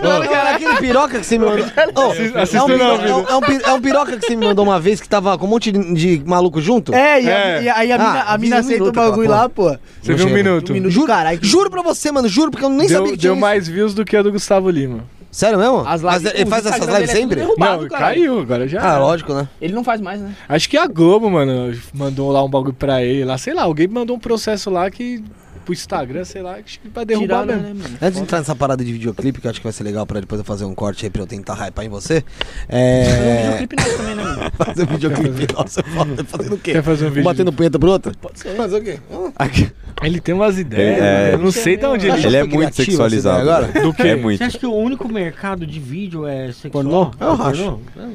Speaker 2: Não, cara, aquele piroca que você me mandou. Ô,
Speaker 5: Assis-
Speaker 2: é, um,
Speaker 5: assisto não,
Speaker 2: é um- é um pi- é um piroca que você me mandou uma vez que tava com um monte de, de maluco junto?
Speaker 1: É, e, a-
Speaker 5: É.
Speaker 1: e aí a mina,
Speaker 2: Ah,
Speaker 1: a mina
Speaker 2: avisa um
Speaker 1: aceita o
Speaker 2: minuto aquela
Speaker 1: bagulho lá, pô.
Speaker 5: Você viu um minuto.
Speaker 1: Minuto,
Speaker 2: Juro,
Speaker 1: caralho.
Speaker 2: juro pra você, mano, juro, porque eu nem
Speaker 5: Deu,
Speaker 2: sabia que tinha
Speaker 5: deu
Speaker 2: isso.
Speaker 5: mais views do que a do Gustavo Lima.
Speaker 2: Sério mesmo?
Speaker 1: As
Speaker 2: Mas
Speaker 1: lives-
Speaker 2: ele
Speaker 1: o
Speaker 2: faz essas
Speaker 1: Instagram
Speaker 2: lives
Speaker 1: dele é tudo
Speaker 2: sempre?
Speaker 1: derrubado,
Speaker 5: não,
Speaker 1: caralho.
Speaker 5: caiu, agora já.
Speaker 2: Ah,
Speaker 5: era.
Speaker 2: lógico, né?
Speaker 1: Ele não faz mais, né?
Speaker 5: Acho que a Globo, mano, mandou lá um bagulho pra ele lá. Sei lá, alguém mandou um processo lá que. Pro Instagram, sei lá, que pra derrubar mesmo.
Speaker 1: né, mano?
Speaker 2: Antes de entrar nessa parada de videoclipe, que eu acho que vai ser legal pra depois eu fazer um corte aí pra eu tentar hypar em você. É.
Speaker 1: Clipe não também, né, mano?
Speaker 2: fazer um videoclipe nossa, foda. Fazendo o quê?
Speaker 5: Quer fazer um vídeo?
Speaker 2: Batendo punheta pro outro? Hum? Pode ser. Fazer o quê? Ah,
Speaker 3: Aqui.
Speaker 5: Ele tem umas ideias.
Speaker 3: Ele- é.
Speaker 5: mano. Eu não sei de onde
Speaker 3: Ele
Speaker 5: ele.
Speaker 2: Foi
Speaker 3: é muito
Speaker 2: criativa
Speaker 3: sexualizado.
Speaker 2: essa ideia agora?
Speaker 3: Do que? É
Speaker 8: Você
Speaker 3: muito.
Speaker 8: acha que o único mercado de vídeo é sexual?
Speaker 2: Pornô? Eu
Speaker 8: É
Speaker 2: acho.
Speaker 8: pornô?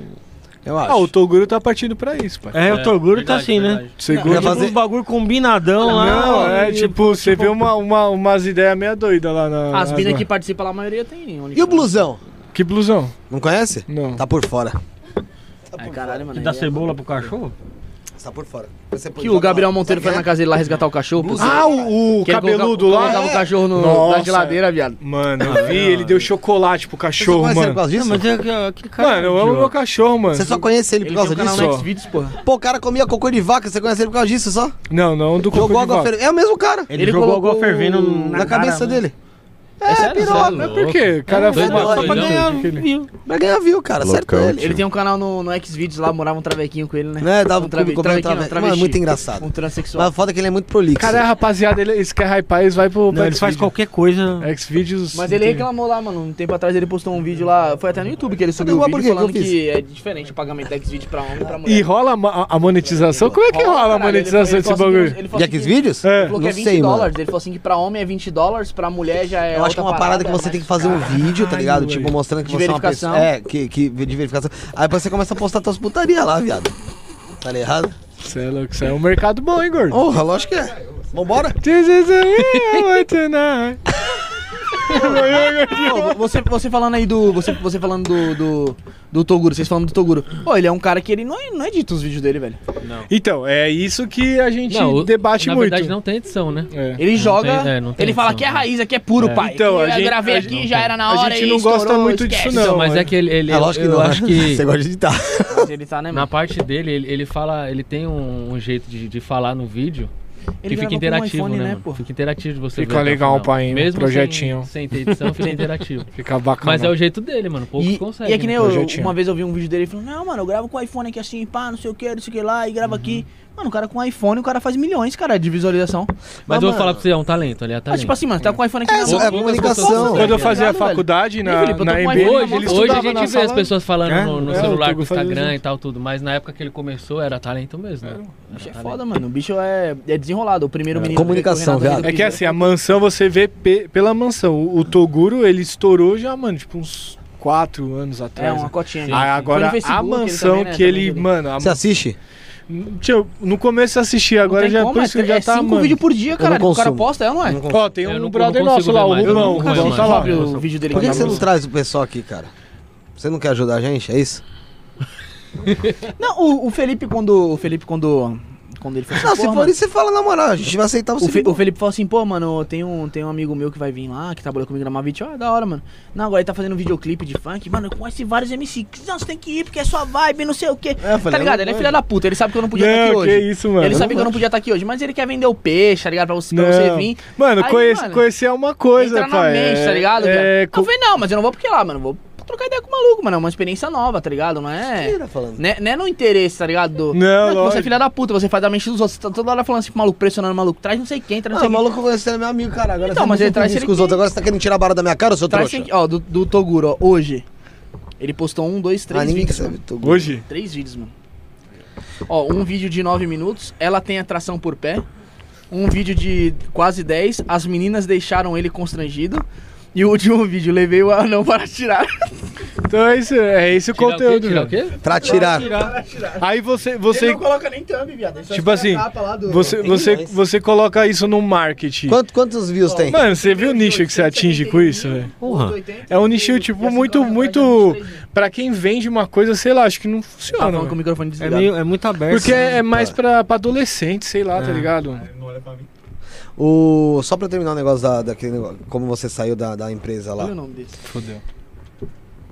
Speaker 2: Eu acho.
Speaker 5: Ah, o Toguro tá partindo pra isso, pai.
Speaker 8: É, o Toguro tá
Speaker 6: verdade,
Speaker 8: assim, né?
Speaker 6: verdade.
Speaker 5: Segura.
Speaker 2: Ia fazer-
Speaker 8: Os bagulho combinadão lá.
Speaker 5: Não, é
Speaker 8: e-
Speaker 5: tipo, você
Speaker 2: tá
Speaker 5: vê uma, uma- umas ideias meia doidas lá na.
Speaker 1: As
Speaker 5: na-
Speaker 1: minas que participam lá, a maioria tem
Speaker 2: E o blusão?
Speaker 5: Que blusão?
Speaker 2: Não conhece?
Speaker 5: Não.
Speaker 2: Tá por fora.
Speaker 1: Ai, caralho, mano.
Speaker 8: Que dá
Speaker 1: aí é-
Speaker 8: cebola pro cachorro?
Speaker 2: Tá por fora. Você
Speaker 1: Que o Gabriel Monteiro foi
Speaker 2: Sabe
Speaker 1: na
Speaker 2: quem é?
Speaker 1: casa dele lá resgatar o cachorro.
Speaker 2: Blusão.
Speaker 5: Ah, o, o
Speaker 1: Que ele
Speaker 5: cabeludo
Speaker 1: colocava-
Speaker 5: lá?
Speaker 1: Colocava o
Speaker 2: um
Speaker 1: cachorro no,
Speaker 5: Nossa.
Speaker 1: na geladeira, viado.
Speaker 5: Mano, eu vi, ele deu chocolate pro
Speaker 2: Ah, Você
Speaker 5: cachorro,
Speaker 2: só conhece ele por
Speaker 5: mano.
Speaker 2: causa disso?
Speaker 8: mas é que- aquele cara.
Speaker 5: Mano, eu amo meu cachorro, mano.
Speaker 2: Você só conhece ele por
Speaker 1: Ele
Speaker 2: causa
Speaker 1: tinha um
Speaker 2: disso?
Speaker 1: canal no Xvideos, porra.
Speaker 2: Pô, o cara comia cocô de vaca, você conhece ele por causa disso só?
Speaker 5: Não, não, do cocô
Speaker 2: Jogou
Speaker 5: de
Speaker 2: água
Speaker 5: vaca.
Speaker 2: fervendo. É o mesmo cara.
Speaker 8: Ele,
Speaker 1: Ele
Speaker 8: jogou
Speaker 1: colocou
Speaker 8: água fervendo
Speaker 1: o-
Speaker 8: na,
Speaker 2: na cabeça
Speaker 8: cara, né?
Speaker 2: dele.
Speaker 6: É, sério,
Speaker 2: piroca.
Speaker 6: sério,
Speaker 5: Mas
Speaker 6: louco.
Speaker 5: por quê? O cara
Speaker 6: É,
Speaker 5: foi
Speaker 6: doidão,
Speaker 5: uma-
Speaker 2: Só pra
Speaker 6: doidão.
Speaker 2: ganhar
Speaker 5: Aquele-
Speaker 2: view. Pra ganhar view, cara. Certo
Speaker 3: Loucão,
Speaker 2: ele.
Speaker 1: Ele tem um canal no, no Xvideos lá, morava um travequinho com ele, né?
Speaker 2: Né, dava um
Speaker 1: trave-
Speaker 2: clube comendo
Speaker 1: travequinho, não,
Speaker 2: trave- Mano, é muito engraçado.
Speaker 1: Um transexual.
Speaker 2: Mas foda que ele é muito prolixo.
Speaker 5: Cara, a rapaziada, ele, eles querem hypar, eles vai pro.
Speaker 8: Não, ele faz qualquer coisa. é
Speaker 5: X-Videos.
Speaker 1: Mas ele reclamou lá, mano. Um tempo atrás ele postou um vídeo lá, foi até no YouTube que ele subiu
Speaker 2: Cadê
Speaker 1: um
Speaker 2: o
Speaker 1: vídeo
Speaker 2: hambúrguer que
Speaker 1: falando
Speaker 2: eu fiz?
Speaker 1: que é diferente o pagamento da Xvideos pra homem e pra mulher.
Speaker 5: E rola a ma- a monetização? Como é que rola a
Speaker 1: Caralho, ele-
Speaker 5: monetização
Speaker 1: ele falou
Speaker 5: desse
Speaker 1: assim
Speaker 5: bagulho?
Speaker 1: que- ele falou
Speaker 2: E
Speaker 1: assim
Speaker 2: aqueles
Speaker 1: que-
Speaker 2: vídeos?
Speaker 5: É.
Speaker 1: Ele falou que é
Speaker 2: Não
Speaker 1: 20
Speaker 2: sei, mano.
Speaker 1: dólares. Ele falou assim que pra homem é 20 dólares, pra mulher já é
Speaker 2: Eu acho que é
Speaker 1: outra
Speaker 2: uma parada que
Speaker 1: é
Speaker 2: você
Speaker 1: mais
Speaker 2: tem que fazer um
Speaker 1: cara.
Speaker 2: vídeo, tá ligado?
Speaker 5: Caralho,
Speaker 2: Tipo,
Speaker 5: velho.
Speaker 2: mostrando que
Speaker 1: De
Speaker 2: você é uma
Speaker 1: verificação.
Speaker 2: pessoa. É, que, que de verificação. Aí você começa a postar tuas putaria lá, viado. Tá ligado?
Speaker 5: Você é louco, isso é um mercado bom, hein, gordo?
Speaker 2: Porra, lógico que é. Vambora?
Speaker 5: This is a real tonight.
Speaker 1: Ô, você, você falando aí do. Você, você falando do, do. do Toguro, vocês falando do Toguro. Pô, ele é um cara que ele não, não edita os vídeos dele, velho.
Speaker 5: Então, é isso que a gente
Speaker 6: Não, o-
Speaker 5: debate
Speaker 6: na
Speaker 5: muito.
Speaker 6: verdade não tem edição, né?
Speaker 5: É.
Speaker 1: Ele joga.
Speaker 6: tem- é, não tem
Speaker 1: ele fala
Speaker 6: edição,
Speaker 1: que é
Speaker 6: né?
Speaker 1: raiz, aqui é puro, pai.
Speaker 5: Então,
Speaker 1: Que
Speaker 5: a
Speaker 1: eu
Speaker 5: gente-
Speaker 1: gravei
Speaker 5: a
Speaker 1: aqui,
Speaker 5: gente-
Speaker 1: já era na
Speaker 5: a
Speaker 1: hora
Speaker 5: gente
Speaker 1: e
Speaker 5: não gosta
Speaker 1: estourou,
Speaker 5: muito disso,
Speaker 1: esquece.
Speaker 5: não.
Speaker 6: Então, mas
Speaker 5: é.
Speaker 6: é que ele. ele
Speaker 2: é lógico que
Speaker 6: eu
Speaker 2: não.
Speaker 6: acho que
Speaker 2: Você gosta de editar.
Speaker 1: Mas ele tá, né,
Speaker 6: na
Speaker 1: mano?
Speaker 6: parte dele, ele, ele fala, ele tem um, um jeito de, de falar no vídeo
Speaker 1: Ele
Speaker 6: que
Speaker 1: gravou
Speaker 6: fica
Speaker 1: com um
Speaker 6: interativo,
Speaker 1: iPhone,
Speaker 6: né?
Speaker 1: né,
Speaker 6: mano?
Speaker 1: pô?
Speaker 6: Fica interativo de você
Speaker 5: Fica
Speaker 6: ver até o
Speaker 5: legal,
Speaker 6: final.
Speaker 5: pai, hein?
Speaker 6: Mesmo
Speaker 5: Projetinho.
Speaker 6: Sem, sem ter edição, fica interativo.
Speaker 5: Fica bacana.
Speaker 6: Mas é o jeito dele, mano. Poucos
Speaker 1: E,
Speaker 6: conseguem.
Speaker 1: e é que nem
Speaker 6: né?
Speaker 1: eu,
Speaker 5: Projetinho.
Speaker 1: uma vez eu vi um vídeo dele falando, não, mano, eu gravo com o iPhone aqui assim, pá, não sei o que, não sei o que lá, e gravo
Speaker 6: Uhum.
Speaker 1: aqui. Mano, o cara com iPhone, o cara faz milhões, cara, de visualização.
Speaker 6: Mas eu vou
Speaker 2: mano.
Speaker 6: falar pra você, é um talento, ele é
Speaker 1: Ah,
Speaker 6: talento.
Speaker 1: tipo assim, mano, tá com o iPhone aqui
Speaker 2: É,
Speaker 1: na mão.
Speaker 2: é
Speaker 6: poucas
Speaker 2: comunicação.
Speaker 6: pessoas-
Speaker 5: Quando eu
Speaker 1: Tá
Speaker 5: fazia a
Speaker 1: ligado, velho?
Speaker 5: faculdade na,
Speaker 1: Ei, Felipe, eu tô
Speaker 5: na
Speaker 1: com
Speaker 5: MB,
Speaker 1: iPhone na
Speaker 5: hoje,
Speaker 1: mão. Hoje
Speaker 5: ele
Speaker 6: Hoje a
Speaker 5: estudava
Speaker 6: gente
Speaker 5: na
Speaker 6: vê
Speaker 5: sala.
Speaker 6: as pessoas falando
Speaker 8: É,
Speaker 6: no, no
Speaker 5: é, o
Speaker 6: celular,
Speaker 5: Togo
Speaker 6: com o
Speaker 5: faz
Speaker 6: Instagram
Speaker 5: isso.
Speaker 6: e tal, tudo, mas na época que ele começou era talento mesmo. Era
Speaker 1: Bicho é
Speaker 6: talento.
Speaker 1: foda, mano. O bicho é, é desenrolado. O primeiro menino.
Speaker 2: Comunicação,
Speaker 1: que o Renato
Speaker 2: viado.
Speaker 5: É que
Speaker 1: Ribeiro
Speaker 5: assim, a mansão você vê pe- pela mansão. O, o Toguro, ele estourou já, mano, tipo uns 4 anos
Speaker 1: É,
Speaker 5: atrás.
Speaker 1: uma
Speaker 5: né?
Speaker 1: cotinha.
Speaker 5: Aí
Speaker 1: gente. Foi no
Speaker 5: agora a
Speaker 1: Facebook, ele
Speaker 5: mansão
Speaker 1: também, né,
Speaker 5: que ele,
Speaker 1: também,
Speaker 5: mano, a
Speaker 2: Você assiste?
Speaker 5: Tio, no começo eu assisti,
Speaker 1: Não
Speaker 5: agora
Speaker 1: tem
Speaker 5: já
Speaker 1: como,
Speaker 5: por isso
Speaker 1: é,
Speaker 5: que já
Speaker 1: é
Speaker 5: tá,
Speaker 1: cinco
Speaker 5: mano.
Speaker 1: vídeos por dia, cara. O cara
Speaker 2: consumo.
Speaker 1: posta, é ou não é?
Speaker 5: Ó, tem
Speaker 6: Eu
Speaker 5: um
Speaker 6: não-
Speaker 5: brother
Speaker 6: não
Speaker 5: nosso
Speaker 6: consigo
Speaker 5: lá,
Speaker 6: ver
Speaker 5: o
Speaker 6: mais,
Speaker 5: Rubão. O
Speaker 6: eu nunca
Speaker 5: Rubão
Speaker 6: vi
Speaker 5: tá
Speaker 6: mais.
Speaker 5: lá.
Speaker 1: Sobe o vídeo dele
Speaker 2: Por que
Speaker 1: com a
Speaker 2: você não
Speaker 1: música.
Speaker 2: traz o pessoal aqui, cara? Você não quer ajudar a gente? É isso?
Speaker 1: Não, o, o Felipe, quando. O Felipe, quando. Quando ele foi assim,
Speaker 2: Não, se for isso, você fala na moral. A gente vai aceitar você.
Speaker 1: O, Fe-
Speaker 2: de
Speaker 1: o
Speaker 2: boa.
Speaker 1: Felipe falou assim, pô, mano, tem um, tem um amigo meu que vai vir lá, que trabalhou comigo na Mavit, ó, "Ah, da hora, mano. Não, agora ele tá fazendo um videoclipe de funk, mano, conhece vários MC. Não, você tem que ir, porque é sua vibe, não sei o quê.
Speaker 2: eu falei,
Speaker 1: tá
Speaker 2: eu
Speaker 1: ligado?
Speaker 2: não
Speaker 1: Ele é
Speaker 2: manjo.
Speaker 1: filha da puta, ele sabe que eu não podia estar tá aqui
Speaker 5: Não, que
Speaker 1: hoje.
Speaker 5: isso, mano.
Speaker 1: ele sabe que eu não podia estar aqui hoje, mas ele quer vender o peixe, tá ligado? Pra você, pra
Speaker 5: Não.
Speaker 1: você vir.
Speaker 5: Mano,
Speaker 1: Aí,
Speaker 5: conhece-
Speaker 1: mano,
Speaker 5: conhecer é uma coisa,
Speaker 1: entrar
Speaker 5: pai.
Speaker 1: na mente,
Speaker 5: é,
Speaker 1: tá ligado?
Speaker 5: É,
Speaker 1: Eu falei, não, mas eu não vou porque lá, mano, vou trocar ideia com o maluco, mano, é uma experiência nova, tá ligado? Não é...
Speaker 2: Mentira, falando.
Speaker 1: Né, né no interesse, tá ligado? Do- que
Speaker 5: Não,
Speaker 1: você é
Speaker 5: lógico.
Speaker 1: filha da puta, você faz a mente dos outros, você tá toda hora falando assim pro maluco, pressionando o maluco, traz não sei quem, traz não
Speaker 2: Ah,
Speaker 1: sei
Speaker 2: o
Speaker 1: quem.
Speaker 2: maluco conhecendo é meu amigo, cara. Agora
Speaker 1: Então,
Speaker 2: você
Speaker 1: mas
Speaker 2: não
Speaker 1: ele traz
Speaker 2: isso
Speaker 1: ele
Speaker 2: com os
Speaker 1: que-
Speaker 2: outros. Agora você tá querendo tirar a barra da minha cara, seu
Speaker 1: Traz
Speaker 2: trouxa?
Speaker 1: sem- ó, do, do Toguro, ó, hoje. Ele postou um, dois, três
Speaker 2: Ah, ninguém
Speaker 1: vídeos.
Speaker 2: sabe.
Speaker 1: mano.
Speaker 2: tô-
Speaker 5: Hoje?
Speaker 1: Três vídeos, mano. Ó, um vídeo de nove minutos, ela tem atração por pé. Um vídeo de quase dez, as meninas deixaram ele constrangido. E o último vídeo, levei o anão para tirar.
Speaker 5: Então é isso, é esse o
Speaker 6: Tirar o quê?
Speaker 5: conteúdo,
Speaker 6: Tirar o
Speaker 5: velho.
Speaker 6: quê?
Speaker 2: Pra tirar.
Speaker 5: Aí você, você,
Speaker 1: coloca nem thumb, viado. é
Speaker 5: tipo assim, você, você,
Speaker 2: mais.
Speaker 5: você coloca isso no marketing.
Speaker 2: Quanto- quantos views tem?
Speaker 5: Mano, você viu o nicho que você atinge com isso, velho?
Speaker 8: Porra.
Speaker 5: É um nicho, tipo, muito, muito...
Speaker 1: né?
Speaker 5: Pra quem vende uma coisa, sei lá, acho que não
Speaker 1: Tá
Speaker 5: funciona,
Speaker 1: falando
Speaker 5: velho.
Speaker 1: com o microfone
Speaker 8: É,
Speaker 1: desligado.
Speaker 8: meio, é muito aberto.
Speaker 5: Porque é
Speaker 8: né?
Speaker 5: mais pra, pra adolescente, sei lá, tá ligado?
Speaker 2: O... Só pra eu terminar o negócio da, daquele negócio, como você saiu da, da empresa lá.
Speaker 1: Olha o nome desse.
Speaker 5: Fodeu.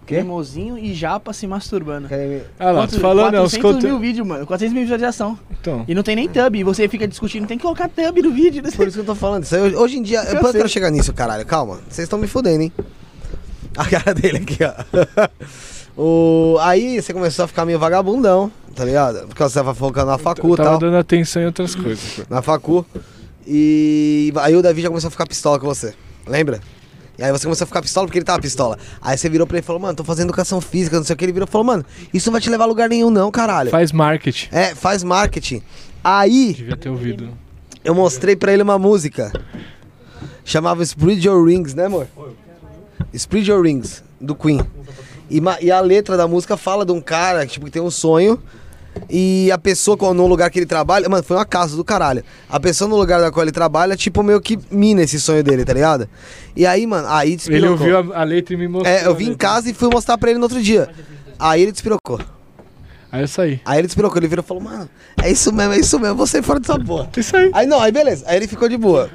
Speaker 2: Quê?
Speaker 1: Cremosinho e japa se masturbando.
Speaker 5: Ah lá,
Speaker 1: Quanto-
Speaker 5: tô falando, é os
Speaker 1: 400
Speaker 5: conteúdos.
Speaker 1: mil vídeos, mano. 400 mil visualização.
Speaker 5: Então.
Speaker 1: E não tem nem thumb. E você fica discutindo, tem que colocar thumb no vídeo. né?
Speaker 2: Por isso que eu tô falando. Isso aí, hoje- hoje em dia. Eu, eu quero chegar nisso, caralho. Calma. Vocês estão me fudendo, hein? A cara dele aqui, ó. o... Aí você começou a ficar meio vagabundão, tá ligado? Porque você tava focando na facu e
Speaker 5: Eu tava
Speaker 2: tal.
Speaker 5: dando atenção em outras coisas.
Speaker 2: Na facu. E aí o Davi já começou a ficar pistola com você. Lembra? E aí você começou a ficar pistola porque ele tava pistola. Aí você virou pra ele e falou, mano, tô fazendo educação física, não sei o que. Ele virou e falou, mano, isso não vai te levar a lugar nenhum, não, caralho.
Speaker 5: Faz marketing.
Speaker 2: É, faz marketing. Aí
Speaker 5: Devia ter ouvido.
Speaker 2: eu mostrei pra ele uma música. Chamava Spread Your Rings, né, amor? Spread Your Rings, do Queen. E, ma- e a letra da música fala de um cara tipo, que tem um sonho. E a pessoa qual- no lugar que ele trabalha. Mano, foi uma casa do caralho. A pessoa no lugar da qual ele trabalha, tipo, meio que mina esse sonho dele, tá ligado? E aí, mano, aí
Speaker 5: Ele
Speaker 2: despirocou.
Speaker 5: ouviu a, a letra e me mostrou. né?
Speaker 2: É, eu
Speaker 5: a
Speaker 2: vim em
Speaker 5: letra.
Speaker 2: casa e fui mostrar pra ele no outro dia. Aí ele despirocou.
Speaker 5: Aí eu saí.
Speaker 2: Aí ele despirocou. Ele virou e falou, mano, é isso mesmo, é isso mesmo, você fora dessa porra.
Speaker 5: Isso aí.
Speaker 2: Aí não, aí beleza. Aí ele ficou de boa.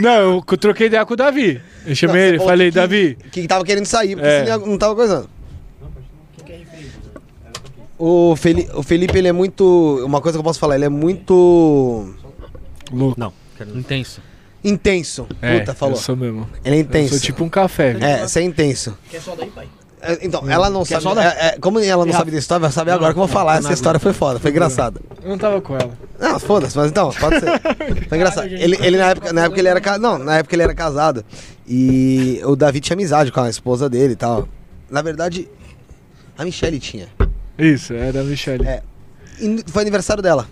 Speaker 5: Não, eu co- troquei ideia com o Davi. Eu chamei
Speaker 2: Não, você
Speaker 5: ele,
Speaker 2: falou
Speaker 5: falei,
Speaker 2: que-
Speaker 5: Davi,
Speaker 2: Que tava querendo sair, porque
Speaker 5: É.
Speaker 2: você não- não tava coisando. O, Feli- o Felipe, ele é muito. Uma coisa que eu posso falar, ele é muito.
Speaker 5: louco.
Speaker 6: Intenso.
Speaker 2: intenso.
Speaker 5: É,
Speaker 2: Puta, falou.
Speaker 5: Eu sou mesmo.
Speaker 2: Ele é
Speaker 5: Eu
Speaker 2: intenso.
Speaker 5: sou tipo um café, velho.
Speaker 2: É, você é intenso.
Speaker 1: Quer só daí, pai?
Speaker 2: É, Então, ela não
Speaker 1: Quer
Speaker 2: sabe.
Speaker 1: só dar?
Speaker 2: é, é, como ela não sabe da história, vai saber agora que eu vou falar. Essa história foi foda, foi engraçada.
Speaker 5: Eu não tava com ela.
Speaker 2: Ah, foda-se, mas então, pode ser. Foi engraçado. Ele, ele na, época, na época ele era ca- Não, na época ele era casado. E o Davi tinha amizade com a esposa dele e tal. Na verdade, a Michelle tinha.
Speaker 5: Isso, era a Michelle.
Speaker 2: É. E foi aniversário dela.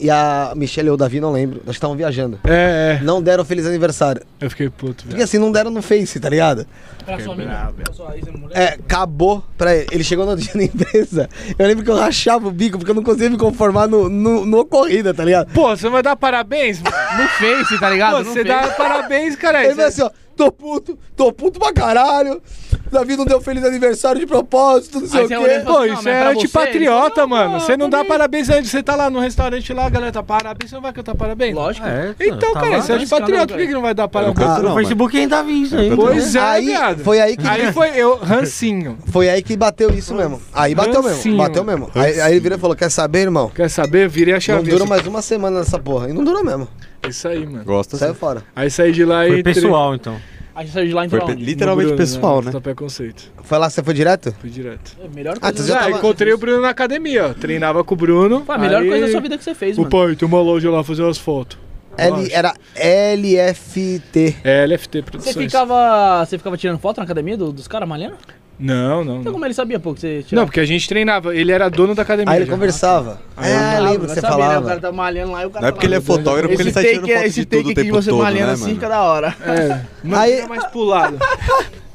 Speaker 2: E a Michelle ou o Davi, não lembro. Nós estavam viajando.
Speaker 5: É, é.
Speaker 2: Não deram feliz aniversário.
Speaker 5: Eu fiquei puto,
Speaker 2: Porque
Speaker 5: velho.
Speaker 2: assim, não deram no Face, tá ligado?
Speaker 1: Pra sua mina. Pra sua ex-mulher.
Speaker 2: É, acabou pra ele. Ele chegou no dia na empresa. Eu lembro que eu rachava o bico, porque eu não conseguia me conformar no, no, no ocorrida, tá ligado?
Speaker 5: Pô, você vai dar parabéns? mano?
Speaker 1: No Face, tá ligado?
Speaker 5: Pô,
Speaker 1: No
Speaker 5: você
Speaker 1: Face.
Speaker 5: dá parabéns, cara.
Speaker 2: Ele falou assim, ó, tô puto, tô puto pra caralho. Davi não deu feliz aniversário de propósito, não sei
Speaker 1: Aí
Speaker 2: o
Speaker 1: você olha e fala,
Speaker 2: quê.
Speaker 5: Pô,
Speaker 1: assim, Não,
Speaker 5: isso
Speaker 1: mas pra
Speaker 5: é
Speaker 1: você, então
Speaker 5: antipatriota, mano.
Speaker 6: não,
Speaker 5: Você não dá
Speaker 6: também.
Speaker 5: parabéns antes. Você tá lá no restaurante lá, a galera tá parabéns, você não vai cantar parabéns?
Speaker 1: Lógico. Tá
Speaker 5: Então, cara, você é antipatriota, por que, que não vai dar parabéns?
Speaker 3: Ah,
Speaker 8: No
Speaker 3: não, mas-
Speaker 8: Facebook ainda vi isso aí.
Speaker 5: Pois é,
Speaker 2: aí,
Speaker 5: viado.
Speaker 2: foi aí que
Speaker 5: Aí foi eu, rancinho.
Speaker 2: foi aí que bateu isso mesmo. Aí bateu mesmo,
Speaker 5: Rancinho.
Speaker 2: bateu mesmo. Aí, aí ele virou e falou: "Quer saber, irmão?
Speaker 5: Quer saber? Virei a
Speaker 2: Não
Speaker 5: chave. É
Speaker 2: dura mais uma semana nessa porra". E não durou mesmo.
Speaker 5: Isso aí, mano.
Speaker 3: Gosta.
Speaker 2: Saiu
Speaker 3: sim.
Speaker 2: fora.
Speaker 5: Aí saí de lá e.
Speaker 8: Foi
Speaker 5: entrei
Speaker 8: pessoal, então.
Speaker 1: Aí você saiu de lá e
Speaker 3: Foi
Speaker 1: entrou
Speaker 3: pe-
Speaker 1: aonde?
Speaker 3: literalmente
Speaker 5: no Bruno,
Speaker 3: pessoal, né?
Speaker 5: Só preconceito.
Speaker 2: Foi lá você foi direto?
Speaker 5: Fui direto.
Speaker 1: É a Melhor
Speaker 2: Ah,
Speaker 1: coisa.
Speaker 2: tu
Speaker 3: tá
Speaker 1: da-
Speaker 2: já
Speaker 5: Ah,
Speaker 2: tava
Speaker 5: encontrei o Bruno na academia, ó. Treinava com o Bruno.
Speaker 1: Foi a melhor
Speaker 5: aí-
Speaker 1: coisa da sua vida que você fez,
Speaker 5: O
Speaker 1: mano.
Speaker 5: pai, tem uma loja lá fazer umas fotos.
Speaker 2: L,
Speaker 5: Lógico.
Speaker 2: era LFT.
Speaker 5: É, LFT
Speaker 1: Você
Speaker 5: Produções.
Speaker 1: ficava, você ficava tirando foto na academia do- dos caras malhando?
Speaker 5: Não, não.
Speaker 1: Então
Speaker 5: Não.
Speaker 1: como ele sabia, pô, que você tirava?
Speaker 5: Não, porque a gente treinava. Ele era dono da academia.
Speaker 2: Aí ele
Speaker 5: já.
Speaker 2: conversava.
Speaker 3: É,
Speaker 5: Aí eu
Speaker 2: Ah,
Speaker 1: Ah,
Speaker 2: lembro que
Speaker 1: vai
Speaker 2: você
Speaker 1: saber, né? O cara
Speaker 2: falava.
Speaker 1: tá malhando lá e o cara
Speaker 3: Não é porque
Speaker 1: tá
Speaker 3: ele é
Speaker 1: lá.
Speaker 3: fotógrafo, porque ele
Speaker 1: Esse
Speaker 3: sai tirando
Speaker 1: take, é-
Speaker 3: foto
Speaker 1: esse
Speaker 3: de tudo o
Speaker 1: take aqui que
Speaker 3: tempo
Speaker 1: você
Speaker 3: todo,
Speaker 1: malhando
Speaker 3: né,
Speaker 1: assim
Speaker 3: mano?
Speaker 1: fica da hora.
Speaker 5: É. Não
Speaker 2: Aí-
Speaker 5: aí... mais pro lado.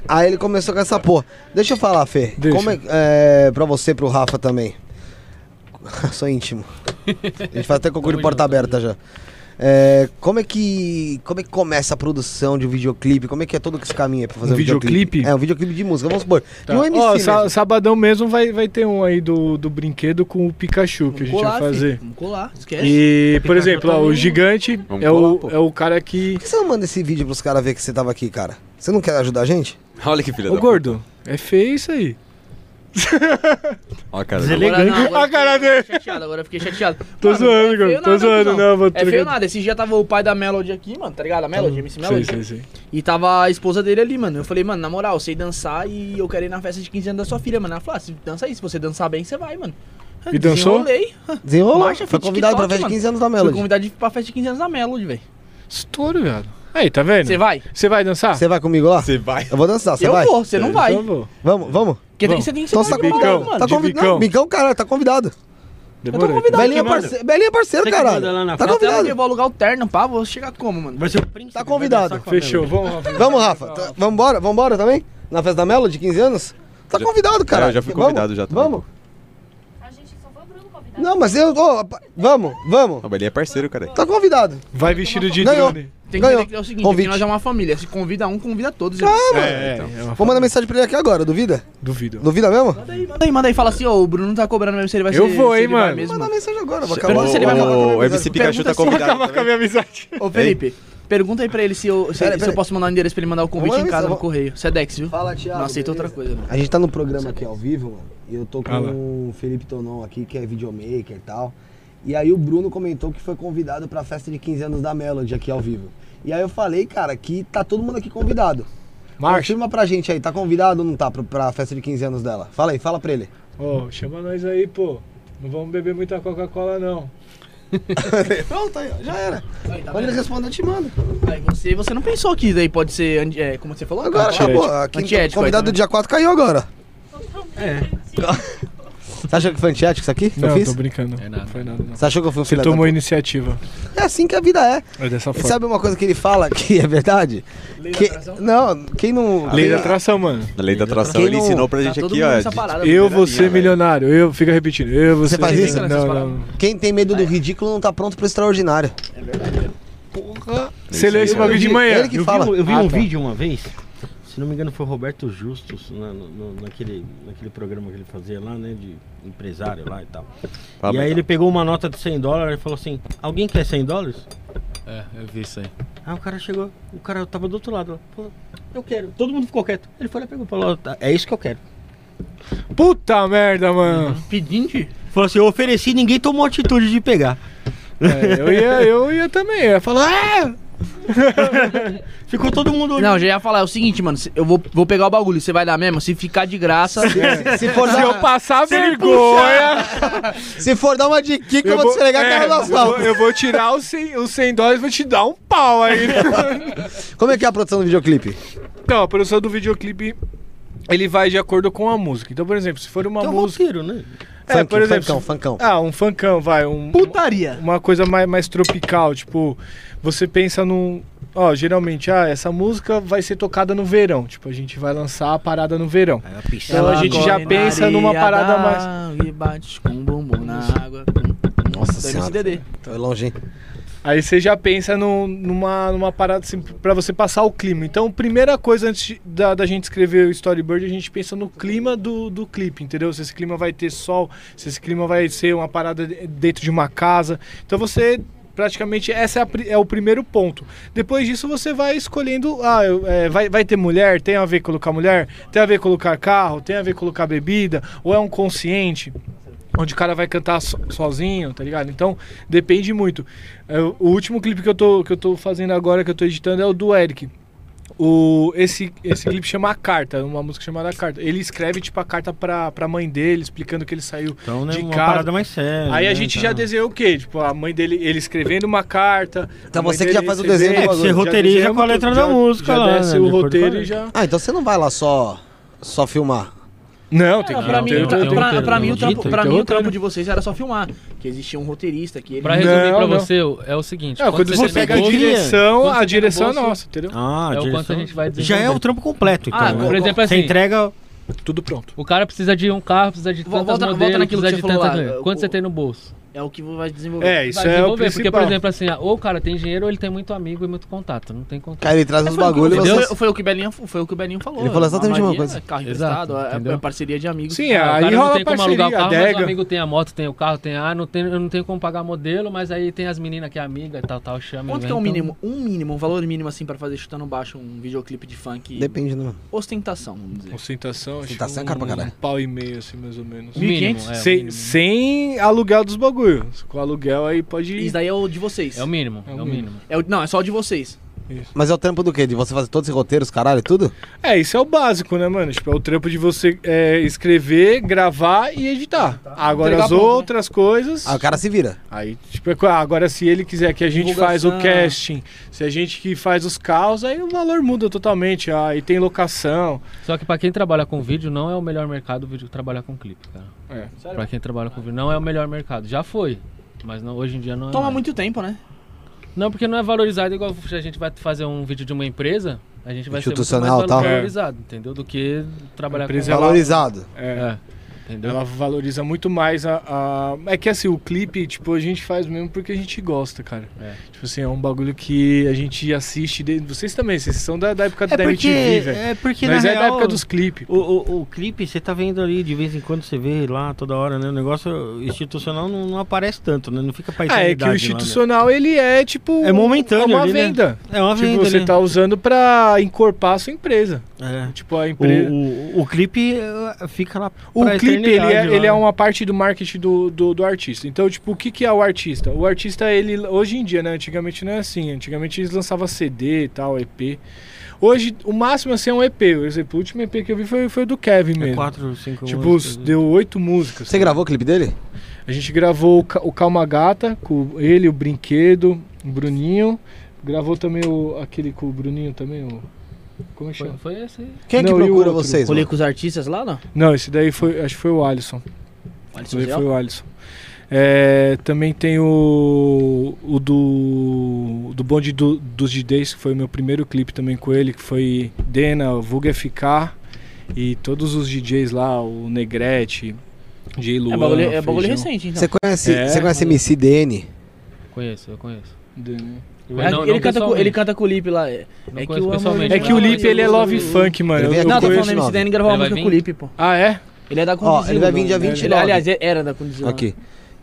Speaker 2: Aí ele começou com essa porra. Deixa eu falar, Fê.
Speaker 5: Deixa.
Speaker 2: Como é, é pra você, pro Rafa também? Sou íntimo. A gente faz até concurso de porta aberta já. É, como é que. Como é que começa a produção de um videoclipe? Como é que é todo esse caminho aí pra fazer
Speaker 5: Um videoclipe?
Speaker 2: É, um videoclipe de música, vamos supor.
Speaker 5: Tá.
Speaker 2: De um MC.
Speaker 5: Ó,
Speaker 2: mesmo.
Speaker 5: sa- sabadão mesmo vai, vai ter um aí do, do brinquedo com o Pikachu que a gente
Speaker 1: Vamos
Speaker 5: vai
Speaker 1: colar,
Speaker 5: fazer.
Speaker 1: filho. Vamos colar, esquece.
Speaker 5: E, por exemplo, ó, o gigante
Speaker 3: Vamos
Speaker 5: é,
Speaker 3: colar,
Speaker 5: o,
Speaker 3: pô.
Speaker 5: é o cara que.
Speaker 2: Por que você não manda esse vídeo pros caras ver que você tava aqui, cara? Você não quer ajudar a gente?
Speaker 3: Olha que filha
Speaker 5: Ô,
Speaker 3: da
Speaker 5: gordo, é feio isso aí.
Speaker 3: puta. Ó, a cara.
Speaker 8: Desele-
Speaker 1: Agora não, agora
Speaker 5: A cara
Speaker 1: eu fiquei
Speaker 5: dele.
Speaker 1: chateado, agora eu fiquei chateado. é
Speaker 5: Tô zoando,
Speaker 1: feio
Speaker 5: cara, tô zoando,
Speaker 1: cuzão.
Speaker 5: não, vou
Speaker 1: É feio
Speaker 5: trocar-
Speaker 1: nada, esse dia tava o pai da Melody aqui, mano, tá ligado? A Melody, MC
Speaker 5: Sei,
Speaker 1: Melody.
Speaker 5: sei, sei.
Speaker 1: E tava a esposa dele ali, mano. Eu falei, mano, na moral, eu sei dançar e eu quero ir na festa de 15 anos da sua filha, mano. Ela falou, ah, se dança aí, se você dançar bem, você vai, mano.
Speaker 5: E dançou?
Speaker 1: Desenrolei.
Speaker 2: Desenrolou.
Speaker 1: Marcha,
Speaker 2: Foi
Speaker 1: fiz
Speaker 2: convidado pra
Speaker 1: TikTok,
Speaker 2: festa de
Speaker 1: mano.
Speaker 2: 15 anos da
Speaker 1: Fui
Speaker 2: Melody.
Speaker 1: convidado de ir pra festa de 15 anos da Melody, velho.
Speaker 5: É, Estouro, viado. Aí, tá vendo?
Speaker 1: Você vai?
Speaker 5: Você vai dançar?
Speaker 2: Você vai comigo lá?
Speaker 3: Você vai.
Speaker 2: Eu vou dançar, você
Speaker 1: eu
Speaker 2: vai?
Speaker 1: vou, você não vai.
Speaker 5: Então, vou.
Speaker 2: Vamos, vamos.
Speaker 1: Porque tem
Speaker 5: Bom,
Speaker 1: que você tem que ser
Speaker 2: Então você tá
Speaker 1: convidado,
Speaker 2: convidado.
Speaker 5: bicão,
Speaker 2: tá
Speaker 5: de
Speaker 2: convidado.
Speaker 5: bicão.
Speaker 2: Bicão, caralho, tá convidado.
Speaker 5: Demorou.
Speaker 1: convidado.
Speaker 2: Belinha é
Speaker 8: manda.
Speaker 2: parceiro, Belinha é parceiro,
Speaker 8: Você que
Speaker 2: caralho.
Speaker 8: manda lá
Speaker 2: Tá
Speaker 8: na frente.
Speaker 1: Até porque
Speaker 2: convidado.
Speaker 1: eu vou alugar o terno, pá, vou chegar como, mano?
Speaker 8: Vai ser o príncipe.
Speaker 2: Tá convidado.
Speaker 8: vai dançar com a
Speaker 5: Fechou,
Speaker 8: Melody.
Speaker 5: vamos, Rafa.
Speaker 2: Vamos, Rafa. Tá- Vambora, vambora também? Na festa da Melo de 15 anos? Tá
Speaker 3: Já-
Speaker 2: convidado, cara.
Speaker 3: É, eu já fui
Speaker 2: Vamos,
Speaker 3: convidado já também.
Speaker 2: Vamos?
Speaker 7: A gente só foi o Bruno convidado.
Speaker 2: Não, mas eu. ô, pa- vamos, vamos.
Speaker 3: Não, mas ele é parceiro, cara.
Speaker 2: Tá convidado.
Speaker 5: Vai vestido de
Speaker 2: Ganhou.
Speaker 5: drone.
Speaker 1: Tem que
Speaker 2: Ganhou.
Speaker 1: entender que é o seguinte,
Speaker 2: Convite.
Speaker 1: aqui nós é uma família. Se convida um, convida todos. irmão.
Speaker 2: Claro.
Speaker 5: É, é, é uma
Speaker 2: Ah, Vou mandar mensagem pra ele aqui agora, duvida?
Speaker 5: Duvido.
Speaker 2: Duvida mesmo?
Speaker 1: Manda aí, manda aí, manda aí. Fala assim, ó, o Bruno não tá cobrando mesmo se ele vai
Speaker 5: Eu
Speaker 1: ser-
Speaker 5: vou,
Speaker 1: se
Speaker 5: hein,
Speaker 1: ele vai
Speaker 5: mano.
Speaker 1: mesmo,
Speaker 2: Manda
Speaker 1: mano.
Speaker 2: mensagem agora, vou acabar.
Speaker 1: Pergunta se ele vai falar
Speaker 3: O,
Speaker 1: comigo,
Speaker 3: o MC
Speaker 1: Pergunta
Speaker 3: Pikachu tá
Speaker 1: se ele
Speaker 3: convidado.
Speaker 5: Acabar com a minha amizade.
Speaker 1: Ô, Felipe, pergunta aí pra ele se eu, se,
Speaker 2: Pera aí,
Speaker 1: se
Speaker 2: pera aí.
Speaker 1: eu posso mandar o endereço pra ele mandar o
Speaker 2: Vou
Speaker 1: convite
Speaker 2: mandar
Speaker 1: em casa
Speaker 2: mensagem,
Speaker 1: no
Speaker 2: vou-
Speaker 1: correio. Você é Dex, viu?
Speaker 2: Fala, Thiago.
Speaker 1: não aceita outra coisa, mano.
Speaker 2: A gente tá no programa aqui ao vivo, mano. E eu tô com
Speaker 5: Ah lá.
Speaker 2: o Felipe Tonon aqui, que é videomaker e tal. E aí o Bruno comentou que foi convidado pra festa de 15 anos da Melody aqui ao vivo. E aí eu falei, cara, que tá todo mundo aqui convidado.
Speaker 5: Marcha.
Speaker 2: Confirma pra gente aí, tá convidado ou não tá pra, pra festa de 15 anos dela? Fala aí, fala pra ele.
Speaker 5: Ó, chama nós aí, pô. Não vamos beber muita Coca-Cola, não.
Speaker 2: Pronto, aí, ó, já era.
Speaker 1: Aí, tá
Speaker 2: Quando ele
Speaker 1: vendo?
Speaker 2: responder, eu te mando.
Speaker 1: Aí você, você não pensou que isso daí pode ser, anti- é, como você falou?
Speaker 2: Agora, então,
Speaker 1: Antiético. né?
Speaker 5: então, né?
Speaker 2: acabou. Aqui,
Speaker 1: Antiético aí
Speaker 2: convidado do
Speaker 1: também.
Speaker 2: dia 4 caiu agora. Você achou que foi antiético isso aqui? que eu
Speaker 5: Não,
Speaker 2: fiz?
Speaker 5: tô brincando.
Speaker 6: É
Speaker 5: não
Speaker 6: nada.
Speaker 5: foi nada, não.
Speaker 2: Você achou que eu fui um
Speaker 5: Você
Speaker 2: filho
Speaker 5: tomou
Speaker 2: da...
Speaker 5: iniciativa.
Speaker 2: puta? É assim que a vida é.
Speaker 5: É dessa
Speaker 2: E
Speaker 5: forma.
Speaker 2: sabe uma coisa que ele fala que é verdade? Que- Não, quem não.
Speaker 5: Lei da
Speaker 2: quem-
Speaker 5: atração, mano.
Speaker 3: Na lei da atração,
Speaker 2: Quem
Speaker 3: ele
Speaker 2: não-
Speaker 3: ensinou pra gente
Speaker 1: tá todo
Speaker 3: aqui,
Speaker 1: mundo
Speaker 3: ó.
Speaker 1: nessa
Speaker 3: de-
Speaker 1: parada, né?
Speaker 5: Eu
Speaker 3: primeira
Speaker 5: vou ser
Speaker 3: linha,
Speaker 5: milionário. Eu, fica repetindo. Eu vou
Speaker 2: Você
Speaker 5: ser
Speaker 2: faz isso?
Speaker 5: Não, não.
Speaker 2: Quem tem medo do ridículo não tá pronto pro extraordinário.
Speaker 3: velho.
Speaker 5: Você leu esse bagulho de manhã.
Speaker 2: Ele que
Speaker 8: eu
Speaker 2: fala.
Speaker 8: Vi, um- eu vi
Speaker 5: Ah,
Speaker 8: um
Speaker 5: tá.
Speaker 8: vídeo uma vez, se não me engano foi o Roberto Justus, na, no- naquele, naquele programa que ele fazia lá, né, de empresário lá e tal.
Speaker 3: Fala,
Speaker 8: e aí
Speaker 3: Betão.
Speaker 8: ele pegou uma nota de 100 dólares e falou assim, alguém quer 100 dólares?
Speaker 6: É, eu vi isso aí.
Speaker 8: Aí o cara chegou, o cara tava do outro lado, lá, falou, eu quero. Todo mundo ficou quieto. Ele foi lá e pegou, falou, "Tá, é isso que eu quero.
Speaker 5: Puta merda, mano.
Speaker 1: Pedinte?
Speaker 8: Falou assim, eu ofereci, ninguém tomou atitude de pegar.
Speaker 5: É, eu, ia, eu ia também. Eu ia falar, ah!
Speaker 8: Ficou todo mundo
Speaker 1: Não, eu já ia falar, é o seguinte, mano, se- eu vou, vou pegar o bagulho, você vai dar mesmo? Se ficar de graça,
Speaker 2: Se for,
Speaker 5: Se eu
Speaker 2: dar,
Speaker 5: passar vergonha.
Speaker 2: se for dar uma dica, eu vou desfregar
Speaker 5: é,
Speaker 2: carro no
Speaker 5: eu vou-
Speaker 2: asfalto.
Speaker 5: Eu vou tirar os 100, os 100 dólares e vou te dar um pau aí.
Speaker 2: Como é que é a produção do videoclipe?
Speaker 5: Então, a produção do videoclipe. Ele vai de acordo com a música. Então, por exemplo, se for uma
Speaker 8: Tem um
Speaker 5: música.
Speaker 8: roteiro, né?
Speaker 5: É, por exemplo.
Speaker 2: funkão,
Speaker 5: se-
Speaker 2: funkão.
Speaker 5: Ah, um funkão, vai. Um,
Speaker 1: putaria.
Speaker 5: uma coisa mais, mais tropical, tipo, você pensa num. Ó, geralmente, ah, essa música vai ser tocada no verão. Tipo, a gente vai lançar a parada no verão. Então a gente já
Speaker 1: corre na
Speaker 5: pensa numa
Speaker 1: areia
Speaker 5: parada
Speaker 1: da
Speaker 5: mais.
Speaker 1: água E bate com um bumbum na água.
Speaker 2: Nossa
Speaker 1: Isso é
Speaker 2: senhora.
Speaker 1: MCDD.
Speaker 2: Tô longe, hein?
Speaker 5: Aí você já pensa num- numa, numa parada assim, pra você passar o clima. Então, primeira coisa antes de- da, da gente escrever o storyboard, a gente pensa no clima do, do clipe, entendeu? Se esse clima vai ter sol, se esse clima vai ser uma parada de- dentro de uma casa. Então você. Praticamente essa é, a pri- é o primeiro ponto. Depois disso você vai escolhendo, ah, eu- é, vai, vai ter mulher, tem a ver colocar mulher, tem a ver colocar carro, tem a ver colocar bebida, ou é um consciente onde o cara vai cantar so- sozinho, tá ligado? Então, depende muito. É, o último clipe que eu, tô, que eu tô fazendo agora, que eu tô editando, é o do Eric. O, esse, esse clipe chama A Carta, uma música chamada A Carta. Ele escreve, tipo, a carta pra, pra mãe dele, explicando que ele saiu
Speaker 8: Então, né,
Speaker 5: de
Speaker 8: uma
Speaker 5: casa.
Speaker 8: parada mais séria.
Speaker 5: Aí a
Speaker 8: né,
Speaker 5: gente
Speaker 8: então.
Speaker 5: já desenhou o quê? Tipo, a mãe dele, ele escrevendo uma carta.
Speaker 2: Então
Speaker 5: a mãe
Speaker 2: você que
Speaker 5: dele
Speaker 2: já faz o desenho
Speaker 8: É,
Speaker 5: recebendo,
Speaker 8: que você
Speaker 5: já
Speaker 8: roteiriza
Speaker 5: desenha
Speaker 8: com a
Speaker 5: tudo,
Speaker 8: letra
Speaker 5: já-
Speaker 8: da música
Speaker 5: já
Speaker 8: lá,
Speaker 5: desce
Speaker 8: né,
Speaker 5: o
Speaker 8: de acordo
Speaker 5: roteiro
Speaker 8: com a
Speaker 5: e já...
Speaker 2: Ah, então você não vai lá só, só filmar.
Speaker 5: Não, tem que...
Speaker 1: Ah,
Speaker 5: um
Speaker 1: Pra mim,
Speaker 5: tem-
Speaker 1: o tra-
Speaker 5: tem-
Speaker 6: tem
Speaker 1: pra-
Speaker 6: roteiro,
Speaker 1: pra mim, o
Speaker 6: tem
Speaker 1: trampo,
Speaker 6: roteiro,
Speaker 1: pra
Speaker 5: tem
Speaker 1: mim, o
Speaker 5: roteiro.
Speaker 1: trampo de vocês era só filmar. Que existia um roteirista que ele.
Speaker 6: Pra resumir
Speaker 5: Não,
Speaker 6: pra
Speaker 5: não.
Speaker 6: você, é o seguinte.
Speaker 5: É,
Speaker 6: quando
Speaker 5: quando você
Speaker 6: tem um
Speaker 5: pega a
Speaker 6: no bolso-
Speaker 5: direção,
Speaker 6: quando você
Speaker 5: a
Speaker 6: tem
Speaker 5: direção é
Speaker 6: no bolso-
Speaker 5: nossa, entendeu?
Speaker 8: Ah,
Speaker 6: É o
Speaker 8: direção-
Speaker 6: quanto a gente vai
Speaker 8: Já é
Speaker 6: desenvolver.
Speaker 8: o trampo completo, então.
Speaker 1: Ah,
Speaker 8: né?
Speaker 6: por exemplo,
Speaker 8: Você
Speaker 6: assim-
Speaker 8: entrega.
Speaker 5: Tudo pronto.
Speaker 6: O cara precisa de um carro, precisa de
Speaker 1: Vol-
Speaker 6: tantas
Speaker 1: volta-
Speaker 6: modelos,
Speaker 1: volta naquilo que
Speaker 6: precisa de
Speaker 1: você falou
Speaker 6: tantas...
Speaker 1: lá,
Speaker 6: coisas.
Speaker 1: o-
Speaker 6: Quanto você tem no bolso?
Speaker 1: É o que vai desenvolver.
Speaker 5: É, isso
Speaker 6: Vai
Speaker 5: é o
Speaker 6: desenvolver, porque,
Speaker 5: principal.
Speaker 6: por exemplo, assim, ou o cara tem dinheiro ou ele tem muito amigo e muito contato. Não tem contato.
Speaker 2: Aí ele traz
Speaker 1: É,
Speaker 2: os
Speaker 1: foi o que-
Speaker 2: bagulhos e
Speaker 1: entendeu?
Speaker 2: você.
Speaker 1: Foi, foi o que o Belinho, foi o que o Belinho falou.
Speaker 2: Ele falou exatamente a mesma
Speaker 1: Maria,
Speaker 2: coisa.
Speaker 1: é Carro
Speaker 6: Exato,
Speaker 1: emprestado, é,
Speaker 6: entendeu?
Speaker 1: é parceria de amigos.
Speaker 5: Sim,
Speaker 6: Ah, o
Speaker 5: aí
Speaker 6: cara não
Speaker 5: rola
Speaker 6: tem como
Speaker 5: parceria,
Speaker 6: alugar o carro, mas o
Speaker 5: adega.
Speaker 6: amigo tem a moto, tem o carro, tem a... Ah, não tem, eu não tenho como pagar modelo, mas aí tem as meninas que é amiga e tal, tal, chama.
Speaker 1: Quanto
Speaker 6: ele
Speaker 1: que é o
Speaker 6: vem, então-
Speaker 1: mínimo? Um mínimo, um valor mínimo assim pra fazer chutando baixo um videoclipe de funk?
Speaker 2: Depende, né? mano?
Speaker 1: Ostentação, vamos dizer.
Speaker 5: Ostentação,
Speaker 2: Ostentação é
Speaker 5: acho
Speaker 2: caro
Speaker 5: que
Speaker 2: pra
Speaker 5: um,
Speaker 2: caralho.
Speaker 5: pau e meio, assim, mais ou menos.
Speaker 1: Mil e
Speaker 6: Mínimo,
Speaker 1: quinhentos?
Speaker 6: é, o
Speaker 5: sem,
Speaker 6: mínimo.
Speaker 5: sem aluguel dos bagulhos. Com aluguel aí pode ir.
Speaker 1: Isso daí é o de vocês.
Speaker 6: É o mínimo, é o mínimo.
Speaker 1: É o- não, é só o de vocês.
Speaker 2: Mas é o trampo do quê? De você fazer todos esses roteiros, caralho, tudo?
Speaker 5: É, isso é o básico, né, mano? Tipo, é o trampo de você é, escrever, gravar e editar. Agora
Speaker 1: Entregar
Speaker 5: as
Speaker 1: pronto, né?
Speaker 5: outras coisas.
Speaker 2: Ah, o cara se vira.
Speaker 5: Aí, tipo, é co- agora se ele quiser que a gente faz o
Speaker 1: Divulgação.
Speaker 5: casting, se a gente que faz os carros, aí o valor muda totalmente. Aí tem locação.
Speaker 6: Só que pra quem trabalha com vídeo, não é o melhor mercado o vídeo trabalhar com clipe, cara.
Speaker 5: É.
Speaker 6: Pra quem trabalha com vídeo, não é o melhor mercado. Já foi, mas não, hoje em dia não é
Speaker 1: Toma
Speaker 6: mais.
Speaker 1: muito tempo, né?
Speaker 6: Não, porque não é valorizado igual se a gente vai fazer um vídeo de uma empresa, a gente vai ser muito mais
Speaker 2: Institucional, tá? tal.
Speaker 6: valorizado, entendeu? Do que
Speaker 5: É.
Speaker 6: trabalhar
Speaker 5: Empresa
Speaker 6: com...
Speaker 5: ela-
Speaker 2: Valorizado.
Speaker 5: É.
Speaker 6: É, entendeu?
Speaker 5: Ela valoriza muito mais a, a- É que assim, o clipe, tipo, a gente faz mesmo porque a gente gosta, cara.
Speaker 6: É.
Speaker 5: Tipo assim, é um bagulho que a gente assiste. desde- Vocês também, vocês são da, da época
Speaker 8: É
Speaker 5: da
Speaker 8: porque,
Speaker 5: MTV, velho.
Speaker 8: é porque
Speaker 5: Mas
Speaker 8: na
Speaker 5: é
Speaker 8: real,
Speaker 5: da época dos clipes.
Speaker 8: O, o, o clipe, você tá vendo ali, de vez em quando você vê lá toda hora, né? O negócio institucional não, não aparece tanto, né? Não fica pra
Speaker 5: Ah, é que o
Speaker 8: eternidade lá, né?
Speaker 5: institucional, ele é tipo.
Speaker 8: É momentâneo
Speaker 5: É uma
Speaker 8: ali, né?
Speaker 5: venda.
Speaker 8: É uma
Speaker 5: Tipo,
Speaker 8: venda,
Speaker 5: você
Speaker 8: né?
Speaker 5: tá usando pra encorpar a sua empresa.
Speaker 8: É.
Speaker 5: Tipo, a
Speaker 8: O,
Speaker 5: empresa.
Speaker 8: o, o clipe eh, fica lá
Speaker 5: O
Speaker 8: pra
Speaker 5: clipe, ele é,
Speaker 8: eternidade lá,
Speaker 5: ele é
Speaker 8: né?
Speaker 5: uma parte do marketing do, do, do artista. Então, tipo, o que, que é o artista? O artista, ele, hoje em dia, né? Antigamente não é assim. Antigamente eles lançavam CD e tal, EP. Hoje, o máximo, assim, é um EP. Por exemplo, o último EP que eu vi foi, foi o do Kevin
Speaker 8: É
Speaker 5: mesmo.
Speaker 8: quatro, cinco
Speaker 5: tipo,
Speaker 8: músicas, né?
Speaker 5: deu oito músicas.
Speaker 2: Você gravou o clipe dele?
Speaker 5: A gente gravou o, Ca- o Calma Gata, com ele, o Brinquedo, o Bruninho. Gravou também o, aquele com o Bruninho também, o... Como é que
Speaker 6: Foi,
Speaker 5: chama?
Speaker 6: foi esse aí.
Speaker 2: Quem é que
Speaker 5: Não, e o
Speaker 2: procura
Speaker 5: outro?
Speaker 2: vocês?
Speaker 1: Rolei
Speaker 2: mano?
Speaker 1: com os artistas lá, não?
Speaker 5: Não, esse daí foi, acho que foi o Alisson.
Speaker 1: Alisson
Speaker 5: Daí
Speaker 1: Zé, ó.
Speaker 5: foi o Alisson. É, também tem o, o do, do Bonde do- dos DJs, que foi o meu primeiro clipe também com ele, que foi Dena, Vulga FK e todos os DJs lá, o Negrete, J. Luan,
Speaker 1: É bagulho, é bagulho
Speaker 5: Feijão.
Speaker 1: recente, então.
Speaker 2: Você conhece,
Speaker 5: É.
Speaker 2: você conhece MC DN?
Speaker 6: Conheço, eu conheço. É,
Speaker 5: Dena.
Speaker 1: Ah,
Speaker 6: não-
Speaker 1: ele,
Speaker 6: não
Speaker 1: canta com,
Speaker 6: pessoalmente.
Speaker 1: ele canta com o Lipe lá. É,
Speaker 6: Não
Speaker 1: é que
Speaker 6: conheço
Speaker 1: o
Speaker 6: pessoalmente,
Speaker 1: amor-
Speaker 5: É que o
Speaker 6: Não,
Speaker 5: Lipe,
Speaker 6: mas
Speaker 5: ele é
Speaker 6: eu-
Speaker 5: love funk, mano.
Speaker 2: Ele
Speaker 5: Eu,
Speaker 2: vem
Speaker 5: eu
Speaker 2: aqui,
Speaker 1: Não, tá falando
Speaker 5: conheço.
Speaker 2: esse
Speaker 1: MC
Speaker 2: nome.
Speaker 1: Dani gravar uma
Speaker 6: Ele vai
Speaker 1: música com o
Speaker 6: vir?
Speaker 1: Lipe, pô.
Speaker 5: Ah, é?
Speaker 1: Ele é da
Speaker 2: Ó,
Speaker 1: Condzilla.
Speaker 2: ele vai vir dia
Speaker 1: mano. Ele-
Speaker 2: 29.
Speaker 1: Aliás, é, era da né? Condzilla.
Speaker 2: Aqui.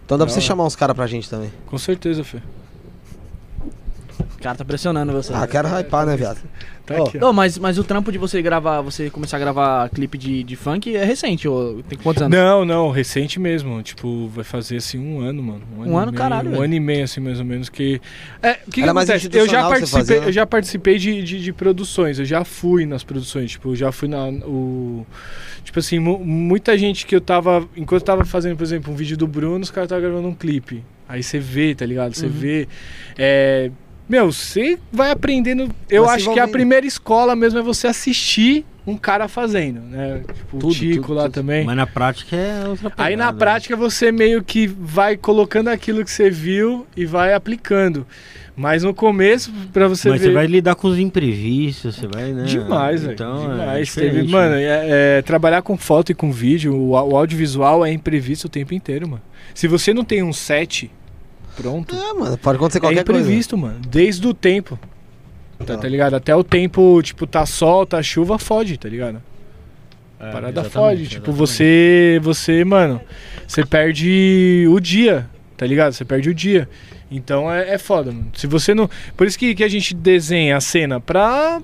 Speaker 2: Então dá pra
Speaker 5: Da
Speaker 2: você
Speaker 5: hora.
Speaker 2: chamar uns caras pra gente também.
Speaker 5: Com certeza, Fê.
Speaker 1: O cara tá pressionando você.
Speaker 2: Ah, quero hypar, né, viado?
Speaker 5: Tá
Speaker 2: Ó.
Speaker 5: aqui, ó.
Speaker 1: Não, mas, mas o trampo de você gravar, você começar a gravar clipe de, de funk é recente, ô. tem quantos anos?
Speaker 5: Não, não, recente mesmo. Tipo, vai fazer assim um ano, mano.
Speaker 1: Um
Speaker 5: e
Speaker 1: ano,
Speaker 5: meio,
Speaker 1: caralho,
Speaker 5: Um
Speaker 1: velho.
Speaker 5: ano e meio, assim, mais ou menos. Que. É, o que, que
Speaker 2: Era mais
Speaker 5: acontece? Eu já
Speaker 2: institucional você
Speaker 5: participei,
Speaker 2: fazer, né?
Speaker 5: eu já participei de, de, de produções, eu já fui nas produções. Tipo, eu já fui na. O, tipo assim, mu- muita gente que eu tava. Enquanto eu tava fazendo, por exemplo, um vídeo do Bruno, os caras estavam gravando um clipe. Aí você vê, tá ligado?
Speaker 1: Uhum.
Speaker 5: Você vê. É, meu, você vai aprendendo. Eu
Speaker 2: Vai se
Speaker 5: acho que a
Speaker 2: envolvendo.
Speaker 5: primeira escola mesmo é você assistir um cara fazendo, né? Tipo, o
Speaker 8: Tudo,
Speaker 5: Tico
Speaker 8: tudo,
Speaker 5: lá
Speaker 8: tudo.
Speaker 5: também.
Speaker 8: Mas na prática é outra
Speaker 5: Aí na
Speaker 8: pegada.
Speaker 5: prática você meio que vai colocando aquilo que você viu e vai aplicando. Mas no começo, pra você
Speaker 8: Mas
Speaker 5: ver. é,
Speaker 8: você vai lidar com os imprevistos, você vai, né?
Speaker 5: Demais, velho.
Speaker 8: Então, é
Speaker 5: demais.
Speaker 8: diferente,
Speaker 5: Teve-
Speaker 8: né?
Speaker 5: mano, é- é, trabalhar com foto e com vídeo, o, au- o audiovisual é imprevisto o tempo inteiro, mano. Se você não tem um set pronto,
Speaker 2: É, mano, pode acontecer
Speaker 5: é
Speaker 2: qualquer coisa.
Speaker 5: imprevisto, mano. Desde o tempo. Tá,
Speaker 2: Tá.
Speaker 5: tá ligado? Até o tempo, tipo, tá sol, tá chuva, fode, tá ligado?
Speaker 6: É,
Speaker 5: parada
Speaker 6: exatamente,
Speaker 5: fode. Tipo,
Speaker 6: exatamente.
Speaker 5: você, você, mano, você perde o dia, tá ligado? Você perde o dia. Então é, é foda, mano. Se você não. Por isso que, que a gente desenha a cena pra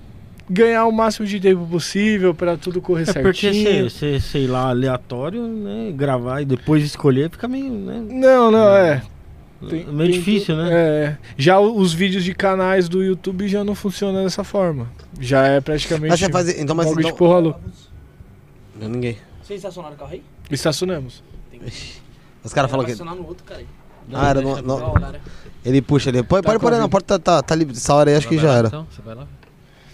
Speaker 5: ganhar o máximo de tempo possível, pra tudo correr
Speaker 8: É porque
Speaker 5: certinho.
Speaker 8: você, você, sei lá, aleatório, né? Gravar e depois escolher fica meio, né?
Speaker 5: Não, não, é. Tem-
Speaker 8: meio
Speaker 5: tem
Speaker 8: difícil,
Speaker 5: tu-
Speaker 8: né?
Speaker 5: É. Já o- os vídeos de canais do YouTube já não funcionam dessa forma. Já é praticamente.
Speaker 2: Mas você fazer. Então, mas.
Speaker 5: algo
Speaker 2: Então,
Speaker 5: de porra louca.
Speaker 2: Ninguém.
Speaker 1: Vocês estacionaram o carro aí?
Speaker 5: Estacionamos.
Speaker 2: Os caras falam que.
Speaker 1: no um outro, cara.
Speaker 2: Ah, era no, no- ele puxa ali. Pode, pode pôr aí, não. Pode tá, tá, tá livre. Essa hora aí acho que
Speaker 6: Vai
Speaker 2: já
Speaker 6: lá,
Speaker 2: era.
Speaker 6: Então, você vai lá.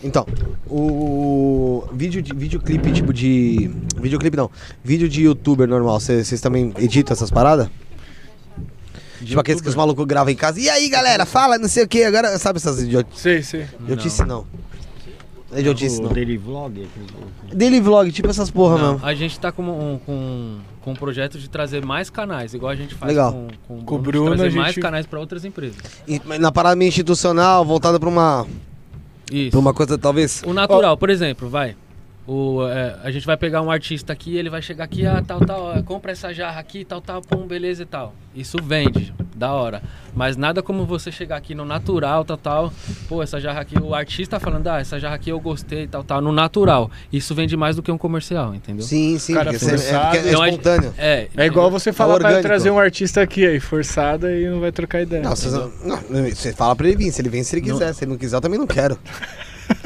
Speaker 2: Então, o vídeo de, videoclipe tipo de. Videoclipe não. Vídeo de youtuber normal. Vocês também editam essas paradas? Tipo aqueles que os malucos gravam em casa. E aí, galera, fala, não sei o que. Agora, sabe essas idiotices?
Speaker 5: Sei, sei.
Speaker 2: Idiotice não. É Idiotice não.
Speaker 8: O Daily Vlog.
Speaker 2: Daily vlog, tipo essas porra
Speaker 6: Não,
Speaker 2: mesmo.
Speaker 6: a gente tá com um, com, com um projeto de trazer mais canais, igual a gente faz
Speaker 2: Legal.
Speaker 6: com, com,
Speaker 5: Com o
Speaker 6: de
Speaker 5: Bruno,
Speaker 6: trazer
Speaker 5: a gente-
Speaker 6: mais canais pra outras empresas.
Speaker 2: E- mas na parada meio institucional, voltada pra uma.
Speaker 6: Isso.
Speaker 2: Pra uma coisa talvez.
Speaker 6: O natural, por exemplo, vai. O, é, a gente vai pegar um artista aqui, ele vai chegar aqui, ah, tal, tal, ó, compra essa jarra aqui, tal, tal, pum, beleza e tal. Isso vende, da hora. Mas nada como você chegar aqui no natural, tal, tal, pô, essa jarra aqui, o artista falando, ah, essa jarra aqui eu gostei, tal, tal, no natural. Isso vende mais do que um comercial, entendeu?
Speaker 2: Sim, sim,
Speaker 5: Cara
Speaker 2: porque, cê- é,
Speaker 5: forçado.
Speaker 2: porque é
Speaker 6: Então, a gente-
Speaker 2: espontâneo.
Speaker 6: É,
Speaker 5: É igual você falar pra
Speaker 2: Tá orgânico.
Speaker 5: trazer um artista aqui aí, forçada, e não vai trocar ideia.
Speaker 2: Não, vocês não- não, você fala pra ele vir, se ele vem, se ele quiser. Se ele não quiser, eu também não quero.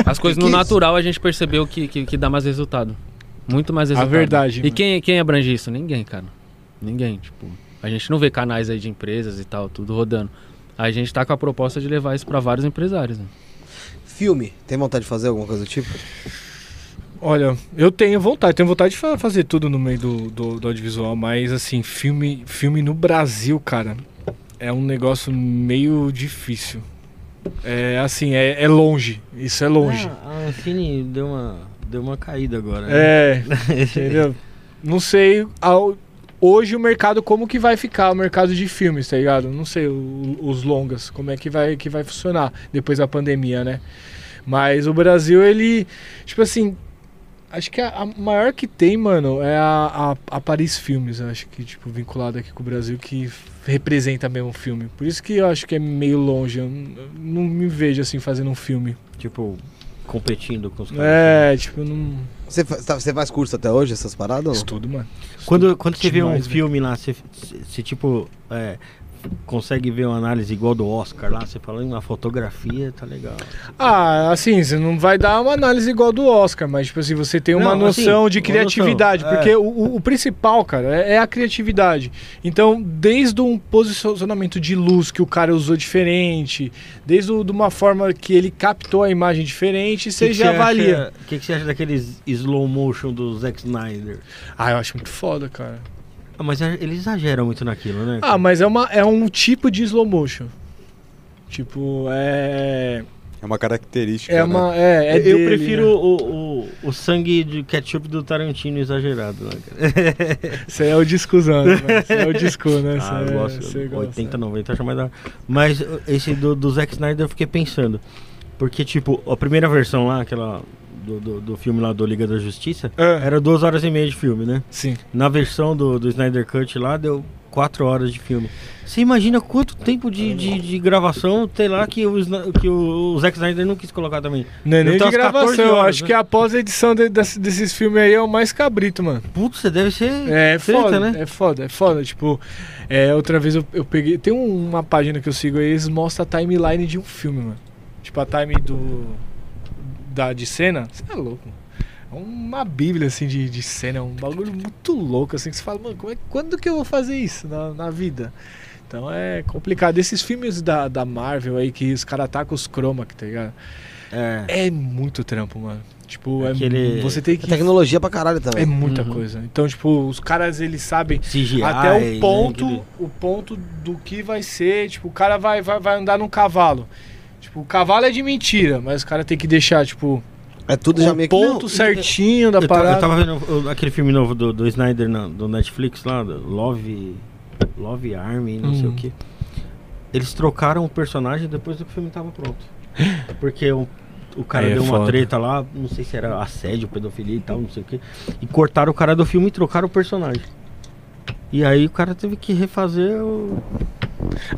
Speaker 6: As coisas
Speaker 2: Que
Speaker 6: no
Speaker 2: que é
Speaker 6: natural a gente percebeu que, que, que dá mais resultado. Muito mais resultado.
Speaker 5: verdade,
Speaker 6: E
Speaker 5: mano.
Speaker 6: quem, quem abrange isso? Ninguém, cara. Ninguém. Tipo, a gente não vê canais aí de empresas e tal, tudo rodando. A gente tá com a proposta de levar isso pra vários empresários. né?
Speaker 2: Filme, tem vontade de fazer alguma coisa do tipo?
Speaker 5: Olha, eu tenho vontade, tenho vontade de fa- fazer tudo no meio do, do, do audiovisual, mas assim, filme, filme no Brasil, cara, é um negócio meio difícil. É assim, é, é longe. Isso é longe.
Speaker 8: Ah, a Fini deu uma, deu uma caída agora. né?
Speaker 5: É, entendeu? Não sei ao- hoje o mercado como que vai ficar o mercado de filmes, tá ligado? Não sei o- os longas, como é que vai que vai funcionar depois da pandemia, né? Mas o Brasil ele, tipo assim, acho que a, a maior que tem, mano, é a, a, a Paris Filmes, eu acho que tipo vinculada aqui com o Brasil que f- representa mesmo o filme. Por isso que eu acho que é meio longe, eu n- eu não me vejo assim fazendo um filme.
Speaker 8: Tipo, competindo com os caras.
Speaker 5: É, tipo, eu não
Speaker 2: Você, fa- tá- você faz curso até hoje, essas paradas? ou não?
Speaker 5: estudo, mano.
Speaker 8: Quando, quando você vê um
Speaker 5: Demais, velho.
Speaker 8: filme lá, você, você- você, tipo, é, consegue ver uma análise igual do Oscar lá, você falando uma fotografia, tá legal.
Speaker 5: Ah, assim, você não vai dar uma análise igual do Oscar, mas tipo assim, você tem uma
Speaker 8: Não, assim,
Speaker 5: noção de
Speaker 8: uma
Speaker 5: criatividade,
Speaker 8: noção, é.
Speaker 5: porque o, o- o principal, cara, é, é a criatividade. Então, desde um posicionamento de luz que o cara usou diferente, desde o- de uma forma que ele captou a imagem diferente,
Speaker 8: Que
Speaker 5: você
Speaker 8: é? que
Speaker 5: já avalia.
Speaker 8: acha- O que, que você acha daqueles slow motion do Zack Snyder?
Speaker 5: Ah, eu acho muito foda, cara.
Speaker 8: É Ah, mas é- eles exageram muito naquilo, né?
Speaker 5: Ah, mas é, uma, é um tipo de slow motion. Tipo, é.
Speaker 3: É uma característica.
Speaker 5: É
Speaker 3: né?
Speaker 5: uma. É, é
Speaker 8: eu
Speaker 5: dele,
Speaker 8: prefiro
Speaker 5: né?
Speaker 8: o, o, o sangue de ketchup do Tarantino exagerado. Né? cara?
Speaker 5: Você é o discozão, né? Você é o disco, né? Você
Speaker 8: Ah, eu
Speaker 5: é-
Speaker 8: gosto.
Speaker 5: você gosta.
Speaker 8: 80, 90, eu acho mais da hora. Mas uh, esse do, do Zack Snyder eu fiquei pensando. Porque, tipo, a primeira versão lá, aquela do, do, do filme lá do Liga da Justiça,
Speaker 5: Ah,
Speaker 8: era duas horas e meia de filme, né?
Speaker 5: sim.
Speaker 8: Na versão do, do Snyder Cut lá, deu quatro horas de filme. Você imagina quanto tempo de, de, de gravação tem lá que o, Sna- que o, o Zack Snyder não quis colocar também.
Speaker 5: Não é
Speaker 8: Deve
Speaker 5: nem
Speaker 8: ter
Speaker 5: de
Speaker 8: umas 14
Speaker 5: gravação.
Speaker 8: horas,
Speaker 5: acho
Speaker 8: né?
Speaker 5: que após a edição de- desse- desses filmes aí é o mais cabrito, mano.
Speaker 8: Putz, você deve ser.
Speaker 5: É
Speaker 8: treta,
Speaker 5: foda,
Speaker 8: né?
Speaker 5: É foda, é foda. Tipo, é, outra vez eu, eu peguei. Tem um- uma página que eu sigo aí, eles mostram a timeline de um filme, mano. Tipo, a time do. Da, de cena. Você é louco, mano. É uma bíblia, assim, de, de cena. É um bagulho muito louco, assim, que você fala, mano, como é- quando que eu vou fazer isso na, na vida? Então é complicado. Esses filmes da, da Marvel aí, que os caras atacam os chroma, tá ligado?
Speaker 8: É.
Speaker 5: É muito trampo, mano. Tipo, é,
Speaker 8: Aquele-
Speaker 5: você tem
Speaker 2: É
Speaker 5: que.
Speaker 2: tecnologia pra caralho também.
Speaker 5: É muita
Speaker 8: Uhum.
Speaker 5: coisa. Então, tipo, os caras, eles sabem
Speaker 8: CGI,
Speaker 5: até o
Speaker 8: né,
Speaker 5: ponto,
Speaker 8: aquele-
Speaker 5: o ponto do que vai ser, tipo, o cara vai, vai, vai andar num cavalo. Tipo, o cavalo é de mentira, mas o cara tem que deixar, tipo,
Speaker 2: É, tudo já
Speaker 5: o
Speaker 2: meio que.
Speaker 5: ponto certinho da
Speaker 8: eu, ta-
Speaker 5: parada.
Speaker 8: eu tava vendo o- aquele filme novo do, do Snyder na- do Netflix lá, do Love. Love Army, não sei
Speaker 5: Hum.
Speaker 8: o que. Eles trocaram o personagem depois do que o filme tava pronto. Porque o, o cara
Speaker 5: Aí é
Speaker 8: deu uma
Speaker 5: foda.
Speaker 8: treta lá, não sei se era assédio, pedofilia e tal, não sei o que. E cortaram o cara do filme e trocaram o personagem. E aí o cara teve que refazer o.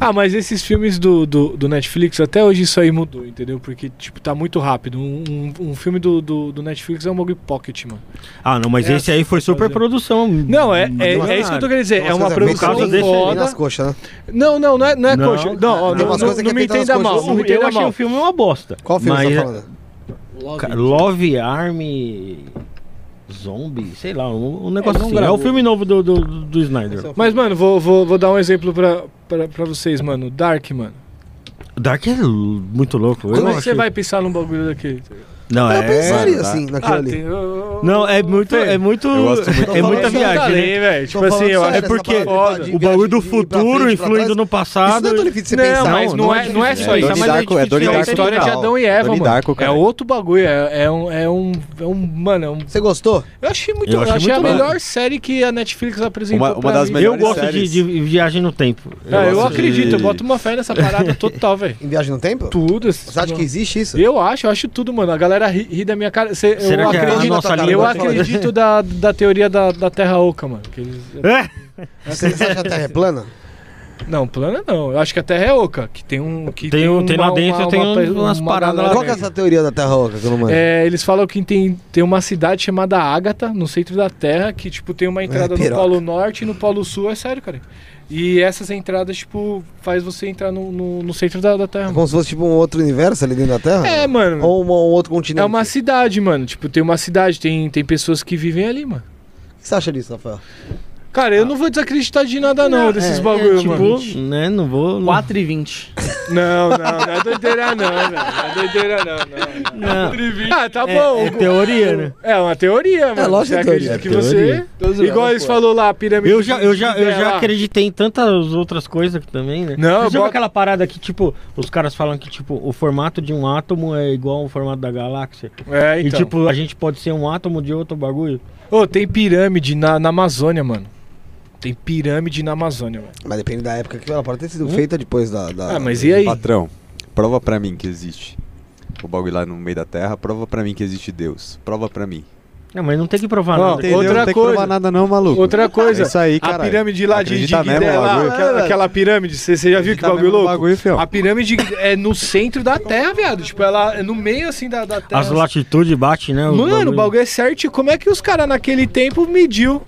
Speaker 5: Ah, mas esses filmes do, do, do Netflix, até hoje isso aí mudou, entendeu? Porque, tipo, tá muito rápido. Um, um- um filme do, do, do Netflix é um bagulho pocket, mano.
Speaker 8: Ah, não, mas
Speaker 5: É
Speaker 8: esse aí foi
Speaker 5: assim que
Speaker 8: super
Speaker 5: fazer.
Speaker 8: produção.
Speaker 5: Não, é, é, é isso que eu tô querendo dizer. É uma produção
Speaker 8: bem feitas,
Speaker 2: foda.
Speaker 5: foda.
Speaker 2: nas coxas, né?
Speaker 5: Não, não, não é, não é
Speaker 8: Não,
Speaker 5: coxa. Não, ó,
Speaker 8: tem
Speaker 5: não,
Speaker 8: umas
Speaker 5: não,
Speaker 2: coisas que
Speaker 5: não
Speaker 2: é
Speaker 5: me
Speaker 2: feita nas
Speaker 5: entenda mal.
Speaker 2: coxas.
Speaker 5: Não me
Speaker 8: Eu
Speaker 5: entenda
Speaker 8: achei um
Speaker 5: mal.
Speaker 8: o filme uma bosta.
Speaker 2: Qual filme
Speaker 8: Mas
Speaker 2: você
Speaker 8: é-
Speaker 2: tá falando?
Speaker 8: Ca- Love Army Zombie, sei lá, um, um negócio
Speaker 5: não
Speaker 8: assim. É
Speaker 5: gravou. é
Speaker 8: o filme novo do, do, do- do Snyder.
Speaker 5: Mas, mano, vou, vou, vou dar um exemplo pra, pra, pra vocês, mano. Dark, mano.
Speaker 8: Dark é l- muito louco. eu
Speaker 5: Como é que
Speaker 8: achei-
Speaker 5: você vai pensar num bagulho daquele?
Speaker 8: Não,
Speaker 2: Eu
Speaker 8: é...
Speaker 2: pensaria
Speaker 3: tá.
Speaker 5: Ah,
Speaker 2: assim naquilo ali.
Speaker 8: Não, é muito... É muito...
Speaker 3: Eu gosto muito
Speaker 8: é
Speaker 2: do
Speaker 8: muita
Speaker 2: Dark.
Speaker 5: assim,
Speaker 8: viagem, né?
Speaker 5: velho.
Speaker 2: Tô
Speaker 5: Tipo assim,
Speaker 2: falando
Speaker 5: eu
Speaker 2: sério
Speaker 5: acho
Speaker 2: dessa
Speaker 5: porque
Speaker 2: parada,
Speaker 5: foda.
Speaker 2: de
Speaker 8: O bagulho do
Speaker 2: viagem de ir pra frente,
Speaker 8: futuro
Speaker 2: pra
Speaker 8: influindo
Speaker 2: trás.
Speaker 8: no
Speaker 2: Isso
Speaker 8: passado.
Speaker 2: não é tão difícil de você
Speaker 5: Não,
Speaker 2: pensar.
Speaker 5: mas não,
Speaker 8: não é
Speaker 5: é, não é
Speaker 8: difícil,
Speaker 5: só
Speaker 8: né?
Speaker 5: isso.
Speaker 8: Donnie
Speaker 5: Mas
Speaker 3: Darko, é
Speaker 5: difícil,
Speaker 3: Donnie
Speaker 5: a
Speaker 3: Darko
Speaker 5: história de
Speaker 3: total.
Speaker 5: Adão e Eva,
Speaker 3: Donnie
Speaker 5: mano.
Speaker 3: Darko,
Speaker 5: é
Speaker 3: cara.
Speaker 5: outro bagulho. É, é um, é, um, é um. Mano, é um.
Speaker 2: Você gostou?
Speaker 5: Eu achei muito.
Speaker 8: Eu
Speaker 5: Eu
Speaker 8: achei
Speaker 5: achei, a
Speaker 8: muito
Speaker 5: melhor série que a Netflix apresentou.
Speaker 3: Uma- uma
Speaker 5: pra
Speaker 3: das
Speaker 5: mim.
Speaker 3: melhores
Speaker 8: Eu gosto de,
Speaker 3: séries.
Speaker 8: de viagem no tempo.
Speaker 5: Eu, é, eu
Speaker 3: gosto de-
Speaker 5: acredito, eu boto uma fé nessa parada total, velho.
Speaker 2: Em Viagem no Tempo?
Speaker 5: Tudo. assim,
Speaker 2: Você acha que existe isso?
Speaker 5: Eu acho, eu acho tudo, mano. A galera ri, ri da minha cara. Cê-
Speaker 8: Será
Speaker 5: eu
Speaker 8: que é a
Speaker 5: acredito,
Speaker 8: nossa
Speaker 5: eu
Speaker 8: língua?
Speaker 5: acredito da, da teoria da, da Terra Oca, mano. que eles-
Speaker 8: É?
Speaker 2: Você acha que a Terra é plana?
Speaker 5: Não, plana não. Eu acho que a Terra é oca. Que tem um. Que
Speaker 8: Tem um- tem lá dentro, tem um- umas paradas lá
Speaker 5: galera-
Speaker 2: Qual que é essa teoria da Terra Oca que eu não manjo?
Speaker 5: É, eles falam que tem, tem uma cidade chamada Ágata, no centro da Terra, que, tipo, tem uma entrada no
Speaker 2: É piroca.
Speaker 5: Polo Norte e no Polo Sul, é sério, cara. E essas entradas, tipo, faz você entrar no, no, no centro da, da Terra.
Speaker 2: É como se fosse tipo um outro universo ali dentro da Terra?
Speaker 5: É, mano.
Speaker 2: Ou um, um outro continente?
Speaker 5: É uma cidade, mano. Tipo, tem uma cidade, tem, tem pessoas que vivem ali, mano.
Speaker 2: O que você acha disso, Rafael?
Speaker 5: Cara, eu não vou desacreditar de nada, não, é, desses bagulho, mano.
Speaker 8: é, Tipo, né, não vou... não-
Speaker 1: 4 e 20.
Speaker 5: Não, não, não é doideira, não, velho. Não é doideira, não, não.
Speaker 8: Não,
Speaker 5: Ah, tá bom.
Speaker 8: é, é teoria, né?
Speaker 5: É uma teoria, mano.
Speaker 2: lógico
Speaker 5: você
Speaker 2: que é teoria.
Speaker 5: acredita que
Speaker 8: É teoria.
Speaker 5: você. Igual eles falou lá, a pirâmide.
Speaker 8: Eu já, eu já, eu
Speaker 5: É, lá.
Speaker 8: já acreditei em tantas outras coisas também, né?
Speaker 5: Não, eu
Speaker 8: Você já viu
Speaker 5: boto-
Speaker 8: aquela parada que, tipo, os caras falam que, tipo, o formato de um átomo é igual ao formato da galáxia.
Speaker 5: É,
Speaker 8: E,
Speaker 5: então.
Speaker 8: tipo, a gente pode ser um átomo de outro bagulho.
Speaker 5: Ô, tem pirâmide na, na Amazônia, mano. Tem pirâmide na Amazônia, mano.
Speaker 2: Mas depende da época que ela pode ter sido feita depois da... da-
Speaker 5: Hum? Ah, mas e aí?
Speaker 3: Patrão, prova pra mim que existe. O bagulho lá no meio da terra, prova pra mim que existe Deus. Prova pra mim.
Speaker 8: Não, mas não tem que provar
Speaker 5: Ó,
Speaker 8: nada.
Speaker 5: tem- Outra
Speaker 3: não tem
Speaker 5: coisa.
Speaker 3: que provar nada não, maluco.
Speaker 5: Outra coisa,
Speaker 3: É isso aí, cara.
Speaker 5: a pirâmide lá de, de
Speaker 3: Acredita mesmo,
Speaker 5: Guidé, lá,
Speaker 3: bagulho.
Speaker 5: aquela, aquela pirâmide, você já viu que bagulho louco?
Speaker 3: bagulho, fião.
Speaker 5: A pirâmide é no centro da Terra, viado. Tipo, ela é no meio assim da, da Terra.
Speaker 8: As latitudes batem, né? os
Speaker 5: Mano, o bagulho é certo. Como é que os caras naquele tempo mediu?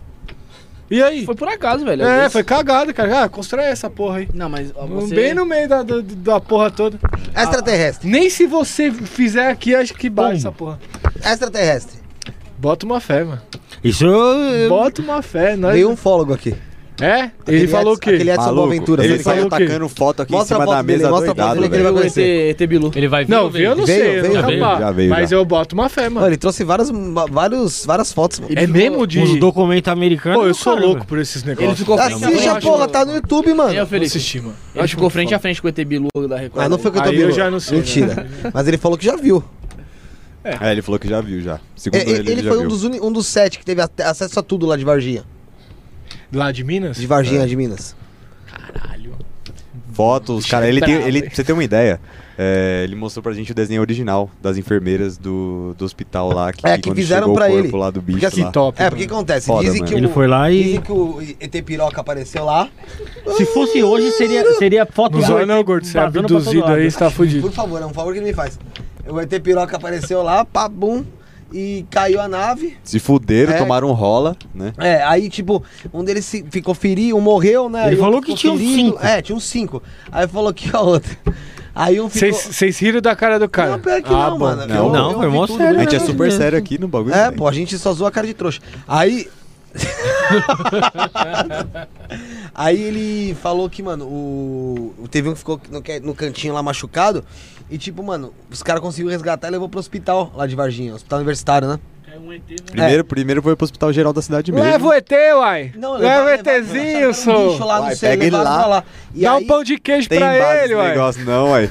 Speaker 5: E aí?
Speaker 1: Foi por acaso, velho. às
Speaker 5: é,
Speaker 1: vezes.
Speaker 5: foi cagado, cara. Ah, constrói essa porra aí. Um
Speaker 1: Não, mas ó, você...
Speaker 5: Bem no meio da, da, da porra toda.
Speaker 2: Extraterrestre.
Speaker 5: Nem se você fizer aqui, acho que bate essa porra.
Speaker 2: Extraterrestre.
Speaker 5: Bota uma fé, mano.
Speaker 8: Isso eu- eu-
Speaker 5: Bota uma fé, nós.
Speaker 2: Veio um fólogo aqui.
Speaker 5: É?
Speaker 2: Aquele
Speaker 5: ele falou o
Speaker 2: Edson-
Speaker 5: quê?
Speaker 2: Aquele Edson
Speaker 3: Maluco,
Speaker 2: Boaventura.
Speaker 3: Ele
Speaker 5: Ele
Speaker 2: sabe?
Speaker 3: saiu
Speaker 5: falou o quê?
Speaker 3: tacando foto aqui
Speaker 2: Mostra
Speaker 3: em
Speaker 2: a
Speaker 3: cima
Speaker 2: foto
Speaker 3: da
Speaker 2: dele,
Speaker 3: mesa,
Speaker 2: mostra a foto
Speaker 3: doidado.
Speaker 2: dele que ele
Speaker 3: velho.
Speaker 2: vai
Speaker 1: é O ET,
Speaker 2: conhecer.
Speaker 1: ET Bilu.
Speaker 6: Ele vai vir.
Speaker 5: Não,
Speaker 6: ou
Speaker 5: veio eu não
Speaker 2: Veio,
Speaker 5: sei, eu
Speaker 2: veio,
Speaker 5: não
Speaker 2: já
Speaker 5: sei
Speaker 6: veio,
Speaker 5: falar,
Speaker 3: já veio,
Speaker 5: Mas
Speaker 3: já.
Speaker 5: eu boto uma fé,
Speaker 2: Mano,
Speaker 5: mano.
Speaker 2: ele trouxe várias, vários, várias fotos. mano.
Speaker 5: É mesmo de.
Speaker 8: Os documentos americanos.
Speaker 5: Pô, eu sou
Speaker 8: caramba.
Speaker 5: louco por esses negócios.
Speaker 1: Ele ficou-
Speaker 5: Eu
Speaker 2: Assista,
Speaker 5: acho-
Speaker 2: porra, tá no YouTube,
Speaker 1: E aí, ô,
Speaker 2: mano.
Speaker 5: Vou
Speaker 1: Felipe?
Speaker 5: assistir, mano. Eu
Speaker 1: Ele
Speaker 5: acho
Speaker 1: ficou
Speaker 5: muito
Speaker 1: frente
Speaker 5: foda.
Speaker 1: a frente com o ET Bilu da Record.
Speaker 2: Ah, não foi que eu tô
Speaker 5: Aí eu
Speaker 2: bilu.
Speaker 5: já não sei.
Speaker 2: Mentira. Mas ele falou que já viu.
Speaker 3: É, ele falou que já viu já. Segundo
Speaker 2: É,
Speaker 3: ele,
Speaker 2: ele,
Speaker 3: ele, já
Speaker 2: foi um
Speaker 3: viu.
Speaker 2: dos, uni- um dos sete que teve até- acesso a tudo lá de Varginha.
Speaker 5: Lá de Minas?
Speaker 2: De Varginha,
Speaker 3: É.
Speaker 2: de Minas.
Speaker 5: Caralho.
Speaker 3: Fotos,
Speaker 5: Bicho
Speaker 3: cara,
Speaker 5: é
Speaker 3: ele tem,
Speaker 5: brabo,
Speaker 3: ele,
Speaker 5: hein?
Speaker 3: pra você ter uma ideia, é, ele mostrou pra gente o desenho original das enfermeiras do, do hospital lá, que,
Speaker 2: É, que
Speaker 3: quando
Speaker 2: fizeram
Speaker 3: chegou
Speaker 2: pra
Speaker 3: o corpo
Speaker 2: ele.
Speaker 3: lá do bicho
Speaker 2: Porque assim,
Speaker 3: lá.
Speaker 5: Top.
Speaker 2: É, porque
Speaker 5: mano.
Speaker 2: acontece?
Speaker 3: Foda,
Speaker 2: dizem que
Speaker 3: mano.
Speaker 2: o,
Speaker 8: né? Ele foi lá e.
Speaker 2: dizem que o ET Piroca apareceu lá.
Speaker 8: Se fosse hoje, seria, seria foto
Speaker 5: Não zoa
Speaker 8: do
Speaker 5: não, gordo. Você é
Speaker 8: vazando pra todo
Speaker 5: abduzido
Speaker 8: lado.
Speaker 5: aí, você tá fudido.
Speaker 2: Por favor, é um favor que ele me faz. O ET Piroca apareceu lá, pá, bum, e caiu a nave.
Speaker 3: Se fuderam,
Speaker 2: É.
Speaker 3: tomaram rola, né?
Speaker 2: É, aí, tipo, um deles se- ficou ferido, um morreu, né?
Speaker 8: Ele
Speaker 2: Aí um
Speaker 8: falou que
Speaker 2: ficou
Speaker 8: tinha uns cinco.
Speaker 2: É, tinha uns cinco. Aí falou que a outra. Aí um ficou...
Speaker 5: Vocês vocês riram da cara do cara.
Speaker 2: Não, pior que
Speaker 5: Ah,
Speaker 2: não,
Speaker 5: bom.
Speaker 2: mano.
Speaker 3: Não,
Speaker 8: não,
Speaker 2: ouvi
Speaker 8: foi mó
Speaker 2: tudo,
Speaker 8: sério,
Speaker 3: A
Speaker 2: né?
Speaker 3: gente é
Speaker 8: não,
Speaker 3: super
Speaker 8: não.
Speaker 3: sério aqui no bagulho. né?
Speaker 2: É,
Speaker 3: velho.
Speaker 2: pô, a gente só zoa a cara de trouxa. Aí. Aí ele falou que, mano, o. o- Teve um que ficou no, que- no cantinho lá machucado. E tipo, mano, os caras conseguiram resgatar e levou pro hospital lá de Varginha, hospital universitário, né?
Speaker 3: Primeiro, primeiro foi pro hospital geral da cidade mesmo.
Speaker 5: Leva o ET, uai. Leva o ETzinho,
Speaker 2: só.
Speaker 5: sou.
Speaker 2: um lá,
Speaker 3: Vai,
Speaker 2: não sei,
Speaker 3: pega ele
Speaker 2: levaram
Speaker 3: lá.
Speaker 2: pra lá. E
Speaker 5: Dá
Speaker 2: aí,
Speaker 5: um pão de queijo
Speaker 3: Tem
Speaker 5: pra
Speaker 3: base
Speaker 5: ele,
Speaker 3: esse
Speaker 5: uai.
Speaker 3: negócio não, ué.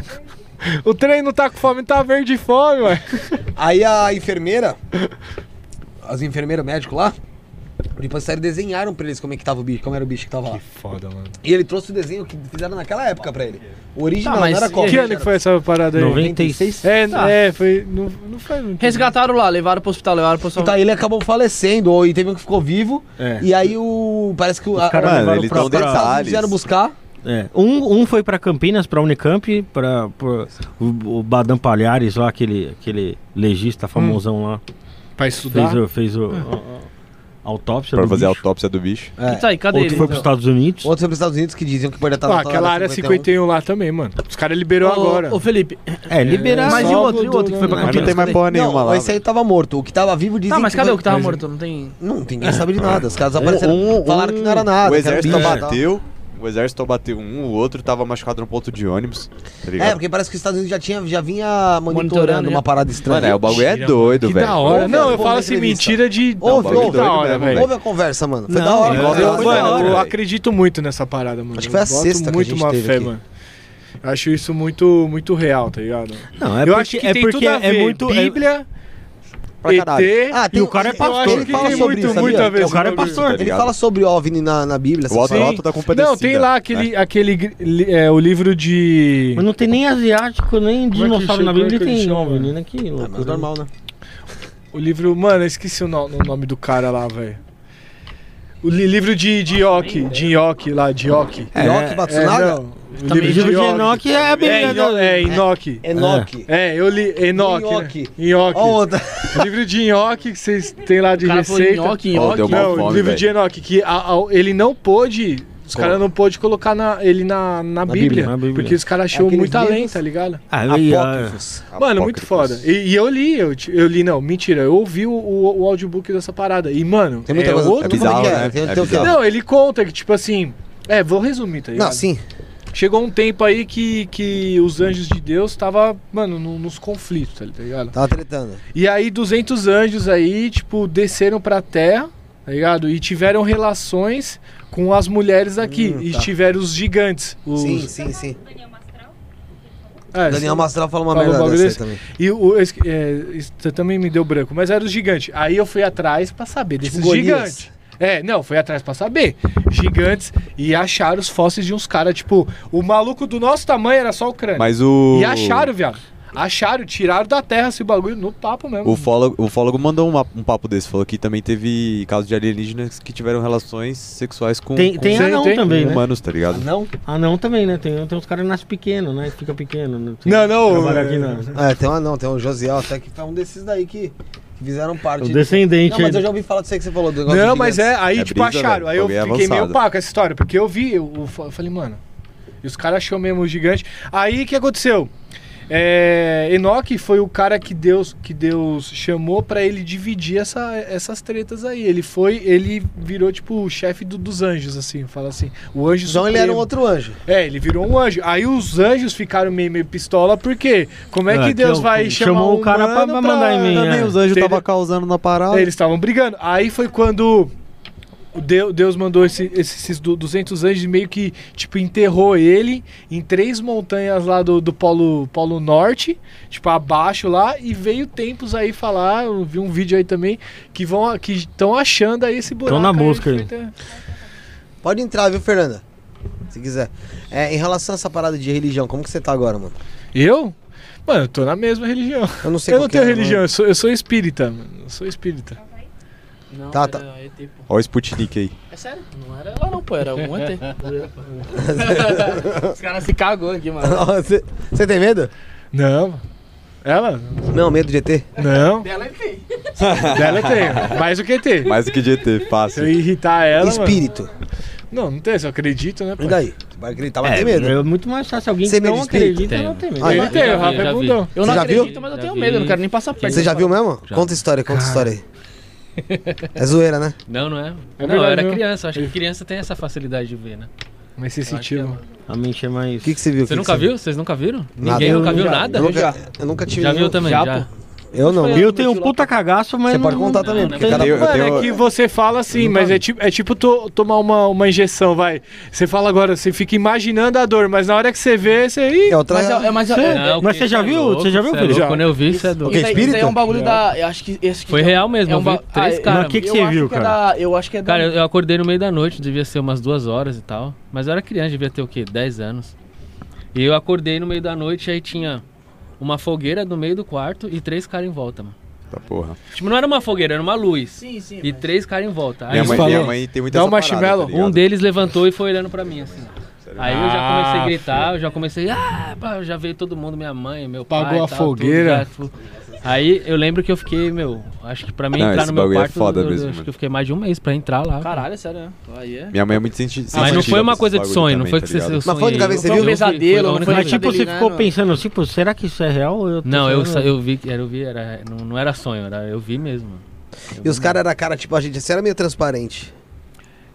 Speaker 5: O trem não tá com fome, tá verde de fome, uai.
Speaker 2: aí a enfermeira. As enfermeiras, o médico lá. Depois saíram desenharam pra eles como é que tava o bicho, como era o bicho que tava lá.
Speaker 5: Foda, mano.
Speaker 2: E ele trouxe o desenho que fizeram naquela época pra ele. O original,
Speaker 1: Tá, mas
Speaker 2: não era
Speaker 1: e
Speaker 2: cópia.
Speaker 5: Que ano que foi essa parada aí?
Speaker 8: 96.
Speaker 5: É,
Speaker 1: Tá.
Speaker 5: é, foi. Não, não foi muito.
Speaker 1: Resgataram lá, levaram pro hospital, levaram pro hospital.
Speaker 2: Então ele acabou falecendo, ou e teve um que ficou vivo.
Speaker 8: É.
Speaker 2: E aí o. Parece que o. a-
Speaker 8: caras
Speaker 2: a-
Speaker 3: Mano,
Speaker 8: levaram
Speaker 3: eles
Speaker 8: pra-
Speaker 3: dão
Speaker 8: pra-
Speaker 3: detalhes.
Speaker 2: Vieram buscar.
Speaker 8: É. Um, um foi pra Campinas, pra Unicamp, pra, pro- o, o Badam Palhares lá, aquele, aquele legista famosão lá.
Speaker 5: Pra
Speaker 8: Fez,
Speaker 5: estudar.
Speaker 8: o, fez o, a- a autópsia
Speaker 3: Pra
Speaker 8: do
Speaker 3: fazer a
Speaker 8: bicho.
Speaker 3: autópsia do bicho.
Speaker 2: É.
Speaker 1: Tá aí, cadê
Speaker 8: Outro
Speaker 1: ele?
Speaker 8: foi pros Estados Unidos.
Speaker 2: Outros sobre os Estados Unidos que diziam que podia estar
Speaker 5: Ah, aquela área 51 lá também, mano. Os caras liberou agora.
Speaker 1: Ô, ô, Felipe, tá,
Speaker 8: É, liberar.
Speaker 1: mas
Speaker 5: só
Speaker 1: e o outro?
Speaker 5: do-
Speaker 1: E o outro que foi pra
Speaker 3: né? Mas não
Speaker 1: Campinas?
Speaker 3: tem mais porra um, nenhuma
Speaker 2: Não,
Speaker 3: lá.
Speaker 2: esse aí tava morto. O que tava vivo dizia.
Speaker 1: Tá, mas cadê o que tava morto? Não tem.
Speaker 2: Não, ninguém sabe de nada. Os caras apareceram.
Speaker 8: um-
Speaker 2: falaram que não era nada.
Speaker 3: O
Speaker 2: que era
Speaker 3: exército
Speaker 2: bicho.
Speaker 3: bateu. O exército bateu um, o outro tava machucado no ponto de ônibus. Tá ligado?
Speaker 2: É, porque parece que os Estados Unidos já, tinha, já vinha monitorando,
Speaker 1: Monitorando,
Speaker 2: uma
Speaker 1: já.
Speaker 2: parada estranha.
Speaker 3: Mano, é, o bagulho é
Speaker 5: Mentira,
Speaker 3: doido,
Speaker 5: que
Speaker 3: velho.
Speaker 5: da hora.
Speaker 2: Ô,
Speaker 5: não,
Speaker 2: velho,
Speaker 5: eu
Speaker 2: pô,
Speaker 5: falo
Speaker 2: na
Speaker 5: assim,
Speaker 2: entrevista.
Speaker 5: mentira de.
Speaker 2: Ô, né,
Speaker 5: Não,
Speaker 2: Fio,
Speaker 5: bagulho da
Speaker 3: é doido
Speaker 5: hora,
Speaker 3: mesmo,
Speaker 5: velho.
Speaker 2: Houve a conversa, mano. Foi
Speaker 8: Não,
Speaker 2: da hora.
Speaker 8: é,
Speaker 2: cara.
Speaker 3: foi
Speaker 5: Eu,
Speaker 3: da
Speaker 5: mano,
Speaker 3: hora,
Speaker 5: eu
Speaker 3: velho.
Speaker 5: acredito muito nessa parada, mano.
Speaker 2: né, Acho que foi a
Speaker 5: Eu boto
Speaker 2: sexta que a
Speaker 5: muito
Speaker 2: gente
Speaker 5: uma
Speaker 2: teve
Speaker 5: fé,
Speaker 2: aqui.
Speaker 5: mano. Eu acho isso muito, muito real, tá ligado?
Speaker 8: Não, é
Speaker 5: eu
Speaker 8: porque,
Speaker 5: acho que
Speaker 8: é
Speaker 5: tem
Speaker 8: porque
Speaker 5: tudo a
Speaker 8: é
Speaker 5: ver.
Speaker 8: muito. é-
Speaker 5: Bíblia,
Speaker 3: Pra caralho.
Speaker 5: ET.
Speaker 2: Ah,
Speaker 8: E o cara é
Speaker 2: eu
Speaker 8: pastor,
Speaker 2: acho que
Speaker 8: ele
Speaker 2: Ele
Speaker 8: fala
Speaker 2: fala
Speaker 5: tem
Speaker 2: sobre
Speaker 5: muito,
Speaker 2: isso,
Speaker 5: muito
Speaker 2: sabia? um
Speaker 5: a ver.
Speaker 8: o cara é
Speaker 5: esse bagulho.
Speaker 8: pastor.
Speaker 3: Tá
Speaker 2: Ele
Speaker 3: ligado?
Speaker 2: fala sobre OVNI na, na Bíblia.
Speaker 3: O
Speaker 2: essas
Speaker 3: Otto,
Speaker 5: Sim.
Speaker 3: o Otto tá compadecido.
Speaker 5: Não, tem lá aquele,
Speaker 3: né?
Speaker 5: aquele gri- li- é, o livro de.
Speaker 8: Mas não tem nem asiático, nem
Speaker 5: Como é que
Speaker 8: dinossauro
Speaker 5: chama?
Speaker 8: na
Speaker 5: Como é
Speaker 8: Bíblia,
Speaker 5: que ele
Speaker 8: tem
Speaker 5: chama?
Speaker 8: não, menina que
Speaker 2: Ah,
Speaker 8: loucura.
Speaker 2: mas normal, né?
Speaker 5: O livro. Mano, eu esqueci o, no- o nome do cara lá, velho. O li- livro de
Speaker 8: Ah,
Speaker 5: de Ioki, de Ioki lá, de Ioki.
Speaker 2: É, Enoch Matsunaga?
Speaker 5: não, o
Speaker 8: Também
Speaker 5: livro de
Speaker 8: livro de
Speaker 5: Ioki.
Speaker 8: Enoch é a
Speaker 5: É,
Speaker 8: Bíblia.
Speaker 5: Ino- é, Enoch.
Speaker 2: Enoch.
Speaker 5: É, eu li Enoch.
Speaker 2: Nhoque.
Speaker 5: Né? Nhoque.
Speaker 2: Ó, outra.
Speaker 5: O livro de Enoch que vocês têm lá de
Speaker 1: O cara falou
Speaker 5: receita.
Speaker 1: nhoque,
Speaker 3: Ó,
Speaker 1: nhoque.
Speaker 3: deu mal.
Speaker 5: Não,
Speaker 3: Mó
Speaker 5: o
Speaker 3: fome,
Speaker 5: livro
Speaker 3: velho.
Speaker 5: de Enoch, que a- a- ele não pôde. Os caras não pôde colocar na- ele na, na, Bíblia,
Speaker 8: Bíblia, na Bíblia.
Speaker 5: Porque os caras achou
Speaker 2: Aqueles
Speaker 5: muito além,
Speaker 2: livros-
Speaker 5: tá ligado?
Speaker 8: Ah, e, ah,
Speaker 2: Apócrifos.
Speaker 5: Mano, muito
Speaker 3: Apócrifos.
Speaker 5: foda. E, e eu li, eu, ti- eu li, não, mentira, eu ouvi o, o, o audiobook dessa parada. E, mano,
Speaker 2: Tem muita
Speaker 5: é
Speaker 2: coisa.
Speaker 5: outro-
Speaker 3: é bizarro,
Speaker 2: como é que
Speaker 3: né?
Speaker 2: Tem,
Speaker 3: É
Speaker 2: tem o quê?
Speaker 3: bizarro.
Speaker 5: Não, ele conta que, tipo assim. É, vou resumir, tá ligado?
Speaker 2: Não, sim.
Speaker 5: Chegou um tempo aí que, que os anjos de Deus tava, mano, no- nos conflitos, tá ligado?
Speaker 2: Tava tretando.
Speaker 5: E aí 200 anjos aí, tipo, desceram pra terra, tá ligado? E tiveram relações com as mulheres aqui.
Speaker 2: Hum,
Speaker 5: E
Speaker 2: tá.
Speaker 5: tiveram os gigantes. Os...
Speaker 2: Sim, sim, sim.
Speaker 5: É,
Speaker 2: Daniel Mastral fala uma
Speaker 5: Falou
Speaker 2: merda
Speaker 5: um bagulho
Speaker 2: dessa aí
Speaker 5: desse?
Speaker 2: também.
Speaker 5: E o, esse- é, isso também me deu branco, mas era os gigantes. Aí eu fui atrás pra saber desses
Speaker 2: Tipo Golias.
Speaker 5: gigantes. É, não, fui atrás pra saber. Gigantes e acharam os fósseis de uns caras, tipo, o maluco do nosso tamanho era só o crânio.
Speaker 3: Mas o.
Speaker 5: E acharam, viado. Acharam, tiraram da terra esse bagulho no papo mesmo.
Speaker 3: O fólogo, o fólogo mandou uma- um papo desse, falou que também teve casos de alienígenas que tiveram relações sexuais com,
Speaker 8: tem
Speaker 3: com
Speaker 8: tem
Speaker 5: Tem-
Speaker 8: anão
Speaker 5: tem-
Speaker 8: também, né?
Speaker 3: humanos, tá ligado?
Speaker 5: Não?
Speaker 8: Anão também, né? Tem, tem uns caras que nascem pequeno, né? Fica pequeno. né? Tem-
Speaker 5: Não, não.
Speaker 8: trabalha
Speaker 5: é-
Speaker 8: aqui na-
Speaker 2: Ah, tem um não, tem um Josiel até que foi um desses daí que que fizeram parte.
Speaker 8: O
Speaker 2: é, Não,
Speaker 8: descendente.
Speaker 2: mas eu
Speaker 8: aí.
Speaker 2: já ouvi falar disso aí que você falou do negócio
Speaker 5: Não,
Speaker 2: dos
Speaker 5: mas é,
Speaker 2: gigantes.
Speaker 5: aí
Speaker 3: É
Speaker 5: tipo
Speaker 3: brisa,
Speaker 5: acharam.
Speaker 3: velho.
Speaker 5: Aí eu
Speaker 3: Alguém é
Speaker 5: fiquei meio
Speaker 3: avançado.
Speaker 5: pá com essa história, porque eu vi, eu, eu fa- eu falei, mano, e os caras achou mesmo o gigante. Aí o que aconteceu? É, Enoch foi o cara que Deus, que Deus chamou pra ele dividir essa, essas tretas aí. Ele foi, ele virou tipo o chefe do- dos anjos, assim, fala assim. O anjo
Speaker 2: Então ele
Speaker 5: supremo.
Speaker 2: era um outro anjo.
Speaker 5: É, ele virou um anjo. Aí os anjos ficaram meio, meio pistola, por quê? Como é
Speaker 8: Ah,
Speaker 5: que
Speaker 8: que
Speaker 5: Deus
Speaker 8: eu-
Speaker 5: vai chamar
Speaker 8: chamou o
Speaker 5: um
Speaker 8: cara pra-
Speaker 5: humano
Speaker 8: pra mandar em mim,
Speaker 3: Também
Speaker 8: é.
Speaker 3: os anjos
Speaker 5: Entendeu?
Speaker 3: estavam causando na parada.
Speaker 2: Ah.
Speaker 5: Aí Eles estavam brigando. Aí foi quando o Deu- Deus mandou esse- esses du- 200 anjos e meio que tipo enterrou ele em três montanhas lá do, do polo, polo Norte, tipo abaixo lá, e veio tempos aí falar, eu vi um vídeo aí também que vão que estão achando aí esse buraco.
Speaker 8: na
Speaker 5: aí, tipo, então,
Speaker 8: busca aí.
Speaker 5: feita-
Speaker 2: Pode entrar, viu, Fernanda? Se quiser. É, em relação a essa parada de religião, como que você tá agora, mano?
Speaker 5: Eu? Mano, eu tô na mesma religião.
Speaker 2: Eu não sei
Speaker 5: Eu
Speaker 2: qual
Speaker 5: não
Speaker 2: que
Speaker 5: tenho
Speaker 2: é,
Speaker 5: religião, eu sou, eu sou espírita, mano. Eu sou espírita.
Speaker 1: Não,
Speaker 2: Tá, tá.
Speaker 1: era ET, pô.
Speaker 3: Olha o Sputnik aí.
Speaker 1: É sério? Não era lá não, pô. Era algum ET. Os caras se cagou aqui, mano.
Speaker 2: Você você tem medo?
Speaker 5: Não. Ela?
Speaker 2: Não, medo de ET?
Speaker 5: Não.
Speaker 1: Dela tem.
Speaker 5: Dela tem. Mais o que tem.
Speaker 3: Mais do que GT,
Speaker 5: Se eu
Speaker 3: fácil.
Speaker 5: irritar ela. mano-
Speaker 2: espírito.
Speaker 5: Não, não tem, só acredito, né?
Speaker 2: E
Speaker 5: Pai?
Speaker 2: daí? Você vai acreditar, mas tem medo.
Speaker 8: É muito mais fácil alguém
Speaker 2: Você
Speaker 8: que não
Speaker 2: medo de espírito?
Speaker 8: acredita
Speaker 6: Tem.
Speaker 8: não tem medo.
Speaker 2: Ah,
Speaker 5: Ele
Speaker 2: eu
Speaker 5: tem,
Speaker 6: já
Speaker 5: o
Speaker 6: vi,
Speaker 5: Rafa
Speaker 6: já
Speaker 5: é
Speaker 6: vi.
Speaker 5: bundão.
Speaker 1: Eu
Speaker 2: Você
Speaker 1: não
Speaker 2: já viu?
Speaker 1: acredito, mas eu
Speaker 6: Já
Speaker 1: tenho
Speaker 6: vi.
Speaker 1: medo. Eu não quero nem passar perto.
Speaker 2: Você já viu mesmo?
Speaker 6: Já.
Speaker 2: Conta a história, conta a história aí. É zoeira, né?
Speaker 6: Não, não é.
Speaker 5: É
Speaker 6: não, eu
Speaker 5: verdade,
Speaker 6: era
Speaker 5: viu?
Speaker 6: criança. Acho que criança tem essa facilidade de ver, né?
Speaker 5: Mas você
Speaker 6: acho que
Speaker 5: sentiu.
Speaker 8: A mente é mais.
Speaker 2: O que, que você viu?
Speaker 6: Você
Speaker 2: O que
Speaker 6: nunca
Speaker 2: que
Speaker 6: viu? Vocês nunca viram?
Speaker 2: Nada.
Speaker 6: Ninguém
Speaker 2: Eu
Speaker 6: nunca viu
Speaker 5: já-
Speaker 6: nada?
Speaker 2: Eu nunca, eu nunca tive
Speaker 6: Já viu
Speaker 2: nenhum.
Speaker 6: também,
Speaker 1: já,
Speaker 6: já.
Speaker 2: Eu não.
Speaker 8: Eu tenho um puta cagaço, mas.
Speaker 2: Você pode
Speaker 8: não-
Speaker 2: contar também,
Speaker 6: não,
Speaker 2: porque
Speaker 6: não.
Speaker 2: cada... um
Speaker 3: Eu- eu
Speaker 5: Mano,
Speaker 3: tenho-
Speaker 5: é que você fala assim,
Speaker 6: Eu nunca
Speaker 5: mas
Speaker 6: vi.
Speaker 5: é tipo, é tipo to- tomar uma, uma injeção, vai. Você fala agora, você fica imaginando a dor, mas na hora que você vê, você. Ih,
Speaker 2: É outra...
Speaker 1: Mas, é- é- mas é- é-
Speaker 6: Não,
Speaker 8: Mas
Speaker 6: que
Speaker 8: você já
Speaker 6: isso é
Speaker 8: viu?
Speaker 6: louco,
Speaker 8: Você já viu,
Speaker 6: isso é
Speaker 8: Felipe?
Speaker 6: louco.
Speaker 5: Já.
Speaker 6: Quando eu vi, isso é
Speaker 1: Isso,
Speaker 6: do.
Speaker 2: Ok,
Speaker 1: aí- isso aí é
Speaker 2: espírita?
Speaker 1: um bagulho da. Eu acho que esse que
Speaker 6: Foi
Speaker 1: tem-
Speaker 6: real mesmo,
Speaker 1: é
Speaker 6: eu vi três
Speaker 1: é-
Speaker 6: caras.
Speaker 1: eu
Speaker 6: Mas
Speaker 8: que que você
Speaker 1: acho
Speaker 8: viu,
Speaker 1: é
Speaker 8: cara?
Speaker 1: da- eu acho que é da.
Speaker 6: Cara, eu, eu acordei no meio da noite, devia ser umas duas horas e tal. Mas eu era criança, devia ter o quê? 10 anos. E eu acordei no meio da noite, aí tinha uma fogueira no meio do quarto e três caras em volta, mano.
Speaker 3: Tá porra.
Speaker 6: Tipo, não era uma fogueira, era uma luz.
Speaker 1: Sim, sim. é
Speaker 6: E três caras em volta. Aí
Speaker 3: Minha mãe,
Speaker 5: falou.
Speaker 3: minha mãe tem muita
Speaker 5: Dá
Speaker 3: essa
Speaker 5: um
Speaker 3: parada,
Speaker 5: marshmallow.
Speaker 3: tá ligado?
Speaker 6: um deles levantou e foi olhando pra mim, assim. Aí eu já comecei
Speaker 3: Ah,
Speaker 6: a gritar, eu já comecei. Ah, pá, já veio todo mundo, minha mãe, meu pai.
Speaker 5: Apagou
Speaker 6: e
Speaker 5: a
Speaker 6: tal,
Speaker 5: fogueira.
Speaker 6: tudo, já, tipo, Aí eu lembro que eu fiquei, meu, acho que pra mim
Speaker 3: Não,
Speaker 6: entrar
Speaker 3: esse
Speaker 6: no meu
Speaker 3: bagulho é
Speaker 6: quarto,
Speaker 3: foda
Speaker 6: eu, eu
Speaker 3: mesmo,
Speaker 6: acho
Speaker 3: mano.
Speaker 6: que eu fiquei mais de um mês pra entrar lá.
Speaker 1: Caralho, sério, né? Aí é.
Speaker 3: Minha mãe é muito senti- sensitiva.
Speaker 6: mas não foi uma
Speaker 3: pra
Speaker 6: coisa
Speaker 3: esse
Speaker 6: de
Speaker 3: bagulho
Speaker 6: sonho, não foi que
Speaker 3: também,
Speaker 6: você
Speaker 3: tá
Speaker 6: eu
Speaker 3: ligado?
Speaker 2: Mas foi a única vez que
Speaker 6: sonhei,
Speaker 2: você
Speaker 6: eu-
Speaker 2: viu?
Speaker 6: eu- foi-
Speaker 1: Pesadelo,
Speaker 6: foi a
Speaker 1: não
Speaker 6: única
Speaker 1: foi
Speaker 8: Mas
Speaker 6: vez.
Speaker 8: tipo, você
Speaker 1: Delirando.
Speaker 8: ficou pensando, tipo, será que isso é real? ou tô
Speaker 6: Não, eu,
Speaker 8: sonhando?
Speaker 6: sa- eu vi, que- era, eu vi, era, não, não era sonho, era, eu vi mesmo. mano.
Speaker 2: E os caras eram cara, tipo, a gente, você era meio transparente.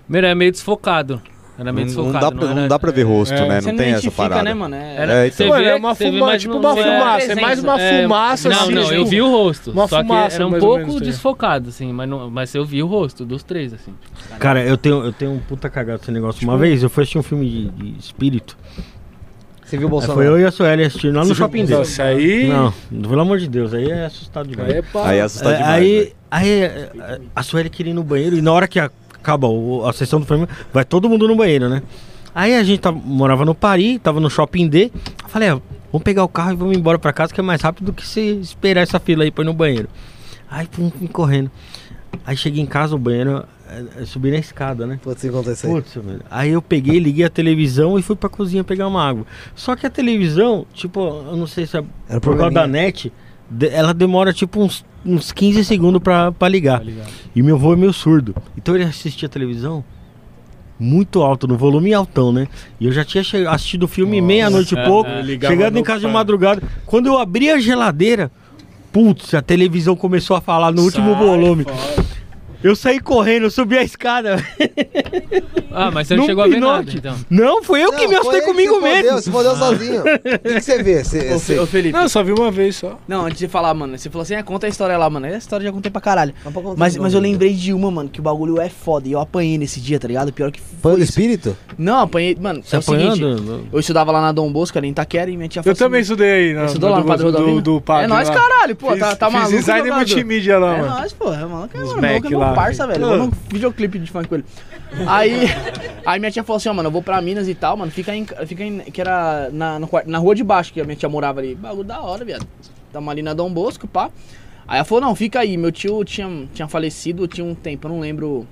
Speaker 6: Primeiro, era meio desfocado. Era meio
Speaker 3: Não, não
Speaker 6: desfocado.
Speaker 3: dá pra,
Speaker 6: era-
Speaker 3: não dá pra ver rosto,
Speaker 5: é,
Speaker 3: né?
Speaker 1: Você
Speaker 3: Não tem essa
Speaker 1: identifica,
Speaker 3: parada.
Speaker 1: né, mano? É-
Speaker 6: Era,
Speaker 3: É,
Speaker 6: você
Speaker 3: então.
Speaker 5: Mano,
Speaker 6: vê,
Speaker 5: é uma
Speaker 6: você vê,
Speaker 5: fuma-
Speaker 6: mas
Speaker 5: tipo
Speaker 6: não-
Speaker 5: uma
Speaker 6: não é-
Speaker 5: fumaça, é mais uma
Speaker 6: É,
Speaker 5: fumaça
Speaker 6: não,
Speaker 5: assim.
Speaker 6: Não,
Speaker 5: tipo,
Speaker 6: eu vi o rosto.
Speaker 5: uma
Speaker 6: só
Speaker 5: fumaça,
Speaker 6: que era um
Speaker 5: mais ou
Speaker 6: pouco
Speaker 5: menos, tá ligado?
Speaker 6: desfocado, assim, mas, não, mas eu vi o rosto dos três, assim.
Speaker 8: Cara, eu tenho, eu tenho um puta cagado esse negócio.
Speaker 2: Tipo?
Speaker 8: Uma vez eu fui assistir um filme de, de espírito.
Speaker 2: Você viu o
Speaker 8: Aí foi
Speaker 2: Bolsonaro?
Speaker 8: eu e a Sueli assistindo lá no shopping dele.
Speaker 5: Nossa, aí.
Speaker 8: Não, pelo amor de Deus, aí é assustado demais.
Speaker 5: Aí é pá.
Speaker 3: Aí é assustado
Speaker 8: É,
Speaker 3: demais.
Speaker 8: aí,
Speaker 3: velho.
Speaker 8: aí é, é, a Sueli queria ir no banheiro e na hora que acaba o- a sessão do filme, vai todo mundo no banheiro, né? Aí a gente tava- morava no Paris, tava no shopping D. eu Falei, ah, vamos pegar o carro e vamos embora pra casa que é mais rápido do que se esperar essa fila aí pra ir no banheiro. Aí fui fui correndo. Aí cheguei em casa, o banheiro, é, é, subi na escada, né?
Speaker 2: Putz, aconteceu isso aí.
Speaker 8: Putz, velho. Aí eu peguei, liguei a televisão e fui pra cozinha pegar uma água. Só que a televisão, tipo, eu não sei se é
Speaker 2: Era um
Speaker 8: por causa da
Speaker 2: probleminha.
Speaker 8: net, de- ela demora tipo uns, uns 15 segundos pra, pra ligar. E meu avô é meio surdo. Então ele assistia a televisão muito alto, no volume altão, né? E eu já tinha che- assistido o filme meia-noite e pouco,
Speaker 5: ligava
Speaker 8: chegando em
Speaker 5: no
Speaker 8: casa de
Speaker 5: par.
Speaker 8: madrugada. Quando eu abri a geladeira, putz, a televisão começou a falar no último volume. Eu saí correndo, eu subi a escada.
Speaker 6: Ah, mas você não,
Speaker 8: Num
Speaker 6: chegou a ver nada,
Speaker 8: pinote.
Speaker 6: então.
Speaker 8: Não, foi eu
Speaker 2: Não,
Speaker 8: que me assustei
Speaker 2: foi ele que
Speaker 8: comigo
Speaker 2: se fodeu,
Speaker 8: mesmo.
Speaker 2: Se
Speaker 6: Ah.
Speaker 2: fodeu sozinho. O que, que você vê? Você,
Speaker 1: Ô, Fe-
Speaker 2: você...
Speaker 1: ô, Felipe.
Speaker 5: Não, eu só vi uma vez só.
Speaker 1: Não, antes de falar, mano, você falou assim, ah, conta a história lá, mano. Essa história eu já contei pra caralho.
Speaker 2: Dá pra contar um
Speaker 1: Mas,
Speaker 2: de
Speaker 1: mas
Speaker 2: novo,
Speaker 1: eu lembrei de uma, mano, que o bagulho é foda. E eu apanhei nesse dia, tá ligado? Pior que
Speaker 2: Foi do
Speaker 1: foi. isso.
Speaker 2: espírito?
Speaker 1: Não, apanhei. Mano, é o seguinte. Eu estudava lá na Dom Bosco, ali em Itaquera, e minha tia
Speaker 5: Eu
Speaker 1: falou assim,
Speaker 5: também estudei aí, na,
Speaker 1: Estudou
Speaker 5: na
Speaker 1: lá no
Speaker 5: do,
Speaker 1: Padrão
Speaker 5: do,
Speaker 1: da
Speaker 5: do,
Speaker 1: Vila?
Speaker 5: padre
Speaker 1: É nóis,
Speaker 5: lá.
Speaker 1: caralho, pô.
Speaker 5: Fiz-
Speaker 1: tá, tá
Speaker 5: fiz
Speaker 1: maluco.
Speaker 5: design
Speaker 1: jogador.
Speaker 5: multimídia lá,
Speaker 1: É
Speaker 5: mano.
Speaker 1: nóis, pô. É maluco, é
Speaker 5: Os
Speaker 1: mano, maluco,
Speaker 5: Mac
Speaker 1: é meu
Speaker 5: lá,
Speaker 1: parça,
Speaker 5: velho.
Speaker 1: velho. Vamos num videoclipe de funk com ele. Aí, aí minha tia falou assim, ó, mano, eu vou pra Minas e tal, mano. Fica em. Fica em que era na, no quarto- na rua de baixo que a minha tia morava ali. Bagulho da hora, viado. Tamo ali na Dom Bosco, pá. Aí ela falou, não, fica aí. Meu tio tinha, tinha falecido, tinha um tempo, eu não lembro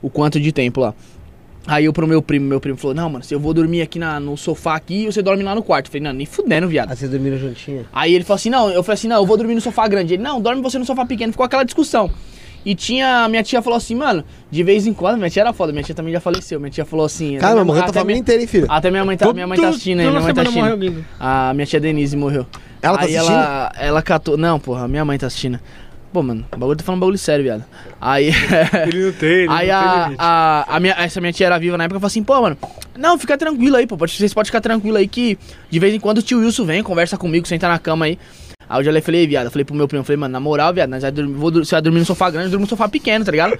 Speaker 1: o quanto de tempo lá. Aí eu pro meu primo, meu primo falou, não, mano, se eu vou dormir aqui na, no sofá aqui, você dorme lá no quarto. Eu falei, não, nem fudendo, viado.
Speaker 2: Ah, vocês dormiram juntinho?
Speaker 1: Aí ele falou assim: não, eu falei assim: não, eu vou dormir no sofá grande. Ele, não, dorme você no sofá pequeno. Ficou aquela discussão. E tinha, minha tia falou assim, mano, de vez em quando, minha tia era foda, minha tia também já faleceu. Minha tia falou assim.
Speaker 2: Cara,
Speaker 1: até
Speaker 2: morreu
Speaker 1: minha-
Speaker 2: tua
Speaker 1: até
Speaker 2: família
Speaker 1: minha- tá
Speaker 2: inteira, hein, filho?
Speaker 1: Até minha mãe tá, minha mãe tá assistindo aí, minha mãe tá assistindo. A minha tia Denise morreu.
Speaker 2: Ela tá
Speaker 1: aí
Speaker 2: assistindo?
Speaker 1: ela, ela catou. Não, porra, minha mãe tá assistindo. Pô, mano, o bagulho tá falando bagulho sério, viado. Aí.
Speaker 5: Ele não tem, ele
Speaker 1: Aí
Speaker 5: não tem
Speaker 1: a,
Speaker 5: limite.
Speaker 1: a, a minha, essa minha tia era viva na época, eu falei assim, pô, mano, não, fica tranquilo aí, pô, pode- vocês podem ficar tranquilo aí que de vez em quando o tio Wilson vem, conversa comigo, senta na cama aí. Aí eu já falei, "Ei, viado, eu falei pro meu primo, eu falei, mano, na moral, viado, nós vai dormir, vou, dur- você vai dormir no sofá grande, eu durmo no sofá pequeno, tá ligado?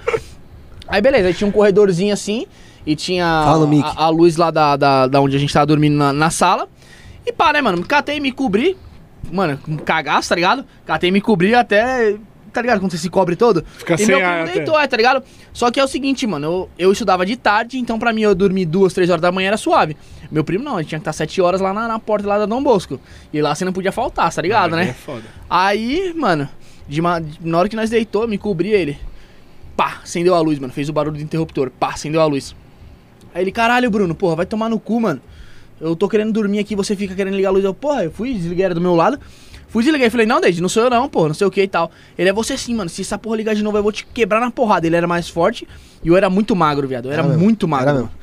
Speaker 1: Aí beleza, aí tinha um corredorzinho assim, e tinha
Speaker 2: Fala, Mickey.
Speaker 1: a, a luz lá da, da, da onde a gente tava dormindo na, na sala. E pá, né, mano, me catei, me cobri, mano, com cagaço, tá ligado? Catei, me cobri até, tá ligado, quando você se cobre todo.
Speaker 5: Fica
Speaker 1: e
Speaker 5: sem
Speaker 1: meu
Speaker 5: ar
Speaker 1: primo
Speaker 5: até.
Speaker 1: deitou, é, tá ligado? Só que é o seguinte, mano, eu, eu estudava de tarde, então pra mim eu dormir duas, três horas da manhã era suave. Meu primo não, ele tinha que estar sete horas lá na, na porta lá da Dom Bosco. E lá você não podia faltar, tá ligado,
Speaker 5: Aí
Speaker 1: né?
Speaker 5: É foda.
Speaker 1: Aí, mano, de ma- de- na hora que nós deitou, eu me cobri ele. Pá, acendeu a luz, mano. Fez o barulho do interruptor. Pá, acendeu a luz. Aí ele, caralho, Bruno, porra, vai tomar no cu, mano. Eu tô querendo dormir aqui, você fica querendo ligar a luz. Eu, porra, eu fui, desliguei, era do meu lado. Fui, desliguei. Falei, não, Deide, não sou eu não, porra, não sei o que e tal. Ele é você sim, mano. Se essa porra ligar de novo, eu vou te quebrar na porrada. Ele era mais forte e eu era muito magro, viado. Eu era,
Speaker 2: Era mesmo,
Speaker 1: muito magro.
Speaker 2: era mesmo.
Speaker 1: mano.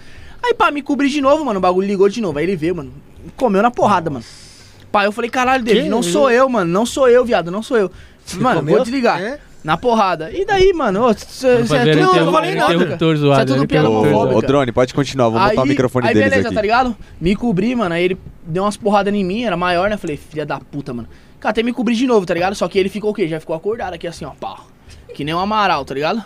Speaker 1: Aí, pá, me cobri de novo, mano. O bagulho ligou de novo. Aí ele veio, mano. Comeu na porrada, mano. Pá, eu falei, caralho, David, não sou eu, mano. Não sou eu, viado, não sou eu. mano,
Speaker 2: comeu?
Speaker 1: vou desligar.
Speaker 2: É?
Speaker 1: Na porrada. E daí, mano? Ô, cê,
Speaker 6: Não
Speaker 1: cê
Speaker 6: foi
Speaker 1: é
Speaker 6: ver,
Speaker 1: tudo,
Speaker 6: ele
Speaker 1: eu
Speaker 6: tem
Speaker 1: não
Speaker 6: um-
Speaker 1: falei
Speaker 6: ele tem um
Speaker 1: nada. cara.
Speaker 6: tutor zoado,
Speaker 1: Isso é tudo
Speaker 6: ele tem um
Speaker 1: piada
Speaker 6: tutor
Speaker 1: homofóbica.
Speaker 6: zoado.
Speaker 1: foda,
Speaker 3: Ô,
Speaker 1: cara.
Speaker 3: drone, pode continuar, vou botar o microfone
Speaker 1: aí
Speaker 3: deles
Speaker 1: beleza,
Speaker 3: aqui.
Speaker 1: tá ligado? Me cobri, mano. Aí ele deu umas porradas em mim, era maior, né? Falei, filha da puta, mano. Cara, até me cobri de novo, tá ligado? Só que ele ficou o quê? Já ficou acordado aqui assim, ó, pá. Que nem um amaral, tá ligado?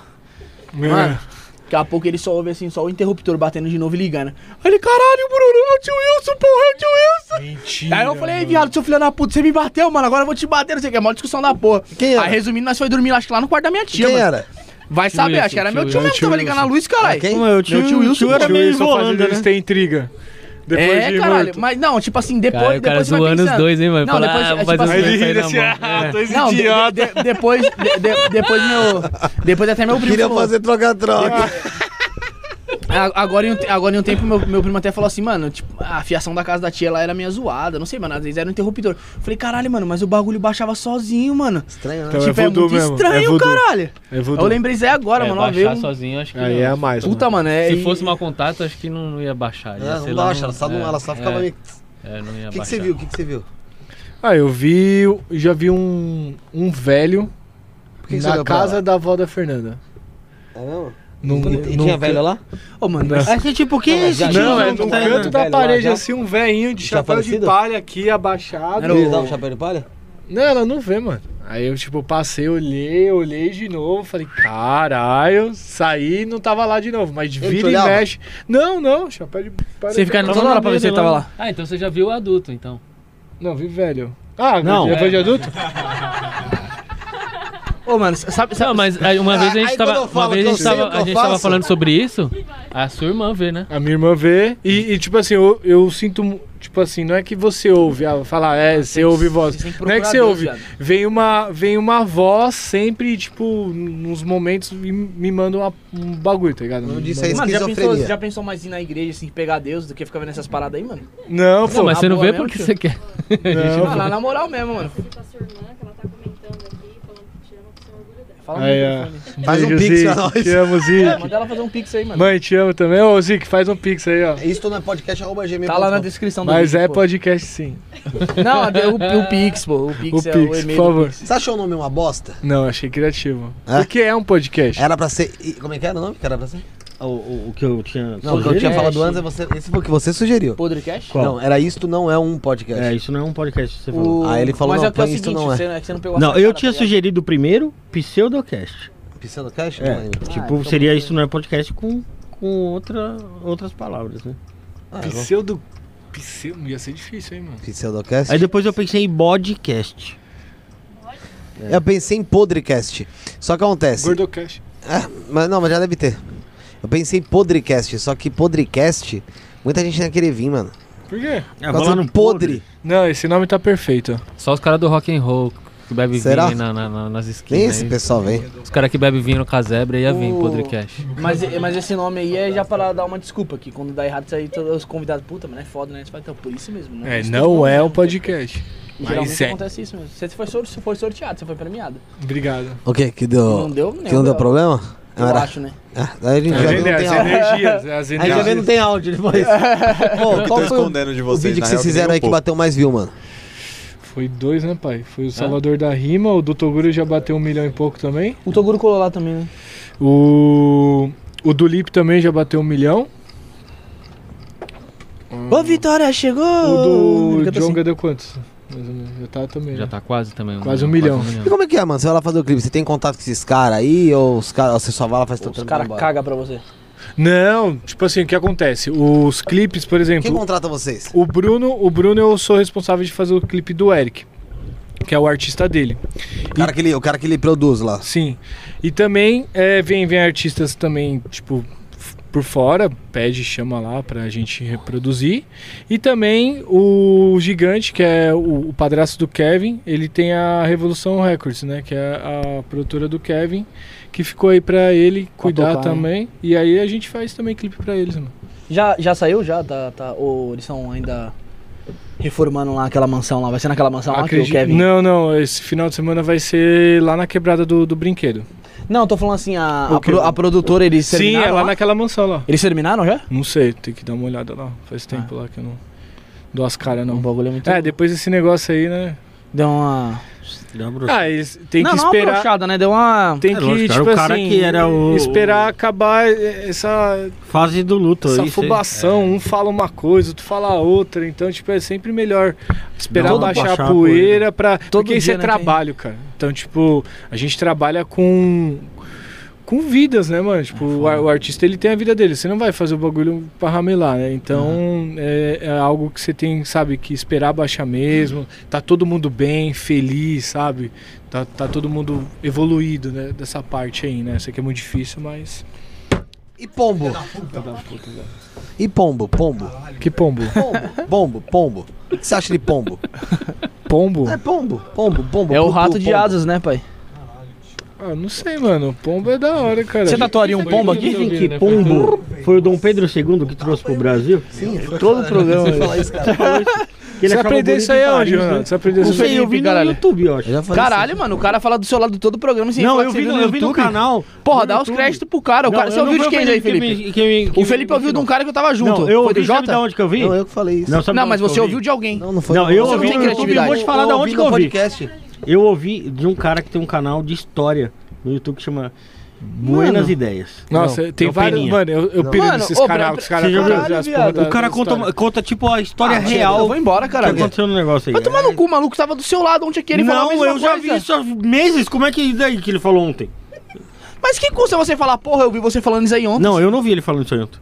Speaker 6: É.
Speaker 1: Mano, daqui a pouco ele só ouve assim, só o interruptor batendo de novo e ligando. Aí ele, caralho, Bruno, é o tio Wilson, porra, é o tio Wilson.
Speaker 5: Mentira.
Speaker 1: Aí eu falei, "Ei, viado, seu filho da puta, você me bateu, mano, agora eu vou te bater, não sei o que, é maior discussão da porra.
Speaker 2: Quem era?
Speaker 1: Aí resumindo, nós foi dormir, acho que lá no quarto da minha tia,
Speaker 2: Quem
Speaker 1: mano.
Speaker 2: era?
Speaker 1: Vai
Speaker 6: Tio
Speaker 1: saber,
Speaker 6: Wilson,
Speaker 1: acho que era
Speaker 6: tio
Speaker 1: meu tio
Speaker 6: Wilson.
Speaker 1: mesmo que tava ligando na luz,
Speaker 2: Ah,
Speaker 1: caralho.
Speaker 2: quem?
Speaker 8: Como é, o tio,
Speaker 1: tio Wilson,
Speaker 8: tio era
Speaker 5: Tio
Speaker 8: meio
Speaker 5: Wilson fazendo
Speaker 8: volando, né?
Speaker 5: eles têm intriga. Depois
Speaker 1: É,
Speaker 5: de
Speaker 1: caralho,
Speaker 5: morto.
Speaker 1: mas não, tipo assim, depois,
Speaker 6: Cara, o cara
Speaker 1: depois você vai
Speaker 6: zoando os
Speaker 1: pensando.
Speaker 6: dois, hein, mano?
Speaker 1: Não,
Speaker 6: Fala,
Speaker 1: depois,
Speaker 6: ah,
Speaker 1: é
Speaker 6: vou
Speaker 1: tipo
Speaker 6: fazer um
Speaker 1: assim,
Speaker 5: Aí ele
Speaker 6: Essa aí
Speaker 5: ri
Speaker 6: na
Speaker 5: assim,
Speaker 6: mão.
Speaker 5: ah,
Speaker 6: É.
Speaker 5: dois
Speaker 1: Não, de- de-
Speaker 5: idiota.
Speaker 1: de- depois, de- de- depois meu, depois até meu primo
Speaker 2: Queria
Speaker 1: falou.
Speaker 2: fazer troca-troca.
Speaker 1: A- Agora em, um, te- agora em um tempo, meu, meu primo até falou assim, mano, tipo, a fiação da casa da tia lá era minha zoada, não sei, mano, às vezes era um interruptor. Eu Falei, caralho, mano, mas o bagulho baixava sozinho, mano.
Speaker 2: Estranho, né?
Speaker 5: Então
Speaker 1: tipo,
Speaker 5: é
Speaker 1: é,
Speaker 5: voodoo
Speaker 1: muito
Speaker 5: mesmo, é
Speaker 1: estranho,
Speaker 5: voodoo.
Speaker 1: caralho.
Speaker 5: É voodoo.
Speaker 1: Eu um lembrei Zé agora,
Speaker 6: É,
Speaker 1: mano, uma
Speaker 6: baixar
Speaker 1: vez. um-
Speaker 6: sozinho, acho que
Speaker 4: Aí
Speaker 6: não.
Speaker 4: é a mais.
Speaker 1: Puta,
Speaker 4: mano.
Speaker 1: mano, é.
Speaker 6: Se
Speaker 1: e-
Speaker 6: fosse mau contato, acho que não, não ia baixar.
Speaker 2: Ah,
Speaker 6: Ia, sei
Speaker 2: não
Speaker 6: lá,
Speaker 2: baixa, ela só, não,
Speaker 6: é,
Speaker 2: ela só ficava
Speaker 6: é,
Speaker 2: meio.
Speaker 6: É, não ia
Speaker 2: O que, que
Speaker 6: baixar.
Speaker 2: você viu? O que, que você viu?
Speaker 5: Ah, eu vi. Já vi um, um velho
Speaker 2: que que você
Speaker 5: na
Speaker 2: olhou pra
Speaker 5: casa da avó da Fernanda.
Speaker 2: É mesmo?
Speaker 5: Num,
Speaker 2: E
Speaker 5: num
Speaker 2: tinha
Speaker 5: can-
Speaker 2: velho lá?
Speaker 1: Ô, mano, mas-
Speaker 8: Aí você, tipo, que é esse
Speaker 2: já-
Speaker 8: tio?
Speaker 5: Não, é
Speaker 2: Não,
Speaker 5: no
Speaker 2: tá
Speaker 5: canto
Speaker 2: vendo?
Speaker 5: da
Speaker 2: Velho lá
Speaker 5: parede,
Speaker 2: já?
Speaker 5: assim, um velhinho de
Speaker 2: Já
Speaker 5: chapéu de
Speaker 2: falecido?
Speaker 5: palha aqui, abaixado.
Speaker 1: Era o-
Speaker 2: Ele dá um chapéu de palha?
Speaker 5: Não, ela não vê, mano. Aí eu, tipo, passei, olhei, olhei de novo, falei, caralho, saí e não tava lá de novo, mas
Speaker 2: te
Speaker 5: vira e
Speaker 2: olhava?
Speaker 5: mexe. Não, não, chapéu de. palha
Speaker 1: você
Speaker 5: que
Speaker 1: ficava
Speaker 5: eu
Speaker 1: toda
Speaker 5: tava
Speaker 1: hora pra ver se
Speaker 5: dele
Speaker 1: ele tava lá.
Speaker 6: Ah, então você já viu o adulto, então.
Speaker 5: Não, vi velho. Ah,
Speaker 8: Não.
Speaker 5: não. depois de adulto?
Speaker 1: Ô, mano, sabe, sabe
Speaker 6: Não, mas aí, uma vez a gente
Speaker 2: Aí
Speaker 6: tava,
Speaker 2: quando eu
Speaker 6: uma
Speaker 2: falo
Speaker 6: vez
Speaker 2: que
Speaker 6: a
Speaker 2: eu
Speaker 6: gente
Speaker 2: sei
Speaker 6: tava,
Speaker 2: o que eu
Speaker 6: a gente tava
Speaker 2: faço-
Speaker 6: falando sobre isso, a sua irmã vê, né?
Speaker 5: A minha irmã vê. E, e, tipo assim, eu, eu sinto. mu- Tipo assim, não é que você ouve, ah, falar, é, você ouve voz.
Speaker 1: Vocês têm que
Speaker 5: Não é que
Speaker 1: procurar
Speaker 5: você
Speaker 1: Deus,
Speaker 5: ouve.
Speaker 1: viado.
Speaker 5: Vem uma, vem uma voz sempre, tipo, nos momentos me, me manda uma- um bagulho, tá ligado?
Speaker 2: Não disse aí.
Speaker 1: Mano, já pensou,
Speaker 2: É Esquizofrenia.
Speaker 1: já pensou mais ir na igreja, assim, pegar Deus do que ficar vendo essas paradas aí, mano?
Speaker 5: um- Não,
Speaker 6: Não,
Speaker 5: pô.
Speaker 6: mas você não
Speaker 1: boa
Speaker 6: vê
Speaker 1: mesmo,
Speaker 6: porque
Speaker 1: tio.
Speaker 6: você quer.
Speaker 5: não,
Speaker 1: Ah,
Speaker 5: pô.
Speaker 1: lá, na moral mesmo, mano.
Speaker 9: pra sua irmã, que ela tá comentando aqui, falando que te ama, que você é o orgulho dela.
Speaker 1: Fala
Speaker 5: Aí,
Speaker 1: no
Speaker 5: ó.
Speaker 1: microfone.
Speaker 2: Faz um
Speaker 5: Beijo,
Speaker 2: pix pra
Speaker 5: Zic.
Speaker 2: nós.
Speaker 5: Te amo,
Speaker 1: É,
Speaker 5: Zic.
Speaker 1: manda ela fazer um pix aí, mano.
Speaker 5: Mãe, te amo também. Ô, Zic, faz um pix aí, ó.
Speaker 2: Isso não é podcast.gmail.com.
Speaker 1: Tá lá na descrição do
Speaker 5: Mas
Speaker 1: vídeo,
Speaker 5: é
Speaker 1: pô.
Speaker 5: podcast sim.
Speaker 1: Não, é o, o Pix, pô. O Pix
Speaker 5: O
Speaker 1: é o
Speaker 5: pix, por
Speaker 1: e-mail. do-
Speaker 5: favor.
Speaker 2: Você achou o nome uma bosta?
Speaker 5: Não, achei criativo.
Speaker 2: É?
Speaker 5: Porque é um podcast.
Speaker 2: Era pra ser. e- Como é que era o nome que era pra ser?
Speaker 8: O, o- o que eu tinha.
Speaker 2: Não, o que eu
Speaker 8: sugerido?
Speaker 2: tinha falado antes é você. Esse foi o que você sugeriu.
Speaker 1: Podrecast?
Speaker 8: Qual?
Speaker 2: Não, era isto não é um podcast.
Speaker 8: É, isso não é um podcast que você falou.
Speaker 1: O...
Speaker 2: Ah, ele falou,
Speaker 1: Mas
Speaker 2: não,
Speaker 1: é o que é o
Speaker 2: põe isso
Speaker 1: seguinte,
Speaker 2: não é.
Speaker 1: Você, é que você não pegou a
Speaker 8: Não,
Speaker 1: sacada,
Speaker 8: eu
Speaker 1: tá
Speaker 8: tinha
Speaker 1: ligado?
Speaker 8: sugerido o primeiro, Pseudocast.
Speaker 2: Pisando Cash?
Speaker 8: É.
Speaker 2: Não lembro.
Speaker 8: Tipo,
Speaker 1: então
Speaker 8: seria
Speaker 1: beleza.
Speaker 8: isso não é podcast com, com outra, outras palavras, né?
Speaker 2: Ah, eu vou-
Speaker 5: Pseudo. Pseudo. Ia ser difícil, hein, mano.
Speaker 2: Pseudocast.
Speaker 8: Aí depois eu pensei em podcast.
Speaker 2: Eu pensei em Podrecast. Só que acontece.
Speaker 5: Gordocast.
Speaker 2: Ah, mas não, mas já deve ter. Eu pensei em Podrecast, só que Podrecast, muita gente não ia querer vir, mano.
Speaker 5: Por quê?
Speaker 8: É,
Speaker 2: Por causa do podre.
Speaker 5: Não, esse nome tá perfeito.
Speaker 6: Só os caras do rock and roll que bebe
Speaker 2: Será?
Speaker 6: vinho na- na- na- nas
Speaker 2: Nem
Speaker 6: esquinas.
Speaker 2: esse
Speaker 6: aí.
Speaker 2: pessoal vem.
Speaker 6: Os caras que bebem vinho no casebre ia vir,
Speaker 1: O-
Speaker 6: podrecast.
Speaker 1: Mas, mas esse nome aí é já pra dar uma desculpa, que quando dá errado, sai todos os convidados. Puta, mano, é foda, né? Você fala, então, por isso mesmo.
Speaker 5: É,
Speaker 1: Isso
Speaker 5: não
Speaker 1: tudo
Speaker 5: é
Speaker 1: bom,
Speaker 5: um
Speaker 1: né?
Speaker 5: podcast.
Speaker 1: Geralmente
Speaker 5: Mas é.
Speaker 1: acontece isso mesmo. Você foi, sor- você foi sorteado, você foi premiado.
Speaker 5: Obrigado.
Speaker 2: O quê? Que
Speaker 1: Não deu
Speaker 2: deu. Que não um deu problema?
Speaker 1: Eu
Speaker 2: Não era-
Speaker 1: acho, né?
Speaker 2: Ah, daí
Speaker 3: É
Speaker 2: a gente
Speaker 5: As
Speaker 2: já vê, não tem áudio.
Speaker 5: energias. As
Speaker 2: Aí
Speaker 1: tá
Speaker 2: já vê, não
Speaker 5: energias.
Speaker 2: tem áudio depois. Pô,
Speaker 3: Eu
Speaker 2: qual
Speaker 3: que tô
Speaker 2: foi o,
Speaker 3: escondendo de
Speaker 2: o
Speaker 3: vocês,
Speaker 2: vídeo
Speaker 3: na
Speaker 2: que vocês
Speaker 3: real, nem
Speaker 2: fizeram
Speaker 3: um
Speaker 2: aí que
Speaker 3: pouco.
Speaker 2: bateu mais view, mano?
Speaker 5: Foi dois, né, pai? Foi o Salvador da Rima, o do Toguro já bateu um milhão e pouco também.
Speaker 1: O Toguro colou lá também, né?
Speaker 5: O. O do Lip também já bateu um milhão.
Speaker 1: Ô, Vitória, chegou!
Speaker 5: O
Speaker 1: Ele
Speaker 5: do
Speaker 1: canta assim.
Speaker 5: Jonga deu quantos? Mais ou menos. Já tá também.
Speaker 6: Já
Speaker 5: né?
Speaker 6: tá quase também.
Speaker 5: Quase um milhão.
Speaker 2: E como é que é, mano? Você vai lá fazer o clipe, você tem contato com esses caras aí? Ou os caras, você só vai lá faz
Speaker 1: assim.
Speaker 2: tanto
Speaker 1: Os
Speaker 2: tempo
Speaker 1: caras
Speaker 2: embora?
Speaker 1: cagam pra você.
Speaker 5: Não, tipo assim, o que acontece? Os clipes, por
Speaker 2: Quem
Speaker 5: exemplo,
Speaker 2: contrata vocês?
Speaker 5: o Bruno, o Bruno eu sou responsável de fazer o clipe do Eric, que é o artista dele.
Speaker 2: O cara, que ele, o cara que ele produz lá.
Speaker 5: Sim. E também é, vem, vem artistas também, tipo, f- por fora, pede, chama lá pra gente reproduzir. E também o Gigante, que é o, o padrasto do Kevin, ele tem a Revolução Records, né? Que é a produtora do Kevin, que ficou aí pra ele cuidar
Speaker 1: tocar, né?
Speaker 5: também. E aí a gente faz também clipe pra eles, mano.
Speaker 1: Já, já saiu? Já? Tá, tá, ou eles são ainda reformando lá aquela mansão lá? Vai ser naquela mansão lá que
Speaker 5: Acredi-
Speaker 1: o Tá, Kevin...
Speaker 5: Não, não, esse final de semana vai ser lá na quebrada do, do brinquedo.
Speaker 1: Não, tô falando assim, a, a,
Speaker 5: O quê?
Speaker 1: pro- a produtora, eles
Speaker 5: Sim,
Speaker 1: terminaram
Speaker 5: é lá
Speaker 1: lá?
Speaker 5: naquela mansão lá.
Speaker 1: Eles terminaram já?
Speaker 5: Não sei, tem que dar uma olhada lá. Faz tempo lá que eu não dou as caras, não.
Speaker 1: O bagulho é muito...
Speaker 5: É, depois desse negócio aí, né?
Speaker 1: Deu uma...
Speaker 5: Ah, eles têm
Speaker 1: não,
Speaker 5: que
Speaker 1: não uma
Speaker 5: esperar.
Speaker 1: brochada, né? Deu uma...
Speaker 5: tem
Speaker 8: É
Speaker 5: que,
Speaker 8: lógico, era
Speaker 5: tipo
Speaker 8: é o cara
Speaker 5: assim,
Speaker 8: que era o-
Speaker 5: esperar acabar essa,
Speaker 8: Fase do luto.
Speaker 5: essa
Speaker 8: isso aí.
Speaker 5: afobação. Um fala uma coisa, outro fala outra. Então, tipo, é sempre melhor esperar
Speaker 8: Não,
Speaker 5: baixar,
Speaker 8: baixar
Speaker 5: a
Speaker 8: a
Speaker 5: poeira pra.
Speaker 1: Todo
Speaker 5: porque isso
Speaker 1: dia,
Speaker 5: é
Speaker 1: né, tem-
Speaker 5: trabalho, cara. Então, tipo, a gente trabalha com. Com vidas, né, mano? Tipo, o, ar- o artista ele tem a vida dele. Você não vai fazer o bagulho pra ramelar, né? Então é, é algo que você tem, sabe, que esperar baixar mesmo. Tá todo mundo bem, feliz, sabe? Tá, tá todo mundo evoluído, né? Dessa parte aí, né? Isso aqui é muito difícil, mas.
Speaker 2: E pombo? E pombo, pombo.
Speaker 5: Que pombo.
Speaker 2: Pombo, pombo, pombo. O que você acha de pombo?
Speaker 5: Pombo?
Speaker 2: É pombo, pombo, pombo.
Speaker 1: É o
Speaker 2: pupu,
Speaker 1: rato de
Speaker 2: pombo.
Speaker 1: asas, né, pai?
Speaker 5: Ah, não sei, mano. Pombo é da hora, cara.
Speaker 1: Você tatuaria um pombo aqui?
Speaker 8: Dizem que Pombo foi o Dom Pedro II que trouxe pro Brasil.
Speaker 2: Sim, foi
Speaker 1: Todo o programa. é
Speaker 2: falar né? isso, cara.
Speaker 8: Que ele
Speaker 5: Você
Speaker 8: achava
Speaker 5: aprendeu
Speaker 8: bonito
Speaker 5: isso aí
Speaker 8: em Paris,
Speaker 5: aonde,
Speaker 8: né?
Speaker 5: Renato? Você aprendeu
Speaker 8: Não
Speaker 5: isso aí?
Speaker 8: sei, eu vi no
Speaker 1: Caralho.
Speaker 8: YouTube, eu acho.
Speaker 2: Eu já falei
Speaker 1: Caralho, mano, o cara fala do seu lado todo o programa sem
Speaker 8: Não,
Speaker 1: falar
Speaker 8: eu
Speaker 1: que
Speaker 8: vi,
Speaker 1: você
Speaker 8: no,
Speaker 1: viu
Speaker 8: eu vi no
Speaker 1: YouTube.
Speaker 8: canal.
Speaker 1: Porra,
Speaker 8: no
Speaker 1: dá os
Speaker 8: YouTube.
Speaker 1: créditos pro cara. O
Speaker 8: Não,
Speaker 1: cara,
Speaker 8: eu
Speaker 1: você
Speaker 8: não
Speaker 1: ouviu
Speaker 8: vi
Speaker 1: de quem
Speaker 8: aquele
Speaker 1: aí,
Speaker 8: que me-
Speaker 1: Felipe?
Speaker 8: que me- que
Speaker 1: O
Speaker 8: me-
Speaker 1: Felipe ouviu de um cara que eu tava junto.
Speaker 8: Não, eu
Speaker 1: Foi do
Speaker 8: ouvi, sabe de
Speaker 1: Jota?
Speaker 8: onde que eu vi?
Speaker 2: Não, eu que falei isso.
Speaker 8: Não, sabe
Speaker 1: Não,
Speaker 8: de
Speaker 1: mas
Speaker 8: onde que
Speaker 1: você
Speaker 8: eu
Speaker 1: ouviu
Speaker 8: vi?
Speaker 1: de alguém.
Speaker 2: não, foi.
Speaker 8: Não, eu
Speaker 2: Você
Speaker 1: ouvi
Speaker 2: não
Speaker 1: no
Speaker 2: tem
Speaker 1: YouTube, vou te
Speaker 8: falar da onde
Speaker 2: ouvi
Speaker 8: que eu
Speaker 2: no
Speaker 8: ouvi.
Speaker 2: podcast.
Speaker 8: Eu ouvi de um cara que tem um canal de história no YouTube que chama Buenas Ideias.
Speaker 5: Nossa, tem
Speaker 8: Não,
Speaker 5: vários.
Speaker 8: peninha.
Speaker 5: Mano, eu, eu
Speaker 2: Não.
Speaker 5: piro
Speaker 1: Mano,
Speaker 5: nesses
Speaker 1: ô,
Speaker 5: canais.
Speaker 1: pra-
Speaker 5: Os caras
Speaker 8: Você já viu?
Speaker 5: as
Speaker 1: Caralho,
Speaker 5: porra da-
Speaker 8: O cara
Speaker 5: da
Speaker 8: conta,
Speaker 5: história.
Speaker 8: conta, tipo, a história
Speaker 1: Ah,
Speaker 8: real
Speaker 1: Eu vou embora,
Speaker 8: que
Speaker 1: cara.
Speaker 8: aconteceu no negócio aí.
Speaker 1: Vai tomar no cu, maluco. Tava do seu lado ontem aqui. Ele falou a
Speaker 8: não,
Speaker 1: mesma
Speaker 8: eu já
Speaker 1: coisa.
Speaker 8: vi isso há meses. Como é que daí que ele falou ontem?
Speaker 1: Mas que custa você falar, porra, eu vi você falando isso aí ontem?
Speaker 8: Não, eu não vi ele falando isso aí ontem.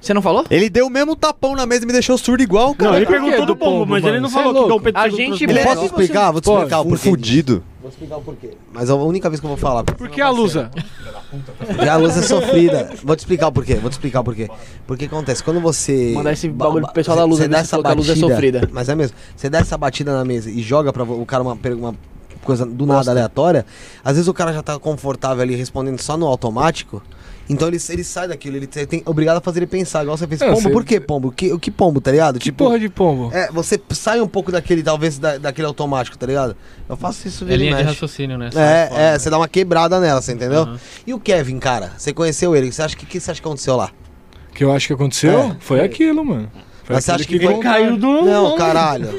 Speaker 1: Você não falou?
Speaker 3: Ele deu o mesmo tapão na mesa e me deixou surdo igual, cara.
Speaker 8: Não, ele
Speaker 5: por que
Speaker 8: perguntou
Speaker 5: do
Speaker 8: do pombo,
Speaker 5: pombo,
Speaker 8: mas
Speaker 5: mano?
Speaker 8: ele não
Speaker 5: Cê é
Speaker 8: falou que um o Dom
Speaker 5: louco.
Speaker 8: Pedro
Speaker 1: A
Speaker 8: II
Speaker 1: gente-
Speaker 8: trouxe-
Speaker 1: Ele é-
Speaker 2: Posso explicar? Vou te
Speaker 5: Pô,
Speaker 2: explicar o
Speaker 3: Um
Speaker 2: porquê.
Speaker 3: fudido.
Speaker 2: Vou explicar o porquê. Mas é a única vez que eu vou falar.
Speaker 5: Por que a Lusa?
Speaker 2: Porque a luz é sofrida. Vou te explicar o porquê. Vou te explicar o porquê. Porque acontece, quando você.
Speaker 1: Mandar esse
Speaker 2: ba-
Speaker 1: bagulho
Speaker 2: ba-
Speaker 1: pro pessoal da Lusa,
Speaker 2: você dá
Speaker 1: ver se
Speaker 2: essa
Speaker 1: falou que a Lusa é
Speaker 2: batida,
Speaker 1: sofrida.
Speaker 2: Mas é mesmo. Você dá essa batida na mesa e joga pra vo- o cara uma, per- uma coisa do nada aleatória. Às vezes o cara já tá confortável ali respondendo só no automático. Então ele, ele sai daquilo, ele tem, tem- obrigado a fazer ele pensar, igual você fez.
Speaker 5: Não,
Speaker 2: Pombo,
Speaker 5: você-
Speaker 2: por que pombo? Que, o que pombo, tá ligado?
Speaker 5: Que
Speaker 8: Tipo,
Speaker 5: porra de pombo?
Speaker 2: É, você sai um pouco daquele, talvez, da- daquele automático, tá ligado? Eu faço isso
Speaker 6: É
Speaker 2: vira e
Speaker 6: linha de
Speaker 2: mexe.
Speaker 6: raciocínio, né?
Speaker 2: É,
Speaker 6: Sai
Speaker 2: é,
Speaker 6: fora.
Speaker 2: você dá uma quebrada nela, você entendeu?
Speaker 6: Aham.
Speaker 2: E o Kevin, cara, você conheceu ele, você acha que, que você acha que aconteceu lá?
Speaker 5: Que eu acho que aconteceu?
Speaker 2: É.
Speaker 5: Foi aquilo, mano. Foi
Speaker 2: Mas você
Speaker 5: aquilo
Speaker 2: acha que
Speaker 8: Ele
Speaker 2: foi-
Speaker 5: contaram.
Speaker 8: caiu do.
Speaker 2: Não, caralho.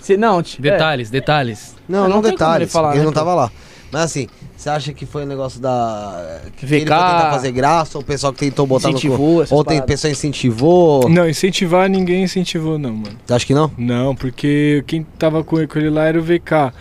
Speaker 1: Você não, t- é.
Speaker 6: Detalhes, detalhes.
Speaker 1: Não
Speaker 2: Não, não,
Speaker 1: tem como ele
Speaker 2: detalhes,
Speaker 1: falar,
Speaker 2: ele
Speaker 1: né,
Speaker 2: não
Speaker 1: pô?
Speaker 2: tava lá. Mas assim, você acha que foi o negócio da... Que
Speaker 1: VK.
Speaker 2: ele foi tentar fazer graça, ou o pessoal que tentou botar
Speaker 1: Incentivou
Speaker 2: no...
Speaker 1: essas
Speaker 2: cu- Ou tem
Speaker 1: paradas.
Speaker 2: pessoa incentivou.
Speaker 5: Não, Tá incentivar ninguém incentivou, não, mano.
Speaker 2: Você acha que não?
Speaker 5: Não, porque quem tava com ele, com ele lá era o VK.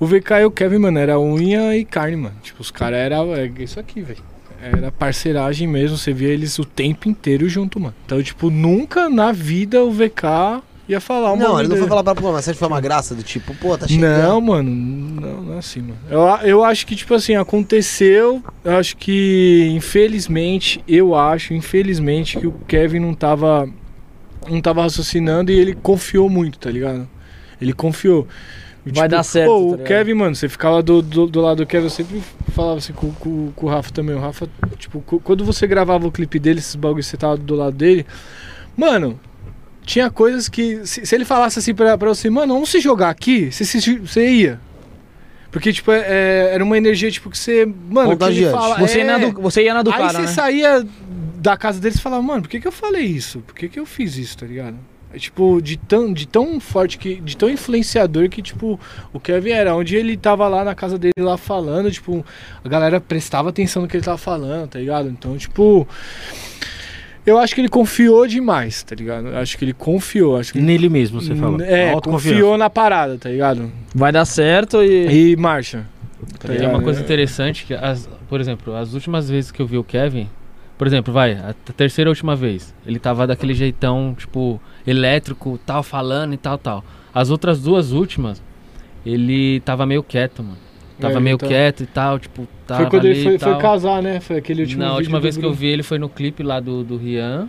Speaker 5: O VK e o Kevin, mano, era unha e carne, mano. Tipo, os caras eram. É isso aqui, velho. Era parceragem mesmo, você via eles o tempo inteiro junto, mano. Então, tipo, nunca na vida o VK ia falar uma
Speaker 2: não, ele não
Speaker 5: doideira.
Speaker 2: foi falar pra pô, mas você acha que foi uma graça do tipo, pô, tá chegando.
Speaker 5: Não, mano, não, não é assim, mano. Eu, a- eu acho que, tipo assim, aconteceu. Eu acho que, infelizmente, eu acho, infelizmente, que o Kevin não tava. Não tava raciocinando e ele confiou muito, tá ligado? Ele confiou. Tipo,
Speaker 1: Vai dar certo,
Speaker 5: pô,
Speaker 1: tá
Speaker 5: o
Speaker 1: ligado?
Speaker 5: Kevin, mano, você ficava do, do, do lado do Kevin, eu sempre falava assim com, com- com o Rafa também. O Rafa, tipo, co- quando você gravava o clipe dele, esses bagulhos, você tava do lado dele. Mano, tinha coisas que. Se, se ele falasse assim pra, pra você, mano, vamos se jogar aqui, você, se- você ia. Porque, tipo, é- é- era uma energia, tipo, que você. Mano, que ele
Speaker 2: Contagiante.
Speaker 5: fala,
Speaker 1: Você,
Speaker 5: é,
Speaker 1: ia na do, você ia na do
Speaker 5: Aí
Speaker 1: cara,
Speaker 5: você
Speaker 1: né?
Speaker 5: saía da casa deles e falava, mano, por que, que eu falei isso? Por que, que eu fiz isso, tá ligado? É, tipo, de tão, de tão forte que. De tão influenciador que, tipo, o Kevin era. Onde ele tava lá na casa dele lá falando, tipo, a galera prestava atenção no que ele tava falando, tá ligado? Então, tipo. Eu acho que ele confiou demais, tá ligado? Eu Acho que ele confiou. Acho que ele,
Speaker 8: Nele mesmo, você
Speaker 1: Hum,
Speaker 8: fala.
Speaker 5: é,
Speaker 8: Autoconfiança.
Speaker 5: confiou na parada, tá ligado?
Speaker 1: Vai dar certo e.
Speaker 5: E marcha. tá
Speaker 6: E é uma
Speaker 5: ligado?
Speaker 6: coisa interessante que, as- por exemplo, as últimas vezes que eu vi o Kevin, por exemplo, vai, a t- terceira e última vez, ele tava daquele jeitão, tipo, elétrico, tal, falando e tal, tal. As outras duas últimas, ele tava meio quieto, mano.
Speaker 5: É,
Speaker 6: Tava
Speaker 5: ele
Speaker 6: meio
Speaker 5: tá-
Speaker 6: quieto e tal, tipo, tava
Speaker 5: foi quando
Speaker 6: ali
Speaker 5: ele
Speaker 6: e
Speaker 5: foi,
Speaker 6: tal.
Speaker 5: foi casar, né? Foi aquele último
Speaker 6: Na
Speaker 5: vídeo
Speaker 6: última
Speaker 5: do
Speaker 6: vez que eu
Speaker 5: Bruno.
Speaker 6: vi ele foi no clipe lá do, do Rian.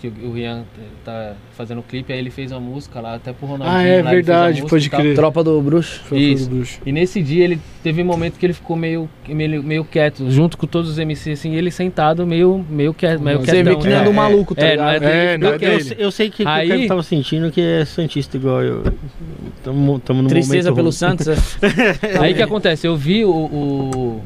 Speaker 6: Que o o Rian tá fazendo o clipe, aí ele fez uma música lá, até pro Ronaldinho.
Speaker 5: Ah, é
Speaker 6: lá, ele fez a
Speaker 5: verdade,
Speaker 6: música
Speaker 5: pode
Speaker 6: e tal.
Speaker 5: crer.
Speaker 1: Tropa do bruxo.
Speaker 5: Foi o
Speaker 6: Isso.
Speaker 5: Clube do Bruxo.
Speaker 6: E nesse dia ele teve um momento que ele ficou meio, meio, meio quieto, junto com todos os MCs, assim, ele sentado, meio, meio quieto. Meio
Speaker 1: Você vê
Speaker 6: quietão,
Speaker 1: que não é do
Speaker 6: né?
Speaker 1: maluco, tá
Speaker 6: É,
Speaker 1: ligado?
Speaker 6: não é do-
Speaker 5: É, não
Speaker 8: Eu,
Speaker 5: é
Speaker 8: eu,
Speaker 5: dele.
Speaker 8: eu sei que, que
Speaker 6: Aí-
Speaker 8: o cara tava sentindo que é Santista igual eu. Tamo, tamo num
Speaker 1: Tristeza
Speaker 8: um momento
Speaker 1: pelo
Speaker 8: ruim.
Speaker 1: Santos. é.
Speaker 6: Aí o que acontece? Eu vi o. o-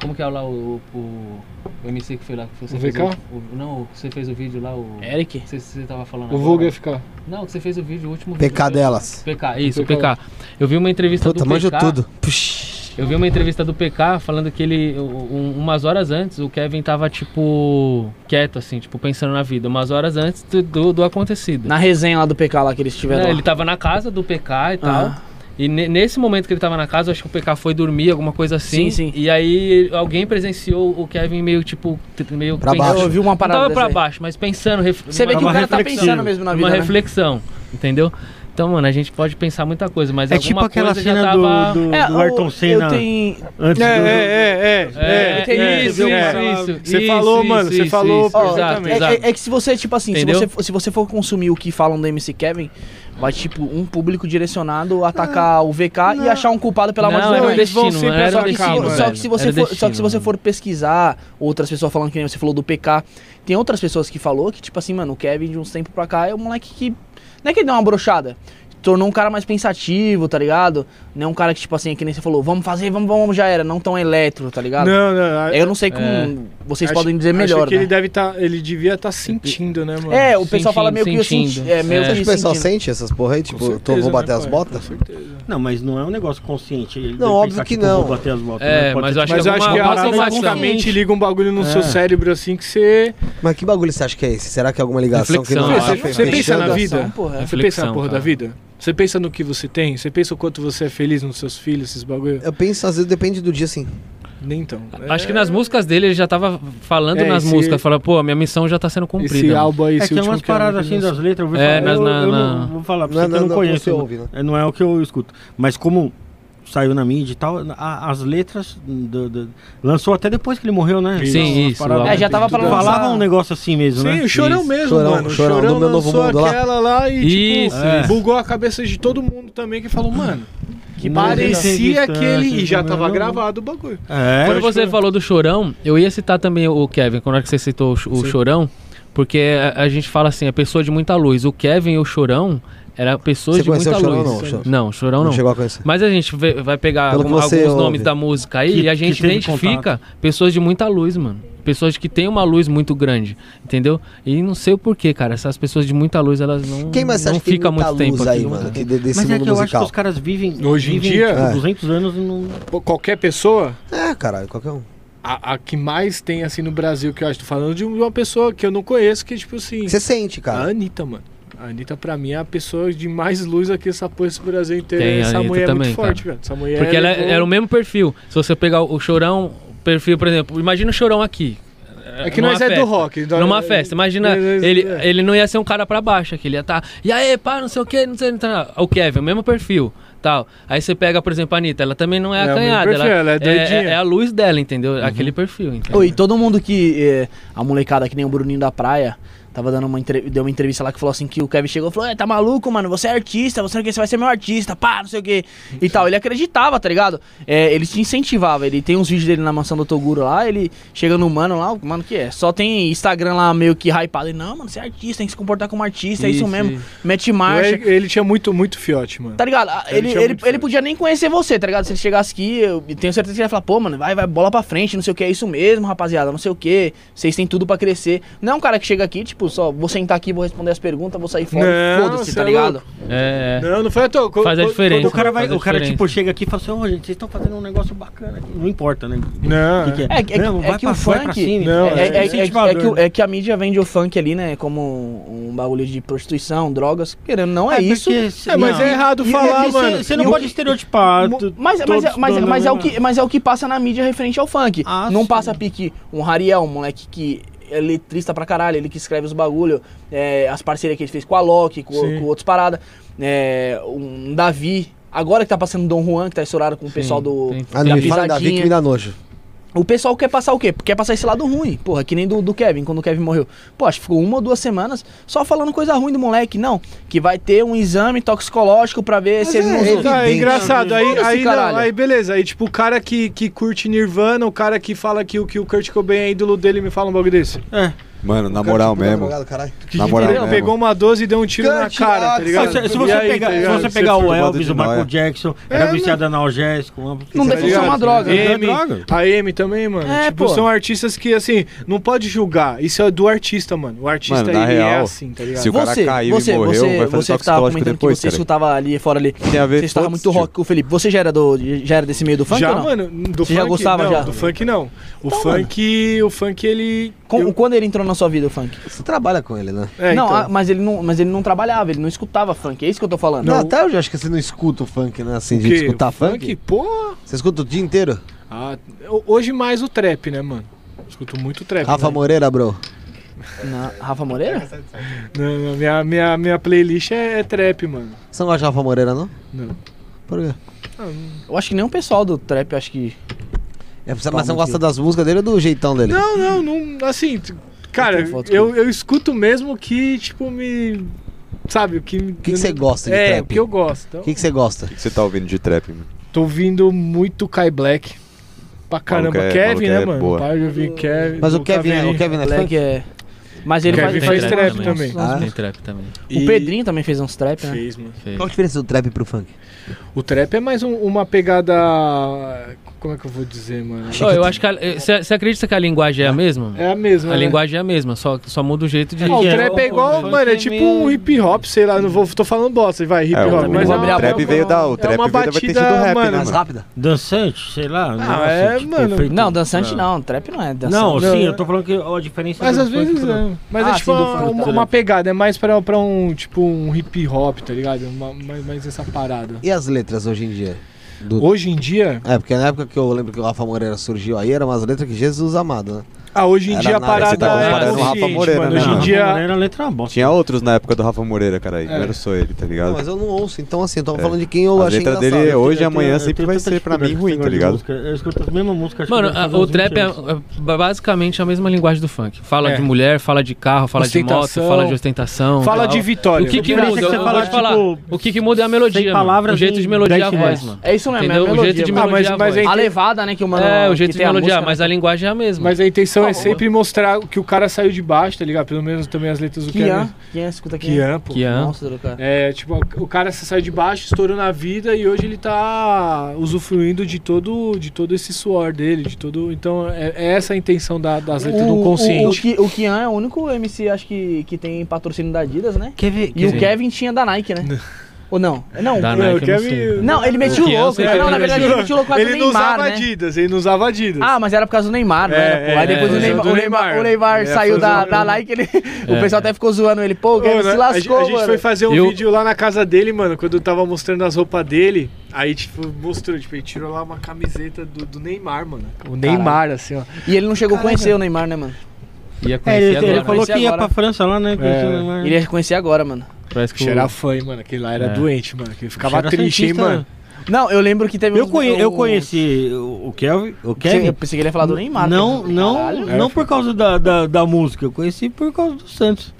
Speaker 6: como que é lá o, o, o MC que foi lá? Que você
Speaker 5: O
Speaker 6: fez
Speaker 5: VK?
Speaker 6: O, o- não, o que você fez o vídeo lá, o.
Speaker 1: Eric.
Speaker 6: Você, você tava falando
Speaker 5: O
Speaker 6: agora.
Speaker 5: Vulgo ia ficar.
Speaker 6: Não, que você fez o vídeo, o último vídeo.
Speaker 2: PK delas.
Speaker 6: PK, isso, o
Speaker 5: PK.
Speaker 6: PK. Eu vi uma entrevista
Speaker 2: é Puta,
Speaker 6: Tá do
Speaker 2: manjo
Speaker 6: PK.
Speaker 2: tudo. Puxa.
Speaker 6: Eu vi uma entrevista do PK falando que ele, um- umas horas antes, o Kevin tava, tipo, quieto, assim, tipo, pensando na vida. Umas horas antes do, do, do acontecido.
Speaker 1: Na resenha lá do PK lá que eles tiveram.
Speaker 6: Né,
Speaker 1: lá.
Speaker 6: ele tava na casa do PK e tal.
Speaker 1: Ah.
Speaker 6: E ne- nesse momento que ele tava na casa, eu acho que o PK foi dormir, alguma coisa assim.
Speaker 1: Sim, sim.
Speaker 6: E aí alguém presenciou o Kevin meio, tipo, t- meio...
Speaker 2: Pra
Speaker 6: pensando-
Speaker 2: baixo.
Speaker 1: Eu vi uma
Speaker 6: Não
Speaker 1: parada.
Speaker 6: tava
Speaker 1: dessa
Speaker 6: pra
Speaker 1: aí.
Speaker 6: baixo, mas pensando... ref-
Speaker 1: Você vê
Speaker 6: uma-
Speaker 1: que o
Speaker 8: Uma
Speaker 1: cara tá
Speaker 8: reflexão.
Speaker 1: pensando mesmo na vida.
Speaker 6: Uma
Speaker 1: né?
Speaker 6: reflexão, entendeu? Então, mano, a gente pode pensar muita coisa, mas
Speaker 8: É
Speaker 6: alguma
Speaker 8: tipo aquela
Speaker 6: coisa já
Speaker 8: cena
Speaker 6: tava...
Speaker 8: do, do, do
Speaker 1: É, o-
Speaker 8: Ayrton Senna
Speaker 1: Eu tenho.
Speaker 8: antes
Speaker 5: É,
Speaker 8: do...
Speaker 5: é, é, é.
Speaker 1: tem
Speaker 6: é,
Speaker 1: isso,
Speaker 6: isso,
Speaker 5: é.
Speaker 6: isso,
Speaker 5: Você
Speaker 6: isso,
Speaker 5: falou,
Speaker 6: isso,
Speaker 5: mano, você
Speaker 6: isso,
Speaker 5: falou
Speaker 6: isso, exato,
Speaker 1: é,
Speaker 6: exato.
Speaker 1: é- é que se você, tipo assim, se
Speaker 6: Entendeu?
Speaker 1: você, for- se você for consumir o que falam do MC Kevin, vai, tipo, um público direcionado atacar o VK e achar um culpado pela morte
Speaker 6: não,
Speaker 1: do
Speaker 6: era
Speaker 5: Deus,
Speaker 6: o
Speaker 1: Kevin.
Speaker 5: eles vão
Speaker 6: destino,
Speaker 5: sempre
Speaker 6: era
Speaker 5: achar
Speaker 6: o
Speaker 1: Só que, se,
Speaker 5: Calma,
Speaker 6: destino,
Speaker 1: vo- só
Speaker 6: velho,
Speaker 1: que se você
Speaker 6: era o
Speaker 1: for, só
Speaker 6: destino,
Speaker 1: que se você
Speaker 6: mano.
Speaker 1: for pesquisar outras pessoas falando que nem você falou do PK, tem outras pessoas que falou que, tipo assim, mano, o Kevin de uns tempos pra cá é um moleque que. Não é que ele deu uma brochada. Tornou um cara mais pensativo, tá ligado? Não é um cara que, tipo assim, é que nem você falou, vamos fazer, vamos, vamos, já era. Não tão eletro, tá ligado?
Speaker 5: Não, não. a-
Speaker 1: Eu
Speaker 6: é.
Speaker 1: não sei como vocês
Speaker 5: acho-
Speaker 1: podem dizer melhor,
Speaker 5: Acho que
Speaker 1: né?
Speaker 5: ele deve tá, ele devia estar sentindo, né, mano?
Speaker 1: É, o pessoal fala meio
Speaker 6: Sentindo,
Speaker 1: que eu senti.
Speaker 6: sentindo.
Speaker 1: É, meio
Speaker 6: É.
Speaker 1: que
Speaker 2: Acho que o pessoal
Speaker 1: sentindo.
Speaker 2: sente essas porra aí,
Speaker 5: Com
Speaker 2: tipo, tô,
Speaker 5: certeza,
Speaker 2: vou
Speaker 5: né,
Speaker 2: bater as
Speaker 5: pai?
Speaker 2: botas?
Speaker 5: Com certeza.
Speaker 8: Não, mas não é um negócio consciente. ele
Speaker 2: Não,
Speaker 8: deve
Speaker 2: óbvio
Speaker 8: pensar
Speaker 2: que
Speaker 8: pô, vou
Speaker 2: não.
Speaker 8: tipo, bater as botas,
Speaker 6: É,
Speaker 8: né? Pode
Speaker 6: mas
Speaker 8: ser
Speaker 6: eu acho
Speaker 5: Mas
Speaker 6: que
Speaker 5: eu acho
Speaker 6: alguma
Speaker 5: que
Speaker 6: parada
Speaker 5: automaticamente
Speaker 6: consciente.
Speaker 5: liga um bagulho no seu cérebro assim que você.
Speaker 2: Mas que bagulho você acha que é esse? Será que é alguma ligação
Speaker 6: Reflexão,
Speaker 2: que
Speaker 6: eu
Speaker 2: não tá
Speaker 6: acho.
Speaker 2: fe-
Speaker 5: Você pensa na
Speaker 2: fechando?
Speaker 5: vida?
Speaker 1: São, porra.
Speaker 5: Você pensa na
Speaker 6: Reflexão,
Speaker 5: porra da
Speaker 6: cara.
Speaker 5: vida? Você pensa no que você tem? Você pensa o quanto você é feliz nos seus filhos, esses bagulho?
Speaker 2: Eu penso, às vezes depende do dia, assim.
Speaker 5: Nem então.
Speaker 6: É. Acho que nas músicas dele ele já tava falando
Speaker 5: É,
Speaker 6: nas
Speaker 5: esse-
Speaker 6: músicas, fala, pô, a minha missão já tá sendo cumprida.
Speaker 5: Esse
Speaker 6: mano.
Speaker 5: álbum aí,
Speaker 8: É
Speaker 5: esse
Speaker 8: que tem
Speaker 5: último
Speaker 8: umas
Speaker 5: que é
Speaker 8: paradas
Speaker 5: muito
Speaker 8: assim das letras, eu ouvi
Speaker 6: É,
Speaker 8: falar,
Speaker 6: mas
Speaker 8: eu,
Speaker 6: na-
Speaker 8: eu
Speaker 6: na-
Speaker 8: não vou falar pra
Speaker 2: Não,
Speaker 8: você que eu
Speaker 2: não,
Speaker 8: não,
Speaker 2: não,
Speaker 8: conheço.
Speaker 2: você ouve, né?
Speaker 8: É, Não é o que eu escuto. Mas como saiu na mídia e tal, a- as letras do- do- lançou até depois que ele morreu, né?
Speaker 6: Sim,
Speaker 8: Umas
Speaker 6: isso,
Speaker 8: paradas-
Speaker 6: o álbum
Speaker 1: É, já tava pra lançar.
Speaker 8: Falava um negócio assim mesmo, né?
Speaker 5: Sim, o Chorão
Speaker 6: Isso.
Speaker 5: mesmo,
Speaker 2: Chorão,
Speaker 5: mano. O
Speaker 2: Chorão,
Speaker 5: Chorão
Speaker 2: do Meu Novo
Speaker 5: lançou
Speaker 2: Mundo lá.
Speaker 5: aquela lá, e
Speaker 6: Isso,
Speaker 5: tipo,
Speaker 8: é.
Speaker 5: bugou a cabeça de todo mundo também, que falou, mano, que
Speaker 8: Não, não
Speaker 5: parecia
Speaker 8: tem
Speaker 5: que ele...
Speaker 8: distância,
Speaker 5: E já
Speaker 8: não,
Speaker 5: tava
Speaker 8: tá né, não.
Speaker 5: gravado o bagulho.
Speaker 8: É,
Speaker 5: Foi
Speaker 6: Quando
Speaker 5: acho que
Speaker 6: você
Speaker 5: eu-
Speaker 6: falou do Chorão, eu ia citar também o Kevin, quando é que você citou o Ch- o Chorão, porque a, a gente fala assim, a pessoa de muita luz. O Kevin e o Chorão era pessoas
Speaker 2: Você
Speaker 6: de muita
Speaker 2: conheceu o
Speaker 6: luz.
Speaker 2: Chorão ou não? Chorão?
Speaker 6: Não, Chorão
Speaker 2: Não,
Speaker 6: não.
Speaker 2: chegou a conhecer.
Speaker 6: Mas a gente vê- vai pegar
Speaker 2: Pelo que
Speaker 6: algum-
Speaker 2: você
Speaker 6: alguns
Speaker 2: ouve.
Speaker 6: nomes da música aí
Speaker 8: Que-
Speaker 6: e a
Speaker 8: que
Speaker 6: gente
Speaker 8: teve
Speaker 6: identifica pessoas de muita luz, mano. Pessoas que têm uma luz muito grande, entendeu? E não sei o porquê, cara. Essas pessoas de muita luz, elas não,
Speaker 2: Quem mais você
Speaker 6: não
Speaker 2: acha que tem
Speaker 6: fica
Speaker 2: muita
Speaker 6: muito tempo
Speaker 2: luz
Speaker 6: aqui.
Speaker 2: aí, mano? Que de- desse
Speaker 8: mas é
Speaker 2: mundo
Speaker 8: que eu acho que
Speaker 2: musical.
Speaker 8: os caras vivem.
Speaker 5: Hoje em
Speaker 8: vivem,
Speaker 5: dia-
Speaker 8: tipo,
Speaker 2: É.
Speaker 8: 200 anos e não.
Speaker 5: Pô, Qualquer pessoa,
Speaker 2: É, caralho, qualquer um.
Speaker 5: a, a que mais tem, assim, no Brasil, que eu acho, tô falando de uma pessoa que eu não conheço, que, tipo assim...
Speaker 2: Você sente,
Speaker 5: A
Speaker 2: cara.
Speaker 5: Anitta, mano. A Anitta, pra mim, é a pessoa de mais luz aqui, essa porra, esse Brasil inteiro.
Speaker 6: Tem, a
Speaker 5: essa
Speaker 6: Anitta
Speaker 5: mulher é
Speaker 6: também,
Speaker 5: muito forte,
Speaker 6: cara.
Speaker 5: velho. Essa mulher...
Speaker 6: Porque ela é-
Speaker 5: levou-
Speaker 6: era o mesmo perfil. Se você pegar o Chorão, perfil, por exemplo, imagina o Chorão aqui.
Speaker 5: É que nós
Speaker 6: numa
Speaker 5: é do
Speaker 6: festa.
Speaker 5: rock. então-
Speaker 6: Numa festa, imagina,
Speaker 5: Nós-
Speaker 6: ele,
Speaker 5: é.
Speaker 6: ele não ia ser um cara pra baixo, que ele ia estar, e aí, pá, não sei o que, não sei, não sei, não." o Kevin, o mesmo perfil, tal. Aí você pega, por exemplo, a Anitta, ela também não é,
Speaker 5: É o mesmo
Speaker 6: acanhada,
Speaker 5: perfil, ela é doidinha. Uhum.
Speaker 6: é, é a luz dela, entendeu? Aquele perfil, entendeu?
Speaker 1: Ô, e todo mundo que. eh, a molecada, que nem o Bruninho da Praia, tava dando uma, entre- deu uma entrevista lá que falou assim: que o Kevin chegou e falou: É, tá maluco, mano, você é artista, você, não quer- você vai ser meu artista, pá, não sei o quê. E tal. Ele acreditava, tá ligado? É, ele te incentivava. Ele tem uns vídeos dele na mansão do Toguro lá, ele chega no mano lá, o mano que é? Só tem Instagram lá meio que hypado. Ele, não, mano, você é artista, tem que se comportar como artista, é isso
Speaker 6: Isso,
Speaker 1: mesmo.
Speaker 6: isso.
Speaker 1: Mete
Speaker 5: Eu-
Speaker 1: marcha.
Speaker 5: Ele, tinha muito, muito fiote, mano.
Speaker 1: Tá ligado? Ah,
Speaker 5: Ele
Speaker 1: Ele,
Speaker 5: tinha
Speaker 1: ele,
Speaker 5: muito
Speaker 1: ele
Speaker 5: fã.
Speaker 1: podia nem conhecer você, tá ligado? Se ele chegasse aqui, eu tenho certeza que ele ia falar, pô, mano, vai, vai, bola pra frente, não sei o que, é isso mesmo, rapaziada, não sei o que, vocês têm tudo pra crescer. Não é um cara que chega aqui, tipo, tipo, só vou sentar aqui, vou responder as perguntas, vou sair fora.
Speaker 5: Não,
Speaker 1: Foda-se,
Speaker 5: cê
Speaker 1: tá
Speaker 5: é
Speaker 1: ligado?
Speaker 6: É, é.
Speaker 5: Não, não foi à toa. Co-
Speaker 6: Faz a
Speaker 5: co-
Speaker 6: diferença.
Speaker 8: O cara, vai,
Speaker 6: faz a
Speaker 8: o cara
Speaker 6: diferença.
Speaker 8: tipo, chega aqui e fala assim, ô gente, vocês estão fazendo um negócio bacana aqui. Não importa, né?
Speaker 5: quando- Não,
Speaker 8: O que, que é?
Speaker 1: É que- é que-
Speaker 8: não,
Speaker 1: é
Speaker 8: vai
Speaker 1: que
Speaker 8: pra,
Speaker 1: o
Speaker 8: vai pra
Speaker 1: funk-
Speaker 8: cima.
Speaker 5: Não,
Speaker 1: É, é- é- é
Speaker 8: incentivador,
Speaker 1: que, o-
Speaker 8: né?
Speaker 1: é que a mídia vende o funk ali, né? Como um um bagulho de prostituição, drogas. Querendo, não é, isso.
Speaker 8: porque se-
Speaker 5: É, mas
Speaker 8: não.
Speaker 5: é errado
Speaker 8: E- e
Speaker 5: falar,
Speaker 8: você-
Speaker 5: mano.
Speaker 8: Você não
Speaker 5: E o
Speaker 8: pode
Speaker 5: que-
Speaker 8: estereotipar.
Speaker 5: Mo-
Speaker 8: tu-
Speaker 1: Mas, mas,
Speaker 8: todos
Speaker 1: é- mas,
Speaker 8: donos
Speaker 1: mas é
Speaker 8: da
Speaker 1: o que, mas é o que passa na mídia referente ao funk.
Speaker 8: Ah,
Speaker 1: não
Speaker 8: sim.
Speaker 1: passa pique um Hariel, um moleque que é letrista pra caralho, ele que escreve os bagulho, é, as parcerias que ele fez com a Loki, com,
Speaker 5: Sim.
Speaker 1: com outros paradas, é, um Davi. Agora que tá passando Dom Juan, que tá estourado com o pessoal do.
Speaker 6: tem-
Speaker 2: Ah,
Speaker 1: da
Speaker 2: não me fala ainda, vi que
Speaker 1: pisadinha.
Speaker 2: me dá nojo.
Speaker 1: O pessoal quer passar o quê? Quer passar esse lado ruim. Porra, que nem do, do Kevin, quando o Kevin morreu. Pô, acho que ficou uma ou duas semanas só falando coisa ruim do moleque. Não, que vai ter um exame toxicológico pra ver se ele não
Speaker 2: então,
Speaker 1: usou.
Speaker 5: Tá, é
Speaker 2: Evidente.
Speaker 5: engraçado. Aí,
Speaker 1: Foda-se,
Speaker 5: aí, não,
Speaker 1: caralho.
Speaker 5: aí beleza. Aí, tipo, o cara que, que curte Nirvana, o cara que fala que, o- que o Kurt Cobain é ídolo dele, me fala um bagulho desse.
Speaker 3: Mano, na moral
Speaker 2: tipo,
Speaker 3: mesmo.
Speaker 5: Que
Speaker 3: Na moral
Speaker 5: entendeu?
Speaker 3: mesmo.
Speaker 5: pegou uma 12 e deu um tiro
Speaker 2: Kurt
Speaker 5: na cara, tá
Speaker 2: Cobain.
Speaker 5: ligado?
Speaker 8: Se, se
Speaker 5: E
Speaker 8: você
Speaker 5: aí,
Speaker 8: pegar,
Speaker 5: tá
Speaker 8: se
Speaker 5: ligado?
Speaker 8: você
Speaker 3: Você
Speaker 8: pegar o
Speaker 3: foi roubado
Speaker 8: Elvis,
Speaker 3: de
Speaker 8: o Michael
Speaker 3: noia.
Speaker 8: Jackson, era
Speaker 5: não.
Speaker 8: viciado em analgésico. uma-
Speaker 1: Não
Speaker 5: Tá
Speaker 1: deve ser
Speaker 5: ligado?
Speaker 1: uma droga.
Speaker 8: É
Speaker 5: M,
Speaker 8: um, droga.
Speaker 5: a M também, mano.
Speaker 1: É,
Speaker 5: tipo,
Speaker 1: pô.
Speaker 5: são artistas que, assim, não pode julgar. Isso é do artista, mano. O artista,
Speaker 3: Mano, na
Speaker 5: ele é
Speaker 3: real,
Speaker 5: assim, tá ligado?
Speaker 3: se o cara caiu e
Speaker 1: você,
Speaker 3: morreu,
Speaker 1: você,
Speaker 3: vai
Speaker 1: você que
Speaker 3: fazer
Speaker 1: tava
Speaker 3: toxicológico
Speaker 1: comentando
Speaker 3: depois,
Speaker 1: que você
Speaker 3: cara.
Speaker 1: escutava ali fora ali.
Speaker 3: Tem a ver
Speaker 1: Você escutava
Speaker 3: todos,
Speaker 1: muito
Speaker 3: tio.
Speaker 1: rock com o Felipe. Você já era, do, já era desse meio do funk
Speaker 5: já,
Speaker 1: ou não?
Speaker 5: mano, do
Speaker 1: Você
Speaker 5: funk
Speaker 1: já gostava,
Speaker 5: não,
Speaker 1: já?
Speaker 5: do funk não. O
Speaker 1: Então,
Speaker 5: funk, o funk ele
Speaker 1: Com-
Speaker 5: eu-
Speaker 1: Quando ele entrou na sua vida, o funk?
Speaker 2: Você trabalha com ele, né?
Speaker 5: é,
Speaker 1: não,
Speaker 5: então.
Speaker 1: ah, mas, ele não, mas ele não trabalhava, ele não escutava funk. É isso que eu tô falando.
Speaker 2: Não, tá- até hoje eu acho que você não escuta o funk, né? Assim, de
Speaker 5: Que
Speaker 2: escutar funk.
Speaker 5: Pô.
Speaker 2: Você escuta o dia inteiro?
Speaker 5: Ah, eu- hoje mais o trap, né, mano? Escuto muito trap.
Speaker 2: Rafa
Speaker 5: né?
Speaker 2: Moreira, bro.
Speaker 1: Na- Rafa Moreira?
Speaker 5: Não, não, minha, minha, minha playlist é, é trap, mano.
Speaker 2: Você não gosta de Rafa Moreira, não?
Speaker 5: Não.
Speaker 2: Por quê?
Speaker 1: Eu acho que nem o pessoal do trap, acho que.
Speaker 2: É, você- mas você
Speaker 1: motivo.
Speaker 2: não gosta das músicas dele ou do jeitão dele?
Speaker 5: Não, não, não assim, t- cara,
Speaker 1: Eu tenho fotos
Speaker 5: eu, eu escuto mesmo que tipo me sabe, o que O
Speaker 2: que você gosta de
Speaker 5: é,
Speaker 2: trap?
Speaker 5: o que eu gosto. Então,
Speaker 2: O que, que você gosta?
Speaker 3: O que você tá ouvindo de trap, mano?
Speaker 5: Tô ouvindo muito Kai Black. Pra caramba,
Speaker 3: é- maluco
Speaker 5: Kevin, né,
Speaker 3: é
Speaker 5: mano?
Speaker 3: boa.
Speaker 5: Para de ouvir Kevin.
Speaker 2: Mas o
Speaker 5: do
Speaker 2: Kevin, é-
Speaker 5: Caveirinha.
Speaker 2: o Kevin é
Speaker 1: Black
Speaker 2: funk?
Speaker 1: é. Mas ele
Speaker 5: Kevin
Speaker 1: faz,
Speaker 5: faz trap também.
Speaker 1: Nossa,
Speaker 2: Ah.
Speaker 6: Tem trap também.
Speaker 1: O Pedrinho também fez uns trap, né?
Speaker 5: fez, mano.
Speaker 6: Fez.
Speaker 2: Qual a diferença do trap pro funk?
Speaker 5: tá? O trap é mais um- uma pegada. Como é que eu vou dizer, mano?
Speaker 6: Ó, eu acho que você acredita que a linguagem é a mesma?
Speaker 5: É a mesma.
Speaker 6: A
Speaker 5: né?
Speaker 6: linguagem é a mesma, só, só muda o jeito de.
Speaker 5: Ah, o
Speaker 6: de-
Speaker 5: trap é igual, mano, é tipo um hip hop, sei lá, não vou, tô falando bosta, vai, hip
Speaker 3: É,
Speaker 5: hop,
Speaker 3: o,
Speaker 5: mas
Speaker 1: vou
Speaker 5: é
Speaker 1: abrir
Speaker 5: uma,
Speaker 1: a
Speaker 5: é
Speaker 3: trap
Speaker 5: uma-
Speaker 3: veio da,
Speaker 5: é
Speaker 3: o trap
Speaker 5: uma
Speaker 3: veio da vertente do
Speaker 5: batida,
Speaker 3: rap,
Speaker 5: mano,
Speaker 3: né,
Speaker 2: Mais
Speaker 3: mano?
Speaker 2: rápida?
Speaker 8: Dançante, sei lá. um
Speaker 5: Ah,
Speaker 8: negócio,
Speaker 5: é, mano.
Speaker 8: feito-
Speaker 1: Não, dançante
Speaker 8: Ah.
Speaker 1: não, trap não é dançante.
Speaker 8: Não,
Speaker 5: Não,
Speaker 8: sim,
Speaker 5: é.
Speaker 8: eu tô falando que ó, a diferença
Speaker 5: Mas
Speaker 8: do
Speaker 5: às
Speaker 8: funk
Speaker 5: vezes
Speaker 8: pro trap.
Speaker 5: é. Mas
Speaker 1: Ah,
Speaker 5: é tipo
Speaker 1: sim, do
Speaker 5: uma,
Speaker 1: funk,
Speaker 5: uma-
Speaker 1: tá.
Speaker 5: uma pegada, é mais pra, pra um tipo um hip hop, tá ligado? Uma- mais, mais essa parada.
Speaker 2: E as letras hoje em dia?
Speaker 5: Hoje em dia.
Speaker 2: É, porque na época que eu lembro que o Rafa Moreira surgiu aí, eram umas letras que Jesus amado, né?
Speaker 5: Ah, hoje em
Speaker 2: Era
Speaker 5: dia a
Speaker 2: nada,
Speaker 5: parada
Speaker 2: você tá
Speaker 5: é
Speaker 2: comparando o
Speaker 3: Rafa
Speaker 5: consciente,
Speaker 3: Moreira,
Speaker 5: mano.
Speaker 3: né,
Speaker 5: Hoje em
Speaker 3: mano?
Speaker 5: dia.
Speaker 8: Era letra uma bosta.
Speaker 3: Tinha outros na época do Rafa Moreira, cara.
Speaker 5: É.
Speaker 3: Não era só ele, tá ligado?
Speaker 2: Não, mas eu não ouço, então assim, eu tava
Speaker 3: É.
Speaker 2: falando de quem eu
Speaker 3: a
Speaker 2: achei
Speaker 3: letra
Speaker 2: engraçado.
Speaker 3: dele é hoje e
Speaker 8: Eu tenho-
Speaker 3: amanhã
Speaker 8: eu
Speaker 3: sempre
Speaker 8: tenho
Speaker 3: vai
Speaker 8: tanta
Speaker 3: ser pra mim
Speaker 8: dificuldade com
Speaker 3: ruim,
Speaker 8: esse
Speaker 3: tá
Speaker 8: negócio de
Speaker 3: ligado?
Speaker 8: música. Eu escuto as mesmas músicas. acho que
Speaker 6: Mano,
Speaker 8: eu devo
Speaker 6: a-
Speaker 8: fazer
Speaker 6: o
Speaker 8: uns 20
Speaker 6: trap é
Speaker 8: anos.
Speaker 6: é basicamente a mesma linguagem do funk. Fala
Speaker 5: É.
Speaker 6: de mulher, fala de carro, fala de
Speaker 5: Ostentação.
Speaker 6: moto, fala de ostentação.
Speaker 5: Fala
Speaker 6: tal.
Speaker 5: de vitória.
Speaker 6: O que, que
Speaker 8: diferença
Speaker 6: muda?
Speaker 8: é que você
Speaker 6: Eu
Speaker 8: fala,
Speaker 6: vou te falar.
Speaker 8: tipo,
Speaker 6: o que, que muda é a melodia. mano.
Speaker 8: palavras
Speaker 6: o jeito
Speaker 8: em
Speaker 6: de melodiar a
Speaker 8: 10
Speaker 6: voz,
Speaker 8: minutos.
Speaker 6: mano.
Speaker 1: É isso mesmo,
Speaker 6: Entendeu?
Speaker 1: é
Speaker 6: o jeito de
Speaker 5: mano. Ah, mas-
Speaker 6: melodiar a
Speaker 5: mas
Speaker 6: voz.
Speaker 5: é-
Speaker 1: A levada, né, que o mano.
Speaker 6: É, o
Speaker 1: que
Speaker 6: jeito de
Speaker 1: tem a
Speaker 6: melodiar,
Speaker 1: música,
Speaker 6: mas
Speaker 1: né?
Speaker 6: a linguagem é a mesma.
Speaker 5: Mas a intenção é
Speaker 1: Por favor.
Speaker 5: sempre mostrar que o cara saiu de baixo, tá ligado? Pelo menos também as letras do Kevin.
Speaker 1: Kian, Kian, escuta aqui.
Speaker 5: Kian, pô.
Speaker 6: Kian.
Speaker 1: Monstro, cara.
Speaker 5: É, tipo, o cara saiu de baixo, estourou na vida e hoje ele tá usufruindo de todo, de todo esse suor dele, de todo. Então, é, é essa a intenção da, das letras do
Speaker 1: o,
Speaker 5: consciente.
Speaker 1: Ki- o Kian é o único MC, acho que, que tem patrocínio da Adidas, né?
Speaker 8: Quer ver?
Speaker 1: E
Speaker 8: quer
Speaker 1: o
Speaker 8: ver?
Speaker 1: Kevin tinha da Nike, né? Ou não? Não.
Speaker 6: Da
Speaker 5: né, Não,
Speaker 6: Nike, eu não
Speaker 5: Kevin-
Speaker 6: sei, cara.
Speaker 1: Não, ele metiu
Speaker 6: O Kian,
Speaker 1: louco.
Speaker 6: eu sei
Speaker 1: Não,
Speaker 6: que
Speaker 1: na
Speaker 6: ele
Speaker 1: verdade ele
Speaker 5: metiu.
Speaker 1: metiu louco
Speaker 5: ele não
Speaker 1: Neymar,
Speaker 5: usava
Speaker 1: né?
Speaker 5: Adidas, ele não usava Adidas.
Speaker 1: Ah, mas era por causa do Neymar, não era,
Speaker 5: É,
Speaker 1: pô. Aí
Speaker 5: é,
Speaker 1: depois
Speaker 5: é,
Speaker 1: o Neymar,
Speaker 5: do
Speaker 1: o Neymar, o
Speaker 5: Neymar.
Speaker 1: Neymar
Speaker 5: É,
Speaker 1: saiu
Speaker 5: foi
Speaker 1: da,
Speaker 5: zoando.
Speaker 1: da Nike, ele, o
Speaker 6: É.
Speaker 1: pessoal até ficou zoando ele. Pô, o Kevin
Speaker 5: Ô, né,
Speaker 1: se
Speaker 5: a-
Speaker 1: lascou,
Speaker 5: a,
Speaker 1: mano.
Speaker 5: gente foi fazer um
Speaker 6: Eu-
Speaker 5: vídeo lá na casa dele, mano, quando eu tava mostrando as roupas dele. Aí, tipo, mostrou, tipo, ele tirou lá uma camiseta do, do Neymar, mano. O Neymar, assim, ó.
Speaker 1: E ele não chegou a conhecer o Neymar, né, mano?
Speaker 6: Ia
Speaker 8: É,
Speaker 6: conhecer
Speaker 8: ele, ele
Speaker 6: agora. né?
Speaker 8: falou que ia
Speaker 1: agora.
Speaker 8: pra França lá,
Speaker 5: É.
Speaker 8: né? conhecendo, né?
Speaker 1: Ele é ia reconhecer agora, mano.
Speaker 6: Parece que o-
Speaker 5: Cheira fã, hein, mano. Aquele lá era
Speaker 6: É.
Speaker 5: doente, mano. Que ficava
Speaker 8: Era
Speaker 5: triste, hein,
Speaker 8: cientista,
Speaker 5: mano.
Speaker 1: Não, eu lembro que teve
Speaker 8: Eu,
Speaker 1: uns-
Speaker 8: conhe- eu
Speaker 1: um-
Speaker 8: conheci o o Kelvin. O
Speaker 1: Pensei-
Speaker 8: Kevin.
Speaker 1: Eu pensei que ele ia falar do Neymar.
Speaker 8: Não,
Speaker 1: cara.
Speaker 8: não,
Speaker 1: né? Caralho.
Speaker 8: não por causa da, da, da música, eu conheci por causa do Santos.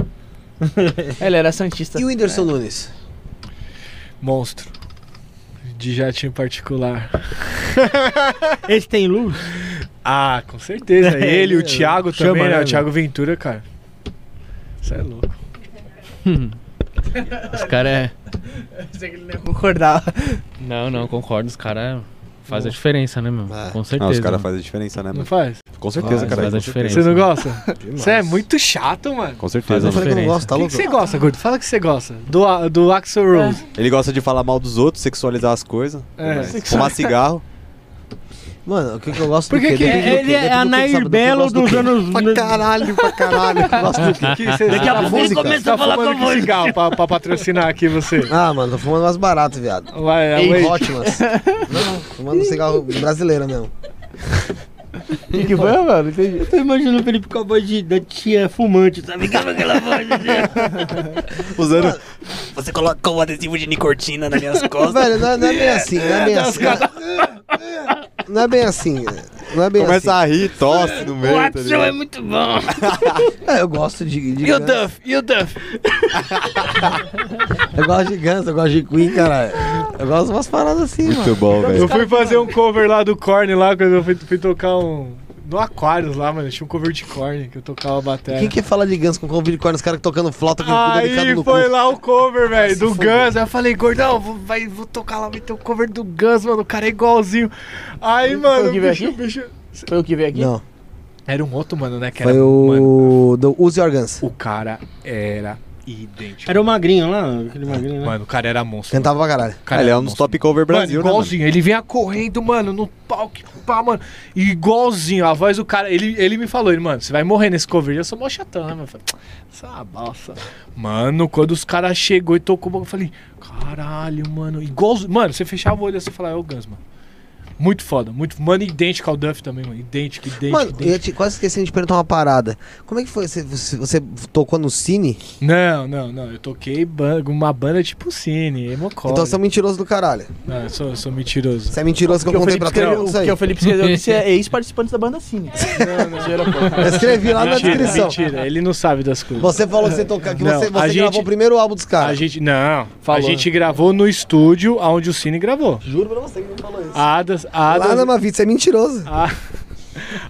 Speaker 1: Ele era Santista.
Speaker 2: E o Whindersson Nunes?
Speaker 5: Monstro. De jatinho particular.
Speaker 8: Esse tem luz?
Speaker 5: Ah, com certeza. Ele, o
Speaker 8: É,
Speaker 5: Thiago
Speaker 8: chama,
Speaker 5: também, né?
Speaker 8: né,
Speaker 5: O Thiago Ventura, cara. Isso é
Speaker 2: Ah,
Speaker 5: louco.
Speaker 6: Os caras é.
Speaker 1: Concordava.
Speaker 6: Não, não, concordo. Os caras fazem a diferença, né, meu?
Speaker 2: É.
Speaker 6: Com
Speaker 3: Ah,
Speaker 6: certeza.
Speaker 3: os caras
Speaker 6: mano.
Speaker 3: fazem diferença, né,
Speaker 5: Não
Speaker 3: mano?
Speaker 5: faz?
Speaker 3: Com certeza,
Speaker 6: Faz,
Speaker 3: cara.
Speaker 6: faz a
Speaker 3: com
Speaker 6: diferença.
Speaker 5: Você
Speaker 3: certeza.
Speaker 2: né?
Speaker 5: não gosta? Você é muito chato, mano.
Speaker 3: Com certeza.
Speaker 2: Eu falei que eu não gosto, tá
Speaker 5: O que,
Speaker 2: louco?
Speaker 5: que você gosta, gordo? Fala o que você gosta. Do, A- do Axel Rose.
Speaker 3: Ele gosta de falar mal dos outros, sexualizar as coisas,
Speaker 5: É,
Speaker 3: mas
Speaker 5: sexual-
Speaker 3: fumar cigarro.
Speaker 2: Mano, o que, que eu gosto
Speaker 5: Por que
Speaker 2: do quê?
Speaker 5: que
Speaker 2: Depende do quê?
Speaker 8: Ele
Speaker 2: Depende
Speaker 8: é
Speaker 2: do
Speaker 8: a
Speaker 2: quê, sabe?
Speaker 8: Nair
Speaker 2: Do que eu
Speaker 8: Belo
Speaker 2: gosto do
Speaker 8: dos
Speaker 2: quê?
Speaker 8: anos.
Speaker 2: Pra caralho, pra caralho. eu gosto É. do quê?
Speaker 5: Que você-
Speaker 2: Daqui a pouco ele é.
Speaker 5: Música.
Speaker 2: começa
Speaker 5: tá fumando que cigarro pra, pra patrocinar aqui você.
Speaker 2: Ah, mano, tô fumando mais barato, viado.
Speaker 5: Vai, é
Speaker 2: Ei,
Speaker 5: away.
Speaker 2: ótimas. Não, fumando cigarro brasileiro mesmo.
Speaker 1: O que, que foi, mano? Entendi.
Speaker 8: Eu tô imaginando o Felipe com a voz de, da tia fumante, sabe? Aquela, aquela voz de...
Speaker 3: Usando.
Speaker 10: Você coloca um adesivo de nicotina nas minhas costas.
Speaker 2: Velho, não é, não é bem assim, não é bem assim. Não é bem assim. Não é bem assim.
Speaker 3: Começa a rir, tosse no meio. tá ligado?
Speaker 8: muito bom.
Speaker 2: É, eu gosto de, de ganso.
Speaker 5: e o Duff?
Speaker 2: Eu gosto de ganso, eu gosto de Queen, caralho. Eu gosto de umas paradas assim, mano.
Speaker 3: Muito bom, velho.
Speaker 5: Eu fui fazer um cover lá do Korn lá, quando eu fui, fui tocar um. No Aquarius lá, mano. Tinha um cover de Korn que eu tocava a bateria.
Speaker 2: Quem que fala de ganso com convite corno? Os caras que tocando flauta com o cu delicado
Speaker 5: Aí
Speaker 2: no
Speaker 5: foi
Speaker 2: cu.
Speaker 5: lá o cover, velho, do
Speaker 2: fodeu.
Speaker 5: Guns. Aí eu falei, gordão, vou, vai, vou tocar lá, vai ter o cover do Guns, mano. O cara é igualzinho. Aí, mano,
Speaker 1: que
Speaker 5: o
Speaker 1: veio
Speaker 5: bicho,
Speaker 1: aqui?
Speaker 5: bicho-
Speaker 1: Foi o que veio aqui?
Speaker 2: Não,
Speaker 5: Era um outro, mano, né? Que
Speaker 2: foi
Speaker 5: era. Mano,
Speaker 2: o... Do Use Your Guns.
Speaker 5: o cara era idêntico.
Speaker 8: Era o magrinho lá, aquele magrinho, né?
Speaker 5: Mano, o cara era monstro.
Speaker 2: Cantava pra caralho.
Speaker 5: O cara
Speaker 3: ele é
Speaker 5: era
Speaker 3: um dos
Speaker 5: monstro.
Speaker 3: top cover Brasil,
Speaker 5: mano,
Speaker 3: né? Mano?
Speaker 5: igualzinho. Ele vinha correndo, mano, no palco, pá, mano. E igualzinho, a voz do cara. Ele, ele me falou, ele, mano, você vai morrer nesse cover. Eu sou mó chatão, né, mano? Eu falei, Isso é uma balsa. Mano, quando os caras chegou e tocou, o bagulho, eu falei, caralho, mano. Igualzinho. Mano, você fechava o olho assim e falava, é o Guns, mano. Muito foda, muito. Mano, idêntico ao Duff também, mano. Idêntico, idêntico,
Speaker 2: Mano, eu
Speaker 5: idêntico.
Speaker 2: te, quase esqueci de perguntar uma parada. Como é que foi? Você, você, você tocou no Cine?
Speaker 5: Não, não, não. Eu toquei ban- uma banda tipo Cine, Emocore.
Speaker 2: Então você é um mentiroso do caralho.
Speaker 5: Não, eu sou, eu sou mentiroso.
Speaker 2: Você é mentiroso que eu
Speaker 1: Porque o
Speaker 2: contei
Speaker 1: Felipe
Speaker 2: pra todo
Speaker 1: escreveu,
Speaker 2: mundo
Speaker 1: o
Speaker 2: isso aí.
Speaker 1: que o Felipe escreveu que você é ex-participante da banda Cine. Zoeira, pô.
Speaker 2: Eu escrevi lá na
Speaker 5: Mentira,
Speaker 2: descrição.
Speaker 5: mentira, ele não sabe das coisas.
Speaker 2: Você falou que você, toca, que
Speaker 5: Não,
Speaker 2: você,
Speaker 5: a
Speaker 2: você
Speaker 5: gente-
Speaker 2: gravou o primeiro álbum dos
Speaker 5: A
Speaker 2: caras.
Speaker 5: gente. Não.
Speaker 1: Falou.
Speaker 5: A gente gravou no estúdio onde o Cine gravou.
Speaker 2: Juro pra você que não falou isso.
Speaker 5: A Adas. A
Speaker 2: Lá
Speaker 5: Adas,
Speaker 2: na Mavi, você é mentiroso.
Speaker 5: Ah.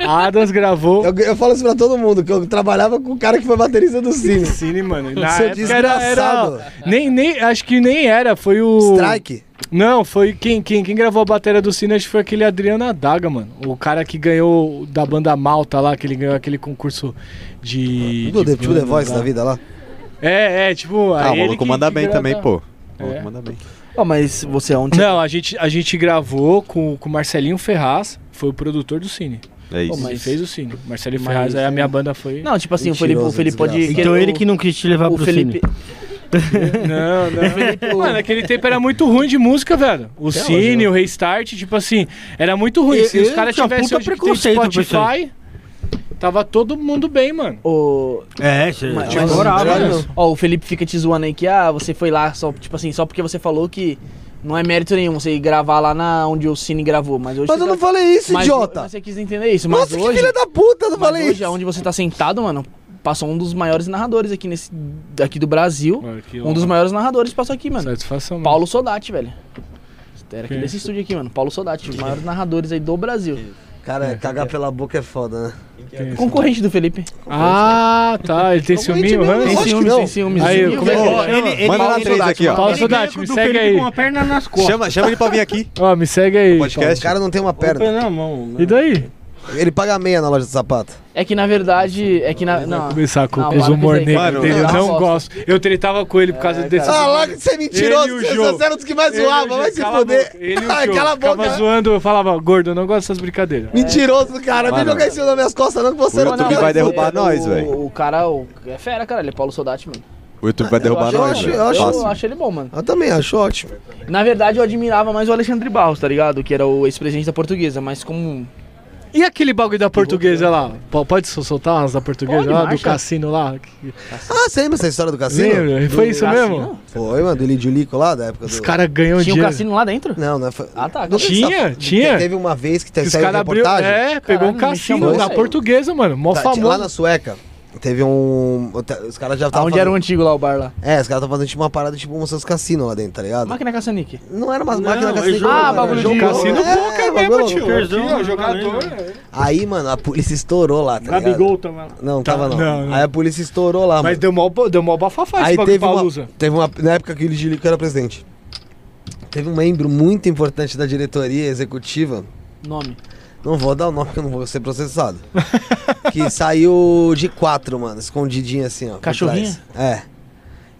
Speaker 5: a Adas gravou.
Speaker 2: Eu, eu falo isso pra todo mundo, que eu trabalhava com o cara que foi baterista do Cine.
Speaker 5: Cine, mano. Na
Speaker 2: Seu
Speaker 5: época era, era.
Speaker 2: desgraçado.
Speaker 5: Nem, nem. Acho que nem era. Foi o.
Speaker 2: Strike.
Speaker 5: Não, foi quem, quem, quem gravou a bateria do Cine acho que foi aquele Adriano Adaga, mano. O cara que ganhou da banda Malta lá, que ele ganhou aquele concurso de.
Speaker 2: Meu
Speaker 5: de
Speaker 2: Deus, tipo
Speaker 5: banda
Speaker 2: The Voice
Speaker 5: lá.
Speaker 2: da vida lá.
Speaker 5: É, é, tipo.
Speaker 3: Ah,
Speaker 5: aí
Speaker 3: o
Speaker 5: ele
Speaker 3: maluco
Speaker 5: que-
Speaker 3: manda
Speaker 5: que
Speaker 3: bem
Speaker 5: grava.
Speaker 3: também, pô. O
Speaker 5: É.
Speaker 3: maluco manda bem.
Speaker 1: Ó, mas você é onde?
Speaker 5: Não, a gente, a gente gravou com com o Marcelinho Ferraz, foi o produtor do Cine.
Speaker 3: É
Speaker 1: Pô,
Speaker 3: isso.
Speaker 1: mas-
Speaker 5: Ele fez o Cine. Marcelo
Speaker 1: Mas- é.
Speaker 5: Ferraz, aí a minha banda foi.
Speaker 1: Não, tipo assim, o Felipe,
Speaker 2: Mentiroso,
Speaker 1: o Felipe pode.
Speaker 2: desgraçado.
Speaker 8: Então
Speaker 1: o-
Speaker 8: ele que não quis te levar
Speaker 1: o
Speaker 8: pro
Speaker 1: Felipe.
Speaker 8: cine.
Speaker 5: não. não.
Speaker 1: Tipo,
Speaker 5: Mano, aquele tempo era muito ruim de música, velho. O Cine,
Speaker 1: né?
Speaker 5: o Restart, tipo assim, era muito ruim.
Speaker 8: Eu-
Speaker 5: Se os
Speaker 8: eu
Speaker 5: caras
Speaker 1: é um
Speaker 8: tinha
Speaker 5: tivessem
Speaker 8: puta
Speaker 5: hoje que tem
Speaker 8: preconceito com isso
Speaker 5: Spotify, tava todo mundo bem, mano.
Speaker 1: O...
Speaker 8: É, você
Speaker 1: Mas-
Speaker 8: tinha
Speaker 1: mas-
Speaker 8: moral,
Speaker 2: Caralho,
Speaker 8: né?
Speaker 2: não.
Speaker 1: Ó, o Felipe fica te zoando aí que, ah, você foi lá só, tipo assim, só porque você falou que não é mérito nenhum você ir gravar lá na onde o Cine gravou. Mas hoje.
Speaker 2: Mas
Speaker 1: você
Speaker 2: eu não
Speaker 1: tá-
Speaker 2: falei isso,
Speaker 1: mas
Speaker 2: idiota.
Speaker 1: o- Você quis entender isso, mas
Speaker 2: Nossa, que
Speaker 1: hoje.
Speaker 2: filha da puta, eu não
Speaker 1: mas
Speaker 2: falei
Speaker 1: hoje,
Speaker 5: é
Speaker 2: isso.
Speaker 1: onde você tá sentado, mano, passou um dos maiores narradores aqui nesse. daqui do Brasil. Um dos maiores narradores passou aqui, mano.
Speaker 5: Satisfação, mano.
Speaker 1: Paulo Sodati, velho. Era aqui
Speaker 5: Quem é
Speaker 1: desse
Speaker 5: esse?
Speaker 1: estúdio aqui, mano. Paulo Sodati, um dos maiores narradores aí do Brasil.
Speaker 2: Cara, cagar pela boca é foda, né?
Speaker 5: Quem é esse?
Speaker 1: Concorrente do Felipe.
Speaker 5: Ah, tá. Ele tem ciúminho, né?
Speaker 1: Tem
Speaker 2: Lógico que
Speaker 1: ciúmes,
Speaker 2: não.
Speaker 1: tem ciúmes.
Speaker 5: Aí,
Speaker 1: Ciúmes,
Speaker 5: como é que
Speaker 1: velho.
Speaker 5: é?
Speaker 8: Ele- ele-
Speaker 3: Manda lá
Speaker 1: Paulo
Speaker 3: três
Speaker 1: Sodati,
Speaker 3: aqui, ó.
Speaker 1: mano.
Speaker 5: Paulo
Speaker 8: Ele ganha
Speaker 5: Sodati,
Speaker 8: com
Speaker 5: me
Speaker 8: o do
Speaker 5: segue
Speaker 8: Felipe
Speaker 5: aí.
Speaker 8: com a perna nas costas.
Speaker 3: Chama, chama ele pra vir aqui.
Speaker 5: Ó, me segue aí.
Speaker 2: O
Speaker 3: Podcast.
Speaker 2: cara não tem uma
Speaker 8: Uma
Speaker 2: perna.
Speaker 8: perna na mão, né?
Speaker 5: Paulo. E daí?
Speaker 2: Ele paga meia na loja de sapato.
Speaker 1: É que na verdade. É que na. Não.
Speaker 5: Começar com
Speaker 1: Não,
Speaker 5: o
Speaker 1: para com
Speaker 5: humor
Speaker 1: isso aí,
Speaker 5: negro
Speaker 3: cara.
Speaker 5: dele. Eu
Speaker 1: Não,
Speaker 5: não
Speaker 1: bosta.
Speaker 5: gosto. Eu tretava com ele por causa desse.
Speaker 2: Ah, lá que você é mentiroso,
Speaker 5: Ele e o
Speaker 2: vocês
Speaker 5: Jô.
Speaker 2: eram os que mais
Speaker 5: Ele e o
Speaker 2: zoavam,
Speaker 5: Jô,
Speaker 2: vai se
Speaker 5: cala a
Speaker 2: foder.
Speaker 5: boca. Ele e o
Speaker 2: Ai,
Speaker 5: Jô.
Speaker 2: cala a
Speaker 5: Ficava
Speaker 2: boca.
Speaker 5: zoando, eu falava, gordo, eu não gosto dessas brincadeiras.
Speaker 2: É. Mentiroso, cara. Vem
Speaker 3: Mano.
Speaker 2: jogar em cima das minhas costas, não, que você
Speaker 3: O
Speaker 2: era
Speaker 3: YouTube
Speaker 2: tudo
Speaker 3: vai
Speaker 2: isso.
Speaker 3: derrubar
Speaker 1: o-
Speaker 3: nós, velho.
Speaker 1: O cara o- é fera, cara. Ele é Paulo Sodati, mano.
Speaker 3: O YouTube vai derrubar
Speaker 1: eu
Speaker 3: nós,
Speaker 1: acho,
Speaker 3: velho.
Speaker 1: eu, acho, eu
Speaker 3: Fácil.
Speaker 1: acho ele bom, mano.
Speaker 2: Eu Ah, também é acho ótimo.
Speaker 1: Na verdade, eu admirava mais o Alexandre Barros, tá ligado? Que era o ex-presidente da portuguesa, mas como.
Speaker 5: E aquele bagulho da portuguesa lá? P- Pode sol- soltar umas da portuguesa
Speaker 1: Pode,
Speaker 5: lá, do
Speaker 1: marcha.
Speaker 5: cassino lá? Que-
Speaker 2: Ah, você lembra essa história do cassino?
Speaker 5: Lembra? Foi isso
Speaker 1: cassino?
Speaker 5: mesmo?
Speaker 2: Foi, mano, do Lidiulico lá da época
Speaker 5: Os
Speaker 2: do...
Speaker 5: caras ganham
Speaker 1: Tinha um
Speaker 5: dinheiro.
Speaker 1: cassino lá dentro?
Speaker 2: Não, não foi...
Speaker 1: Ah, tá.
Speaker 2: Não
Speaker 1: Tinha,
Speaker 2: sei se-
Speaker 5: tinha.
Speaker 2: Teve uma vez que
Speaker 5: Que
Speaker 2: teve
Speaker 5: os
Speaker 2: saiu
Speaker 5: caras abriu.
Speaker 2: reportagem.
Speaker 5: É, pegou
Speaker 1: Caralho,
Speaker 5: um
Speaker 1: não me
Speaker 5: cassino
Speaker 1: chamou
Speaker 5: da
Speaker 1: isso aí.
Speaker 5: portuguesa, mano. Mó
Speaker 2: Tá, tinha- lá na
Speaker 5: famoso.
Speaker 2: Sueca, teve um... Os caras
Speaker 3: tá
Speaker 2: já estavam
Speaker 1: Onde era o antigo lá, o bar lá? é
Speaker 2: É, os caras estavam fazendo tipo uma parada tipo um seus cassinos lá dentro, tá ligado?
Speaker 1: Máquina Caçanique.
Speaker 2: Não era umas
Speaker 8: Não,
Speaker 2: máquinas
Speaker 8: é
Speaker 2: cassino.
Speaker 8: jogo,
Speaker 1: Ah,
Speaker 2: era
Speaker 1: bagulho de
Speaker 2: jogo.
Speaker 5: Cassino
Speaker 2: É,
Speaker 5: pouca mesmo,
Speaker 2: bagulho.
Speaker 5: tio. Aqui,
Speaker 8: Perdão,
Speaker 5: ó,
Speaker 8: não
Speaker 5: jogador.
Speaker 8: valendo.
Speaker 2: Aí, mano, a polícia estourou lá, tá ligado?
Speaker 8: Gabigol tava lá.
Speaker 2: Não, tava não.
Speaker 5: Não, não.
Speaker 2: Aí a polícia estourou lá,
Speaker 5: Mas
Speaker 2: mano.
Speaker 5: deu mó, bo- deu mó bafafá esse
Speaker 2: Aí
Speaker 5: bagulho
Speaker 2: teve
Speaker 5: pra
Speaker 2: uma,
Speaker 5: Lusa.
Speaker 2: teve uma. Na época que o Lidilico era presidente. Teve um membro muito importante da diretoria executiva
Speaker 1: Nome.
Speaker 2: Não vou dar o nome porque eu não vou ser processado. que saiu de quatro, mano, escondidinho assim, ó. por
Speaker 1: Cachorrinho?
Speaker 2: trás. É.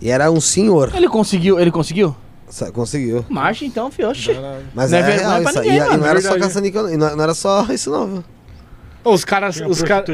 Speaker 2: E era um senhor.
Speaker 1: Ele conseguiu, ele conseguiu?
Speaker 2: Sa- Conseguiu.
Speaker 1: Marcha então, fio. oxi.
Speaker 2: Mas
Speaker 1: Não
Speaker 2: é,
Speaker 1: é vergonha
Speaker 2: real
Speaker 1: pra
Speaker 2: isso. aí.
Speaker 1: ninguém,
Speaker 2: e,
Speaker 1: mano,
Speaker 2: e não
Speaker 1: é
Speaker 2: era só
Speaker 1: verdade.
Speaker 2: caça-níquel, não, e não não era só isso não, viu?
Speaker 5: Ô, os caras.
Speaker 8: um
Speaker 5: Os caras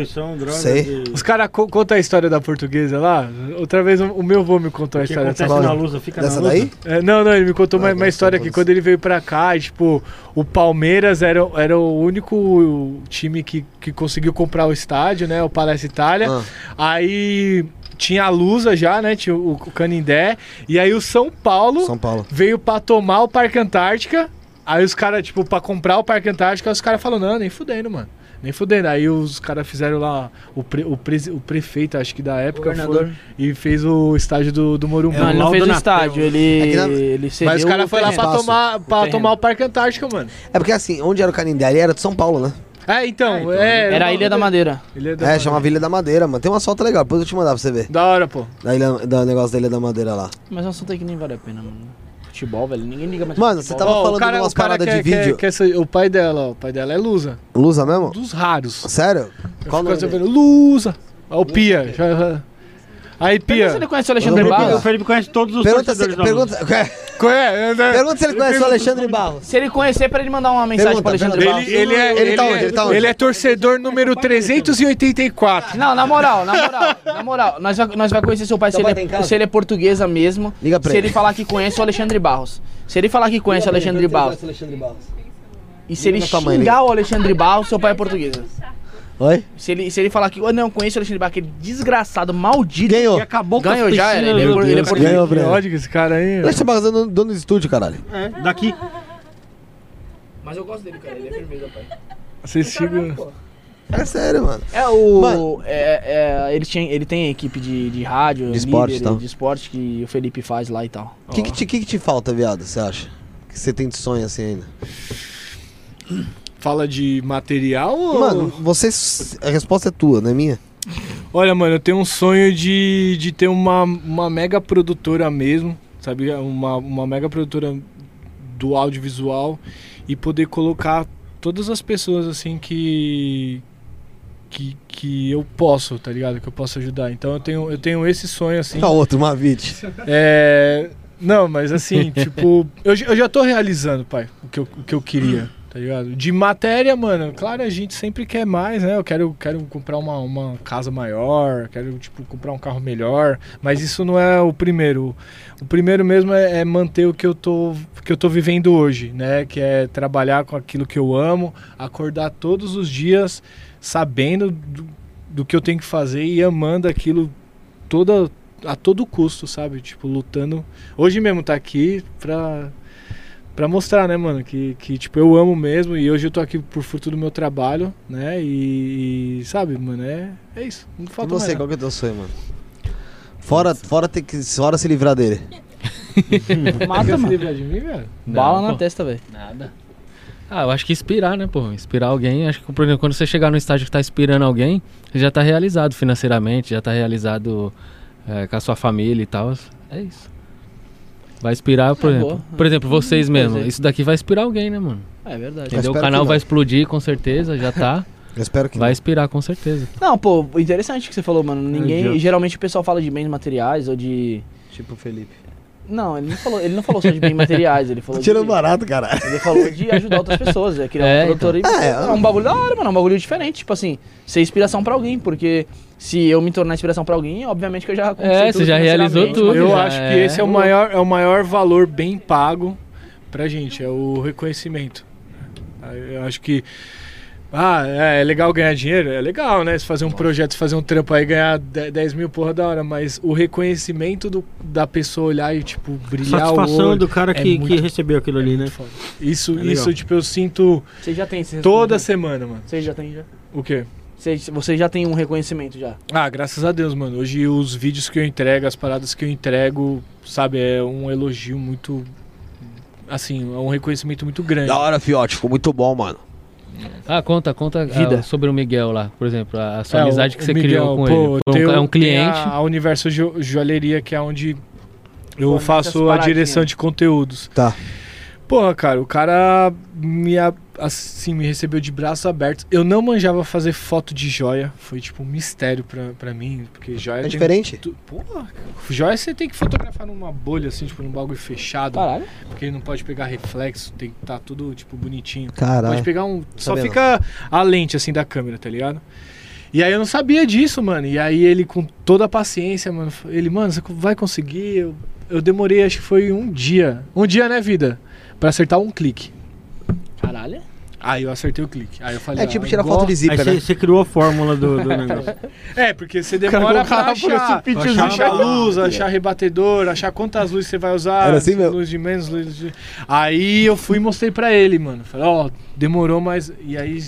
Speaker 2: Sei.
Speaker 5: os cara co- contam a história da portuguesa lá. Outra vez o o meu avô me contou a
Speaker 4: que
Speaker 5: história
Speaker 4: acontece na Lusa, fica na
Speaker 2: Dessa
Speaker 4: Lusa.
Speaker 2: daí?
Speaker 5: É, não, não, ele me
Speaker 2: Ah,
Speaker 5: contou uma, uma
Speaker 2: é, tá
Speaker 5: história que quando ele veio pra cá, e, tipo, o Palmeiras era, era o único time que, que conseguiu comprar o estádio, né? O Palestra Itália.
Speaker 2: Ah.
Speaker 5: Aí tinha a Lusa já, né? Tinha o, o Canindé. E aí o São Paulo
Speaker 2: São Paulo.
Speaker 5: veio pra tomar o Parque Antártica. Aí os caras, tipo, pra comprar o Parque Antártica, os caras falaram, não, nem fudendo, mano. Nem fudendo. Aí os caras fizeram lá, o, pre- o, presi- o prefeito, acho que da época,
Speaker 1: Governador.
Speaker 5: foi, e fez o estádio do, do Morumbi.
Speaker 1: Não, ele não fez É o
Speaker 8: Laudo
Speaker 1: estádio,
Speaker 2: É
Speaker 1: ele.
Speaker 2: que na-
Speaker 1: ele cedeu
Speaker 5: Mas o cara foi lá pra
Speaker 2: terreno.
Speaker 5: tomar, pra
Speaker 1: terreno.
Speaker 5: tomar o Parque Antártico, mano.
Speaker 2: É porque assim, onde era o Canindé ali era de São Paulo, né?
Speaker 5: É, então, é.
Speaker 1: Era a Ilha da Madeira.
Speaker 5: Ilha da
Speaker 2: É, chamava Ilha da Madeira, mano. Tem uma foto legal, depois eu te mandar pra você ver.
Speaker 5: Da hora, pô.
Speaker 2: Da ilha, da negócio da Ilha da Madeira lá.
Speaker 1: Mas é um assunto aí que nem vale a pena, mano. Futebol, velho. Ninguém liga mais.
Speaker 2: Mano, você tava
Speaker 5: Ó,
Speaker 2: falando de umas paradas de
Speaker 5: quer- quer-
Speaker 2: vídeo.
Speaker 5: quer ser- o pai dela, ó, o pai dela é Lusa. um
Speaker 2: Lusa mesmo?
Speaker 5: Dos raros.
Speaker 2: Sério? Qual o
Speaker 5: Fica
Speaker 2: nome? dele?
Speaker 5: sabendo, Lusa. Ó, o Pia. já- já- Aí,
Speaker 1: Pergunta se ele
Speaker 5: Pia.
Speaker 1: conhece o Alexandre
Speaker 2: Vamos
Speaker 1: Barros.
Speaker 2: procurar.
Speaker 4: O Felipe conhece todos os
Speaker 2: Pergunta se,
Speaker 4: torcedores da
Speaker 2: pergunta,
Speaker 5: Qual é? Né?
Speaker 2: pergunta se ele conhece o Alexandre Barros.
Speaker 1: Se ele conhecer, pra ele mandar uma mensagem
Speaker 2: Pergunta,
Speaker 1: pro Alexandre
Speaker 2: pergunta.
Speaker 1: Barros.
Speaker 5: Ele, ele é,
Speaker 2: Ele
Speaker 5: ele,
Speaker 2: tá
Speaker 5: é,
Speaker 2: onde? Ele tá onde?
Speaker 5: ele é torcedor número 384.
Speaker 1: Não, na moral, na moral, na moral, nós vai, nós vai conhecer seu pai, se
Speaker 2: Seu pai tá
Speaker 1: ele,
Speaker 2: em
Speaker 1: é,
Speaker 2: casa?
Speaker 1: se ele é portuguesa mesmo.
Speaker 2: Liga pra
Speaker 1: se
Speaker 2: ele.
Speaker 1: ele falar que conhece o Alexandre Barros. Se ele falar que conhece o Alexandre Barros. E se ele
Speaker 2: Liga pra tua mãe,
Speaker 1: xingar o Alexandre Barros, seu pai é portuguesa.
Speaker 2: Oi?
Speaker 1: Se ele, se ele falar que. "Oh, não, conheço o Alexandre Barros, aquele desgraçado, maldito.
Speaker 2: Ganhou.
Speaker 4: E acabou com
Speaker 1: Ganhou
Speaker 4: as
Speaker 1: já,
Speaker 4: piscinas,
Speaker 1: ele é
Speaker 4: meu
Speaker 1: por- ele é
Speaker 4: Deus.
Speaker 1: por-
Speaker 2: Ganhou,
Speaker 5: Que
Speaker 2: Breno.
Speaker 5: ódio que esse cara aí.
Speaker 2: Alexandre Barros é dono dono do estúdio, caralho.
Speaker 4: É, daqui.
Speaker 1: Mas eu gosto dele, cara. Ele é firmeza, pai.
Speaker 5: Vocês xingam.
Speaker 2: É sério, mano.
Speaker 1: É o.
Speaker 2: Mano.
Speaker 1: É, é, ele, tinha, ele tem a equipe de, de rádio, líder,
Speaker 2: esporte e tal.
Speaker 1: de esporte que o Felipe faz lá e tal.
Speaker 2: O que, que, te- que que te falta, viado, você acha? Que você tem de sonho assim ainda?
Speaker 5: Fala de material ou.
Speaker 2: Mano, você. A resposta é tua, não é minha?
Speaker 5: Olha, mano, eu tenho um sonho de, de ter uma, uma mega produtora mesmo, sabe? Uma, uma mega produtora do audiovisual e poder colocar todas as pessoas, assim, que, que, que eu posso, tá ligado? Que eu posso ajudar. Então eu tenho, eu tenho esse sonho, assim.
Speaker 2: Qual Tá outro, Mavit?
Speaker 5: É, não, mas assim, tipo, eu, já- eu já tô realizando, pai, o que eu, o que eu queria, tá ligado? De matéria, mano, claro, a gente sempre quer mais, né? Eu quero, quero comprar uma, uma casa maior, quero, tipo, comprar um carro melhor, mas isso não é o primeiro. O primeiro mesmo é, é manter o que eu, tô, que eu tô vivendo hoje, né? Que é trabalhar com aquilo que eu amo, acordar todos os dias sabendo do, do que eu tenho que fazer e amando aquilo toda, a todo custo, sabe? Tipo, lutando. Hoje mesmo tá aqui pra, pra mostrar, né, mano? Que, que, tipo, eu amo mesmo e hoje eu tô aqui por fruto do meu trabalho, né? E, e, sabe, mano, é, é isso. Não
Speaker 2: E
Speaker 5: falta
Speaker 2: você,
Speaker 5: mais.
Speaker 2: qual
Speaker 5: nada.
Speaker 2: que é o teu sonho, mano? Fora, fora, ter que, fora se livrar dele. é
Speaker 1: Mata,
Speaker 5: Quer se
Speaker 1: mano.
Speaker 5: livrar de mim, velho?
Speaker 1: Bala
Speaker 6: Não,
Speaker 1: na
Speaker 6: pô.
Speaker 1: testa, velho.
Speaker 6: Nada. Ah, eu acho que inspirar, né, pô? Inspirar alguém. Acho que, por exemplo, quando você chegar num estágio que tá inspirando alguém, você já tá realizado financeiramente, já tá realizado é, com a sua família e tal. É isso. Vai inspirar, por
Speaker 1: É,
Speaker 6: exemplo.
Speaker 1: boa.
Speaker 6: Por exemplo,
Speaker 1: Pois
Speaker 6: vocês mesmo.
Speaker 1: é.
Speaker 6: Isso daqui vai inspirar alguém, né, mano?
Speaker 1: É verdade.
Speaker 6: Entendeu? O
Speaker 2: espero que
Speaker 6: canal
Speaker 2: não.
Speaker 6: vai explodir, com certeza, já tá.
Speaker 2: Eu espero que.
Speaker 6: vai inspirar, com certeza.
Speaker 1: Não, pô, interessante o que você falou, mano.
Speaker 6: É
Speaker 1: Ninguém.
Speaker 4: idiota.
Speaker 1: geralmente o pessoal fala de bens materiais ou de.
Speaker 2: Tipo o Felipe.
Speaker 1: Não, ele não falou, ele não falou só de bens materiais, ele falou
Speaker 2: Tirando
Speaker 1: de.
Speaker 2: barato, cara.
Speaker 1: Ele falou de ajudar outras pessoas, é criar
Speaker 6: É,
Speaker 1: um produtor
Speaker 2: então.
Speaker 1: e.
Speaker 2: É,
Speaker 1: É, um bagulho da hora, mano. É um bagulho diferente. Tipo assim, ser inspiração pra alguém, porque se eu me tornar inspiração pra alguém, obviamente que eu já conquistei
Speaker 6: É,
Speaker 1: tudo
Speaker 6: você já realizou
Speaker 1: financeiramente, né? mas-
Speaker 6: tudo.
Speaker 5: Eu
Speaker 6: já
Speaker 5: acho que
Speaker 6: é.
Speaker 5: esse é o maior, é o maior valor bem pago pra gente, é o reconhecimento. Ah, Eu acho que. Ah, é, é legal ganhar dinheiro? É legal, né? Se fazer um projeto, se fazer um trampo aí, ganhar de- 10 mil, porra da hora. Mas o reconhecimento do- da pessoa olhar e, tipo, brilhar o
Speaker 4: Satisfação
Speaker 5: olho.
Speaker 4: do cara que,
Speaker 5: muito-
Speaker 4: que recebeu aquilo ali, né?
Speaker 5: Isso,
Speaker 4: É legal.
Speaker 5: isso, tipo, eu sinto
Speaker 1: Você já tem esse
Speaker 5: toda
Speaker 1: reconhecimento?
Speaker 5: semana, mano.
Speaker 1: Você já tem já.
Speaker 5: O quê?
Speaker 1: Você, você já tem um reconhecimento já.
Speaker 5: Ah, graças a Deus, mano. Hoje os vídeos que eu entrego, as paradas que eu entrego, sabe, é um elogio muito. Assim, é um reconhecimento muito grande.
Speaker 2: Da hora, fiote. Ficou muito bom, mano.
Speaker 6: Ah, conta, conta ah,
Speaker 1: Vida.
Speaker 6: sobre o Miguel lá, por exemplo, a, a sua
Speaker 5: É,
Speaker 6: amizade
Speaker 5: o-
Speaker 6: que
Speaker 5: o
Speaker 6: você
Speaker 5: Miguel,
Speaker 6: criou com
Speaker 5: pô,
Speaker 6: ele. Foi um
Speaker 5: tem
Speaker 6: ca-
Speaker 5: o-
Speaker 6: é um
Speaker 5: tem
Speaker 6: cliente.
Speaker 5: A, a Universo Jo- Joalheria, que é onde eu
Speaker 1: Fornece as
Speaker 5: faço a
Speaker 1: paradinhas.
Speaker 5: direção de conteúdos.
Speaker 2: Tá.
Speaker 5: Porra, cara, o cara me, a- assim, me recebeu de braços abertos. Eu não manjava fazer foto de joia. Foi tipo um mistério pra, pra mim, porque joia.
Speaker 2: É
Speaker 5: tem-
Speaker 2: diferente?
Speaker 5: tu- porra, joia você tem que fotografar numa bolha, assim, tipo, num bagulho fechado.
Speaker 1: Caralho.
Speaker 5: Porque não pode pegar reflexo, tem que estar tudo, tipo, bonitinho.
Speaker 2: Caralho.
Speaker 5: Pode pegar um. Só
Speaker 2: sabia não.
Speaker 5: fica a lente, assim, da câmera, tá ligado? E aí eu não sabia disso, mano. E aí ele, com toda a paciência, mano, ele, mano, você vai conseguir. Eu, eu demorei, acho que foi um dia. Um dia, né, vida? Pra acertar um clique.
Speaker 1: Caralho.
Speaker 5: Aí eu acertei o clique. Aí eu falei,
Speaker 2: É tipo tirar foto de zíper, né?
Speaker 8: Aí você criou a fórmula do, do negócio.
Speaker 5: É, porque você
Speaker 1: Cara,
Speaker 5: demora pra
Speaker 1: o cara
Speaker 5: achar,
Speaker 1: por assim. esse
Speaker 5: achar,
Speaker 8: pitzinho.
Speaker 5: luz, achar rebatedor, achar quantas luzes você vai usar,
Speaker 2: Era assim mesmo?
Speaker 5: luz de menos, luz de... Aí eu fui e mostrei pra ele, mano. Falei, ó, demorou, mas... E aí,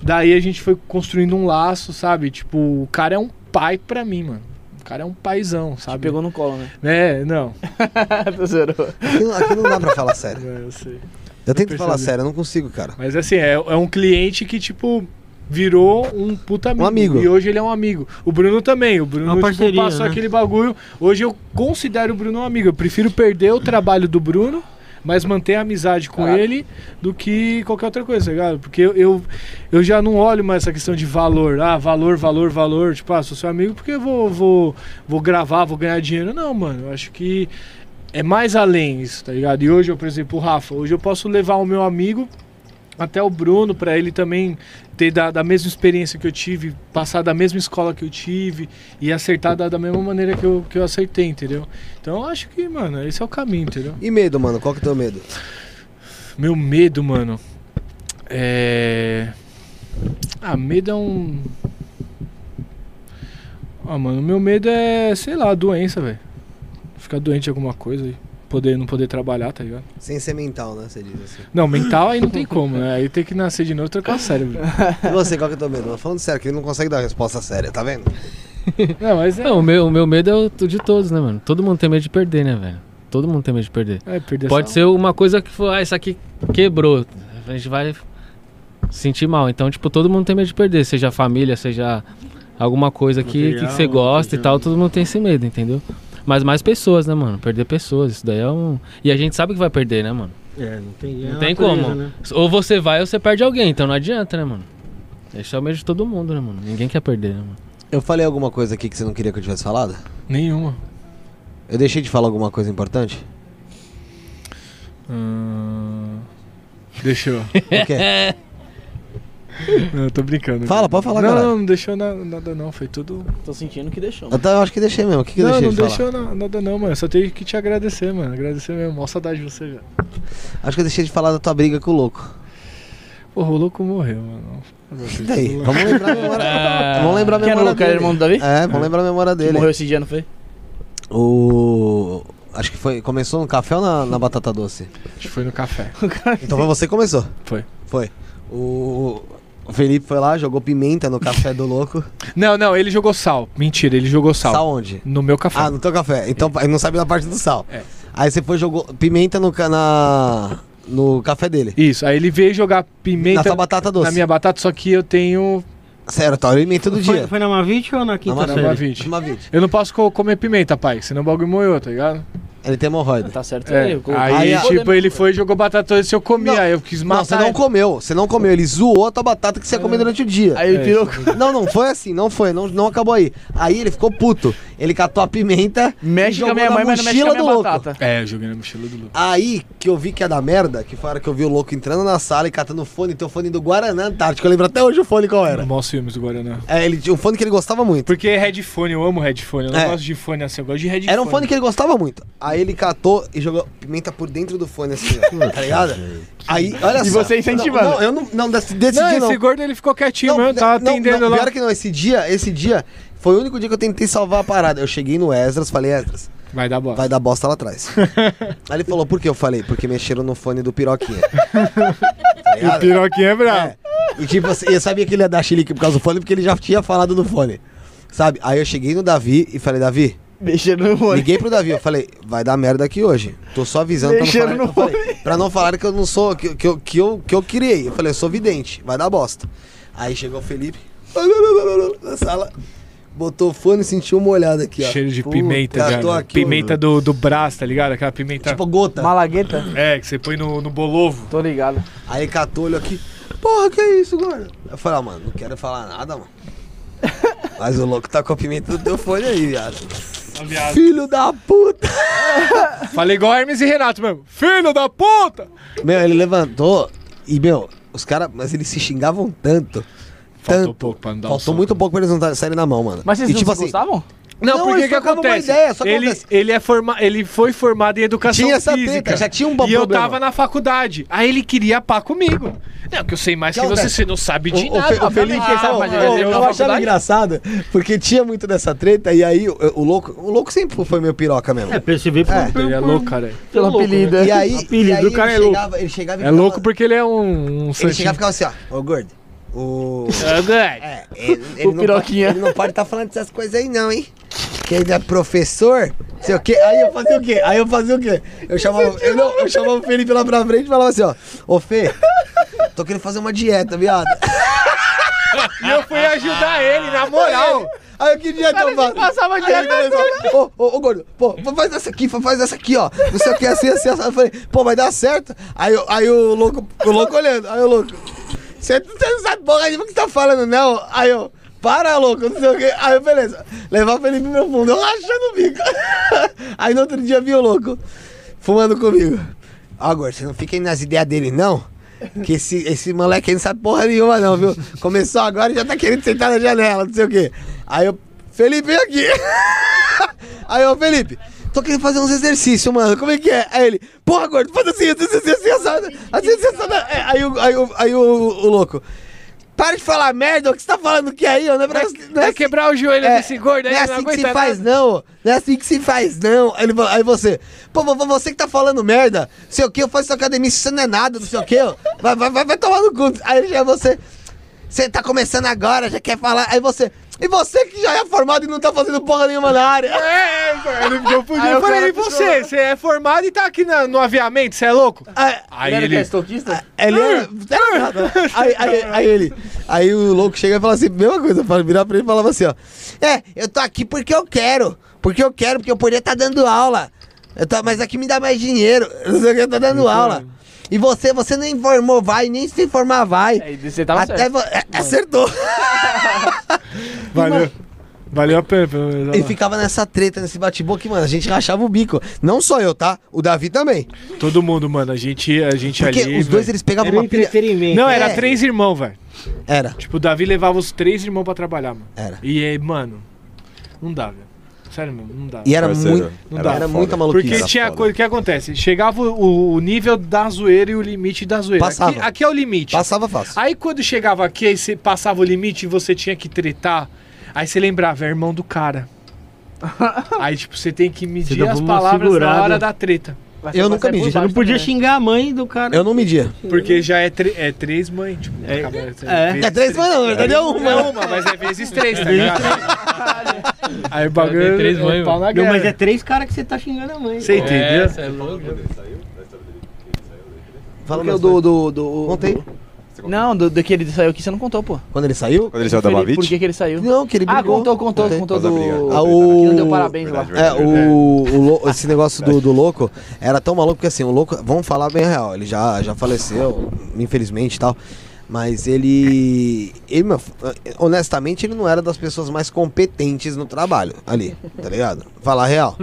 Speaker 5: daí a gente foi construindo um laço, sabe? Tipo, o cara é um pai pra mim, mano. O cara é um paizão,
Speaker 1: Te
Speaker 5: sabe?
Speaker 1: pegou no colo, né?
Speaker 5: É, não.
Speaker 1: Ah, Tô zoando.
Speaker 2: Aqui, não- aqui não dá pra falar sério.
Speaker 5: É, eu sei.
Speaker 2: Eu tento
Speaker 5: percebi.
Speaker 2: falar sério, eu não consigo, cara.
Speaker 5: Mas assim, é, é um cliente que, tipo, virou um puta amigo.
Speaker 2: Um amigo.
Speaker 5: E hoje ele é um amigo. O Bruno também. O Bruno
Speaker 8: Uma
Speaker 5: tipo,
Speaker 8: parceria,
Speaker 5: passou
Speaker 8: né?
Speaker 5: aquele bagulho. Hoje eu considero o Bruno um amigo. Eu prefiro perder o trabalho do Bruno, mas manter a amizade com ele do que qualquer outra coisa, tá ligado? Porque eu, eu, eu já não olho mais essa questão de valor. Ah, valor, valor, valor. Tipo, ah, sou seu amigo porque eu vou, vou, vou gravar, vou ganhar dinheiro. Não, mano. Eu acho que é mais além isso, tá ligado? E hoje, eu, por exemplo, o Rafa, hoje eu posso levar o meu amigo até o Bruno pra ele também ter da, da mesma experiência que eu tive, passar da mesma escola que eu tive e acertar da, da mesma maneira que eu, que eu acertei, entendeu? Então eu acho que, mano, esse é o caminho, entendeu?
Speaker 2: E medo, mano? Qual que é o teu medo?
Speaker 5: Meu medo, mano. É. Ah, medo é um. Ah, mano, meu medo é, sei lá, doença, velho. Ficar doente de alguma coisa aí. Poder, não poder trabalhar, tá ligado?
Speaker 2: Sem ser mental, né? Você diz assim.
Speaker 5: Não, mental aí não tem como, né? Aí tem que nascer de novo e trocar o cérebro.
Speaker 2: E você, qual que é o teu medo? Mas falando sério, que ele não consegue dar resposta séria, tá vendo?
Speaker 5: Não, mas é.
Speaker 6: Não, o meu, o meu medo é o t- de todos, né, mano? Todo mundo tem medo de perder, né, velho? Todo mundo tem medo de perder.
Speaker 5: É, perder
Speaker 6: Pode
Speaker 5: essa-
Speaker 6: ser uma coisa que for, ah, isso aqui quebrou. A gente vai sentir mal. Então, tipo, todo mundo tem medo de perder, seja a família, seja alguma coisa que, que
Speaker 8: Material,
Speaker 6: você gosta e
Speaker 8: seja-
Speaker 6: tal, todo mundo tem esse medo, entendeu? Mas mais pessoas, né, mano? Perder pessoas, isso daí é um. E a gente sabe que vai perder, né, mano?
Speaker 8: É, não tem, é
Speaker 6: Não tem
Speaker 8: natureza,
Speaker 6: como.
Speaker 8: né?
Speaker 6: Ou você vai ou você perde alguém, então não adianta, né, mano? Esse é o medo de todo mundo, né, mano? Ninguém quer perder, né, mano?
Speaker 2: Eu falei alguma coisa aqui que você não queria que eu tivesse falado?
Speaker 5: Nenhuma.
Speaker 2: Eu deixei de falar alguma coisa importante?
Speaker 5: Hum... Deixou.
Speaker 2: O quê?
Speaker 5: Não, eu tô brincando.
Speaker 2: Fala, pode falar,
Speaker 5: Não,
Speaker 2: cara.
Speaker 5: não, não deixou na- nada não. Foi tudo.
Speaker 1: Tô sentindo que deixou.
Speaker 2: Eu, tá- eu acho que deixei mesmo. O que, que eu
Speaker 5: não,
Speaker 2: deixei
Speaker 5: não
Speaker 2: de
Speaker 5: deixou na- nada não, mano. Só tenho que te agradecer, mano. Agradecer mesmo. Mó saudade de você, velho.
Speaker 2: falar? Acho que eu deixei de falar da tua briga com o louco.
Speaker 5: Porra, o louco morreu, mano.
Speaker 2: E daí? Vamos lembrar a
Speaker 6: Ah.
Speaker 2: memória, vamos lembrar a
Speaker 1: Quem era o
Speaker 2: memória
Speaker 1: louco? Era
Speaker 2: dele.
Speaker 1: irmão do Davi?
Speaker 2: É, vamos lembrar a memória
Speaker 1: Que
Speaker 2: dele.
Speaker 1: morreu esse dia, não foi?
Speaker 2: O... Acho que foi... Começou no café ou na, na batata doce?
Speaker 5: Acho que foi no café.
Speaker 2: Então foi você que começou.
Speaker 5: Foi.
Speaker 2: Foi. O... o Felipe foi lá, jogou pimenta no café do louco.
Speaker 5: Não, não, ele jogou sal. Mentira, ele jogou sal.
Speaker 2: Sal onde?
Speaker 5: No meu café.
Speaker 2: Ah, no teu café. Então ele não sabe da parte do sal.
Speaker 5: É.
Speaker 2: Aí você foi e jogou pimenta no, ca- na... no café dele.
Speaker 5: Isso, aí ele veio jogar
Speaker 2: na
Speaker 5: pimenta
Speaker 2: tua batata doce.
Speaker 5: na minha batata, só que eu tenho
Speaker 2: Sério, tá, tua alimenta do
Speaker 8: Foi,
Speaker 2: dia.
Speaker 8: foi na Mavit ou na quinta
Speaker 2: Mavit.
Speaker 8: série?
Speaker 5: uma 20.
Speaker 2: Uma vinte.
Speaker 5: Eu não posso co- comer pimenta, pai, senão o bagulho moeu, tá ligado?
Speaker 2: Ele tem hemorroida.
Speaker 1: Tá certo
Speaker 5: É,
Speaker 1: eu coloquei.
Speaker 5: Aí,
Speaker 2: Aí,
Speaker 5: tipo, ele foi e jogou batata doce, eu comi,
Speaker 2: Não.
Speaker 5: aí eu quis
Speaker 2: Não, você
Speaker 5: matar.
Speaker 2: não
Speaker 5: ele.
Speaker 2: comeu. Você não comeu. Ele zoou a tua batata que você ia comer durante o dia.
Speaker 1: Aí ele
Speaker 5: É,
Speaker 1: pirou.
Speaker 2: Não, não foi assim, não foi, não, não acabou aí. Aí ele ficou puto. Ele catou a pimenta. e
Speaker 1: Mexe com
Speaker 2: jogou
Speaker 1: a minha
Speaker 2: na
Speaker 1: mãe, mas não mexe com a
Speaker 2: mochila do
Speaker 1: minha
Speaker 2: louco.
Speaker 1: batata.
Speaker 5: É, eu joguei na mochila do louco.
Speaker 2: Aí que eu vi que ia dar merda, que foi a hora que eu vi o louco entrando na sala e catando o fone, tem o fone do Guaraná Antártico. Eu lembro até hoje o fone qual era.
Speaker 5: Mó filmes do Guaraná.
Speaker 2: É, ele tinha um fone que ele gostava muito.
Speaker 5: Porque é headphone, eu amo headphone. Eu não
Speaker 2: É.
Speaker 5: gosto de fone assim, eu gosto de headphone.
Speaker 2: Era um fone que ele gostava muito. Aí ele catou e jogou pimenta por dentro do fone, assim, ó, tá ligado? Aí, olha só.
Speaker 1: E você incentivando.
Speaker 2: Não, não, eu não, não desse, desse
Speaker 5: Não,
Speaker 2: dia
Speaker 5: esse
Speaker 2: não.
Speaker 5: gordo ele ficou quietinho
Speaker 2: não,
Speaker 5: mesmo, tava
Speaker 2: não,
Speaker 5: tá atendendo
Speaker 2: não,
Speaker 5: lá.
Speaker 2: Pior que não, esse dia, esse dia foi o único dia que eu tentei salvar a parada. Eu cheguei no Esdras, falei, Esdras,
Speaker 5: Vai dar bola.
Speaker 2: vai dar bosta lá atrás. Aí ele falou, por que eu falei? Porque mexeram no fone do Piroquinha. Tá ligado?
Speaker 5: Piroquinha é brabo.
Speaker 2: É. E tipo assim, eu sabia que ele ia dar chilique por causa do fone, porque ele já tinha falado no fone. Sabe? Aí eu cheguei no Davi e falei, Davi,
Speaker 1: Mexendo no olho.
Speaker 2: liguei pro Davi, eu falei, vai dar merda aqui hoje. Tô só avisando pra não,
Speaker 1: Mexendo
Speaker 2: falar,
Speaker 1: no
Speaker 2: eu falei, pra não falar que eu não sou, que, que, eu- que, eu, que eu criei. Eu falei, eu sou vidente, vai dar bosta. Aí chegou o Felipe, na sala. botou fone e sentiu uma olhada aqui, ó.
Speaker 5: Cheiro de
Speaker 2: Puta,
Speaker 5: pimenta,
Speaker 2: já
Speaker 5: cara.
Speaker 2: tô aqui,
Speaker 5: pimenta do, do Brás, tá ligado? Aquela pimenta.
Speaker 2: Tipo gota.
Speaker 1: Malagueta?
Speaker 5: É, que você põe no, no bolovo.
Speaker 1: Tô ligado.
Speaker 2: Aí catou o olho aqui. Porra, que é isso, gordo? Eu falei, ah, mano, não quero falar nada, mano. Mas o louco tá com a pimenta do teu fone aí, viado. Filho da puta!
Speaker 5: Falei igual Hermes e Renato mesmo. Filho da puta!
Speaker 2: Meu, ele levantou e, meu, os caras, mas eles se xingavam tanto.
Speaker 5: Faltou
Speaker 2: tanto.
Speaker 5: pouco pra não dar um
Speaker 2: Faltou
Speaker 5: soco.
Speaker 2: muito pouco pra eles não tá- saírem na mão, mano.
Speaker 1: Mas vocês
Speaker 2: e,
Speaker 1: não
Speaker 2: tipo
Speaker 1: se
Speaker 2: assim,
Speaker 1: gostavam?
Speaker 5: Não,
Speaker 2: Não,
Speaker 5: porque
Speaker 2: eles
Speaker 5: que
Speaker 2: trocavam uma
Speaker 5: acontece?
Speaker 2: ideia, só
Speaker 5: ele,
Speaker 2: acontece.
Speaker 5: ele, é forma, ele foi formado em educação
Speaker 2: Tinha essa
Speaker 5: física.
Speaker 2: treta, já tinha um bom
Speaker 5: E eu
Speaker 2: problema.
Speaker 5: tava na faculdade. Aí ele queria pá comigo. Não, que eu sei mais que,
Speaker 2: Que
Speaker 5: você,
Speaker 2: acontece?
Speaker 5: você não sabe de
Speaker 2: Ô, ô,
Speaker 5: nada.
Speaker 2: Fe- ô, Felipe,
Speaker 5: Ah,
Speaker 2: sabe-
Speaker 5: mas
Speaker 2: ô,
Speaker 5: ele
Speaker 2: eu,
Speaker 5: na
Speaker 2: achava
Speaker 5: faculdade.
Speaker 2: engraçado, porque tinha muito dessa treta, e aí o, o louco, o louco sempre foi meio piroca mesmo.
Speaker 8: É, pra esse ver,
Speaker 2: É.
Speaker 5: Ele é louco, cara.
Speaker 1: Pelo né?
Speaker 8: louco,
Speaker 1: apelido.
Speaker 2: E aí,
Speaker 8: Apelido
Speaker 2: e aí
Speaker 8: do cara é
Speaker 2: ele,
Speaker 8: louco.
Speaker 2: chegava, ele chegava e
Speaker 5: É
Speaker 2: ficava-
Speaker 5: louco porque ele é um, um
Speaker 2: Ele
Speaker 5: santinho.
Speaker 2: chegava e ficava assim, ó, ô gordo. O.
Speaker 5: Ah, good.
Speaker 2: É, ele, ele
Speaker 1: O
Speaker 2: não
Speaker 1: piroquinha.
Speaker 2: Pode, ele não pode estar falando dessas coisas aí, não, hein? Que ele é professor, não sei o quê. Aí eu fazia o quê? Aí eu fazia o quê? Eu chamava, eu, não, eu chamava o Felipe lá pra frente e falava assim, ó. Ô Fê, tô querendo fazer uma dieta, viado.
Speaker 5: E eu fui ajudar ele, na moral.
Speaker 2: Aí eu, que dieta eu faço?
Speaker 1: Passava
Speaker 2: Aí ele começou, ô, ô, ô, gordo, pô, faz essa aqui, faz essa aqui, ó. Não sei o que, assim, assim, assim. Eu falei, pô, vai dar certo. Aí, eu- aí o louco, o louco olhando, aí o louco, você não sabe porra de que você tá falando, não? Aí eu, para, louco, não sei o que. Aí, eu, beleza, levar o Felipe pro fundo, eu rachando o bico. Aí no outro dia vi o louco, fumando comigo. Ó, gordo, você não fica aí nas ideias dele, não? Que esse, esse moleque aí não sabe porra nenhuma, não, viu? Começou agora e já tá querendo sentar na janela, não sei o quê. Aí eu, Felipe, vem aqui. Aí eu, Felipe, tô querendo fazer uns exercícios, mano. Como é que é? Aí ele, porra, gordo, faz assim, assim, assim, assim, assado. Assim, assim, assado. É, Aí, o- aí, o- aí o, o louco. Para de falar merda, o que você tá falando que aí, ó? Não é, pra, não é
Speaker 5: Vai
Speaker 2: assim-
Speaker 5: quebrar o joelho
Speaker 2: é,
Speaker 5: desse gordo aí,
Speaker 2: não é
Speaker 5: não
Speaker 2: assim que
Speaker 5: aguenta
Speaker 2: se faz,
Speaker 5: nada.
Speaker 2: não. Não é assim que se faz, não. Aí, ele fala- aí você, pô, vovô, você que tá falando merda, não sei o que, eu faço sua academia, isso não é nada, não sei o que, vai, vai, vai, vai tomar no cu. Aí ele já você, você tá começando agora, já quer falar, aí você, e você que já é formado e não tá fazendo porra nenhuma na área.
Speaker 5: É, é, ele me confundiu.
Speaker 1: Aí
Speaker 5: Eu
Speaker 1: o
Speaker 5: falei,
Speaker 1: cara
Speaker 5: e você? Você é formado e tá aqui na- no aviamento, você é louco?
Speaker 2: Aí,
Speaker 5: Aí
Speaker 1: Ele
Speaker 5: ele.
Speaker 1: era é estoquista?
Speaker 2: Ele era- aí, aí- aí ele. Aí o louco chega e fala assim, mesma coisa, fala- virar pra ele e falava assim, ó. É, eu tô aqui porque eu quero. Porque eu quero, porque eu poderia estar dando aula. Eu tô- mas aqui me dá mais dinheiro. Eu não sei o que, eu tô dando aula. E você, você nem informou, vai, nem se informar, vai.
Speaker 1: É, você tava
Speaker 2: Até
Speaker 1: certo.
Speaker 2: vo- é, acertou.
Speaker 5: Valeu. Valeu a pena, pelo menos. olha
Speaker 2: E
Speaker 5: lá.
Speaker 2: ficava nessa treta, nesse bate-boca, e, mano, a gente rachava o bico. Não só eu, tá? O Davi também.
Speaker 5: Todo mundo, mano. A gente, a gente
Speaker 2: Porque
Speaker 5: ali.
Speaker 2: os dois,
Speaker 5: velho.
Speaker 2: eles pegavam
Speaker 8: Era um
Speaker 2: uma pilha...
Speaker 8: entretenimento.
Speaker 5: Não, era
Speaker 2: É.
Speaker 5: três irmãos, velho.
Speaker 2: Era,
Speaker 5: Tipo, o Davi levava os três irmãos pra trabalhar, mano.
Speaker 2: era.
Speaker 5: E aí, mano, não dá, velho. Sério mesmo, não dá.
Speaker 2: E era
Speaker 3: Parceiro,
Speaker 2: muito...
Speaker 5: não
Speaker 2: Era,
Speaker 5: dá.
Speaker 3: foda.
Speaker 2: muita maluquice.
Speaker 5: Porque
Speaker 3: era
Speaker 5: tinha
Speaker 3: foda.
Speaker 5: coisa. O que acontece? Chegava o, o nível da zoeira e o limite da zoeira.
Speaker 2: Passava.
Speaker 5: Aqui, aqui é o limite.
Speaker 2: Passava fácil.
Speaker 5: Aí quando chegava aqui, aí você passava o limite e você tinha que tretar. Aí você lembrava, é irmão do cara. aí, tipo, você tem que medir
Speaker 8: dava
Speaker 5: as
Speaker 8: uma
Speaker 5: palavras
Speaker 8: segurada.
Speaker 5: na hora da treta.
Speaker 1: Vai
Speaker 2: Eu
Speaker 1: ser- né?
Speaker 2: nunca
Speaker 1: vai ser
Speaker 2: medi,
Speaker 1: por
Speaker 2: já
Speaker 8: Não
Speaker 1: baixo
Speaker 8: podia
Speaker 1: também.
Speaker 8: xingar a mãe do cara.
Speaker 2: Eu não media.
Speaker 5: Porque já é, tre- é três mães, tipo, acaba-
Speaker 8: é.
Speaker 5: vezes
Speaker 2: É três, mas não, na verdade é
Speaker 5: Não é
Speaker 2: uma.
Speaker 5: uma, mas é vezes três, tá ligado? Aí o bagulho
Speaker 6: Tem três
Speaker 5: é
Speaker 6: mães,
Speaker 5: pau na
Speaker 8: Não, mas é
Speaker 5: guerra.
Speaker 8: três caras que você tá xingando a mãe.
Speaker 5: Você entendeu?
Speaker 6: É, cê é louco.
Speaker 1: Porque
Speaker 2: Fala meu
Speaker 1: o do. do, do
Speaker 2: Ontem.
Speaker 1: do- Não, do, do que ele saiu aqui, você não contou, pô.
Speaker 2: Quando ele saiu?
Speaker 3: Quando ele saiu da
Speaker 1: Felipe, Por
Speaker 3: Bavit?
Speaker 1: que, que ele saiu?
Speaker 2: Não, que ele
Speaker 1: ah,
Speaker 2: brigou.
Speaker 1: contou, contou,
Speaker 2: Contei.
Speaker 1: contou
Speaker 3: Causa briga.
Speaker 1: do.
Speaker 2: Ah,
Speaker 1: Que não deu
Speaker 2: o-
Speaker 1: parabéns lá.
Speaker 2: É,
Speaker 3: Verdade, verdade,
Speaker 2: o, o lou- esse negócio do, do louco era tão maluco que assim, o louco, vamos falar bem a real, ele já, já faleceu, infelizmente e tal. Mas ele, ele, meu, honestamente, ele não era das pessoas mais competentes no trabalho ali, tá ligado? Falar a real.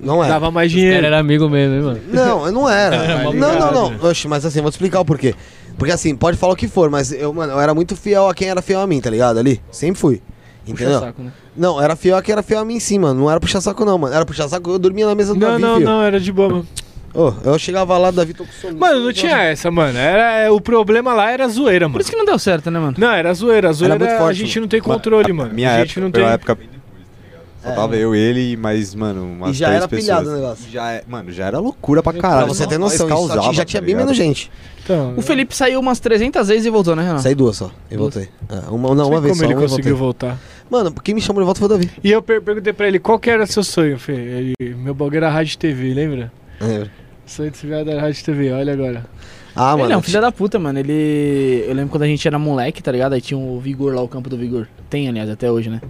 Speaker 2: Não era.
Speaker 5: Dava mais
Speaker 6: Esse cara
Speaker 5: dinheiro.
Speaker 6: era amigo mesmo, hein, mano?
Speaker 2: Não, eu não
Speaker 5: É,
Speaker 2: era.
Speaker 6: mal
Speaker 2: não,
Speaker 6: ligado,
Speaker 2: não, não. Oxe, mas assim, vou te explicar o porquê. Porque assim, pode falar o que for, mas eu, mano, eu era muito fiel a quem era fiel a mim, tá ligado? Ali. Sempre fui. Entendeu?
Speaker 5: saco, né?
Speaker 2: Não, era fiel a quem era fiel a mim sim, mano. Não era puxar saco, não, mano. Era puxar saco, eu dormia na mesa do
Speaker 5: Não,
Speaker 2: Davi,
Speaker 5: não,
Speaker 2: viu?
Speaker 5: não, era de boa, mano.
Speaker 2: Ô, eu chegava lá, Davi, tô com sono.
Speaker 5: Mano, não tinha essa, mano. Era, é, o problema lá era zoeira,
Speaker 1: Por
Speaker 5: mano.
Speaker 1: isso que não deu certo, né, mano?
Speaker 5: Não, era zoeira. A zoeira
Speaker 2: muito
Speaker 5: a
Speaker 2: forte,
Speaker 5: gente não tem controle, mano.
Speaker 3: Minha
Speaker 5: a gente
Speaker 3: época,
Speaker 5: não
Speaker 3: foi
Speaker 5: tem.
Speaker 3: uma época bem depois, tá ligado? Só tava eu, ele e mais, mano, umas
Speaker 2: É. E já
Speaker 3: três
Speaker 2: era
Speaker 3: pessoas.
Speaker 2: pilhado o negócio.
Speaker 3: Já é, mano, já era loucura pra
Speaker 2: Pra
Speaker 3: caralho.
Speaker 2: você ter
Speaker 3: Nós
Speaker 2: noção, isso só
Speaker 3: causava,
Speaker 2: tinha- já tinha
Speaker 3: tá
Speaker 2: bem
Speaker 3: ligado?
Speaker 2: menos gente.
Speaker 5: Então,
Speaker 1: O Felipe saiu umas 300 vezes e voltou, né, Renan?
Speaker 2: Saí duas só. Eu voltei. É, uma, não, uma
Speaker 5: Ah. como
Speaker 2: vez só.
Speaker 5: ele
Speaker 2: uma e
Speaker 5: conseguiu
Speaker 2: voltei.
Speaker 5: voltar.
Speaker 2: Mano, quem me chamou de volta foi o Davi.
Speaker 5: E eu per- perguntei pra ele qual que era seu sonho, Fê. Ele, meu bagulho era rádio e TV, lembra?
Speaker 2: É.
Speaker 5: Sonho desse viado era rádio e TV, olha agora.
Speaker 2: Ah,
Speaker 1: Ele
Speaker 2: mano.
Speaker 1: é um filho da puta, mano. Ele. Eu lembro quando a gente era moleque, tá ligado? Aí tinha o Vigor lá, o campo do Vigor. Tem, aliás, até hoje, né?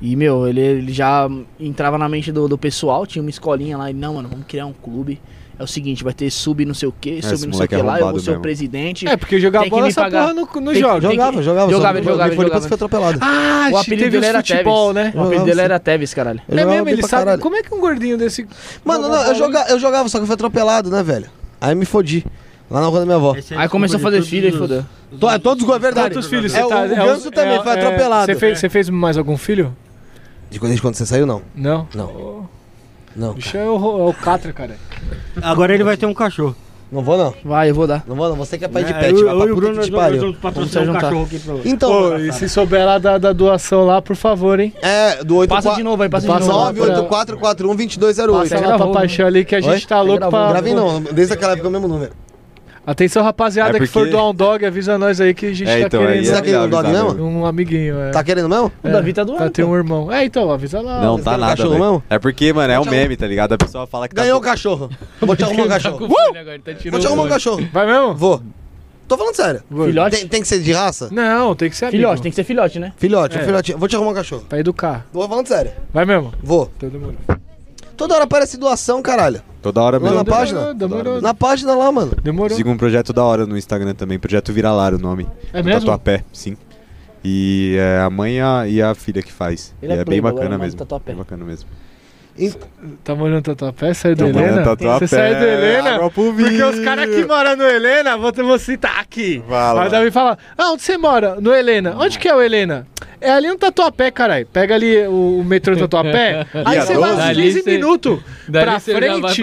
Speaker 1: E, meu, ele, ele já entrava na mente do, do pessoal, tinha uma escolinha lá, e não, mano, vamos criar um clube. É o seguinte, vai ter sub não sei o que, sub
Speaker 3: esse
Speaker 1: não sei o
Speaker 3: moleque é
Speaker 1: que lá, eu vou
Speaker 3: arrombado
Speaker 1: ser o
Speaker 3: mesmo.
Speaker 1: presidente.
Speaker 5: É, porque jogar
Speaker 1: tem que
Speaker 5: bola
Speaker 1: me
Speaker 5: essa
Speaker 1: pagar.
Speaker 5: porra não- não
Speaker 1: Tem-
Speaker 5: joga.
Speaker 1: tem que-
Speaker 2: Jogava, jogava. só
Speaker 1: Jogava, ele
Speaker 2: não-
Speaker 1: jogava,
Speaker 2: Foi
Speaker 1: ele
Speaker 2: depois que foi
Speaker 1: jogava.
Speaker 2: atropelado.
Speaker 5: Ah,
Speaker 1: O apelido
Speaker 5: teve
Speaker 1: dele
Speaker 5: os
Speaker 1: era
Speaker 5: futebol,
Speaker 1: Tevez.
Speaker 5: né?
Speaker 1: O apelido
Speaker 2: Jogava,
Speaker 1: dele
Speaker 2: sim.
Speaker 1: era Tevez, caralho.
Speaker 2: Eu
Speaker 5: é
Speaker 2: jogava
Speaker 5: mesmo,
Speaker 2: bem
Speaker 5: ele
Speaker 2: pra
Speaker 5: sabe.
Speaker 2: caralho.
Speaker 5: Como é que um gordinho desse.
Speaker 1: Tá,
Speaker 2: Mano, não, eu, joga, eu jogava, só que eu fui atropelado, né, velho? Aí me fodi. Lá na rua da minha avó.
Speaker 8: Esse
Speaker 1: Aí começou a fazer
Speaker 8: todos
Speaker 1: filho e
Speaker 8: os-
Speaker 1: fodeu.
Speaker 2: To- é todos os gols, é verdade.
Speaker 5: Quantos filhos
Speaker 1: tá.
Speaker 5: tá, né?
Speaker 2: É, o, o Ganso também foi atropelado.
Speaker 5: é, Você fez, você fez mais algum filho?
Speaker 2: De quando, de quando você saiu, não.
Speaker 5: Não.
Speaker 2: Não. Não.
Speaker 5: O bicho é o, é o Catra, cara.
Speaker 8: Agora ele vai ter um cachorro.
Speaker 2: Não vou, não.
Speaker 1: Vai, eu vou dar.
Speaker 2: Não vou, não. Você que é pai de
Speaker 8: É,
Speaker 2: pet,
Speaker 8: eu-
Speaker 2: vai
Speaker 8: eu e
Speaker 2: pra
Speaker 8: o
Speaker 2: puta
Speaker 8: Bruno,
Speaker 2: que te
Speaker 8: nós- nós
Speaker 2: pariu.
Speaker 8: vamos
Speaker 1: Vamos
Speaker 8: patrocinar
Speaker 1: se
Speaker 8: um
Speaker 1: juntar.
Speaker 8: cachorro aqui pra
Speaker 2: Então,
Speaker 5: Pô, e se souber lá da, da doação lá, por favor, hein?
Speaker 2: é, do 8
Speaker 1: Passa de novo aí, passa de
Speaker 5: Passa
Speaker 1: novo.
Speaker 5: lá,
Speaker 2: 98441
Speaker 5: Passa
Speaker 2: 2208.
Speaker 1: Você
Speaker 5: lá pra
Speaker 1: gravou, né?
Speaker 5: paixão ali que a gente
Speaker 2: Oi?
Speaker 5: tá
Speaker 1: Você
Speaker 5: louco
Speaker 1: gravou,
Speaker 5: pra.
Speaker 2: Gravei não, desde aquela época é o mesmo número.
Speaker 5: Atenção, rapaziada,
Speaker 3: É
Speaker 5: que for
Speaker 3: porque-
Speaker 5: doar um dog, avisa nós aí que a gente
Speaker 3: É,
Speaker 5: tá
Speaker 3: então, aí
Speaker 5: querendo
Speaker 2: Será
Speaker 3: é
Speaker 2: que ele não
Speaker 3: legal
Speaker 2: dorme
Speaker 3: avisar,
Speaker 2: mesmo?
Speaker 5: um amiguinho. É.
Speaker 2: Tá querendo mesmo?
Speaker 1: O Davi tá doando.
Speaker 5: Pra ter um irmão. É, então, avisa lá.
Speaker 3: Não,
Speaker 2: Você
Speaker 3: tá
Speaker 2: quer um
Speaker 3: nada,
Speaker 2: cachorro
Speaker 3: velho.
Speaker 2: mesmo?
Speaker 3: É porque, mano, é o
Speaker 2: Tchau.
Speaker 3: meme, tá ligado? A pessoa fala que tá
Speaker 2: Ganhou o
Speaker 3: do-
Speaker 2: cachorro. Vou te arrumar um cachorro.
Speaker 6: tá
Speaker 2: Vou te arrumar um cachorro.
Speaker 5: Vai mesmo?
Speaker 2: Vou. Tô falando sério.
Speaker 5: Vou.
Speaker 1: Filhote?
Speaker 2: Tem, tem que ser de raça?
Speaker 5: Não, tem que ser amigo.
Speaker 1: Filhote, tem que ser filhote, né?
Speaker 2: Filhote,
Speaker 5: É.
Speaker 2: filhote. Vou te arrumar um cachorro.
Speaker 5: Pra educar.
Speaker 2: Tô falando sério.
Speaker 5: Vai mesmo.
Speaker 2: Vou.
Speaker 5: Então demorou.
Speaker 2: Toda hora aparece doação, caralho.
Speaker 3: toda hora
Speaker 2: Lá
Speaker 3: mesmo.
Speaker 2: na página?
Speaker 5: Demorou.
Speaker 2: Na página lá, mano.
Speaker 5: Demorou.
Speaker 3: Sigo um projeto da hora no Instagram também, projeto Viralar o nome.
Speaker 5: É
Speaker 3: do
Speaker 5: mesmo?
Speaker 3: Tatuapé, sim. E é a mãe e a, e a filha que faz.
Speaker 1: Ele
Speaker 3: E
Speaker 1: é
Speaker 3: é,
Speaker 1: playboy,
Speaker 3: bem
Speaker 1: agora
Speaker 3: bacana
Speaker 1: é
Speaker 3: mesmo.
Speaker 1: Tatuapé.
Speaker 3: Bem bacana mesmo.
Speaker 5: Tá molhando tatuapé? Saiu do
Speaker 3: Então, amanhã
Speaker 5: Helena?
Speaker 3: Tatuapé,
Speaker 5: Você saiu do Helena?
Speaker 3: água pro
Speaker 5: Porque
Speaker 3: vinho.
Speaker 5: os caras que moram no Helena, vou, vou citar aqui.
Speaker 3: Fala. Hum.
Speaker 5: Aí o Davi fala, ah, onde você mora? No Helena. Onde que é o Helena? É ali no Tatuapé, caralho. Pega ali o, o metrô Tatuapé, aí
Speaker 3: E a
Speaker 5: você vai uns
Speaker 6: doze?
Speaker 5: 15
Speaker 6: Dali cê-
Speaker 5: minutos
Speaker 6: Daí
Speaker 5: pra
Speaker 6: você já vai
Speaker 5: frente,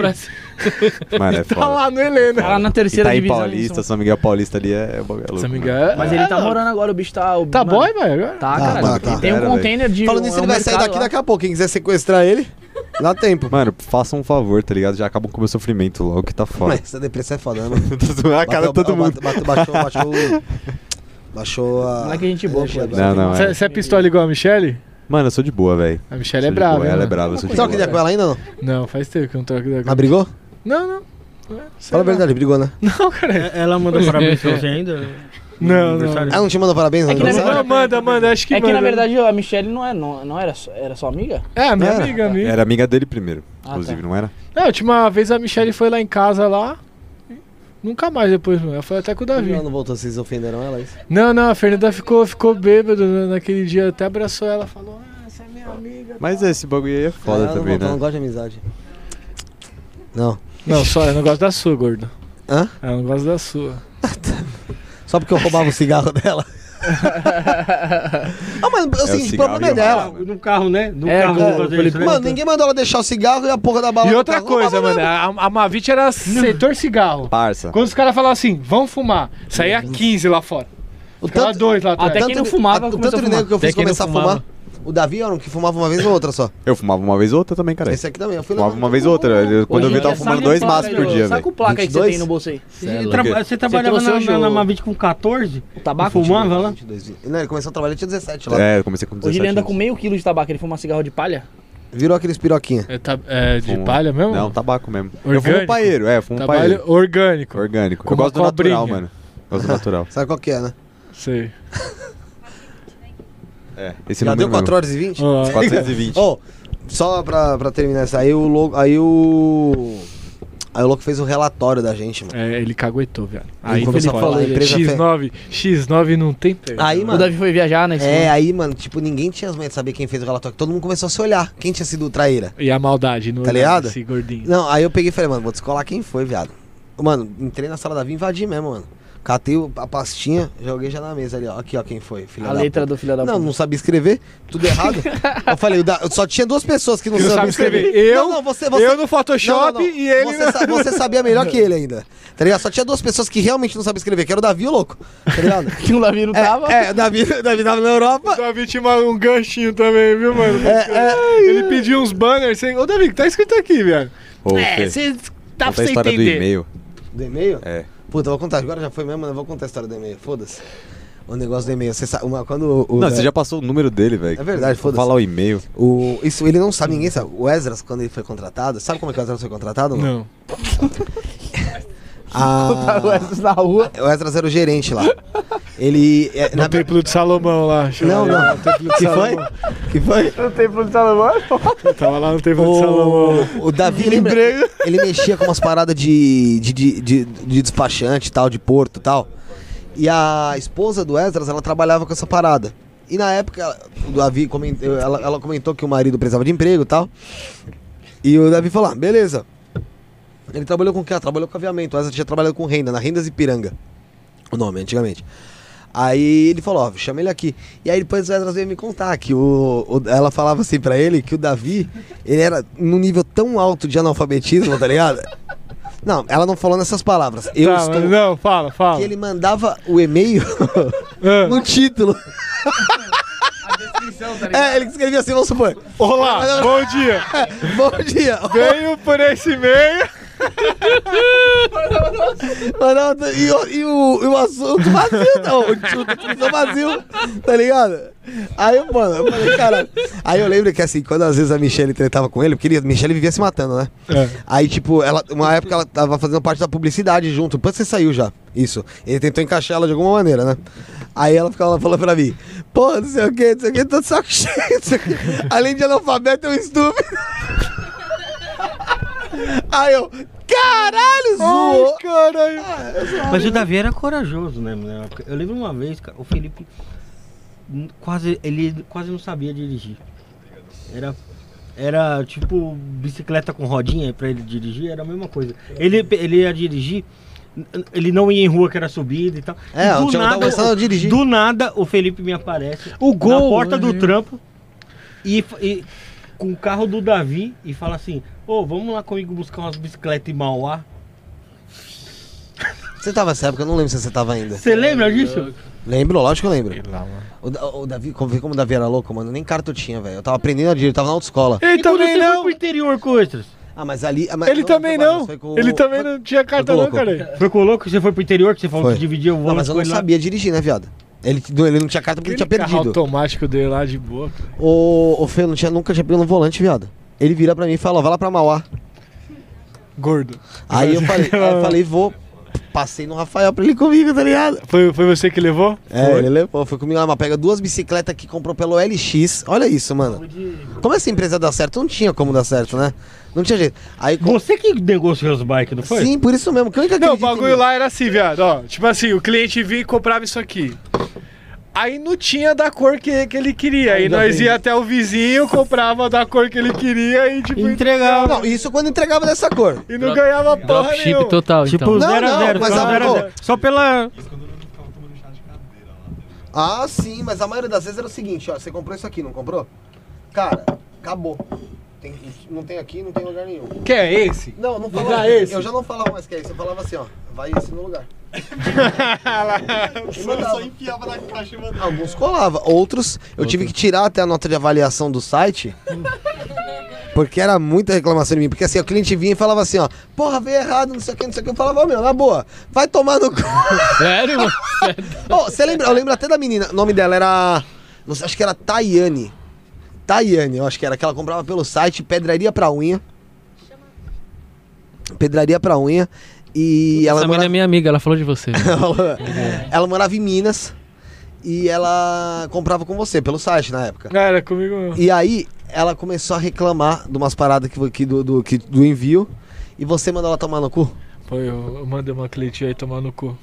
Speaker 6: pra-
Speaker 3: Mano, é
Speaker 5: tá
Speaker 3: foda.
Speaker 5: lá no Helena.
Speaker 1: Tá lá na
Speaker 3: E
Speaker 1: terceira
Speaker 3: tá em
Speaker 1: divisão. né?
Speaker 3: Paulista, São Miguel Paulista ali é, é bagulho.
Speaker 5: Essa amiga é-
Speaker 1: Mas ele tá morando agora, o bicho tá. o-
Speaker 5: Tá
Speaker 1: mano,
Speaker 5: boy, velho? agora?
Speaker 1: Tá,
Speaker 2: Tá,
Speaker 1: caralho.
Speaker 2: tá, tá.
Speaker 1: Ele tem um
Speaker 3: Era,
Speaker 1: container de.
Speaker 2: Falando
Speaker 1: um-
Speaker 2: nisso,
Speaker 1: é um
Speaker 2: ele vai sair
Speaker 1: mercado
Speaker 2: daqui
Speaker 1: lá.
Speaker 2: daqui a pouco. Quem quiser sequestrar ele, dá tempo.
Speaker 3: Mano, façam um favor, tá ligado? Já acabam com o meu sofrimento logo que tá foda.
Speaker 2: Mas essa depressão é foda, né, mano?
Speaker 3: Tô zoando a cara de todo mundo.
Speaker 2: Bateu, baixou, baixou, baixou a...
Speaker 1: Moleque é gente boa, pô.
Speaker 2: energia
Speaker 1: Não,
Speaker 2: dela.
Speaker 3: Não, não, é.
Speaker 5: Você é pistola igual a Michelle?
Speaker 3: Mano, eu sou de boa, velho.
Speaker 5: A Michelle é
Speaker 3: Sou de
Speaker 5: brava.
Speaker 3: boa,
Speaker 5: hein,
Speaker 3: Ela é
Speaker 5: mano?
Speaker 3: brava, eu sou de
Speaker 2: Troca ideia com
Speaker 3: boa.
Speaker 2: ela ainda, não?
Speaker 5: Não, faz tempo que eu não troco ideia com
Speaker 2: Mas brigou?
Speaker 5: Não, não. É, sei
Speaker 2: Fala a
Speaker 5: lá.
Speaker 2: verdade, brigou, né?
Speaker 5: Não, cara.
Speaker 8: É- Ela mandou parabéns pra você ainda?
Speaker 5: Não, não.
Speaker 8: Aniversário?
Speaker 2: Ah, não te mandou parabéns?
Speaker 1: É
Speaker 2: não?
Speaker 1: que na
Speaker 2: Não,
Speaker 1: verdade-
Speaker 5: Não, manda, manda, acho que
Speaker 1: É que na
Speaker 5: manda.
Speaker 1: verdade a Michelle não, é, não, não era, só- era sua amiga?
Speaker 5: É, minha
Speaker 2: Era.
Speaker 5: amiga, amiga.
Speaker 3: Era amiga dele primeiro,
Speaker 1: Ah,
Speaker 3: inclusive,
Speaker 1: tá.
Speaker 3: não era?
Speaker 5: Não, É, a última vez a Michelle foi lá em casa lá. e Nunca mais depois, mano. Ela foi até com o Davi.
Speaker 2: Ela não voltou, vocês ofenderam ela? Isso?
Speaker 5: Não, não, a Fernanda ficou, ficou bêbada na- naquele dia. Até abraçou ela, falou, ah, você é minha amiga.
Speaker 3: Mas esse bagulho aí é
Speaker 1: Ah,
Speaker 3: foda
Speaker 2: ela
Speaker 3: também,
Speaker 2: não voltou,
Speaker 1: um
Speaker 3: né?
Speaker 2: não gosta de amizade. Não.
Speaker 5: Não, só, eu não gosto da sua, gordo.
Speaker 2: Hã?
Speaker 5: Ah, Eu não gosto da sua.
Speaker 2: Só porque eu roubava o cigarro dela. ah, mas
Speaker 3: É o
Speaker 2: assim, o
Speaker 3: cigarro
Speaker 2: problema é
Speaker 3: e o
Speaker 2: dela.
Speaker 3: ralo.
Speaker 8: No carro, né? No
Speaker 1: É,
Speaker 8: carro.
Speaker 1: cara,
Speaker 8: vou fazer
Speaker 1: Felipe,
Speaker 8: isso, né?
Speaker 2: Mano, ninguém mandou ela deixar o cigarro e a porra da bala
Speaker 5: E
Speaker 2: no
Speaker 5: outra
Speaker 2: carro.
Speaker 5: coisa,
Speaker 2: Roubava
Speaker 5: mano, a, a Mavit era setor cigarro.
Speaker 3: Parça.
Speaker 5: Quando os caras falavam assim, vamos fumar, saía 15 lá fora.
Speaker 2: O
Speaker 5: Ficava
Speaker 2: tanto,
Speaker 5: dois lá atrás.
Speaker 1: Até quem não fumava
Speaker 2: a- o
Speaker 1: começou
Speaker 2: tanto
Speaker 1: a
Speaker 2: de
Speaker 1: fumar.
Speaker 2: nego que eu
Speaker 6: Até
Speaker 2: fiz
Speaker 6: quem não
Speaker 2: começar a
Speaker 6: fumava.
Speaker 2: fumar. O Davi era um que fumava uma vez ou outra só.
Speaker 3: Eu fumava uma vez ou outra também,
Speaker 1: é
Speaker 3: cara.
Speaker 2: Esse aqui também. Eu fui
Speaker 3: É. Fumava
Speaker 2: levando.
Speaker 3: uma vez ou outra. Eu-
Speaker 1: Hoje
Speaker 3: Quando
Speaker 1: é
Speaker 3: eu
Speaker 1: em
Speaker 3: vi, eu tava
Speaker 1: dia,
Speaker 3: fumando
Speaker 1: saca
Speaker 3: dois
Speaker 1: o placa,
Speaker 3: maços por dia,
Speaker 1: Saca o
Speaker 3: velho.
Speaker 1: placa aí que você
Speaker 2: 22?
Speaker 1: tem no bolso aí.
Speaker 8: Você, traba- você trabalhava
Speaker 1: trouxe
Speaker 8: na,
Speaker 1: hoje
Speaker 8: na, na
Speaker 1: o-
Speaker 8: Mavic com 14?
Speaker 1: O tabaco?
Speaker 8: Fumava lá?
Speaker 2: 22, 20. Não, ele começou a trabalhar, tinha 17 lá.
Speaker 3: É, eu comecei com 17
Speaker 1: Hoje ele anda
Speaker 3: anos.
Speaker 1: com meio quilo de tabaco, ele fuma cigarro de palha?
Speaker 2: Virou aqueles piroquinha.
Speaker 5: É, tá- é, de
Speaker 3: Fumo.
Speaker 5: palha mesmo?
Speaker 2: tá
Speaker 3: Não, tabaco mesmo. Eu fumo
Speaker 5: Orgânico?
Speaker 3: paeiro, é,
Speaker 2: um
Speaker 3: fumo
Speaker 5: Trabalho
Speaker 3: paeiro.
Speaker 5: orgânico.
Speaker 3: Orgânico.
Speaker 5: Com
Speaker 3: Eu
Speaker 5: uma
Speaker 3: gosto do natural,
Speaker 5: cobrinha.
Speaker 3: mano. Gosto do natural.
Speaker 2: Sabe qual que é, né?
Speaker 5: Sei.
Speaker 3: É, esse
Speaker 2: Já
Speaker 3: número
Speaker 2: deu 4
Speaker 3: mesmo.
Speaker 2: horas e 20?
Speaker 1: Ah.
Speaker 5: Ó,
Speaker 3: 420.
Speaker 2: Ô, só pra, pra terminar isso, aí o louco. Aí o. Aí o louco fez o relatório da gente, mano.
Speaker 5: É, ele caguetou, velho.
Speaker 2: Ele
Speaker 5: Aí
Speaker 2: começou
Speaker 5: foi
Speaker 2: a falar,
Speaker 5: foda.
Speaker 2: a empresa Ah.
Speaker 5: X9, X9 não tem perdão.
Speaker 2: Aí,
Speaker 1: É. O
Speaker 2: mano.
Speaker 1: Davi foi viajar, né? esse
Speaker 2: É,
Speaker 1: ano.
Speaker 2: aí, mano, tipo, ninguém tinha as manhas de saber quem fez o relatório. Todo mundo começou a se olhar. Quem tinha sido o traíra?
Speaker 5: E a maldade no
Speaker 2: Tá
Speaker 5: olhar
Speaker 2: ligado?
Speaker 5: desse gordinho.
Speaker 2: Não, aí eu peguei e falei, mano, vou descolar quem foi, viado. Mano, entrei na sala da Vi e invadi mesmo, mano. Catei o- a pastinha, joguei já na mesa ali, ó. Aqui, ó, quem foi. Filho
Speaker 1: A letra do filho da
Speaker 2: Não,
Speaker 1: puta.
Speaker 2: não sabia escrever, tudo errado. eu falei, o da- só tinha duas pessoas que não
Speaker 5: Que não
Speaker 2: sabiam
Speaker 5: sabe escrever.
Speaker 2: escrever.
Speaker 5: Eu-
Speaker 2: não, não, você, você,
Speaker 5: eu no Photoshop e ele
Speaker 2: Você,
Speaker 5: no-
Speaker 2: sa- você sabia melhor que ele ainda. Tá ligado? Só tinha duas pessoas que realmente não sabiam escrever, que era o Davi e o louco. Tá ligado?
Speaker 1: Que o Davi não tava.
Speaker 2: é, é, o Davi, o Davi tava na Europa. É,
Speaker 5: Davi tinha uma- um ganchinho também, viu, mano? ele pediu uns banners sem. Ô, Davi, o que tá escrito aqui, velho?
Speaker 3: Ô,
Speaker 11: É,
Speaker 3: Fê,
Speaker 11: tá
Speaker 5: dá
Speaker 3: conta a história do e-mail.
Speaker 2: Do e-mail?
Speaker 3: É.
Speaker 2: Puta, eu vou contar. Agora já foi mesmo, eu vou contar a história do e-mail. Foda-se. O negócio do e-mail. Você sabe, uma, quando o, o,
Speaker 3: Não, você já passou o número dele, velho.
Speaker 2: É verdade,
Speaker 3: Vou
Speaker 2: foda-se.
Speaker 3: falar o e-mail.
Speaker 2: o- Isso ele não sabe, ninguém sabe. O Ezras, quando ele foi contratado, sabe como é que o Ezras foi contratado? Ah, ou
Speaker 5: Não.
Speaker 2: Ah,
Speaker 1: Tá com essas na rua.
Speaker 2: o Ezras era o gerente lá. Ele. é,
Speaker 5: No Templo de Salomão lá.
Speaker 2: Não, não. Que foi? Que foi?
Speaker 5: No Templo de Salomão? Tava lá no Templo um de Salomão.
Speaker 2: O, o Davi, lembra- ele mexia com umas paradas de, de, de, de- de despachante e tal, de porto e tal. E a esposa do Esdras, ela trabalhava com essa parada. E na época, ela- o Davi comentou, ela, ela comentou que o marido precisava de emprego e tal. E o Davi falou, ah, beleza. Ele trabalhou com o que? Ah, trabalhou com aviamento. O Esdras tinha trabalhado com renda, na Rendas Ipiranga. O nome, antigamente. Aí ele falou, ó, chama ele aqui. E aí depois o Esdras veio me contar que o, o- ela falava assim pra ele que o Davi, ele era num nível tão alto de analfabetismo, tá ligado? Não, ela não falou nessas palavras. Eu
Speaker 5: Tá,
Speaker 2: estou...
Speaker 5: mas Não, fala, fala. Ah,
Speaker 2: Que ele mandava o e-mail no título. É, ele escrevia assim, vamos supor.
Speaker 5: Olá, bom dia.
Speaker 2: Bom dia.
Speaker 5: Venho por esse e-mail.
Speaker 2: Mano, e, o- e o, e o assunto vazio, não. O título vazio, tá ligado? Aí, mano, eu falei, cara. Aí eu lembro que assim, quando às vezes a Michelle tretava com ele, porque ele, a Michelle vivia se matando, né? Aí, tipo, ela, uma época ela tava fazendo parte da publicidade junto. Depois você saiu já. Isso. Ele tentou encaixar ela de alguma maneira, né? Aí ela ficava lá falando pra mim, pô, não sei o que, não sei o que, tô de saco cheio. não sei o quê. Além de analfabeto, é um estúpido. Aí eu, caralho, zoou.
Speaker 5: Caralho.
Speaker 8: Mas o Davi era corajoso, né? mano? Na época- Eu lembro uma vez, cara, o Felipe n- quase, ele quase não sabia dirigir. Era, era tipo bicicleta com rodinha pra ele dirigir, era a mesma coisa. Ele, ele ia dirigir, n- n- ele não ia em rua que era subida e tal.
Speaker 2: É,
Speaker 8: E
Speaker 2: eu tinha que dar uma lição a dirigir.
Speaker 8: do nada o Felipe me aparece
Speaker 5: O
Speaker 8: na
Speaker 5: gol,
Speaker 8: porta do
Speaker 5: né?
Speaker 8: trampo e, fa- e com o carro do Davi e fala assim, ô, vamos lá comigo buscar umas bicicletas em Mauá.
Speaker 2: Você tava nessa época, eu não lembro se você tava ainda.
Speaker 8: Você lembra disso?
Speaker 2: Lembro, lógico que eu lembro.
Speaker 5: lá, mano.
Speaker 2: O, Da- o Davi, como, vê como o Davi era louco, mano, nem carta eu tinha, velho. Eu tava aprendendo a dirigir, eu tava na autoescola.
Speaker 5: Ele
Speaker 8: E quando
Speaker 5: também
Speaker 8: você foi
Speaker 5: não.
Speaker 8: pro interior com extras?
Speaker 2: Ah, mas ali. ah, mas
Speaker 5: Ele
Speaker 2: não,
Speaker 5: também
Speaker 2: foi com-
Speaker 5: não.
Speaker 2: foi com-
Speaker 5: Ele também
Speaker 2: foi-
Speaker 5: não tinha carta
Speaker 2: foi com
Speaker 5: não,
Speaker 2: o
Speaker 5: cara.
Speaker 8: Foi com o louco que você foi pro interior, que você falou
Speaker 2: Foi.
Speaker 8: que dividia o
Speaker 2: Não, mas
Speaker 8: volante
Speaker 2: eu
Speaker 8: com
Speaker 2: não
Speaker 8: ele lá?
Speaker 2: sabia dirigir, né, viado? Ele, t- ele não tinha carta porque ele tinha
Speaker 5: Aquele carro
Speaker 2: perdido.
Speaker 5: automático dele lá de boa. cara.
Speaker 2: O, o Fê, eu não tinha, nunca tinha pego no volante, viado. Ele vira pra mim e fala, vai lá pra Mauá.
Speaker 5: Gordo.
Speaker 2: Aí eu falei, aí eu falei, vou. Passei no Rafael pra ele ir comigo, tá ligado?
Speaker 5: Foi, foi você que levou?
Speaker 2: É, ele levou, foi comigo lá, mas pega duas bicicletas que comprou pelo LX. Olha isso, mano. Como essa empresa dá certo? Não tinha como dar certo, né? Não tinha jeito. Aí com-
Speaker 8: Você que negociou os bikes, não foi?
Speaker 2: Sim, por isso mesmo. Quem que
Speaker 5: Não, o
Speaker 2: acredita em
Speaker 5: bagulho
Speaker 2: mim?
Speaker 5: lá era assim, viado. Ó, tipo assim, o cliente vinha e comprava isso aqui. Aí não tinha da cor que, que ele queria. Aí
Speaker 2: Ainda
Speaker 5: nós
Speaker 2: bem.
Speaker 5: ia até o vizinho, comprava da cor que ele queria e tipo.
Speaker 8: Entregava.
Speaker 2: Não, isso quando entregava dessa cor.
Speaker 5: E não ganhava porra
Speaker 6: Dropship
Speaker 5: nenhuma.
Speaker 6: total,
Speaker 8: Tipo,
Speaker 6: então.
Speaker 2: Não,
Speaker 8: zero a
Speaker 2: não,
Speaker 8: zero,
Speaker 2: mas
Speaker 8: só
Speaker 2: a-
Speaker 8: zero a
Speaker 2: pô.
Speaker 8: zero. Só pela...
Speaker 2: Ah, sim, mas a maioria das vezes era o seguinte, ó. Você comprou isso aqui, não comprou? Cara, acabou. Tem- não tem aqui, não tem lugar nenhum.
Speaker 5: Que é esse?
Speaker 2: Não, não
Speaker 5: Lugar
Speaker 2: falava. assim.
Speaker 5: esse?
Speaker 2: Eu já não falava mais que é isso. Eu falava assim, ó. Vai esse no lugar. E mandava.
Speaker 3: enfiava na caixa e mandava.
Speaker 2: Alguns colava, outros eu tive que tirar até a nota de avaliação do site. Porque era muita reclamação de mim. Porque assim, o cliente vinha e falava assim, ó, porra, veio errado, não sei o que, não sei o que. Eu falava, ó, meu, na boa, vai tomar no cu.
Speaker 6: Sério, mano?
Speaker 2: Ó, você lembra? Eu lembro até da menina. O nome dela era. não sei, acho que era Tayane. Tayane, eu acho que era. Que ela comprava pelo site Pedraria pra Unha. Pedraria pra Unha. E ela
Speaker 6: Essa menina é minha amiga, ela falou de você. né?
Speaker 2: ela, ela morava em Minas e ela comprava com você pelo site na época.
Speaker 5: Ah, Era comigo mesmo.
Speaker 2: E aí ela começou a reclamar de umas paradas que, que do, do, que- do envio e você mandou ela tomar no cu.
Speaker 5: Pô, eu, eu mandei uma cliente aí tomar no cu.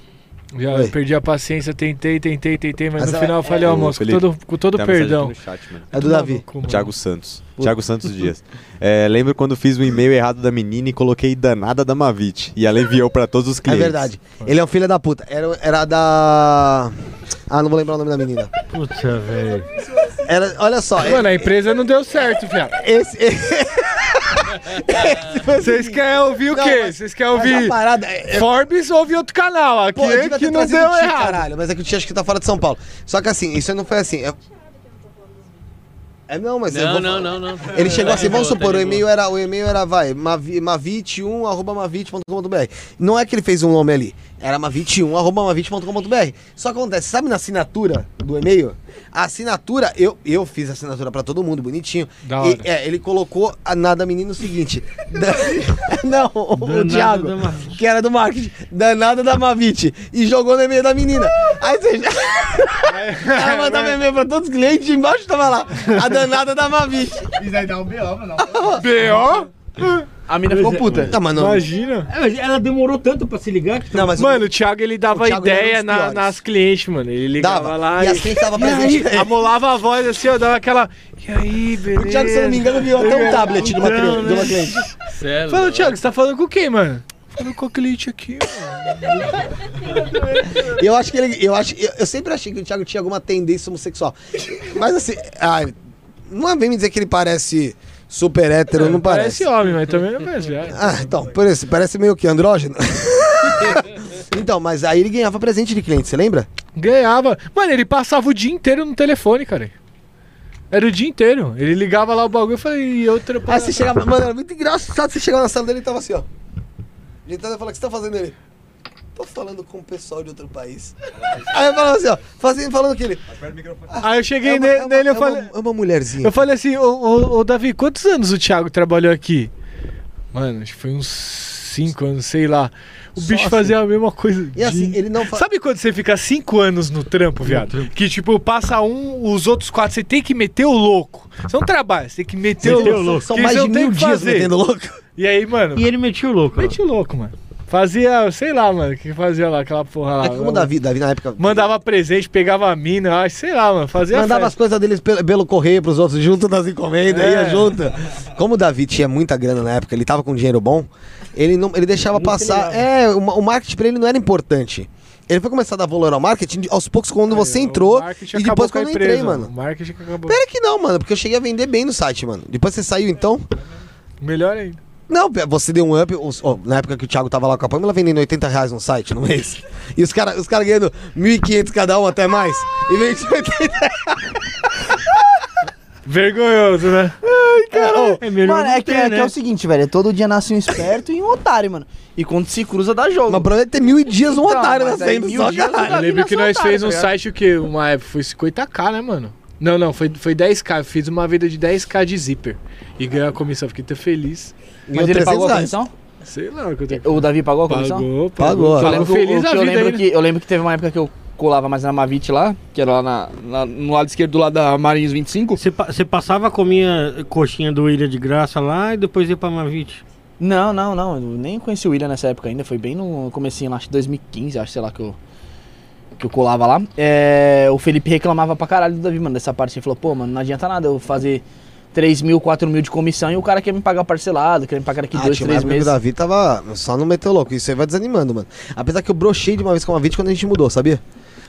Speaker 5: Já
Speaker 2: Oi.
Speaker 5: perdi a paciência, tentei, tentei, tentei, mas,
Speaker 2: Mas é
Speaker 5: no
Speaker 2: ela-
Speaker 5: final eu falei, ó,
Speaker 3: Ô,
Speaker 5: moço, com
Speaker 3: Felipe,
Speaker 5: todo, com todo
Speaker 3: Tem uma mensagem aqui
Speaker 5: perdão.
Speaker 3: no chat, mano.
Speaker 2: É do
Speaker 5: Tomar
Speaker 2: Davi.
Speaker 5: no cu, mano.
Speaker 3: Thiago Santos. Thiago Santos Dias. É, lembro quando fiz o e-mail errado da menina e coloquei danada da Mavit. E ela enviou pra todos os
Speaker 2: É
Speaker 3: clientes.
Speaker 2: verdade. Ele é um filho da puta. Era, era da. Ah, não vou lembrar o nome da menina.
Speaker 8: Puta, velho.
Speaker 2: Era, olha só. é
Speaker 5: Mano, a empresa não deu certo, viado.
Speaker 2: Esse.
Speaker 5: Vocês querem ouvir o
Speaker 2: Não,
Speaker 5: quê?
Speaker 2: mas-
Speaker 5: Vocês querem
Speaker 2: Mas a
Speaker 5: ouvir
Speaker 2: parada. é- é-
Speaker 5: Forbes ou ouvir outro canal? Aqui
Speaker 2: Pô, eu devia
Speaker 5: é
Speaker 2: ter
Speaker 5: que não
Speaker 2: trazido
Speaker 5: deu
Speaker 2: o Ti,
Speaker 5: errado.
Speaker 2: Caralho, mas é que o Ti acho que tá fora de São Paulo. Só que assim, isso não foi assim. é- É, não, mas eu
Speaker 6: Não,
Speaker 2: vou
Speaker 6: não,
Speaker 2: falar.
Speaker 6: não, não.
Speaker 2: Ele chegou assim,
Speaker 6: Tá de boa,
Speaker 2: vamos
Speaker 6: tá
Speaker 2: supor, o
Speaker 6: de boa.
Speaker 2: e-mail era, o e-mail era vai, mavi- mavit1 arroba mavit.com.br. Não é que ele fez um nome ali, era mavit1 arroba mavit.com.br. Só acontece, sabe na assinatura do e-mail? A assinatura, eu, eu fiz a assinatura pra todo mundo, bonitinho.
Speaker 5: Da
Speaker 2: E-
Speaker 5: hora.
Speaker 2: é, ele colocou a nada menino o seguinte. da- não, o, o
Speaker 8: Danado
Speaker 2: Thiago,
Speaker 8: da Mavit.
Speaker 2: que era do marketing, danada da Mavit, e jogou no e-mail da menina. Aí você já... Ela mandava e-mail pra todos os clientes, e embaixo tava lá, a danada da Mavit.
Speaker 11: Isso aí dá um B.O., mano.
Speaker 5: B.O.?
Speaker 1: A mina ficou
Speaker 11: é.
Speaker 1: puta.
Speaker 2: Não, é, mas não-
Speaker 5: Imagina.
Speaker 8: É, Ela demorou tanto pra se ligar que
Speaker 2: Não, mas
Speaker 5: Mano, o Thiago ele dava
Speaker 2: O Thiago era um
Speaker 5: ideia
Speaker 2: dos
Speaker 5: na-
Speaker 2: piores.
Speaker 5: nas clientes, mano. Ele ligava
Speaker 2: Dava.
Speaker 5: lá
Speaker 2: E assim, as clientes tava
Speaker 5: E aí,
Speaker 2: presente.
Speaker 5: amolava a voz assim, ó, dava aquela. E aí, beleza?
Speaker 2: o Thiago, se eu não me engano, viu até um tablet de uma,
Speaker 5: Então,
Speaker 2: cri- de uma
Speaker 5: né?
Speaker 2: cliente.
Speaker 6: Sério?
Speaker 5: Fala, Thiago, você tá falando com quem, mano? Falando com o cliente aqui, mano.
Speaker 2: E Eu acho que ele. Eu, acho, eu, eu sempre achei que o Thiago tinha alguma tendência homossexual. Mas assim, ai, não é bem me dizer que ele parece super hétero, não parece.
Speaker 5: Parece homem, mas também não parece viado.
Speaker 2: Ah, então, por isso, parece meio que andrógeno. então, mas aí ele ganhava presente de cliente, você lembra?
Speaker 5: Ganhava. Mano, ele passava o dia inteiro no telefone, cara. Era o dia inteiro. Ele ligava lá o bagulho e falei, e eu trampava.
Speaker 2: Aí você chegava. Mano, era muito engraçado. Você chegava na sala dele e tava assim, ó. Gritando e falava, o que você tá fazendo ele? Tô falando com o pessoal de outro país. Aí eu falava assim, ó, fazendo, falando aquele.
Speaker 5: Aí eu cheguei
Speaker 2: é uma-
Speaker 5: ne-
Speaker 2: é uma-
Speaker 5: nele
Speaker 2: é
Speaker 5: eu
Speaker 2: uma-
Speaker 5: falei.
Speaker 2: É uma mulherzinha.
Speaker 5: Eu falei assim, ô, ô, ô, Davi, quantos anos o Thiago trabalhou aqui? Mano, acho que foi uns 5 anos, sei lá. O bicho
Speaker 2: assim?
Speaker 5: fazia a mesma coisa.
Speaker 2: E assim, ele não fala.
Speaker 5: Sabe quando você fica 5 anos no trampo, viado? Que tipo, passa um, os outros quatro, você tem que meter o louco. Você não trabalha, você tem que meter o
Speaker 2: São-
Speaker 5: louco.
Speaker 2: São
Speaker 5: porque
Speaker 2: mais
Speaker 5: você
Speaker 2: de
Speaker 5: não tem
Speaker 2: mil
Speaker 5: o que
Speaker 2: dias
Speaker 5: fazer.
Speaker 2: metendo louco.
Speaker 5: E aí, mano,
Speaker 8: E ele metia o louco.
Speaker 5: mete o louco, mano. Fazia, sei lá, mano, o que fazia lá, aquela porra lá.
Speaker 2: É que como o Davi, Davi na época.
Speaker 5: Ah, Mandava presente, pegava a mina, ai, sei lá, mano, fazia
Speaker 2: mandava as
Speaker 5: festa.
Speaker 2: coisas deles pelo, pelo correio pros outros, junto nas encomendas,
Speaker 5: É.
Speaker 2: ia junto. Como o Davi tinha muita grana na época, ele tava com dinheiro bom, ele não ele deixava passar. É, o, ma- o marketing pra ele não era importante. Ele foi começar a dar valor ao marketing aos poucos quando você
Speaker 5: É, O
Speaker 2: entrou
Speaker 5: marketing
Speaker 2: e
Speaker 5: acabou
Speaker 2: depois
Speaker 5: com a
Speaker 2: quando eu entrei,
Speaker 5: empresa, O
Speaker 2: mano.
Speaker 5: marketing que acabou.
Speaker 2: Pera que não, mano, porque eu cheguei a vender bem no site, mano. Depois você saiu então.
Speaker 5: Melhor ainda.
Speaker 2: Não, pe- você deu um up. os- ó, na época que o Thiago tava lá com a Pamela vendendo 80 reais no site no mês. E os caras os cara ganhando 1.500 cada um até mais. E vende 80
Speaker 5: Vergonhoso, né?
Speaker 8: É melhor
Speaker 11: Mano,
Speaker 8: não
Speaker 11: é que,
Speaker 8: ter,
Speaker 11: é,
Speaker 8: né?
Speaker 11: que é o seguinte, velho. é Todo dia nasce um esperto e um otário, mano. E quando se cruza, dá jogo.
Speaker 2: Mas o problema é ter mil dias um
Speaker 11: Então,
Speaker 2: otário
Speaker 11: mas aí
Speaker 2: nascendo
Speaker 11: mil
Speaker 2: só,
Speaker 11: dias
Speaker 2: cara.
Speaker 11: não
Speaker 5: Eu
Speaker 11: dá.
Speaker 5: lembro que
Speaker 11: Vira
Speaker 5: nós
Speaker 11: otário,
Speaker 5: fez
Speaker 11: tá
Speaker 5: um
Speaker 11: ligado?
Speaker 5: site o que? Uma época foi 50k, né, mano? Não, não, foi, foi 10k. Eu Fiz uma venda de 10k de zíper. E ganhei a comissão, fiquei até feliz.
Speaker 11: Mas ele pagou a
Speaker 2: 300 reais.
Speaker 11: comissão?
Speaker 5: Sei lá o que eu tenho.
Speaker 11: O Davi pagou a É, comissão?
Speaker 5: Pagou,
Speaker 11: Eu
Speaker 2: Pagou.
Speaker 5: pagou. Tava
Speaker 11: lembro, que,
Speaker 5: feliz
Speaker 11: o-
Speaker 5: a
Speaker 11: que eu,
Speaker 5: vida
Speaker 11: lembro
Speaker 5: aí, né?
Speaker 11: que, eu lembro que teve uma época que eu colava mais na Mavit lá, que era lá na- na- no lado esquerdo do lado da Marinhos 25.
Speaker 8: Você, pa- você passava, comia coxinha do Ilha de Graça lá e depois ia pra Mavit.
Speaker 11: Não, não, não. Eu nem conheci o William nessa época ainda. Foi bem no comecinho, lá, acho que 2015, acho, sei lá, que eu, que eu colava lá. É, o Felipe reclamava pra caralho do Davi, mano, dessa parte. Ele falou, pô, mano, não adianta nada eu fazer 3 mil, 4 mil de comissão e o cara quer me pagar parcelado, quer me pagar daqui
Speaker 2: Ah,
Speaker 11: 2,
Speaker 2: tinha uma
Speaker 11: 3
Speaker 2: época que o
Speaker 11: meses.
Speaker 2: Davi tava só no meteu louco. Isso aí vai desanimando, mano. Apesar que eu brochei de uma vez com uma vítima quando a gente mudou, sabia?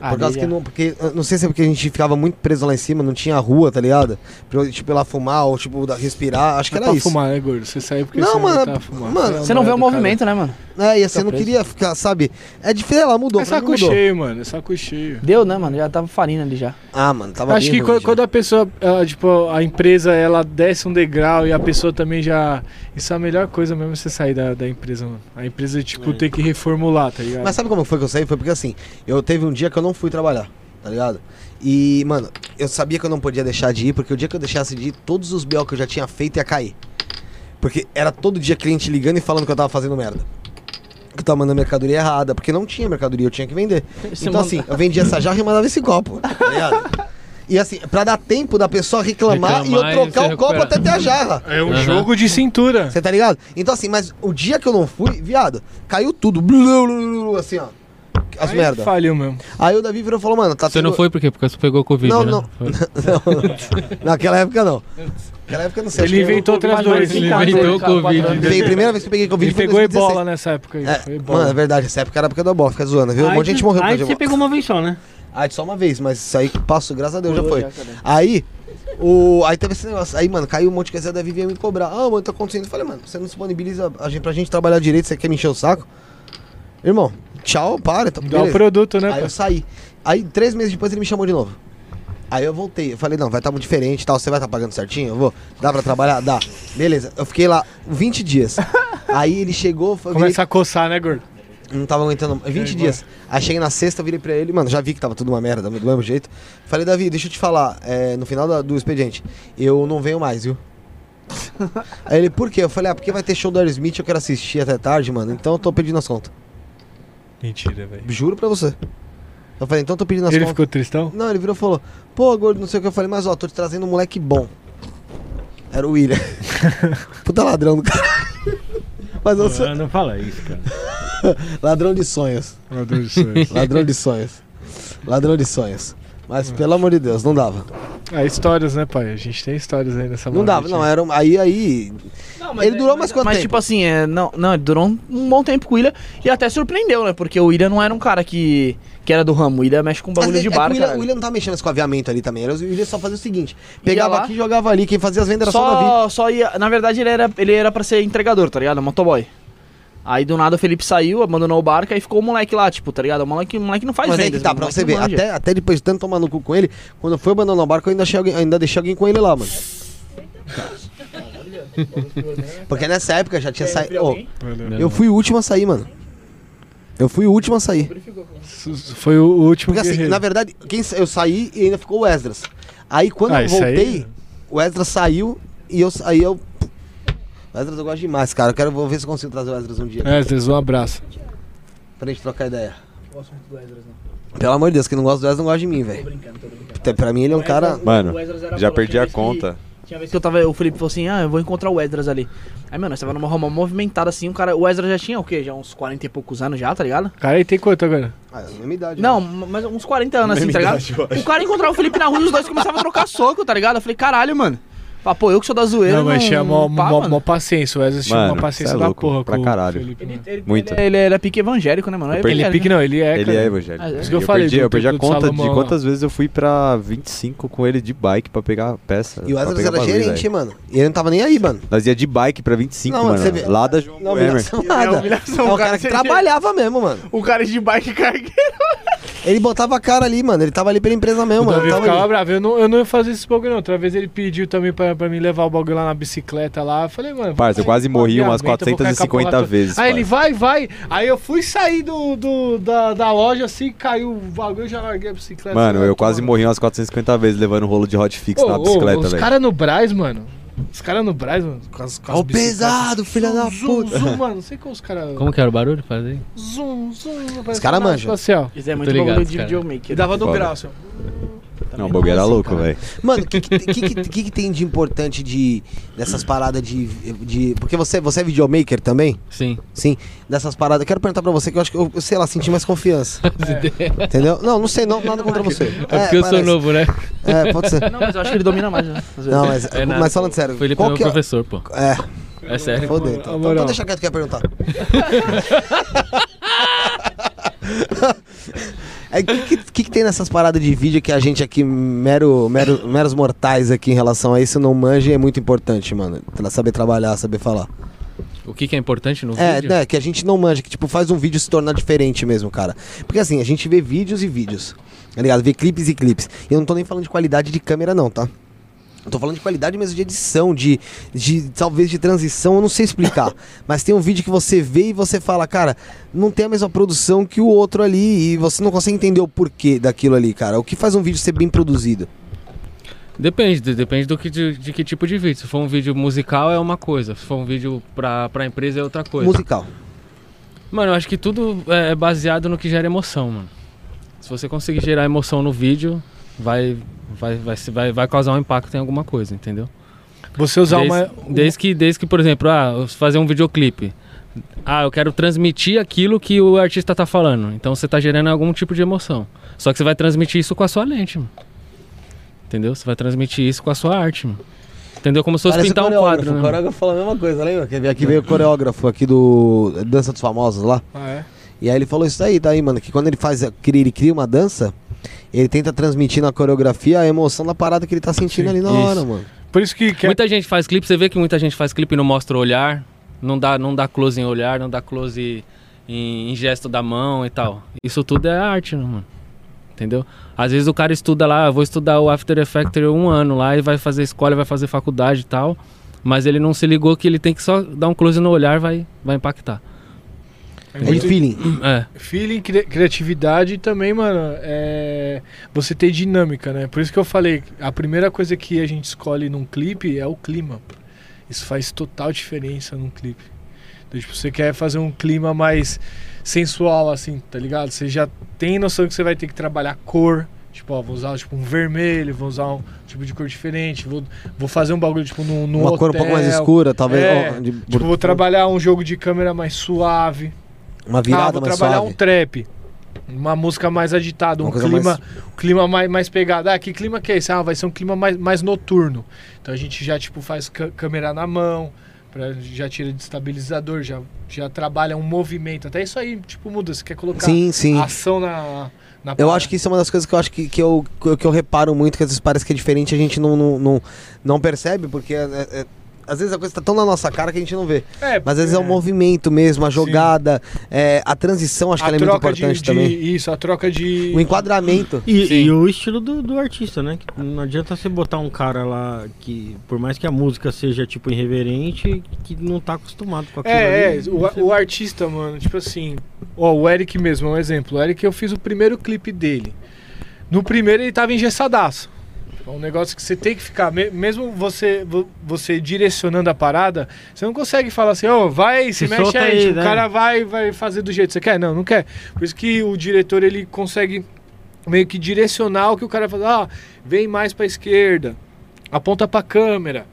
Speaker 11: Ah,
Speaker 2: Por causa
Speaker 11: daí
Speaker 2: que
Speaker 11: já.
Speaker 2: não. Porque, eu não sei se é porque a gente ficava muito preso lá em cima, não tinha rua, tá ligado? Pra, eu, tipo, ir lá fumar ou, tipo, da- respirar. Acho que
Speaker 5: Não
Speaker 2: era
Speaker 5: pra
Speaker 2: isso.
Speaker 5: fumar, né, gordo? Você saiu porque
Speaker 2: Não,
Speaker 5: você
Speaker 2: mano,
Speaker 5: não tá fumando.
Speaker 2: mano,
Speaker 5: Foi
Speaker 11: Você não vê o
Speaker 5: namorado, cara.
Speaker 11: movimento, né, mano?
Speaker 2: É, e assim, eu não
Speaker 11: preso.
Speaker 2: queria ficar, sabe? É difícil, ela mudou.
Speaker 5: É
Speaker 2: pra mim
Speaker 5: saco
Speaker 2: mudou.
Speaker 5: cheio, mano. É saco cheio.
Speaker 11: Deu, né, mano? Já tava farinha ali já.
Speaker 2: Ah, mano, tava
Speaker 5: Acho
Speaker 2: bem
Speaker 5: que
Speaker 2: ruim,
Speaker 5: quando, quando a pessoa, ela, tipo, a empresa, ela desce um degrau e a pessoa também já. Isso é a melhor coisa mesmo você sair da, da empresa, mano. A empresa, tipo, tem que reformular, tá ligado?
Speaker 2: Mas sabe como foi que eu saí? Foi porque assim, eu teve um dia que eu não fui trabalhar, tá ligado? E, mano, eu sabia que eu não podia deixar de ir, porque o dia que eu deixasse de ir, todos os BO que eu já tinha feito ia cair. Porque era todo dia cliente ligando e falando que eu tava fazendo merda. Que eu tava mandando mercadoria errada, porque não tinha mercadoria, eu tinha que vender.
Speaker 11: Você
Speaker 2: Então
Speaker 11: manda-
Speaker 2: assim, eu vendia essa jarra e mandava esse copo, tá ligado? E assim, pra dar tempo da pessoa reclamar,
Speaker 6: Reclamar
Speaker 2: e
Speaker 6: e
Speaker 2: eu trocar
Speaker 6: você
Speaker 2: o copo
Speaker 6: recuperar.
Speaker 2: até ter a jarra.
Speaker 5: É um
Speaker 6: Aham.
Speaker 5: jogo de cintura.
Speaker 2: Você tá ligado? Então assim, mas o dia que eu não fui, viado, caiu tudo. Blu, blu, blu, assim, ó. As
Speaker 5: Aí
Speaker 2: merda.
Speaker 5: Faliu mesmo.
Speaker 2: Aí o Davi virou e falou, mano, tá
Speaker 6: Você não foi por quê? Porque você pegou Covid,
Speaker 2: Não,
Speaker 6: né?
Speaker 2: não.
Speaker 6: Foi.
Speaker 2: não. Naquela época não. Naquela época eu não sei. acho
Speaker 5: Ele
Speaker 2: que eu-
Speaker 5: inventou outras
Speaker 11: Mas-
Speaker 5: duas.
Speaker 11: mas
Speaker 5: Ele
Speaker 11: em casa,
Speaker 5: inventou.
Speaker 6: inventou
Speaker 11: cara,
Speaker 6: o Covid.
Speaker 11: quatro anos.
Speaker 2: Peguei- primeira vez que eu peguei Covid
Speaker 5: Ele
Speaker 2: foi em
Speaker 5: pegou
Speaker 2: 2016.
Speaker 5: ebola nessa época aí. foi
Speaker 2: É,
Speaker 5: ebola.
Speaker 2: mano, é verdade, essa época era a época do bola, fica zoando, viu? Um monte de gente morreu por
Speaker 8: Aí
Speaker 2: causa de
Speaker 8: você
Speaker 2: ebola.
Speaker 8: pegou uma vez só, né?
Speaker 2: Aí só uma vez, mas isso aí passou, graças a Deus, já
Speaker 11: Pulou
Speaker 2: foi.
Speaker 11: já, cadê?
Speaker 2: aí, o, aí teve esse negócio. Aí, mano, caiu um monte de coisa, Davi veio me cobrar. Ah, mano, tá acontecendo. Eu falei, mano, você não disponibiliza a gente, pra gente trabalhar direito, você quer me encher o saco? Irmão, tchau, para. Então,
Speaker 5: Dá o
Speaker 2: beleza.
Speaker 5: produto, né?
Speaker 2: Aí
Speaker 5: pai?
Speaker 2: eu saí. Aí, três meses depois, ele me chamou de novo. Aí eu voltei. Eu falei, não, vai estar muito diferente e tal. Você vai estar pagando certinho? Eu vou. Dá pra trabalhar? Dá. Beleza. Eu fiquei lá 20 dias. Aí ele chegou. foi-
Speaker 5: Começa a coçar, né, gordo?
Speaker 2: Não tava aguentando. 20 dias. Aí cheguei na sexta, virei pra ele, mano, já vi que tava tudo uma merda, do mesmo jeito. Falei, Davi, deixa eu te falar, é, no final da- do expediente, eu não venho mais, viu? Aí ele, por quê? Eu falei, ah, porque vai ter show do Aerosmith, eu quero assistir até tarde, mano, então eu tô pedindo as contas.
Speaker 5: Mentira, velho.
Speaker 2: Juro pra você. Eu falei, então eu tô pedindo as
Speaker 5: Ele
Speaker 2: contas.
Speaker 5: ficou tristão?
Speaker 2: Não, ele virou e falou, pô, gordo, não sei o que. Eu falei, mas ó, tô te trazendo um moleque bom. Era o William. Puta ladrão do cara. Mas eu sou...
Speaker 8: É.
Speaker 4: Não, não fala isso, cara.
Speaker 2: Ladrão de sonhos.
Speaker 5: Ladrão de sonhos.
Speaker 2: Ladrão de sonhos. Ladrão de sonhos. Mas pelo amor de Deus, não dava.
Speaker 5: Ah, histórias, né, pai? A gente tem histórias aí nessa
Speaker 2: Não dava, não. Era um- aí, aí. ele durou mais quanto
Speaker 11: mas,
Speaker 2: tempo?
Speaker 11: tipo assim, é, não, não, ele durou um, um bom tempo com o Willian e até surpreendeu, né? Porque o Willian não era um cara que, que era do ramo, o Willian mexe com bagulho
Speaker 2: Mas
Speaker 11: de
Speaker 2: é que
Speaker 11: bar,
Speaker 2: o, William,
Speaker 11: cara.
Speaker 2: o William não tava mexendo nesse aviamento ali também. Era- O William só fazia o seguinte: pegava
Speaker 11: lá.
Speaker 2: aqui e jogava ali. Quem fazia as vendas era só o Davi.
Speaker 11: só, só ia. Na verdade, ele era, ele era pra ser entregador, tá ligado? Motoboy. Aí do nada o Felipe saiu, abandonou o barco e ficou o moleque lá, tipo, tá ligado? O moleque, o moleque não faz
Speaker 2: Mas aí
Speaker 11: vendas,
Speaker 2: que tá,
Speaker 11: o
Speaker 2: pra
Speaker 11: moleque
Speaker 2: você
Speaker 11: não
Speaker 2: ver.
Speaker 11: manja.
Speaker 2: Até, até depois de tanto tomar no cu com ele, quando foi abandonar o barco, eu ainda, achei alguém- ainda deixei alguém com ele lá, mano. Porque nessa época já tinha saído. Ô, eu fui o último a sair, mano. Eu fui o último a sair.
Speaker 5: Foi o último
Speaker 2: Porque assim,
Speaker 5: guerreiro.
Speaker 2: na verdade, quem sa- eu saí e ainda ficou o Esdras. Aí quando
Speaker 5: Ah,
Speaker 2: eu
Speaker 5: isso aí-
Speaker 2: voltei, o Esdras saiu e eu aí eu. O Esdras eu gosto demais, cara. Eu quero vou ver se eu consigo trazer o Esdras um dia.
Speaker 5: É, Zez, um abraço.
Speaker 2: Pra gente trocar ideia.
Speaker 11: Gosto muito do Ezra, né? não.
Speaker 2: Pelo amor de Deus, quem não gosta do Esdras não gosta de mim, velho. Até Pra mim ele é um cara.
Speaker 3: Mano,
Speaker 11: O Esdras era
Speaker 3: já
Speaker 11: foda.
Speaker 3: perdi
Speaker 11: Tinha
Speaker 3: a
Speaker 11: vez que-
Speaker 3: conta.
Speaker 11: Tinha vez que eu tava, o Felipe falou assim, ah, eu vou encontrar o Esdras ali. Aí, mano, nós tava numa Roma movimentada assim, o cara, o Esdras já tinha o quê? Já uns 40 e poucos anos já, tá ligado?
Speaker 5: Cara, ele tem quanto agora?
Speaker 2: Ah, é a mesma idade.
Speaker 11: Não, mas uns 40 anos assim, tá
Speaker 5: Mesma
Speaker 11: ligado?
Speaker 5: idade, eu acho.
Speaker 11: O cara encontrava o Felipe na rua e os dois começavam a trocar soco, tá ligado? Eu falei, caralho, mano. Pá, pô, eu que sou da zoeira,
Speaker 2: é
Speaker 5: não, mas
Speaker 2: um
Speaker 5: tinha
Speaker 11: pá,
Speaker 5: mó, mó,
Speaker 2: né?
Speaker 11: mano.
Speaker 5: mó paciência. O Wesley tinha
Speaker 3: Mano,
Speaker 5: uma paciência
Speaker 3: cê é
Speaker 5: da
Speaker 3: louco,
Speaker 5: porra
Speaker 3: pra
Speaker 5: com o
Speaker 3: caralho.
Speaker 5: Felipe,
Speaker 2: é
Speaker 5: mano.
Speaker 3: Muito.
Speaker 11: Ele, ele era pique evangélico, né, mano? É
Speaker 3: Eu perdi-
Speaker 5: Ele é
Speaker 11: evangélico,
Speaker 5: pique,
Speaker 11: né?
Speaker 5: não, ele é.
Speaker 3: Ele
Speaker 5: cara.
Speaker 3: é evangélico.
Speaker 11: Ah, é?
Speaker 5: Isso que eu falei
Speaker 3: perdi,
Speaker 5: do-
Speaker 3: eu perdi a
Speaker 5: do
Speaker 3: conta
Speaker 5: Salomão
Speaker 3: de
Speaker 5: lá.
Speaker 3: quantas vezes eu fui pra 25 com ele de bike pra pegar peça.
Speaker 2: E o
Speaker 3: pra
Speaker 2: Esdras
Speaker 3: pegar
Speaker 2: era
Speaker 3: bagulho,
Speaker 2: gerente,
Speaker 3: velho.
Speaker 2: mano. E ele não tava nem aí, mano.
Speaker 3: Nós ia de bike pra 25,
Speaker 2: Não, mano,
Speaker 3: mano.
Speaker 2: você vê-
Speaker 3: Lá da João
Speaker 2: Não,
Speaker 3: Boemer.
Speaker 2: humilhação nada.
Speaker 11: É humilhação,
Speaker 2: É
Speaker 11: cara,
Speaker 2: um cara que
Speaker 11: você-
Speaker 2: trabalhava mesmo, mano.
Speaker 11: O cara de bike cargueiro.
Speaker 2: Ele botava a cara ali, mano. Ele tava ali pela empresa mesmo,
Speaker 5: O
Speaker 2: mano.
Speaker 5: Davi
Speaker 2: Tava
Speaker 5: ficava
Speaker 2: ali.
Speaker 5: bravo. Eu não, eu não ia fazer esse bagulho, não. Outra vez ele pediu também pra, pra mim levar o bagulho lá na bicicleta lá. Eu falei, mano.
Speaker 3: Parça, eu
Speaker 5: vai,
Speaker 3: quase
Speaker 5: pô,
Speaker 3: morri
Speaker 5: me
Speaker 3: umas
Speaker 5: aguenta, eu vou cair com a porra
Speaker 3: 450
Speaker 5: toda.
Speaker 3: vezes,
Speaker 5: Aí ele
Speaker 3: parça.
Speaker 5: vai, vai. Aí eu fui sair do, do- da, da loja assim, caiu o bagulho, já larguei a bicicleta.
Speaker 3: Mano,
Speaker 5: Lá,
Speaker 3: eu quase
Speaker 5: tomando.
Speaker 3: morri umas 450 vezes levando rolo de hotfix
Speaker 5: Ô,
Speaker 3: na
Speaker 5: ô,
Speaker 3: bicicleta,
Speaker 5: Os
Speaker 3: velho.
Speaker 5: caras no Braz, mano. Os caras no Braz, mano. Com as, com as
Speaker 2: Ó, o
Speaker 5: bicicletas.
Speaker 2: pesado, filha da
Speaker 5: Zoom,
Speaker 2: puta.
Speaker 5: zoom, mano. Não sei como os caras.
Speaker 6: Como que era o barulho? Faz aí.
Speaker 5: Zoom, zoom.
Speaker 2: Os cara manja.
Speaker 5: assim,
Speaker 11: Isso é
Speaker 6: Tô
Speaker 11: muito
Speaker 6: ligado,
Speaker 11: bagulho de
Speaker 6: cara.
Speaker 5: E
Speaker 11: videomaker.
Speaker 5: dava no
Speaker 3: Foda.
Speaker 5: grau, seu.
Speaker 3: Não, o bagulho era louco, velho.
Speaker 2: Mano, o que, que, que- que- que que tem de importante de, dessas paradas de, de. Porque você, você é videomaker também?
Speaker 6: Sim.
Speaker 2: Sim, dessas paradas. Eu quero perguntar pra você que eu acho que eu, eu sei lá, senti mais confiança.
Speaker 6: É,
Speaker 2: Entendeu? Não, não sei, não, nada contra você.
Speaker 6: porque eu sou
Speaker 2: É, parece.
Speaker 6: novo, né?
Speaker 2: É, pode ser.
Speaker 11: Não, mas eu acho que ele domina mais, né? Às vezes.
Speaker 2: Não, mas,
Speaker 6: É nada,
Speaker 2: mas falando
Speaker 6: pô.
Speaker 2: sério,
Speaker 6: Felipe é
Speaker 2: qual
Speaker 6: meu
Speaker 2: que é.
Speaker 6: professor, pô.
Speaker 2: É,
Speaker 6: É sério.
Speaker 2: fodeu. Então, então,
Speaker 5: moral.
Speaker 2: deixa quieto que eu ia perguntar. É, que, que, que que tem nessas paradas de vídeo que a gente aqui, mero, mero, meros mortais aqui em relação a isso, não manja e é muito importante, mano. Tra- Saber trabalhar, saber falar.
Speaker 6: O que, que é importante no
Speaker 2: É,
Speaker 6: vídeo?
Speaker 2: né, que a gente não manja, que tipo, faz um vídeo se tornar diferente mesmo, cara. Porque assim, a gente vê vídeos e vídeos, tá ligado? Vê clipes e clipes. E eu não tô nem falando de qualidade de câmera, não, tá? Eu tô falando de qualidade mesmo de edição, de, de talvez de transição, eu não sei explicar. Mas tem um vídeo que você vê e você fala, cara, não tem a mesma produção que o outro ali. E você não consegue entender o porquê daquilo ali, cara. O que faz um vídeo ser bem produzido?
Speaker 6: Depende, de- depende do que, de, de que tipo de vídeo. Se for um vídeo musical é uma coisa, se for um vídeo pra, pra empresa é outra coisa.
Speaker 2: Musical.
Speaker 6: Mano, eu acho que tudo é baseado no que gera emoção, mano. Se você conseguir gerar emoção no vídeo, vai, vai, vai, se- vai, vai causar um impacto em alguma coisa, entendeu?
Speaker 5: Você usar
Speaker 6: desde,
Speaker 5: uma.
Speaker 6: desde que, desde que, por exemplo, ah, fazer um videoclipe. Ah, eu quero transmitir aquilo que o artista tá falando. Então você tá gerando algum tipo de emoção. Só que você vai transmitir isso com a sua lente, mano. Entendeu? Você vai transmitir isso com a sua arte, mano. Entendeu? Como se fosse pintar um
Speaker 2: coreógrafo.
Speaker 6: quadro, né?
Speaker 2: O
Speaker 6: mano?
Speaker 2: coreógrafo falou a mesma coisa, lembra? É Que veio- Aqui veio o coreógrafo aqui do Dança dos Famosos lá.
Speaker 5: Ah, é?
Speaker 2: E aí ele falou isso aí, daí, mano, que quando ele faz, a- cria- ele cria uma dança, ele tenta transmitir na coreografia a emoção da parada que ele tá sentindo ali na
Speaker 6: isso.
Speaker 2: hora, mano.
Speaker 5: Por isso que. é- que
Speaker 6: Muita gente faz clipe, você vê que muita gente faz clipe e não mostra o olhar, não dá, não dá close em olhar, não dá close em, em gesto da mão e tal. Isso tudo é arte, né, mano? entendeu? Às vezes o cara estuda lá, "Ah, vou estudar o After Effects um ano lá e vai fazer escola, vai fazer faculdade e tal, mas ele não se ligou que ele tem que só dar um close no olhar vai vai impactar.
Speaker 5: É muito-
Speaker 6: É.
Speaker 5: Feeling, cri- criatividade e também, mano, é você ter dinâmica, né? Por isso que eu falei, a primeira coisa que a gente escolhe num clipe é o clima. Isso faz total diferença num clipe. Então, tipo, você quer fazer um clima mais sensual, assim, tá ligado? Você já tem noção que você vai ter que trabalhar cor. Tipo, ó, vou usar tipo, um vermelho, vou usar um tipo de cor diferente, vou, vou fazer um bagulho, tipo, num, num
Speaker 2: Uma cor um
Speaker 5: hotel.
Speaker 2: pouco mais escura, talvez,
Speaker 5: É,
Speaker 2: ó, de-
Speaker 5: tipo, vou trabalhar um jogo de câmera mais suave.
Speaker 2: Uma virada
Speaker 5: vou
Speaker 2: mais
Speaker 5: trabalhar
Speaker 2: suave.
Speaker 5: um trap. Uma música mais agitada, um
Speaker 2: Uma coisa
Speaker 5: clima,
Speaker 2: mais-
Speaker 5: um clima mais, mais pegado. Ah, que clima que é esse? Ah, vai ser um clima mais, mais noturno. Então a gente já tipo faz cã- câmera na mão, pra, já tira de estabilizador, já, já trabalha um movimento. Até isso aí, tipo, muda. Você quer colocar
Speaker 2: Sim, sim.
Speaker 5: ação na, na
Speaker 2: Eu
Speaker 5: parada.
Speaker 2: acho que isso é uma das coisas que eu acho que, que, eu, que eu reparo muito, que às vezes parece que é diferente e a gente não, não, não, não percebe, porque é- é- é- às vezes a coisa tá tão na nossa cara que a gente não vê.
Speaker 5: É,
Speaker 2: Mas às vezes é o
Speaker 5: é.
Speaker 2: movimento mesmo, a jogada, é, a transição, acho
Speaker 5: a
Speaker 2: que ela é muito
Speaker 5: troca de-
Speaker 2: importante
Speaker 5: de,
Speaker 2: também.
Speaker 5: Isso, a troca de.
Speaker 2: O enquadramento.
Speaker 8: E, e o estilo do, do artista, né? Que não adianta você botar um cara lá que, por mais que a música seja, tipo, irreverente, que não tá acostumado com aquilo.
Speaker 5: É,
Speaker 8: ali,
Speaker 5: é, o, o artista, mano, tipo assim, ó, o Eric mesmo é um exemplo. O Eric, eu fiz o primeiro clipe dele. No primeiro ele tava engessadaço. É um negócio que você tem que ficar, me- mesmo você vo- você direcionando a parada, você não consegue falar assim, ô, vai, se,
Speaker 8: Se
Speaker 5: mexe
Speaker 8: solta
Speaker 5: aí,
Speaker 8: aí,
Speaker 5: tipo,
Speaker 8: né?
Speaker 5: o cara vai vai fazer do jeito que você quer. Não, não quer. Por isso que o diretor ele consegue meio que direcionar o que o cara fala, ah, vem mais pra esquerda, aponta pra câmera,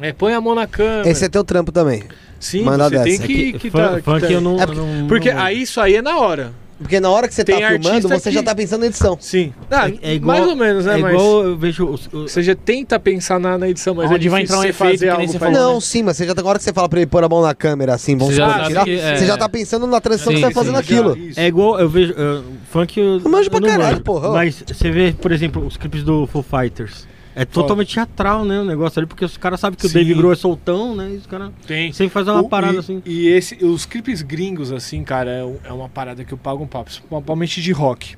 Speaker 5: é, põe a mão na câmera.
Speaker 2: Esse é teu trampo também.
Speaker 5: Sim,
Speaker 2: Mandar
Speaker 5: você tem
Speaker 2: dessa.
Speaker 5: que,
Speaker 2: É que
Speaker 5: que
Speaker 2: fã-
Speaker 5: tá- que
Speaker 2: funk
Speaker 5: tá-
Speaker 2: eu não-
Speaker 5: é porque
Speaker 2: eu não-
Speaker 5: porque
Speaker 2: não-
Speaker 5: aí isso aí é na hora.
Speaker 2: Porque na hora que você
Speaker 5: Tem
Speaker 2: tá filmando,
Speaker 5: artista
Speaker 2: você já
Speaker 5: que-
Speaker 2: tá pensando na edição.
Speaker 5: Sim. Ah,
Speaker 2: É- é igual-
Speaker 5: mais ou menos, né?
Speaker 2: é
Speaker 5: mas
Speaker 2: igual
Speaker 8: eu vejo.
Speaker 5: Você já tenta pensar na, na edição, mas
Speaker 11: Onde
Speaker 5: é
Speaker 11: vai
Speaker 5: difícil
Speaker 11: entrar um
Speaker 5: você
Speaker 11: efeito
Speaker 5: fazer
Speaker 11: que nem
Speaker 5: algo
Speaker 11: você
Speaker 5: pra-
Speaker 2: não, sim, mas você já tá, na hora que você fala pra ele pôr a mão na câmera, assim, vamos
Speaker 8: Você já
Speaker 2: supor,
Speaker 8: sabe
Speaker 2: tirar,
Speaker 8: que- é.
Speaker 2: você já tá pensando na transição que você tá fazendo aquilo.
Speaker 8: É igual, eu vejo. eh, funk eu.
Speaker 2: Eu manjo pra
Speaker 8: não
Speaker 2: caralho, porra.
Speaker 8: Mas você vê, por exemplo, os clipes do Foo Fighters. É totalmente teatral, né? O negócio ali, porque os caras sabem que o
Speaker 5: Sim.
Speaker 8: Dave Grohl é soltão, né? E os caras
Speaker 5: Tem.
Speaker 8: sempre fazem uma
Speaker 5: O-
Speaker 8: parada
Speaker 5: e,
Speaker 8: assim.
Speaker 5: E esse, os clipes gringos, assim, cara, é, um- é uma parada que eu pago um papo, principalmente de rock.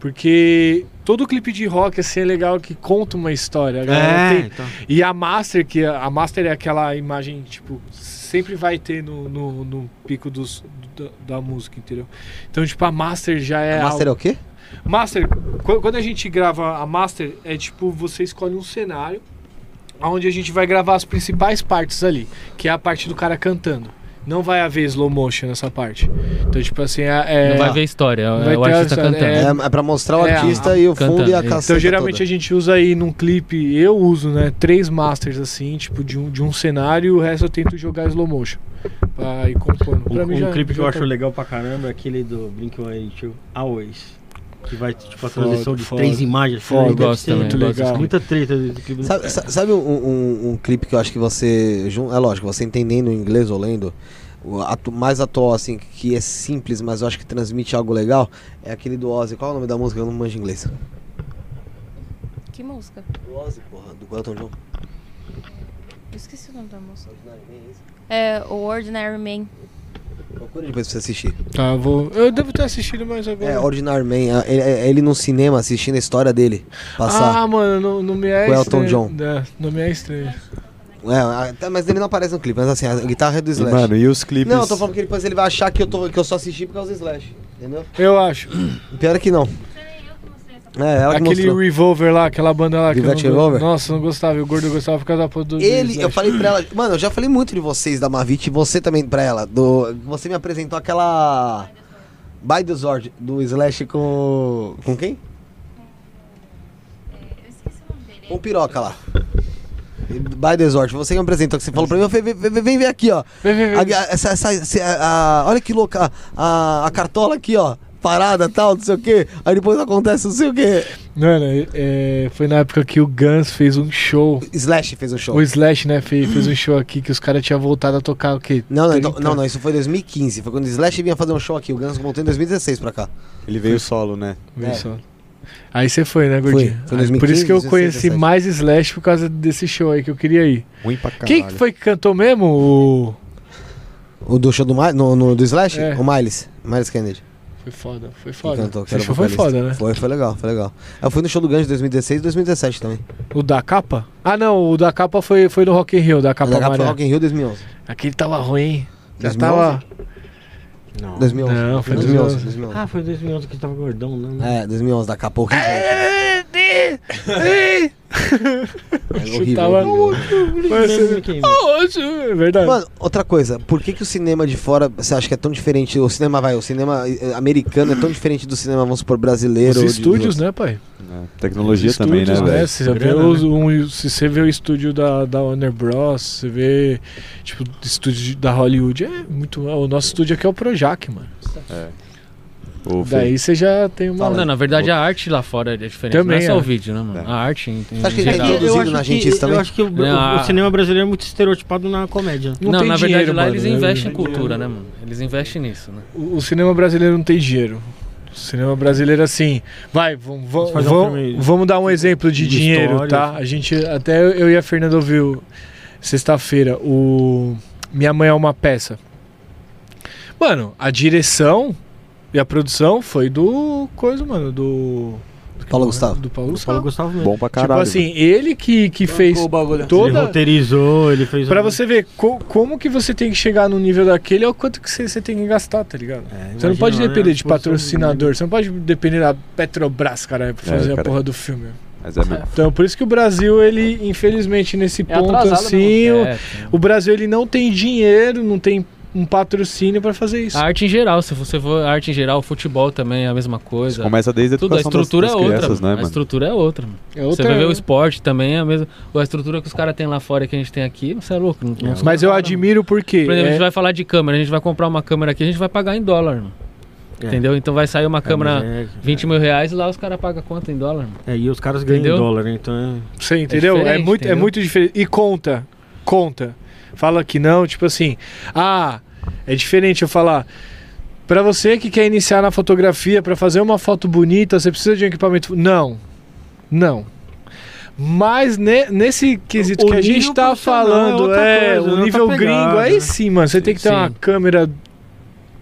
Speaker 5: Porque todo clipe de rock, assim, é legal que conta uma história. a galera
Speaker 8: É,
Speaker 5: tem-
Speaker 8: então.
Speaker 5: E a Master, que a a Master é aquela imagem, tipo, sempre vai ter no, no, no pico dos, da, da música, entendeu? Então, tipo, a Master já é.
Speaker 2: A master é o quê?
Speaker 5: Master, qu- quando a gente grava a Master, é tipo, você escolhe um cenário onde a gente vai gravar as principais partes ali, que é a parte do cara cantando. Não vai haver slow motion nessa parte. Então, tipo assim, é. é-
Speaker 6: Não vai ver história, é-
Speaker 5: vai
Speaker 6: é o
Speaker 5: ter a
Speaker 6: artista
Speaker 5: história,
Speaker 6: cantando.
Speaker 2: É, é pra mostrar o artista e o fundo e
Speaker 8: é
Speaker 2: a caceta
Speaker 5: Então, geralmente
Speaker 2: toda.
Speaker 5: a gente usa aí num clipe, eu uso, né? Três masters assim, tipo, de um, de um cenário, o resto eu tento jogar slow motion. Pra ir compondo.
Speaker 8: Um,
Speaker 5: Pra
Speaker 8: um
Speaker 5: mim já-
Speaker 8: clipe que eu
Speaker 5: já
Speaker 8: acho
Speaker 5: tá.
Speaker 8: legal pra caramba é aquele do Blink-182, Always. Que vai, tipo, a
Speaker 5: Foda,
Speaker 8: transição de
Speaker 5: foda.
Speaker 8: três imagens. né?
Speaker 5: Foda,
Speaker 8: Deve
Speaker 5: eu gosto
Speaker 8: ter
Speaker 5: também,
Speaker 8: muito
Speaker 5: eu gosto
Speaker 8: legal.
Speaker 5: desse
Speaker 8: Muita treta desse clipe.
Speaker 2: Sabe, sa- sabe um, um- um clipe que eu acho que você. jun- É lógico, você entendendo o inglês ou lendo, o atu- mais atual, assim, que é simples, mas eu acho que transmite algo legal, é aquele do Ozzy. Qual é o nome da música? Eu não manjo inglês.
Speaker 7: Que música?
Speaker 2: Porra, do Elton John.
Speaker 7: Eu esqueci o nome da música. É, o Ordinary Man.
Speaker 2: Procura depois pra você assistir.
Speaker 5: Tá, eu vou. Eu devo ter assistido mais agora.
Speaker 2: É, Ordinary Man. é- Ele, é ele no cinema assistindo a história dele. Passar.
Speaker 5: Ah, mano, não, não me é
Speaker 2: Com Elton
Speaker 5: estranho.
Speaker 2: John.
Speaker 5: É, não me é estranho.
Speaker 2: É, até- mas ele não aparece no clipe, mas assim, a guitarra é do Slash.
Speaker 3: Mano, e os clipes?
Speaker 2: Não, eu tô falando que depois ele vai achar que eu, tô, que eu só assisti por causa do Slash. Entendeu?
Speaker 5: Eu acho.
Speaker 2: Pior é que não. É, ela que
Speaker 5: Aquele
Speaker 2: mostrou.
Speaker 5: Revolver lá, aquela banda lá.
Speaker 2: Velvet
Speaker 5: que eu não go-
Speaker 2: Revolver?
Speaker 5: Nossa, eu não gostava. O gordo gostava por causa da porra do. do
Speaker 2: Ele,
Speaker 5: Slash.
Speaker 2: eu falei pra ela, mano, eu já falei muito de vocês da Mavit e você também pra ela. Do, você me apresentou aquela. By the Zord, do Slash com. Com quem? Com o piroca lá. By the Zord, você que me apresentou, que você falou pra mim, eu falei, vem, vem, vem, vem ver aqui, ó. A- a- essa, essa, esse- a- a- olha que louca, a, a cartola aqui, ó, parada tal, não sei o quê. Aí depois acontece não sei o quê.
Speaker 5: Mano, é, foi na época que o Guns fez um show.
Speaker 2: Slash fez um show.
Speaker 5: O Slash, né, fez, fez um show aqui que os caras tinham voltado a tocar o quê?
Speaker 2: Não, não,
Speaker 5: 30?
Speaker 2: então- não, não, isso foi 2015. Foi quando o Slash vinha fazer um show aqui. O Guns voltou em 2016 pra cá.
Speaker 3: Ele veio solo, né?
Speaker 5: Veio solo. Aí você foi, né,
Speaker 2: Foi,
Speaker 5: gordinho?
Speaker 2: É. foi
Speaker 5: Aí, por isso que
Speaker 2: 2015,
Speaker 5: eu
Speaker 2: 16,
Speaker 5: conheci
Speaker 2: 17.
Speaker 5: mais Slash por causa desse show aí que eu queria ir.
Speaker 3: Ruim pra caralho.
Speaker 5: Quem que foi que cantou mesmo? O.
Speaker 2: O do show do, Mi- no, no- do Slash?
Speaker 5: É.
Speaker 2: O Miles. Miles Kennedy.
Speaker 5: Foi foda, foi foda.
Speaker 2: cantou, que
Speaker 5: Esse
Speaker 2: era
Speaker 5: show foi
Speaker 2: vocalista.
Speaker 5: foda, né?
Speaker 2: Foi, foi legal, foi legal. Eu fui no show do Guns de 2016 e 2017 também.
Speaker 5: O da capa? Ah, não, o da capa foi, foi no Rock in Rio, da
Speaker 2: Capa
Speaker 5: capa
Speaker 2: da Capa foi
Speaker 5: amarela.
Speaker 2: Rock in Rio 2011.
Speaker 5: Aquele tava ruim, hein? Já
Speaker 2: 2011?
Speaker 5: tava...
Speaker 2: Não. 2011.
Speaker 5: Não, foi
Speaker 2: 2011.
Speaker 5: 2011.
Speaker 2: 2011.
Speaker 8: Ah, foi 2011 que tava gordão, né?
Speaker 2: É, 2011, da capa horrível.
Speaker 5: É,
Speaker 2: É horrível,
Speaker 5: Chutava... Mas
Speaker 8: Lembro
Speaker 5: você-
Speaker 8: quem-
Speaker 5: Ah, hoje, é verdade.
Speaker 2: Mano, outra coisa, por que, que o cinema de fora você acha que é tão diferente? O cinema vai, o cinema eh, americano é tão diferente do cinema, vamos supor, brasileiro.
Speaker 5: Os
Speaker 2: ou de-
Speaker 5: estúdios,
Speaker 2: dos
Speaker 5: né, pai?
Speaker 3: É, tecnologia também, né,
Speaker 5: Estúdios,
Speaker 3: velho?
Speaker 5: Você já vê
Speaker 3: Grana,
Speaker 5: os-
Speaker 3: né?
Speaker 5: um- se você vê o estúdio da, da Warner Bros, você vê, tipo, estúdio de- da Hollywood, é muito. O nosso estúdio aqui é o Projac, mano.
Speaker 3: É. Ô, Fê,
Speaker 5: Daí você já tem uma.
Speaker 6: Não, na verdade a arte lá fora é diferente.
Speaker 5: Também
Speaker 6: não é só
Speaker 5: é.
Speaker 6: o vídeo, né, mano? A arte em, em
Speaker 2: Acho que
Speaker 6: geral.
Speaker 2: tem
Speaker 8: Eu
Speaker 2: Produzido
Speaker 8: acho
Speaker 2: na
Speaker 8: que-
Speaker 2: gente isso também?
Speaker 8: Eu acho que o,
Speaker 6: Não,
Speaker 8: o- o
Speaker 5: ah.
Speaker 6: a-
Speaker 8: cinema brasileiro é muito estereotipado na comédia.
Speaker 5: Não
Speaker 6: Não,
Speaker 5: tem
Speaker 6: na verdade
Speaker 5: dinheiro,
Speaker 6: lá
Speaker 5: mano,
Speaker 6: eles
Speaker 5: né?
Speaker 6: investem em
Speaker 5: Não tem
Speaker 6: cultura, né, mano? Eles investem nisso, né?
Speaker 5: O, o cinema brasileiro não tem dinheiro. O cinema brasileiro, assim. Vai, vamos, vamos,
Speaker 8: fazer um
Speaker 5: vamos,
Speaker 8: filme
Speaker 5: vamos dar um exemplo de,
Speaker 8: de
Speaker 5: dinheiro,
Speaker 8: história.
Speaker 5: tá? A gente. Até eu, eu e a Fernanda ouviu sexta-feira o Minha Mãe é uma peça. Mano, a direção e a produção foi do. Coisa, mano, do.
Speaker 2: Paulo Gustavo.
Speaker 5: Do
Speaker 8: O Paulo
Speaker 5: Paulo Gustavo.
Speaker 8: Gustavo mesmo.
Speaker 3: Bom pra caralho.
Speaker 5: tipo assim, ele que, que fez
Speaker 11: o bagulho.
Speaker 8: Ele
Speaker 5: toda.
Speaker 8: roteirizou, ele fez...
Speaker 5: Pra
Speaker 8: um-
Speaker 5: você ver co- como que você tem que chegar no nível daquele é o quanto que você, você tem que gastar, tá ligado?
Speaker 8: É,
Speaker 5: você
Speaker 8: imagina,
Speaker 5: não pode
Speaker 8: né,
Speaker 5: depender
Speaker 8: a
Speaker 5: de
Speaker 8: produção-
Speaker 6: um-
Speaker 5: patrocinador, você não pode depender da Petrobras, cara, pra
Speaker 3: É,
Speaker 5: fazer a
Speaker 3: cara.
Speaker 5: porra do filme.
Speaker 3: Mas é mesmo.
Speaker 5: Então, por isso que o Brasil, ele, infelizmente, nesse ponto
Speaker 11: atrasado
Speaker 5: assim, o-
Speaker 6: É,
Speaker 5: o Brasil, ele não tem dinheiro, não tem um patrocínio pra fazer isso.
Speaker 6: a arte em geral, se você for a arte em geral, o futebol também é a mesma coisa.
Speaker 3: Começa desde a
Speaker 6: Tudo, a
Speaker 3: educação das-
Speaker 6: estrutura
Speaker 3: das,
Speaker 6: é outra.
Speaker 3: crianças,
Speaker 6: mano.
Speaker 3: né,
Speaker 6: a
Speaker 3: mano?
Speaker 6: estrutura é outra. mano.
Speaker 5: É outra-
Speaker 6: Você vai ver o esporte também, é a mesma. A estrutura que os caras têm lá fora que a gente tem aqui, você é louco. Não, não-
Speaker 5: Mas eu admiro porque...
Speaker 6: Por exemplo, a gente
Speaker 5: é-
Speaker 6: vai falar de câmera, a gente vai comprar uma câmera aqui, a gente vai pagar em dólar, mano.
Speaker 8: É.
Speaker 6: Entendeu? Então vai sair uma
Speaker 8: É, mas
Speaker 6: câmera
Speaker 8: é-
Speaker 6: 20 mil reais e lá os caras pagam quanto em dólar, mano?
Speaker 8: É, e os caras ganham em
Speaker 6: Entendeu?
Speaker 8: dólar, né? então é...
Speaker 5: Você entendeu? É,
Speaker 6: diferente,
Speaker 5: muito, é
Speaker 6: entendeu?
Speaker 5: muito diferente. E conta, conta. Fala que não, tipo assim, ah, é diferente eu falar. Pra você que quer iniciar na fotografia, pra fazer uma foto bonita, você precisa de um equipamento. Não. Não. Mas ne- nesse quesito
Speaker 8: O
Speaker 5: que a
Speaker 8: nível
Speaker 5: gente tá
Speaker 8: profissional é
Speaker 5: falando,
Speaker 8: outra
Speaker 5: é,
Speaker 8: coisa,
Speaker 5: o
Speaker 8: outra
Speaker 5: nível
Speaker 8: pegada,
Speaker 5: gringo,
Speaker 8: né?
Speaker 5: aí sim, mano. Você tem que ter
Speaker 6: Sim.
Speaker 5: uma câmera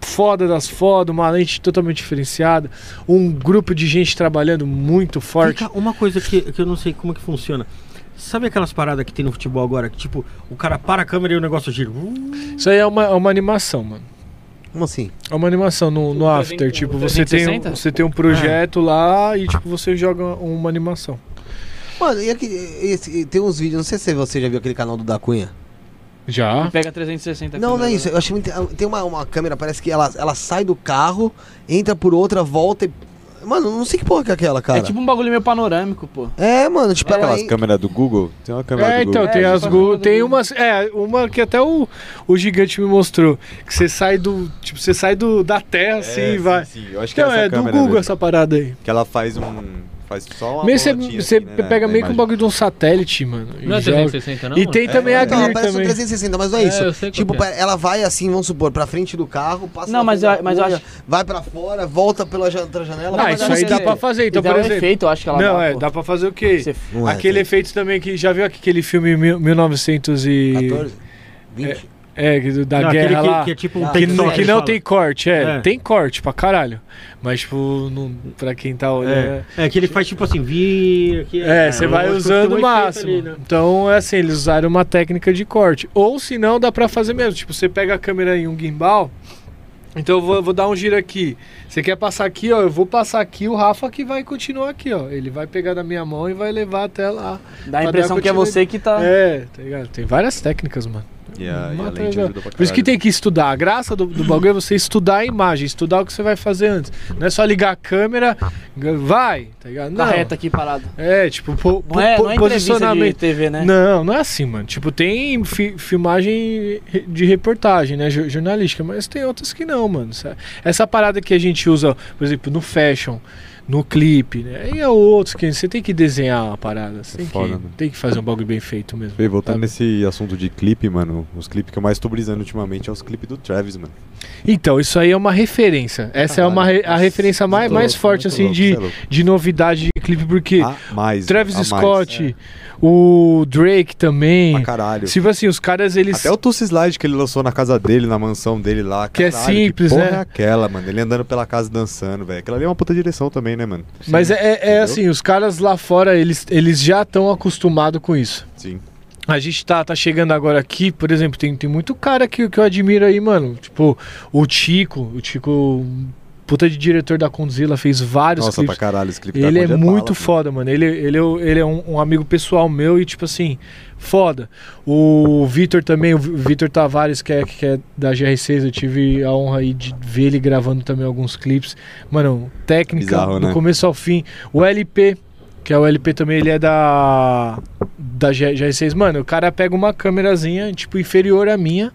Speaker 5: foda das fodas, uma lente totalmente diferenciada, um grupo de gente trabalhando muito forte.
Speaker 8: Fica uma coisa que, que eu não sei como que funciona. Sabe aquelas paradas que tem no futebol agora? Que tipo, o cara para a câmera e o negócio gira. Uh,
Speaker 5: Isso aí é uma, é uma animação, mano.
Speaker 2: Como assim?
Speaker 5: É uma animação no, no After, tipo, você tem, um,
Speaker 6: 360?
Speaker 5: você tem um projeto lá e tipo, você joga uma animação.
Speaker 2: Mano, e aqui, esse- tem uns vídeos, não sei se você já viu aquele canal do Da Cunha.
Speaker 5: Já?
Speaker 11: Pega 360
Speaker 2: Não, não é isso. Eu achei muito. Tem uma, uma câmera, parece que ela, ela sai do carro, entra por outra, volta e. Mano, não sei que porra que é aquela, cara.
Speaker 11: É tipo um bagulho meio panorâmico, pô.
Speaker 2: É, mano, tipo, ela.
Speaker 3: Aquelas câmeras do Google. Tem uma câmera
Speaker 5: É,
Speaker 3: do
Speaker 5: então,
Speaker 3: Google.
Speaker 5: tem
Speaker 11: É,
Speaker 5: as
Speaker 11: tá
Speaker 5: Google,
Speaker 11: falando
Speaker 5: tem
Speaker 11: do-
Speaker 5: umas, é, uma que até o, o gigante me mostrou, que você sai do, tipo, você sai do, da terra assim e vai.
Speaker 3: É, Sim, sim, eu acho que
Speaker 5: Então,
Speaker 3: é, essa
Speaker 5: é do
Speaker 3: câmera
Speaker 5: Google
Speaker 3: mesmo.
Speaker 5: essa parada aí.
Speaker 3: Que ela faz um. Faz só uma.
Speaker 5: Meio você
Speaker 3: bolotinha,
Speaker 5: você
Speaker 3: assim, né, na-
Speaker 5: pega
Speaker 3: na
Speaker 5: meio que o
Speaker 3: imagem.
Speaker 5: bagulho de um satélite, mano. e
Speaker 6: Não é
Speaker 5: joga.
Speaker 6: 360, não?
Speaker 5: e
Speaker 6: mano?
Speaker 5: tem também a
Speaker 2: Então, ela
Speaker 5: Glir
Speaker 2: parece um
Speaker 5: também.
Speaker 2: 360, mas não é,
Speaker 6: É,
Speaker 2: isso.
Speaker 6: eu sei qual
Speaker 2: tipo,
Speaker 6: que é.
Speaker 2: pa- ela vai assim, vamos supor, pra frente do carro, passa
Speaker 11: Não,
Speaker 2: na
Speaker 11: mas
Speaker 2: frente
Speaker 11: eu-
Speaker 2: da
Speaker 11: mas eu
Speaker 2: rua,
Speaker 11: acho-
Speaker 2: Vai pra fora, volta pela jan- outra janela.
Speaker 5: Ah,
Speaker 11: mas
Speaker 5: isso
Speaker 11: ela
Speaker 5: aí
Speaker 11: não
Speaker 5: dá
Speaker 11: sei.
Speaker 5: pra fazer, então,
Speaker 11: Então, dá
Speaker 5: por
Speaker 11: um
Speaker 5: exemplo.
Speaker 11: efeito, eu acho que ela
Speaker 5: Não,
Speaker 11: dá,
Speaker 5: é,
Speaker 11: pô.
Speaker 5: dá pra fazer o quê?
Speaker 11: Você-
Speaker 2: Não é,
Speaker 5: Aquele
Speaker 2: tem
Speaker 5: efeito também que já viu aquele filme mil- 1900 e
Speaker 2: 14, 20.
Speaker 5: É, que do- da
Speaker 8: não, aquele
Speaker 5: guerra
Speaker 8: que,
Speaker 5: lá.
Speaker 8: que é tipo um
Speaker 2: Ah,
Speaker 5: Que,
Speaker 8: take
Speaker 5: não-
Speaker 8: só,
Speaker 5: que
Speaker 8: ele
Speaker 5: não
Speaker 8: fala.
Speaker 5: tem corte, é,
Speaker 8: É.
Speaker 5: Tem corte pra caralho. Mas, tipo, não, pra quem tá olhando.
Speaker 8: É, é que ele faz tipo assim, vir aqui.
Speaker 5: É, você vai
Speaker 8: eu acho que
Speaker 5: usando
Speaker 8: tem
Speaker 5: o
Speaker 8: um
Speaker 5: máximo.
Speaker 8: efeito ali, né?
Speaker 5: Então, é assim, eles usaram uma técnica de corte. Ou se não, dá pra fazer mesmo. Tipo, você pega a câmera em um gimbal. Então eu vou, vou dar um giro aqui. Você quer passar aqui, ó? Eu vou passar aqui, o Rafa que vai continuar aqui, ó. Ele vai pegar da minha mão e vai levar até lá.
Speaker 11: Dá
Speaker 5: Pra
Speaker 11: a
Speaker 5: dar
Speaker 11: impressão que é
Speaker 5: continuidade.
Speaker 11: você que
Speaker 1: Ah.
Speaker 11: tá.
Speaker 5: É, tá ligado? Tem várias técnicas, mano.
Speaker 3: E a, e a
Speaker 5: Mata
Speaker 3: lente
Speaker 5: legal.
Speaker 3: ajuda pra
Speaker 5: Por isso que
Speaker 3: caralho.
Speaker 5: tem que estudar. A graça do, do bagulho é você estudar a imagem, estudar o que você vai fazer antes. Não é só ligar a câmera, g- vai, tá ligado? Não.
Speaker 11: Tá reta aqui parado.
Speaker 5: É, tipo, po, po-
Speaker 11: Não é,
Speaker 5: po-
Speaker 11: não é entrevista de
Speaker 5: posicionamento.
Speaker 11: TV, né?
Speaker 5: Não, não é assim, mano. Tipo, tem fi- filmagem re- de reportagem, né? jo- Jornalística, mas tem outras que não, mano. sa- Essa parada que a gente usa, por exemplo, no fashion, no clipe, né? E é outros que você tem que desenhar a parada. Você tem,
Speaker 3: Foda,
Speaker 5: que,
Speaker 3: mano.
Speaker 5: tem que fazer um bagulho bem feito mesmo. Tá
Speaker 3: Fê, voltando
Speaker 5: sabe?
Speaker 3: nesse assunto de clipe, mano, os clipes que eu mais tô brisando ultimamente é os clipes do Travis, mano.
Speaker 5: Então, é
Speaker 3: Ah,
Speaker 5: isso aí é uma referência. Essa é uma re- a referência mais, mais forte, assim, de, de novidade de clipe porque
Speaker 3: Ah, mais,
Speaker 5: Travis
Speaker 3: a mais. É,
Speaker 5: Scott, o Drake também. Pra
Speaker 3: caralho.
Speaker 5: Tipo assim, os caras eles
Speaker 3: Até o Tuss Slide que ele lançou na casa dele, na mansão dele lá.
Speaker 5: Que é
Speaker 3: Caralho,
Speaker 5: simples,
Speaker 3: que porra
Speaker 5: né?
Speaker 3: é aquela, mano. Ele andando pela casa dançando, velho. Aquela ali é uma puta direção também, né, mano?
Speaker 5: Mas é- é, é assim, os caras lá fora, eles, eles já estão acostumados com isso.
Speaker 3: Sim.
Speaker 5: A gente tá, tá chegando agora aqui, por exemplo, tem, tem muito cara que, que eu admiro aí, mano. Tipo, o Tico, o Tico, puta de diretor da Condzilla, fez vários
Speaker 3: Nossa,
Speaker 5: clipes.
Speaker 3: pra caralho, esse clipe tá
Speaker 5: Ele é
Speaker 3: com onde
Speaker 5: muito
Speaker 3: bala,
Speaker 5: foda, mano. Ele, ele, é o- ele é um, um amigo pessoal meu e, tipo assim, foda. O Vitor também, o Vi- o Vitor Tavares, que é, que é da GR6, eu tive a honra aí de ver ele gravando também alguns clipes. Mano, técnica
Speaker 3: Bizarro,
Speaker 5: do
Speaker 3: né?
Speaker 5: começo ao fim. O LP, que é o LP também, ele é da, da G- GR6. Mano, o cara pega uma câmerazinha, tipo, inferior à minha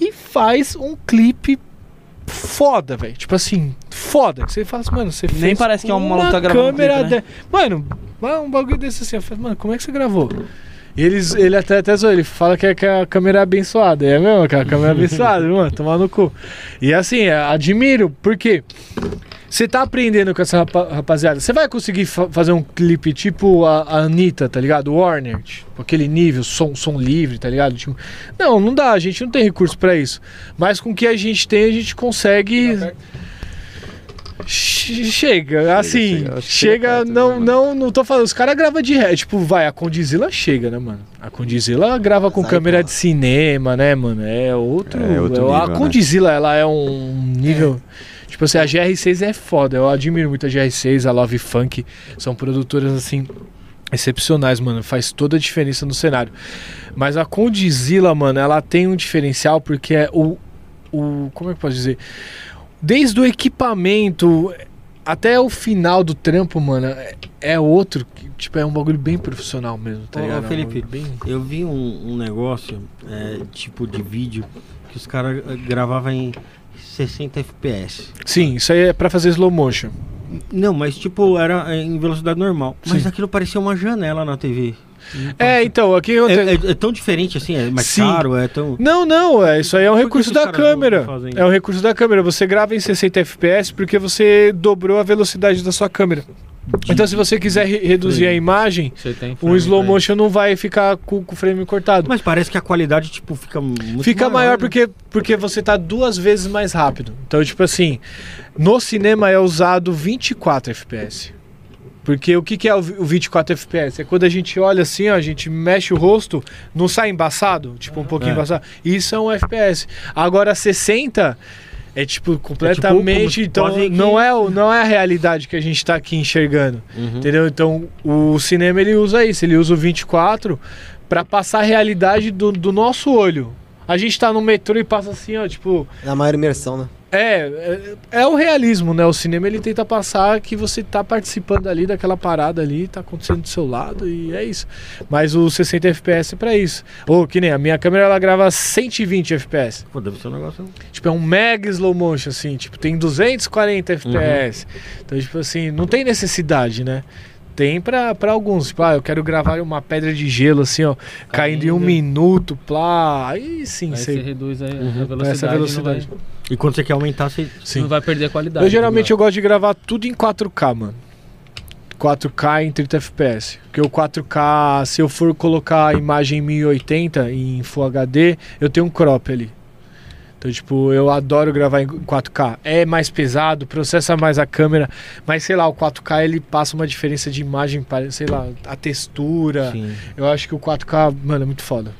Speaker 5: e faz um clipe foda, velho. Tipo assim, foda. Que você fala assim, mano, você fez
Speaker 11: Nem parece que é um maluco
Speaker 5: uma
Speaker 11: que tá gravando um
Speaker 5: câmera
Speaker 11: clipe, né?
Speaker 5: de- Mano, vai um bagulho desse assim. Eu falo, mano, como é que você gravou? E Eles, ele até, até zoou, ele fala que é, que é a câmera abençoada. É mesmo, que é a câmera abençoada, mano, tomar no cu. E assim, é, admiro, porque você tá aprendendo com essa rapa- rapaziada. Você vai conseguir fa- fazer um clipe tipo a, a Anitta, tá ligado? Warner, tipo, aquele nível, som, som livre, tá ligado? Tipo, não, não dá, a gente não tem recurso pra isso. Mas com o que a gente tem, a gente consegue. Che- Chega, assim, chega, né, não, não, não tô falando, os caras gravam de ré, tipo, vai, a Condizila chega, né, mano? A Condizila grava com câmera de cinema, né, mano? É outro,
Speaker 3: É outro
Speaker 5: é- a
Speaker 3: nível, né?
Speaker 5: Condizila, ela é um nível, tipo assim, a GR6 é foda, eu admiro muito a GR6, a Love Funk, são produtoras, assim, excepcionais, mano, faz toda a diferença no cenário. Mas a Condizila, mano, ela tem um diferencial porque é o, o como é que eu posso dizer? Desde o equipamento até o final do trampo, mano, é, é outro, que, tipo, é um bagulho bem profissional mesmo, tá
Speaker 8: Ô,
Speaker 5: ligado? É um
Speaker 8: Felipe,
Speaker 5: bagulho bem...
Speaker 8: eu vi um, um negócio, é, tipo de vídeo, que os caras eh, gravavam em 60 FPS.
Speaker 5: Sim, isso aí é pra fazer slow motion.
Speaker 8: Não, mas tipo, era em velocidade normal. Mas
Speaker 5: Sim.
Speaker 8: aquilo parecia uma janela na TV.
Speaker 5: É, então, aqui eu
Speaker 8: É, é- é tão diferente assim, é mais
Speaker 5: Sim.
Speaker 8: caro, é tão.
Speaker 5: Não, não, é, isso aí é um recurso
Speaker 8: que os
Speaker 5: da
Speaker 8: caras não- não
Speaker 5: câmera.
Speaker 8: fazem?
Speaker 5: É um recurso da câmera. Você grava em 60 FPS porque você dobrou a velocidade da sua câmera. Então, se você quiser re- reduzir a imagem,
Speaker 6: Você tem
Speaker 5: o
Speaker 6: frame,
Speaker 5: um slow
Speaker 6: frame.
Speaker 5: motion não vai ficar com com o frame cortado.
Speaker 8: Mas parece que a qualidade, tipo, fica muito
Speaker 5: Fica maior,
Speaker 8: né?
Speaker 5: porque, porque você tá duas vezes mais rápido. Então, tipo assim, no cinema é usado 24 FPS. Porque o que, que é o vi- o 24 FPS? É quando a gente olha assim, ó, a gente mexe o rosto, não sai embaçado? Tipo, um pouquinho
Speaker 8: É.
Speaker 5: embaçado. Isso é um FPS. Agora, 60 é, tipo, completamente...
Speaker 8: como-
Speaker 5: então,
Speaker 8: quase que-
Speaker 5: não, é, o- não é a realidade que a gente tá aqui enxergando.
Speaker 8: Uhum.
Speaker 5: Entendeu? Então, o cinema ele usa isso, ele usa o 24 pra passar a realidade do, do nosso olho. A gente tá no metrô e passa assim, ó, tipo,
Speaker 2: É a maior imersão, né?
Speaker 5: é, é, é o realismo, né? O cinema ele tenta passar que você tá participando ali daquela parada ali, tá acontecendo do seu lado e é isso. Mas o 60 FPS é pra isso. Ou que nem a minha câmera ela grava 120 FPS.
Speaker 8: Pô, deve ser um negócio.
Speaker 5: Tipo, é um mega slow motion, assim. Tipo, tem 240 FPS. Então, tipo assim, não tem necessidade, né? Tem pra, pra alguns. Tipo, ah, eu quero gravar uma pedra de gelo, assim, ó. Caindo, em um minuto, plá. Aí sim,
Speaker 6: Aí
Speaker 5: sei.
Speaker 6: você reduz a, a
Speaker 5: Pra
Speaker 6: velocidade.
Speaker 5: essa velocidade.
Speaker 6: Não vai,
Speaker 8: E quando você quer aumentar, você.
Speaker 5: Sim.
Speaker 6: não vai perder a
Speaker 2: Tá,
Speaker 6: qualidade. tá
Speaker 5: Eu geralmente eu gosto de gravar tudo em 4K, mano. 4K em 30 FPS. Porque o 4K, se eu for colocar a imagem em 1080 em Full HD, eu tenho um crop ali. Então, tipo, eu adoro gravar em 4K. É mais pesado, processa mais a câmera, mas sei lá, o 4K ele passa uma diferença de imagem, pare- sei lá, a textura.
Speaker 8: Sim.
Speaker 5: Eu acho que o 4K, mano, é muito foda.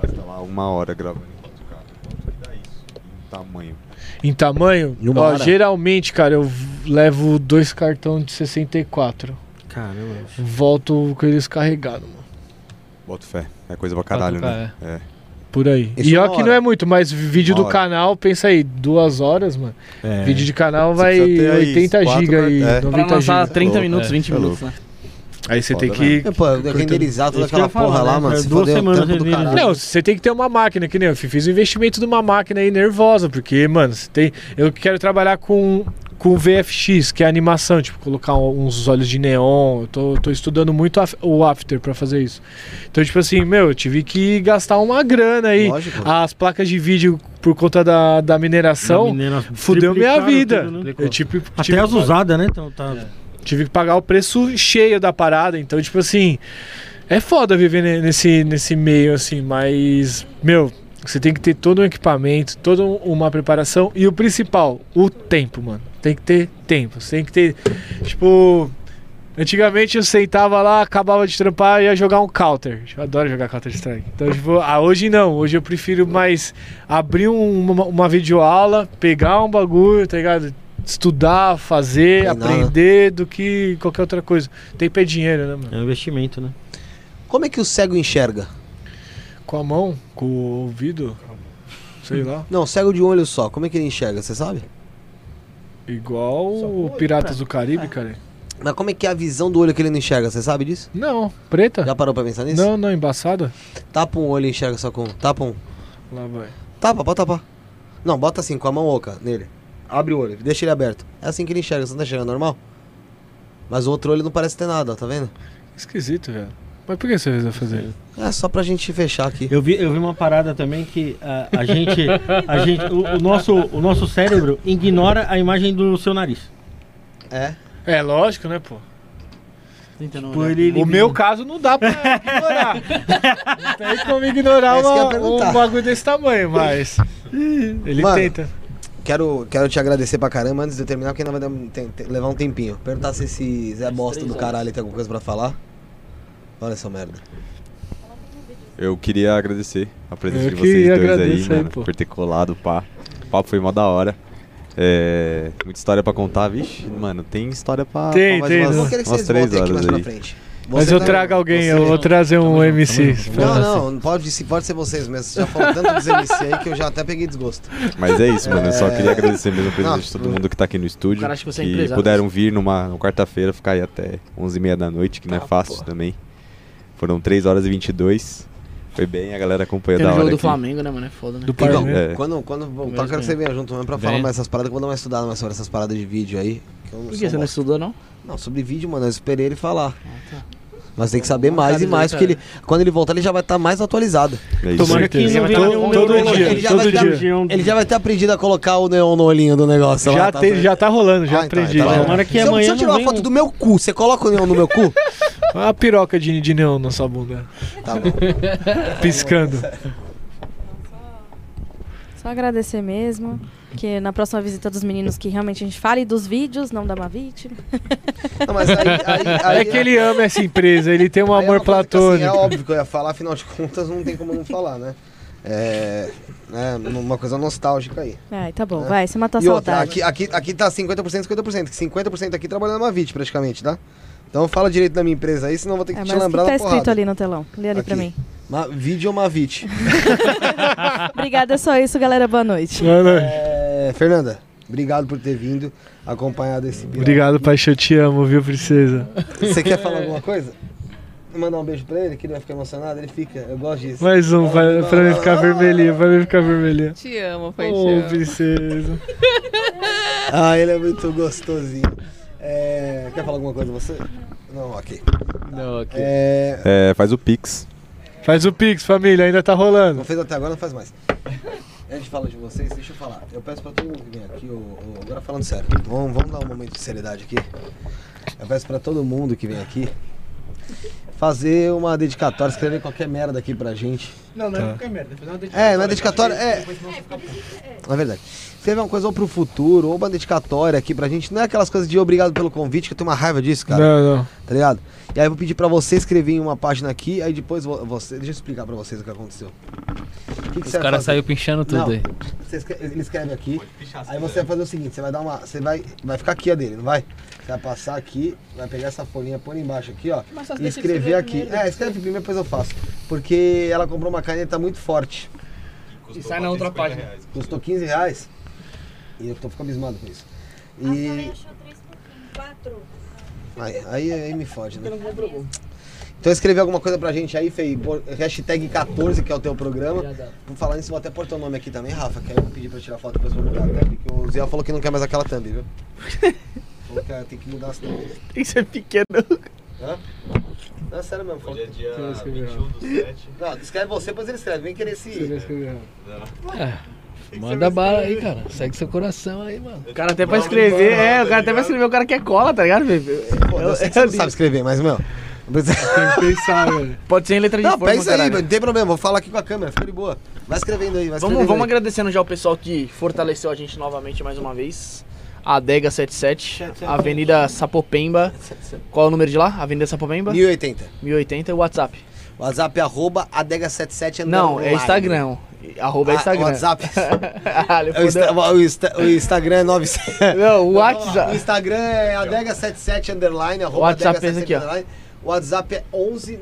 Speaker 3: Tá lá uma hora gravando em 4K. Quanto que dá isso? Em tamanho.
Speaker 5: Em tamanho,
Speaker 2: Em uma
Speaker 5: ó,
Speaker 2: hora?
Speaker 5: geralmente, cara, eu v- levo dois cartões de 64.
Speaker 8: Caramba.
Speaker 5: Volto com eles carregados, mano.
Speaker 3: Boto fé. É coisa pra caralho,
Speaker 6: 4K,
Speaker 3: né?
Speaker 5: Por aí.
Speaker 2: Isso
Speaker 5: e
Speaker 2: é
Speaker 5: ó
Speaker 2: uma
Speaker 5: que
Speaker 2: hora.
Speaker 5: não é muito, mas vídeo
Speaker 3: Uma
Speaker 5: do
Speaker 3: hora.
Speaker 5: canal, pensa aí, duas horas, mano.
Speaker 8: É.
Speaker 5: Vídeo de canal
Speaker 3: Você
Speaker 5: vai
Speaker 3: precisa ter aí
Speaker 5: 80
Speaker 3: quatro
Speaker 5: GB aí,
Speaker 3: cartões. É. Pra
Speaker 5: 90
Speaker 11: lançar
Speaker 5: GB.
Speaker 11: 30
Speaker 3: louco,
Speaker 11: minutos,
Speaker 3: é.
Speaker 11: 20
Speaker 3: É
Speaker 11: minutos, né?
Speaker 5: Aí você tem
Speaker 3: Foda,
Speaker 5: que.
Speaker 2: É, pô, renderizar toda
Speaker 8: Isso que eu
Speaker 2: aquela
Speaker 8: ia falar,
Speaker 2: porra lá,
Speaker 8: né?
Speaker 2: mano.
Speaker 8: Faz
Speaker 2: se
Speaker 8: duas
Speaker 2: fodeu,
Speaker 8: semanas
Speaker 2: trampo do
Speaker 8: renderizando.
Speaker 2: caralho.
Speaker 5: Não, você tem que ter uma máquina, que nem eu fiz o investimento de uma máquina aí nervosa, porque, mano, você tem. Eu quero trabalhar com com VFX, que é animação, tipo, colocar um- uns olhos de neon. Eu tô, tô estudando muito af- o After pra fazer isso. Então, tipo assim, meu, eu tive que gastar uma grana aí.
Speaker 2: Lógico.
Speaker 5: As placas de vídeo por conta da, da mineração,
Speaker 8: Da minera-
Speaker 5: fudeu minha
Speaker 8: triplicaram
Speaker 5: vida.
Speaker 8: tudo, né?
Speaker 5: Eu tive,
Speaker 8: Até
Speaker 5: tive-
Speaker 8: as usadas, né? Então, tá...
Speaker 5: Tive que pagar o preço cheio da parada. Então, tipo assim, é foda viver ne- nesse, nesse meio, assim, mas, meu, você tem que ter todo um equipamento, toda um- uma preparação e o principal, o tempo, mano. Tem que ter tempo. Você tem que ter, tipo. Antigamente eu sentava lá, acabava de trampar e ia jogar um counter. Eu adoro jogar counter strike. Então, tipo, ah, hoje não. Hoje eu prefiro mais abrir um- uma, uma videoaula, pegar um bagulho, tá ligado? Estudar, fazer,
Speaker 2: Treinar, né?
Speaker 5: aprender do que qualquer outra coisa. Tempo é dinheiro, né, mano?
Speaker 8: É um investimento, né?
Speaker 2: Como é que o cego enxerga?
Speaker 5: Com a mão, com o ouvido, sei lá.
Speaker 2: Não, cego de um olho só. Como é que ele enxerga? Você sabe?
Speaker 5: Igual o Piratas do Caribe, cara.
Speaker 2: Mas como é que é a visão do olho que ele não enxerga? Você sabe disso?
Speaker 5: Não, preta.
Speaker 2: Já parou pra pensar nisso?
Speaker 5: Não, não, embaçada.
Speaker 2: Tapa um olho e enxerga só com um. Tapa um.
Speaker 5: Lá vai.
Speaker 2: Tapa, pode tapar. Não, bota assim, com a mão oca nele. Abre o olho, deixa ele aberto. É assim que ele enxerga, você não tá enxergando normal? Mas o outro olho não parece ter nada, ó, tá vendo?
Speaker 5: Esquisito, velho. Mas por que você resolveu fazer isso?
Speaker 2: É só pra gente fechar aqui.
Speaker 8: Eu vi, eu vi uma parada também que ah, a, gente, a gente o, o nosso, o nosso cérebro ignora a imagem do seu nariz.
Speaker 2: É?
Speaker 5: É lógico, né, pô?
Speaker 8: Tipo,
Speaker 1: né?
Speaker 8: ele- ele-
Speaker 5: O meu caso não dá pra ignorar. Não tem como ignorar
Speaker 2: É isso que eu ia
Speaker 5: uma-
Speaker 2: perguntar.
Speaker 5: um bagulho desse tamanho, mas. Ele
Speaker 2: Mano,
Speaker 5: tenta.
Speaker 2: Quero, quero te agradecer pra caramba antes de eu terminar, porque ainda vai dar um tem- tem- levar um tempinho. Perguntar se esse Zé Bosta do caralho tem alguma coisa pra falar. Olha essa merda.
Speaker 3: Eu queria agradecer a presença
Speaker 5: é. Eu
Speaker 3: de
Speaker 5: que
Speaker 3: vocês dois aí,
Speaker 5: agradeço aí,
Speaker 3: mano,
Speaker 5: pô.
Speaker 3: por ter colado, pá. O papo foi mó da hora. É, muita história pra contar, vixe, mano, tem história pra, pra
Speaker 5: Tem,
Speaker 3: mais
Speaker 5: tem,
Speaker 3: umas,
Speaker 5: né?
Speaker 2: Eu queria que
Speaker 3: umas
Speaker 2: vocês
Speaker 3: três
Speaker 2: voltem aqui
Speaker 3: horas
Speaker 2: mais pra
Speaker 3: aí.
Speaker 2: frente.
Speaker 5: Mas
Speaker 2: Você
Speaker 5: eu
Speaker 2: tá-
Speaker 5: trago alguém,
Speaker 2: você-
Speaker 5: eu vou trazer um MC.
Speaker 2: Não, não, pode, se- pode ser vocês mesmos. Você já falou tanto dos MC aí que eu já até peguei desgosto.
Speaker 3: Mas é isso, mano. Eu só
Speaker 2: É.
Speaker 3: queria agradecer mesmo a presença de
Speaker 2: Nossa.
Speaker 3: todo mundo que tá aqui no estúdio.
Speaker 1: O cara acha que você é
Speaker 3: que
Speaker 1: empresário.
Speaker 3: puderam vir numa, numa quarta-feira, ficar aí até 11h30 da noite, que não é
Speaker 1: Ah,
Speaker 3: fácil também. Foram 3 horas e 22. Foi bem, a galera acompanhou
Speaker 1: Tem
Speaker 3: da
Speaker 1: o
Speaker 3: hora.
Speaker 1: jogo do
Speaker 3: aqui.
Speaker 1: Flamengo, né, mano? É foda, né?
Speaker 5: Do
Speaker 2: Então,
Speaker 5: Parmeiro.
Speaker 3: É.
Speaker 2: quando, quando voltar, eu
Speaker 1: Mesmo,
Speaker 2: quero que você venha junto mesmo pra falar
Speaker 6: Vem.
Speaker 2: mais essas paradas, que eu vou dar uma estudada mais sobre essas paradas de vídeo aí. que eu não
Speaker 1: Por
Speaker 2: sou
Speaker 1: que você não
Speaker 2: bom.
Speaker 1: estudou, não?
Speaker 2: Não, sobre vídeo, mano, eu esperei ele falar. Mas tem que saber mais e
Speaker 1: avisar,
Speaker 2: mais, porque ele,
Speaker 1: cara.
Speaker 2: quando ele voltar, ele já vai estar mais atualizado.
Speaker 3: É isso.
Speaker 8: Tomara que
Speaker 5: Certeza.
Speaker 8: não
Speaker 5: Todo-
Speaker 8: venha nenhum
Speaker 5: todo
Speaker 8: neurologista,
Speaker 5: dia,
Speaker 2: ele, já
Speaker 5: todo
Speaker 2: vai
Speaker 5: dia.
Speaker 2: ter, ele já vai ter aprendido a colocar o neon no olhinho do negócio.
Speaker 5: Já,
Speaker 2: lá, tá
Speaker 5: tem-
Speaker 2: vendo?
Speaker 5: já tá rolando, já
Speaker 2: Ah, então,
Speaker 5: aprendi.
Speaker 2: então
Speaker 5: já.
Speaker 2: é.
Speaker 8: Tomara que
Speaker 2: se, eu, se
Speaker 8: amanhã
Speaker 2: eu tirar
Speaker 8: não
Speaker 2: uma
Speaker 8: venha
Speaker 2: foto
Speaker 8: um-
Speaker 2: do meu cu, você coloca o neon no meu cu?
Speaker 5: Uma piroca de, de neon na sua bunda,
Speaker 2: Tá bom.
Speaker 5: piscando.
Speaker 9: Só agradecer mesmo. Que na próxima visita dos meninos que realmente a gente fale dos vídeos, não da Mavit.
Speaker 2: Não, mas aí, aí- aí-
Speaker 5: é que ele ama essa empresa, ele tem um
Speaker 2: Aí é
Speaker 5: amor
Speaker 2: uma coisa que, assim,
Speaker 5: platônico.
Speaker 2: é óbvio que eu ia falar, afinal de contas não tem como não falar, né? É, né, uma coisa nostálgica aí.
Speaker 9: Ai, tá bom, vai, você matou a
Speaker 2: É. e outra,
Speaker 9: saudade.
Speaker 2: aqui, aqui, aqui tá 50%, 50%, que 50% aqui trabalhando na VIT praticamente, tá? Então fala direito da minha empresa aí, senão eu vou ter
Speaker 9: É,
Speaker 2: que
Speaker 9: mas
Speaker 2: te
Speaker 9: o que
Speaker 2: lembrar
Speaker 9: tá
Speaker 2: da
Speaker 9: escrito
Speaker 2: porrada.
Speaker 9: ali no telão? Lê ali pra
Speaker 2: Aqui.
Speaker 9: mim.
Speaker 2: Ma vídeo ou Mavit?
Speaker 9: Obrigada, é só isso, galera. Boa noite.
Speaker 2: É, Fernanda, obrigado por ter vindo, acompanhado esse pirata
Speaker 5: Obrigado,
Speaker 2: aqui.
Speaker 5: paixão, te amo, viu, princesa?
Speaker 2: Você quer falar alguma coisa? Mandar um beijo pra ele, que ele vai ficar emocionado, ele fica, eu gosto disso.
Speaker 5: Mais um, pra, pra mim ficar vermelhinho, pra mim ficar vermelhinho.
Speaker 12: Te amo,
Speaker 7: é. Oh.
Speaker 5: Ô,
Speaker 12: paixão.
Speaker 5: princesa.
Speaker 2: Ah, ele é muito gostosinho. É, quer falar alguma coisa você? Não, ok.
Speaker 6: Não, aqui.
Speaker 2: É,
Speaker 3: É, faz o Pix.
Speaker 5: Faz o Pix, família, ainda tá rolando.
Speaker 2: não fez até agora, não faz mais. Antes de falar de vocês, deixa eu falar. Eu peço pra todo mundo que vem aqui, ô- ô, agora falando sério, vamos, vamos dar um momento de seriedade aqui. Eu peço pra todo mundo que vem aqui fazer uma dedicatória, escrever qualquer merda aqui pra gente.
Speaker 11: Não, não é qualquer merda. Fazer uma dedicatória.
Speaker 2: É, uma dedicatória, é. Na verdade. Se tiver uma coisa ou pro futuro, ou uma dedicatória aqui pra gente, não é aquelas coisas de obrigado pelo convite, que eu tenho uma raiva disso, cara.
Speaker 5: Não, não.
Speaker 2: tá ligado? E aí eu vou pedir pra você escrever em uma página aqui, aí depois vo- você. Deixa eu explicar pra vocês o que aconteceu. O que que
Speaker 6: Os
Speaker 2: você vai
Speaker 6: caras
Speaker 2: fazer?
Speaker 6: saíram pinchando tudo
Speaker 2: Não,
Speaker 6: aí.
Speaker 2: Você escreve, ele escreve aqui, aí você vai fazer o seguinte, você vai dar uma. Você vai. Vai ficar aqui a dele, não vai? Você vai passar aqui, vai pegar essa folhinha por embaixo aqui, ó.
Speaker 11: Mas só deixa
Speaker 2: E
Speaker 11: ele
Speaker 2: escrever
Speaker 11: escrever
Speaker 2: aqui.
Speaker 11: primeiro.
Speaker 2: É, escreve primeiro, depois eu faço. Porque ela comprou uma caneta muito forte.
Speaker 11: E sai na outra página.
Speaker 2: Custou 15 reais. E eu tô ficando abismado com isso. E.
Speaker 9: Quatro.
Speaker 2: Aí, aí, aí me fode, né? Então escrever alguma coisa pra gente aí, Fei, por- hashtag 14, que é o teu programa. Por falar nisso, vou até pôr teu nome aqui também, Rafa, que aí eu vou pedir pra tirar foto depois vou mudar a thumb, que o Zé falou que não quer mais aquela thumb, viu? falou que ah, tem que mudar as thumbs.
Speaker 1: Tem que ser pequeno.
Speaker 2: Hã? Não, é sério mesmo. Hoje é dia
Speaker 5: Você vai escrever, 21
Speaker 2: do 7. Não, escreve você, depois ele escreve. Vem querer se... Você vai escrever,
Speaker 6: É, manda bala aí, cara. Segue seu coração aí, mano.
Speaker 1: O cara até pra escrever, é, o cara até pra escrever, o cara quer cola, tá ligado, velho?
Speaker 2: eu
Speaker 1: é
Speaker 2: sei que você não sabe escrever, mas, meu... Tem que
Speaker 5: pensar, velho.
Speaker 1: Pode ser em letra de
Speaker 2: Não,
Speaker 1: forma,
Speaker 2: pensa aí,
Speaker 1: caralho.
Speaker 2: não tem problema, vou falar aqui com a câmera, fica de boa. Vai escrevendo aí, vai escrevendo
Speaker 1: Vamos, vamos
Speaker 2: aí.
Speaker 1: agradecendo já o pessoal que fortaleceu a gente novamente mais uma vez. A Adega 77, Avenida Sapopemba. Qual é o número de lá? Avenida Sapopemba?
Speaker 2: 1080.
Speaker 1: 1080 e o WhatsApp.
Speaker 2: WhatsApp arroba adega77
Speaker 1: Não, é Instagram. Arroba é
Speaker 2: Ah,
Speaker 1: Instagram.
Speaker 2: WhatsApp. É
Speaker 1: Caralho,
Speaker 2: O, Insta-
Speaker 1: fudeu.
Speaker 2: o Insta- o Instagram é 97.
Speaker 1: Não, o
Speaker 2: WhatsApp. O Instagram é adega77 underline, arroba
Speaker 1: WhatsApp
Speaker 2: adega77
Speaker 1: é esse aqui, ó.
Speaker 2: underline. O WhatsApp é 11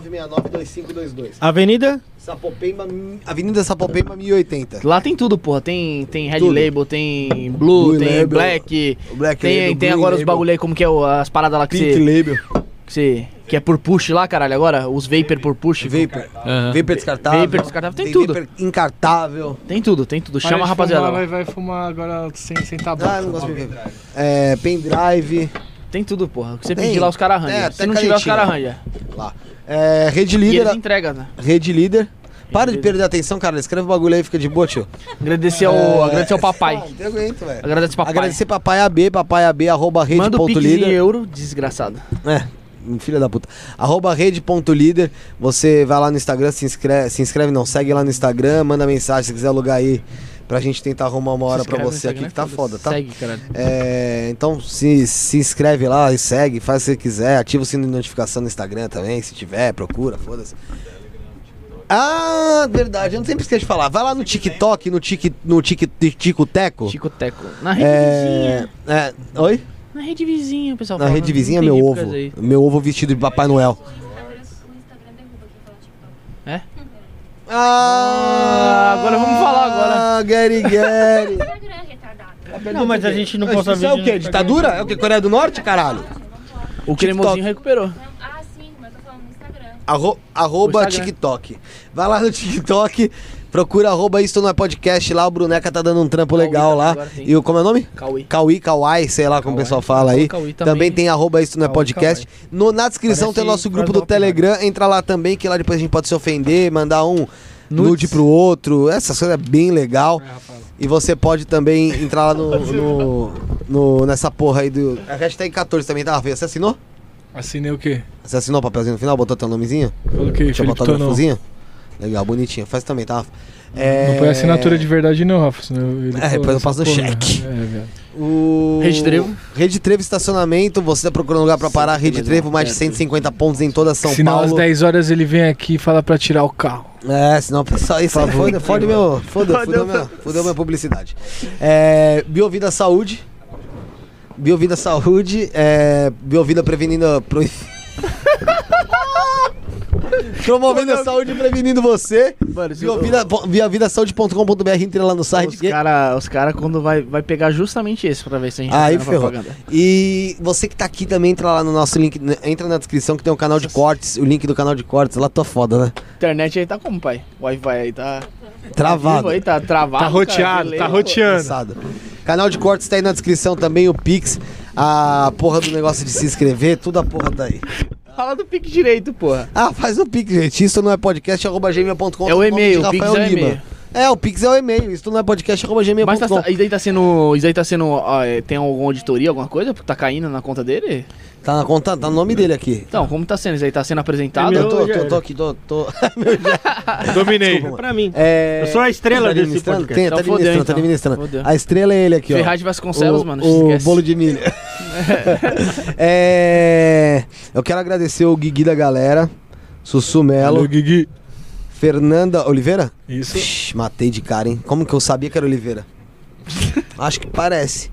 Speaker 2: 979692522.
Speaker 1: Ah.
Speaker 8: Avenida?
Speaker 2: Sapopemba, Avenida Sapopemba 1080.
Speaker 1: Lá tem tudo, porra. Tem, tem Red
Speaker 2: Tudo.
Speaker 1: Label, tem Blue,
Speaker 2: Blue
Speaker 1: tem
Speaker 2: Label,
Speaker 1: Black.
Speaker 2: Black
Speaker 1: tem
Speaker 2: Label,
Speaker 1: tem
Speaker 2: Blue
Speaker 1: agora os
Speaker 2: Label.
Speaker 1: bagulho aí, como que é o- as paradas lá que
Speaker 2: Pink
Speaker 1: você...
Speaker 2: Label.
Speaker 1: Que, você, que é por push lá, caralho, agora? Os Vapor por push.
Speaker 2: Vapor. Vapor descartável.
Speaker 1: Tipo, Vapor descartável, tem,
Speaker 2: Tem
Speaker 1: tudo. Tá
Speaker 2: vapor encartável.
Speaker 1: Tem tudo, tem tudo.
Speaker 5: Para
Speaker 1: Chama a
Speaker 5: de
Speaker 1: rapaziada
Speaker 5: fumar,
Speaker 1: lá.
Speaker 5: Vai, vai fumar agora sem, sem tabaco.
Speaker 1: tá
Speaker 2: Ah, não gosto de É, pendrive.
Speaker 1: Tem tudo, porra. O que você
Speaker 2: Tem.
Speaker 1: pedir lá, os caras
Speaker 2: É,
Speaker 1: arranjam.
Speaker 2: até
Speaker 1: Se não tiver, os
Speaker 2: canetinha.
Speaker 1: caras arranjam.
Speaker 2: Lá. É, Rede
Speaker 1: E
Speaker 2: Líder.
Speaker 1: eles entregam, né?
Speaker 2: Rede Líder. Para de perder a atenção, cara. Escreve o bagulho aí, fica de boa, tio.
Speaker 1: Agradecer ao,
Speaker 2: É.
Speaker 1: agradecer ao papai.
Speaker 2: Eu aguento, velho.
Speaker 1: Agradecer ao papai.
Speaker 2: Agradecer papai AB, papai AB, arroba rede
Speaker 1: Manda o
Speaker 2: ponto
Speaker 1: pix em
Speaker 2: líder.
Speaker 1: euro, desgraçado.
Speaker 2: É, filha da puta. Arroba rede.líder. Você vai lá no Instagram, se inscreve, se inscreve não, segue lá no Instagram, manda mensagem se quiser alugar aí pra gente tentar arrumar uma hora pra
Speaker 1: inscreve no
Speaker 2: você aqui
Speaker 1: Instagram,
Speaker 2: que tá foda, tá?
Speaker 1: Segue, caralho.
Speaker 2: É, então se, se inscreve lá e segue, faz o que você quiser, ativa o sino de notificação no Instagram também, se tiver, procura, foda-se. Ah, verdade, eu não sempre esqueço de falar. Vai lá no TikTok, no Tik, no Tik, Tico Teco.
Speaker 1: Tico Teco. Na rede
Speaker 2: É, é, oi?
Speaker 1: Na rede vizinha, o pessoal.
Speaker 2: Na
Speaker 1: fala,
Speaker 2: rede
Speaker 1: não
Speaker 2: vizinha é
Speaker 1: entendi
Speaker 2: meu
Speaker 1: por
Speaker 2: ovo.
Speaker 1: causa aí.
Speaker 2: Meu ovo vestido de Papai Noel.
Speaker 1: É?
Speaker 2: Ah,
Speaker 1: agora vamos falar agora.
Speaker 2: Ah, Gary Gary.
Speaker 8: Não, mas a gente não posta
Speaker 2: Isso é o
Speaker 8: vídeo
Speaker 2: quê?
Speaker 8: no
Speaker 2: Ditadura? É o quê? Coreia do Norte, caralho?
Speaker 1: O cremosinho recuperou.
Speaker 7: Ah,
Speaker 2: Arro- arroba
Speaker 1: O Instagram.
Speaker 2: TikTok. Vai lá no TikTok, procura arroba isso não é podcast lá, o Bruneca tá dando um trampo legal lá.
Speaker 1: agora tem.
Speaker 2: E o como é o nome?
Speaker 1: Cauê.
Speaker 2: Kauai, Kauai, sei lá como o pessoal fala aí.
Speaker 1: Cauê
Speaker 2: Também,
Speaker 1: também.
Speaker 2: tem arroba isso não é podcast. No, na descrição tem o nosso grupo do
Speaker 5: né?
Speaker 2: Telegram, entra lá também, que lá depois a gente pode se ofender, mandar um nude pro outro, essas coisas é bem legal. E você pode também entrar lá no, no- no- nessa porra aí do. A hashtag 14 também tá, Rafael? Você assinou?
Speaker 5: Assinei o quê?
Speaker 2: Você assinou o papelzinho no final? Botou teu nomezinho?
Speaker 5: Coloquei,
Speaker 2: Deixa eu
Speaker 5: Felipe
Speaker 2: botar
Speaker 5: Tonão.
Speaker 2: autografozinho? Legal, bonitinho. Faz também, tá? Rafa? É...
Speaker 5: Não foi assinatura de verdade, não, Rafa. Senão ele
Speaker 2: É, depois eu passo no cheque.
Speaker 5: É, velho.
Speaker 2: O...
Speaker 1: Rede Trevo.
Speaker 2: Rede Trevo Estacionamento. Você tá procurando lugar pra parar. Rede Trevo, mais de 150 pontos em toda São
Speaker 5: Senão às
Speaker 2: Paulo.
Speaker 5: 10 horas ele vem aqui e fala pra tirar o carro.
Speaker 2: É, senão só isso aí. Foda, fode meu. Foda, fudeu, meu, fudeu minha publicidade. É, Biovida Saúde. Biovida Saúde. É, Biovida prevenindo. pro- Promovendo a saúde e prevenindo você. Biovida, Biovidasaúde.com.br, entra lá no site. é
Speaker 1: Os cara, os cara quando vai, vai pegar justamente esse pra ver se a gente
Speaker 2: Aí
Speaker 1: vai na
Speaker 2: ferrou.
Speaker 1: propaganda.
Speaker 2: E você que tá aqui também, entra lá no nosso link, n- entra na descrição que tem um canal de cortes, o link do canal de cortes, lá tô foda, né?
Speaker 1: Internet aí tá como, pai? Wi-Fi aí tá.
Speaker 2: Travado.
Speaker 1: Vivo Aí tá travado.
Speaker 5: Tá roteado, tá roteando.
Speaker 2: Engraçado. Canal de cortes tá aí na descrição também, o Pix, a porra do negócio de se inscrever, tudo a porra tá aí.
Speaker 1: Fala do pique direito, porra.
Speaker 2: Ah, faz o Pix, gente, isso não é podcast, arroba gmail.com.
Speaker 1: É o
Speaker 2: nome
Speaker 1: e-mail,
Speaker 2: de
Speaker 1: o Pix
Speaker 2: Rafael
Speaker 1: é o
Speaker 2: Lima.
Speaker 1: e-mail.
Speaker 2: É, o Pix é o e-mail, isso não é podcast, arroba
Speaker 1: Mas tá,
Speaker 2: gmail.com.
Speaker 1: isso daí tá sendo. Isso daí tá sendo. ó, é, tem alguma auditoria, alguma coisa? Porque tá caindo na conta dele?
Speaker 2: Tá na conta, tá no nome dele aqui.
Speaker 1: Então, como tá sendo? Isso aí tá sendo apresentado?
Speaker 2: Eu tô, tô, tô aqui, tô... tô...
Speaker 5: Dominei.
Speaker 2: Desculpa, mano.
Speaker 8: Pra mim.
Speaker 2: É...
Speaker 8: Eu sou a estrela
Speaker 2: tá
Speaker 8: desse
Speaker 2: administrando?
Speaker 8: podcast.
Speaker 2: Tem, tá
Speaker 1: Então fodeu,
Speaker 2: administrando, tá
Speaker 1: então.
Speaker 2: administrando.
Speaker 1: Fodeu.
Speaker 2: A estrela é ele aqui, ó.
Speaker 1: Ferraz de Vasconcelos,
Speaker 2: o,
Speaker 1: mano,
Speaker 2: O
Speaker 1: esquece.
Speaker 2: bolo de milho. É, Eu quero agradecer o Guigui da galera, Sussu Melo,
Speaker 5: Alô, Guigui.
Speaker 2: Fernanda Oliveira?
Speaker 5: Isso.
Speaker 2: Ixi, matei de cara, hein? Como que eu sabia que era Oliveira? Acho que parece.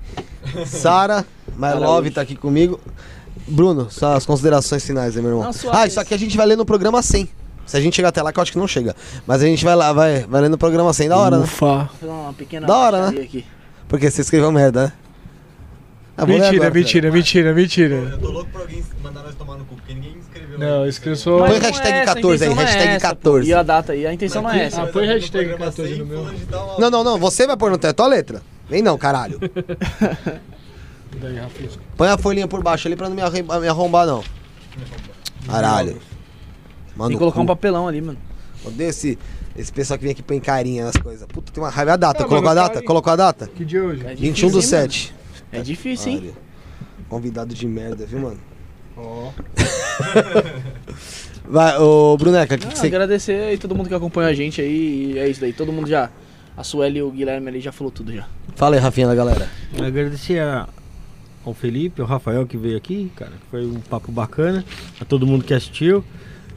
Speaker 2: Sara, My Love tá aqui comigo. Bruno, só as considerações finais aí, meu irmão.
Speaker 1: Não, suave.
Speaker 2: ah, isso aqui a gente vai ler no programa 100. Se a gente chegar até lá, que eu acho que não chega. Mas a gente vai lá, vai, vai ler no programa 100. Da hora, né?
Speaker 5: Ufa. Ah,
Speaker 1: Vou fazer uma pequena
Speaker 2: Da hora, né?
Speaker 1: baixaria Aqui.
Speaker 2: Porque você escreveu merda, né? Ah, vou ler
Speaker 5: mentira,
Speaker 2: agora.
Speaker 5: mentira, mentira, mentira.
Speaker 3: Eu tô louco pra alguém mandar nós tomar no cu, porque ninguém escreveu.
Speaker 5: Não, isso que eu sou.
Speaker 2: Põe hashtag
Speaker 1: é
Speaker 2: 14 aí, hashtag 14.
Speaker 11: E a data aí, a intenção não é essa.
Speaker 5: Ah, põe hashtag 14 no meu.
Speaker 2: Não, não, não. Você vai pôr no teto a letra. Vem não, caralho.
Speaker 5: Daí, Rafa.
Speaker 2: Põe a folhinha por baixo ali pra não me, arrombar, me arrombar, não. Caralho. Mano,
Speaker 11: Tem que colocar um papelão ali, mano.
Speaker 2: Odeio esse, esse pessoal que vem aqui põe carinha nas coisas. Puta, tem uma raiva. A data,
Speaker 11: Ah,
Speaker 2: colocou a
Speaker 11: mano,
Speaker 2: data?
Speaker 11: carinha.
Speaker 2: Colocou a data?
Speaker 5: Que dia
Speaker 1: É
Speaker 5: hoje?
Speaker 2: 21 do 7.
Speaker 11: É difícil, hein?
Speaker 2: Convidado de merda, viu, mano?
Speaker 5: Ó.
Speaker 2: Vai, ô Bruneca, o que,
Speaker 11: Ah,
Speaker 2: que você.
Speaker 11: Agradecer aí todo mundo que acompanha a gente aí. E é isso daí. Todo mundo já. A Sueli e o Guilherme ali já falou tudo já.
Speaker 2: Fala aí, Rafinha da galera.
Speaker 8: Eu Agradecer a- ao Felipe, ao Rafael que veio aqui, cara. que Foi um papo bacana. A todo mundo que assistiu.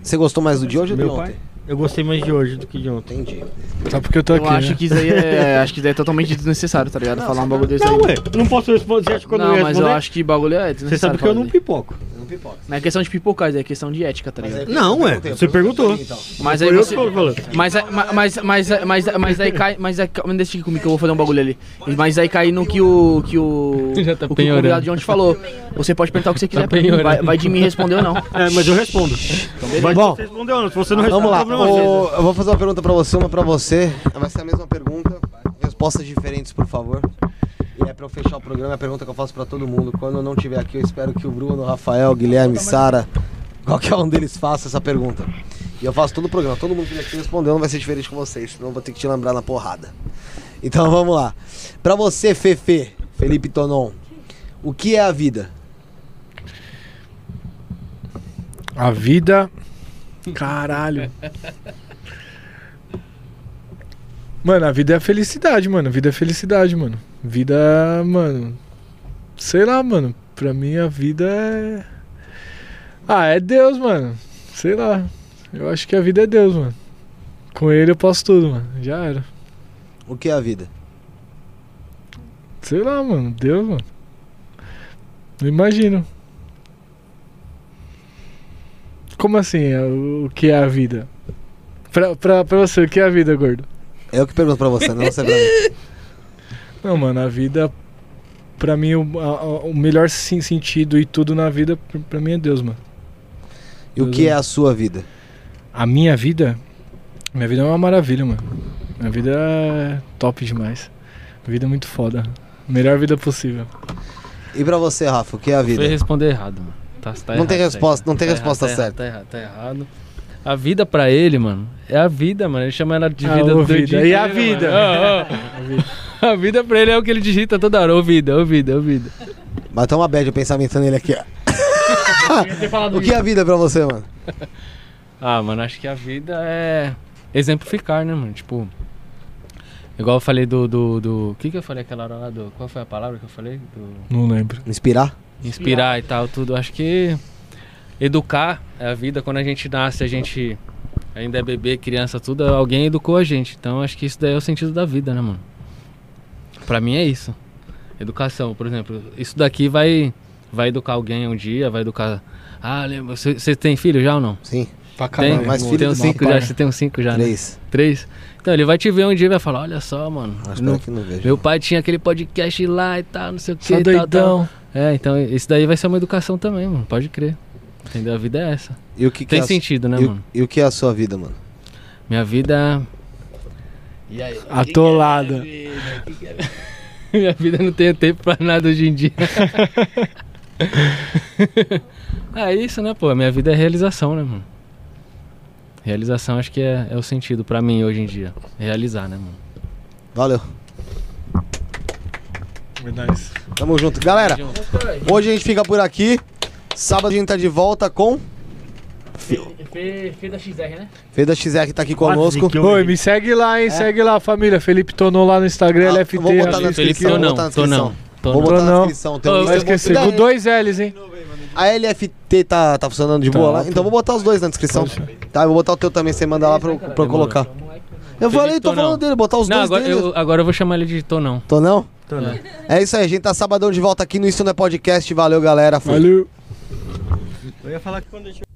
Speaker 2: Você gostou mais do de hoje ou do de ontem?
Speaker 8: Eu gostei mais de hoje do que de ontem.
Speaker 2: Entendi.
Speaker 5: Só porque eu tô aqui.
Speaker 11: Eu acho
Speaker 5: né?
Speaker 11: que isso daí é, acho que isso daí é totalmente desnecessário, tá ligado? Falar um bagulho desse
Speaker 8: Não,
Speaker 11: aí.
Speaker 8: ué, não posso responder. Você acha que eu não,
Speaker 11: Não,
Speaker 8: ia
Speaker 11: mas eu
Speaker 8: responder?
Speaker 11: acho que bagulho é
Speaker 8: Você
Speaker 11: desnecessário.
Speaker 8: sabe que eu
Speaker 11: falar
Speaker 8: não
Speaker 11: dele.
Speaker 8: pipoco.
Speaker 11: Não é questão de pipocar, é questão de ética, tá ligado?
Speaker 8: Não, ué. Você perguntou.
Speaker 11: Mas
Speaker 8: Foi
Speaker 11: aí
Speaker 8: eu
Speaker 11: você.
Speaker 8: que falei.
Speaker 11: Mas, aí- ma- mas, mas, mas, mas aí cai. Mas aí, ca- deixa aqui comigo que eu vou fazer um bagulho ali. Mas aí cai no que o. Que o,
Speaker 6: Já tá
Speaker 11: o, que o
Speaker 6: penhorando.
Speaker 11: convidado de ontem falou. Você pode perguntar o que você quiser pra mim.
Speaker 6: penhorando.
Speaker 11: Vai, vai de mim responder ou não.
Speaker 8: Tá
Speaker 11: Então,
Speaker 8: É, mas eu respondo. Mas
Speaker 2: Bom,
Speaker 8: você respondeu, não. Se você não
Speaker 2: Vamos
Speaker 8: respondeu,
Speaker 2: lá.
Speaker 8: problema seu.
Speaker 2: ô, eu vou fazer uma pergunta pra você, uma pra você. Vai ser a mesma pergunta. Respostas diferentes, por favor. E é pra eu fechar o programa, é a pergunta que eu faço pra todo mundo. Quando eu não estiver aqui, eu espero que o Bruno, Rafael, Guilherme, Sara, qualquer um deles faça essa pergunta. E eu faço todo o programa. Todo mundo que aqui respondeu não vai ser diferente com vocês, senão eu vou ter que te lembrar na porrada. Então vamos lá. Pra você, Fefe, Felipe Tonon, o que é a vida?
Speaker 5: A vida. Caralho. Mano, a vida é a felicidade, mano. Vida é felicidade, mano. Vida, mano. Sei lá, mano. Pra mim a vida é. Ah, é Deus, mano. Sei lá. Eu acho que a vida é Deus, mano. Com ele eu posso tudo, mano. Já era.
Speaker 2: O que é a vida?
Speaker 5: Sei lá, mano. Deus, mano. Não imagino. Como assim? é O o que é a vida? Pra, pra, pra você, o que é a vida, gordo?
Speaker 2: Eu É que pergunto pra você, não você pra mim.
Speaker 5: Não, mano, a vida. Pra mim, o, a- a- o melhor sim- sentido e tudo na vida, pra, pra mim é Deus, mano.
Speaker 2: E o que é a sua vida?
Speaker 5: A minha vida. Minha vida é uma maravilha, mano. Minha vida é top demais. Vida é muito foda. Melhor vida possível.
Speaker 2: E pra você, Rafa, o que é a vida?
Speaker 6: Foi responder errado, mano. Tá- tá
Speaker 2: Não tem
Speaker 6: errado, tá
Speaker 2: resposta- não tem
Speaker 6: errado,
Speaker 2: resposta
Speaker 6: tá errado,
Speaker 2: certa.
Speaker 6: Tá errado, tá errado. A vida pra ele, mano, é a vida, mano. Ele chama ela de
Speaker 5: Ah,
Speaker 6: vida
Speaker 5: ô,
Speaker 6: do
Speaker 5: vida.
Speaker 6: dia
Speaker 5: E a
Speaker 6: inteiro,
Speaker 5: vida?
Speaker 6: mano. Ó, ó. A vida pra ele é o que ele digita toda hora. Ô vida, ô vida, ô vida.
Speaker 2: Bateu uma bad o pensamento nele aqui, ó.
Speaker 6: falado
Speaker 2: o que é a vida pra você, mano?
Speaker 6: Ah, mano, acho que a vida é exemplificar, né, mano? Tipo, igual eu falei do. do, do... O que, que eu falei aquela hora lá? Do... Qual foi a palavra que eu falei? Do...
Speaker 5: Não lembro.
Speaker 2: Inspirar?
Speaker 6: inspirar e tal, tudo. Acho que educar é a vida. Quando a gente nasce, a gente ainda é bebê, criança, tudo, alguém educou a gente. Então acho que isso daí é o sentido da vida, né, mano? Pra mim é isso. Educação, por exemplo. Isso daqui vai, vai educar alguém um dia, vai educar. Ah, lembra. Você tem filho já ou não?
Speaker 2: Sim.
Speaker 5: Pra
Speaker 6: Tem,
Speaker 2: mais
Speaker 6: Tem
Speaker 2: filho que
Speaker 6: uns
Speaker 2: mal,
Speaker 6: cinco já,
Speaker 2: para.
Speaker 6: você tem uns cinco já, né?
Speaker 2: Três.
Speaker 6: Três. Então ele vai te ver um dia e vai falar, olha só, mano.
Speaker 2: Mas
Speaker 6: não-
Speaker 2: espera que é. não vejo.
Speaker 6: meu pai tinha aquele podcast lá e tal, não sei o que.
Speaker 5: Só doidão.
Speaker 6: É, então isso daí vai ser uma educação também, mano. Pode crer. Entendeu? A vida é essa.
Speaker 2: E o que que
Speaker 6: Tem
Speaker 2: é a-
Speaker 6: sentido, né,
Speaker 2: e o-
Speaker 6: mano?
Speaker 2: E o que é a sua vida, mano?
Speaker 6: Minha vida.
Speaker 5: Atolada.
Speaker 6: Minha vida não tem tempo pra nada hoje em dia. é isso, né, pô? Minha vida é realização, né, mano? Realização acho que é, é o sentido pra mim hoje em dia. Realizar, né, mano?
Speaker 2: Valeu.
Speaker 5: Verdade.
Speaker 2: Tamo junto. Galera, hoje a gente fica por aqui. Sábado a gente tá de volta com.
Speaker 11: Fez da XR, né?
Speaker 2: Fê da XR que tá aqui conosco.
Speaker 5: Oi, me segue lá, hein? Segue lá, família. Felipe Tonon lá no Instagram,
Speaker 2: É. Ah,
Speaker 5: LFT.
Speaker 2: eu vou botar na
Speaker 5: Rafinha.
Speaker 6: Felipe
Speaker 2: descrição.
Speaker 6: Tonon,
Speaker 2: Vou botar na descrição.
Speaker 6: Tonon, Tonon.
Speaker 2: Vou botar na
Speaker 5: Tonon.
Speaker 2: descrição. Tem um
Speaker 5: Não
Speaker 2: link.
Speaker 5: esqueci, com dois L's, hein?
Speaker 2: A LFT tá, tá funcionando de boa
Speaker 5: Tá,
Speaker 2: lá,
Speaker 5: pô.
Speaker 2: então vou botar os dois na descrição. Tá, eu vou botar o teu também, você manda lá pra, eu- pra eu colocar. Eu falei, tô
Speaker 6: Tonão.
Speaker 2: falando dele, botar os
Speaker 6: não,
Speaker 2: dois
Speaker 6: agora
Speaker 2: dele.
Speaker 6: eu, agora eu vou chamar ele de Tonão.
Speaker 2: Tô não?
Speaker 8: Tô não.
Speaker 2: É isso aí, a gente tá sabadão de volta aqui no Isso Não É Podcast. Valeu, galera. Fui.
Speaker 5: Valeu.
Speaker 8: Eu ia falar que quando eu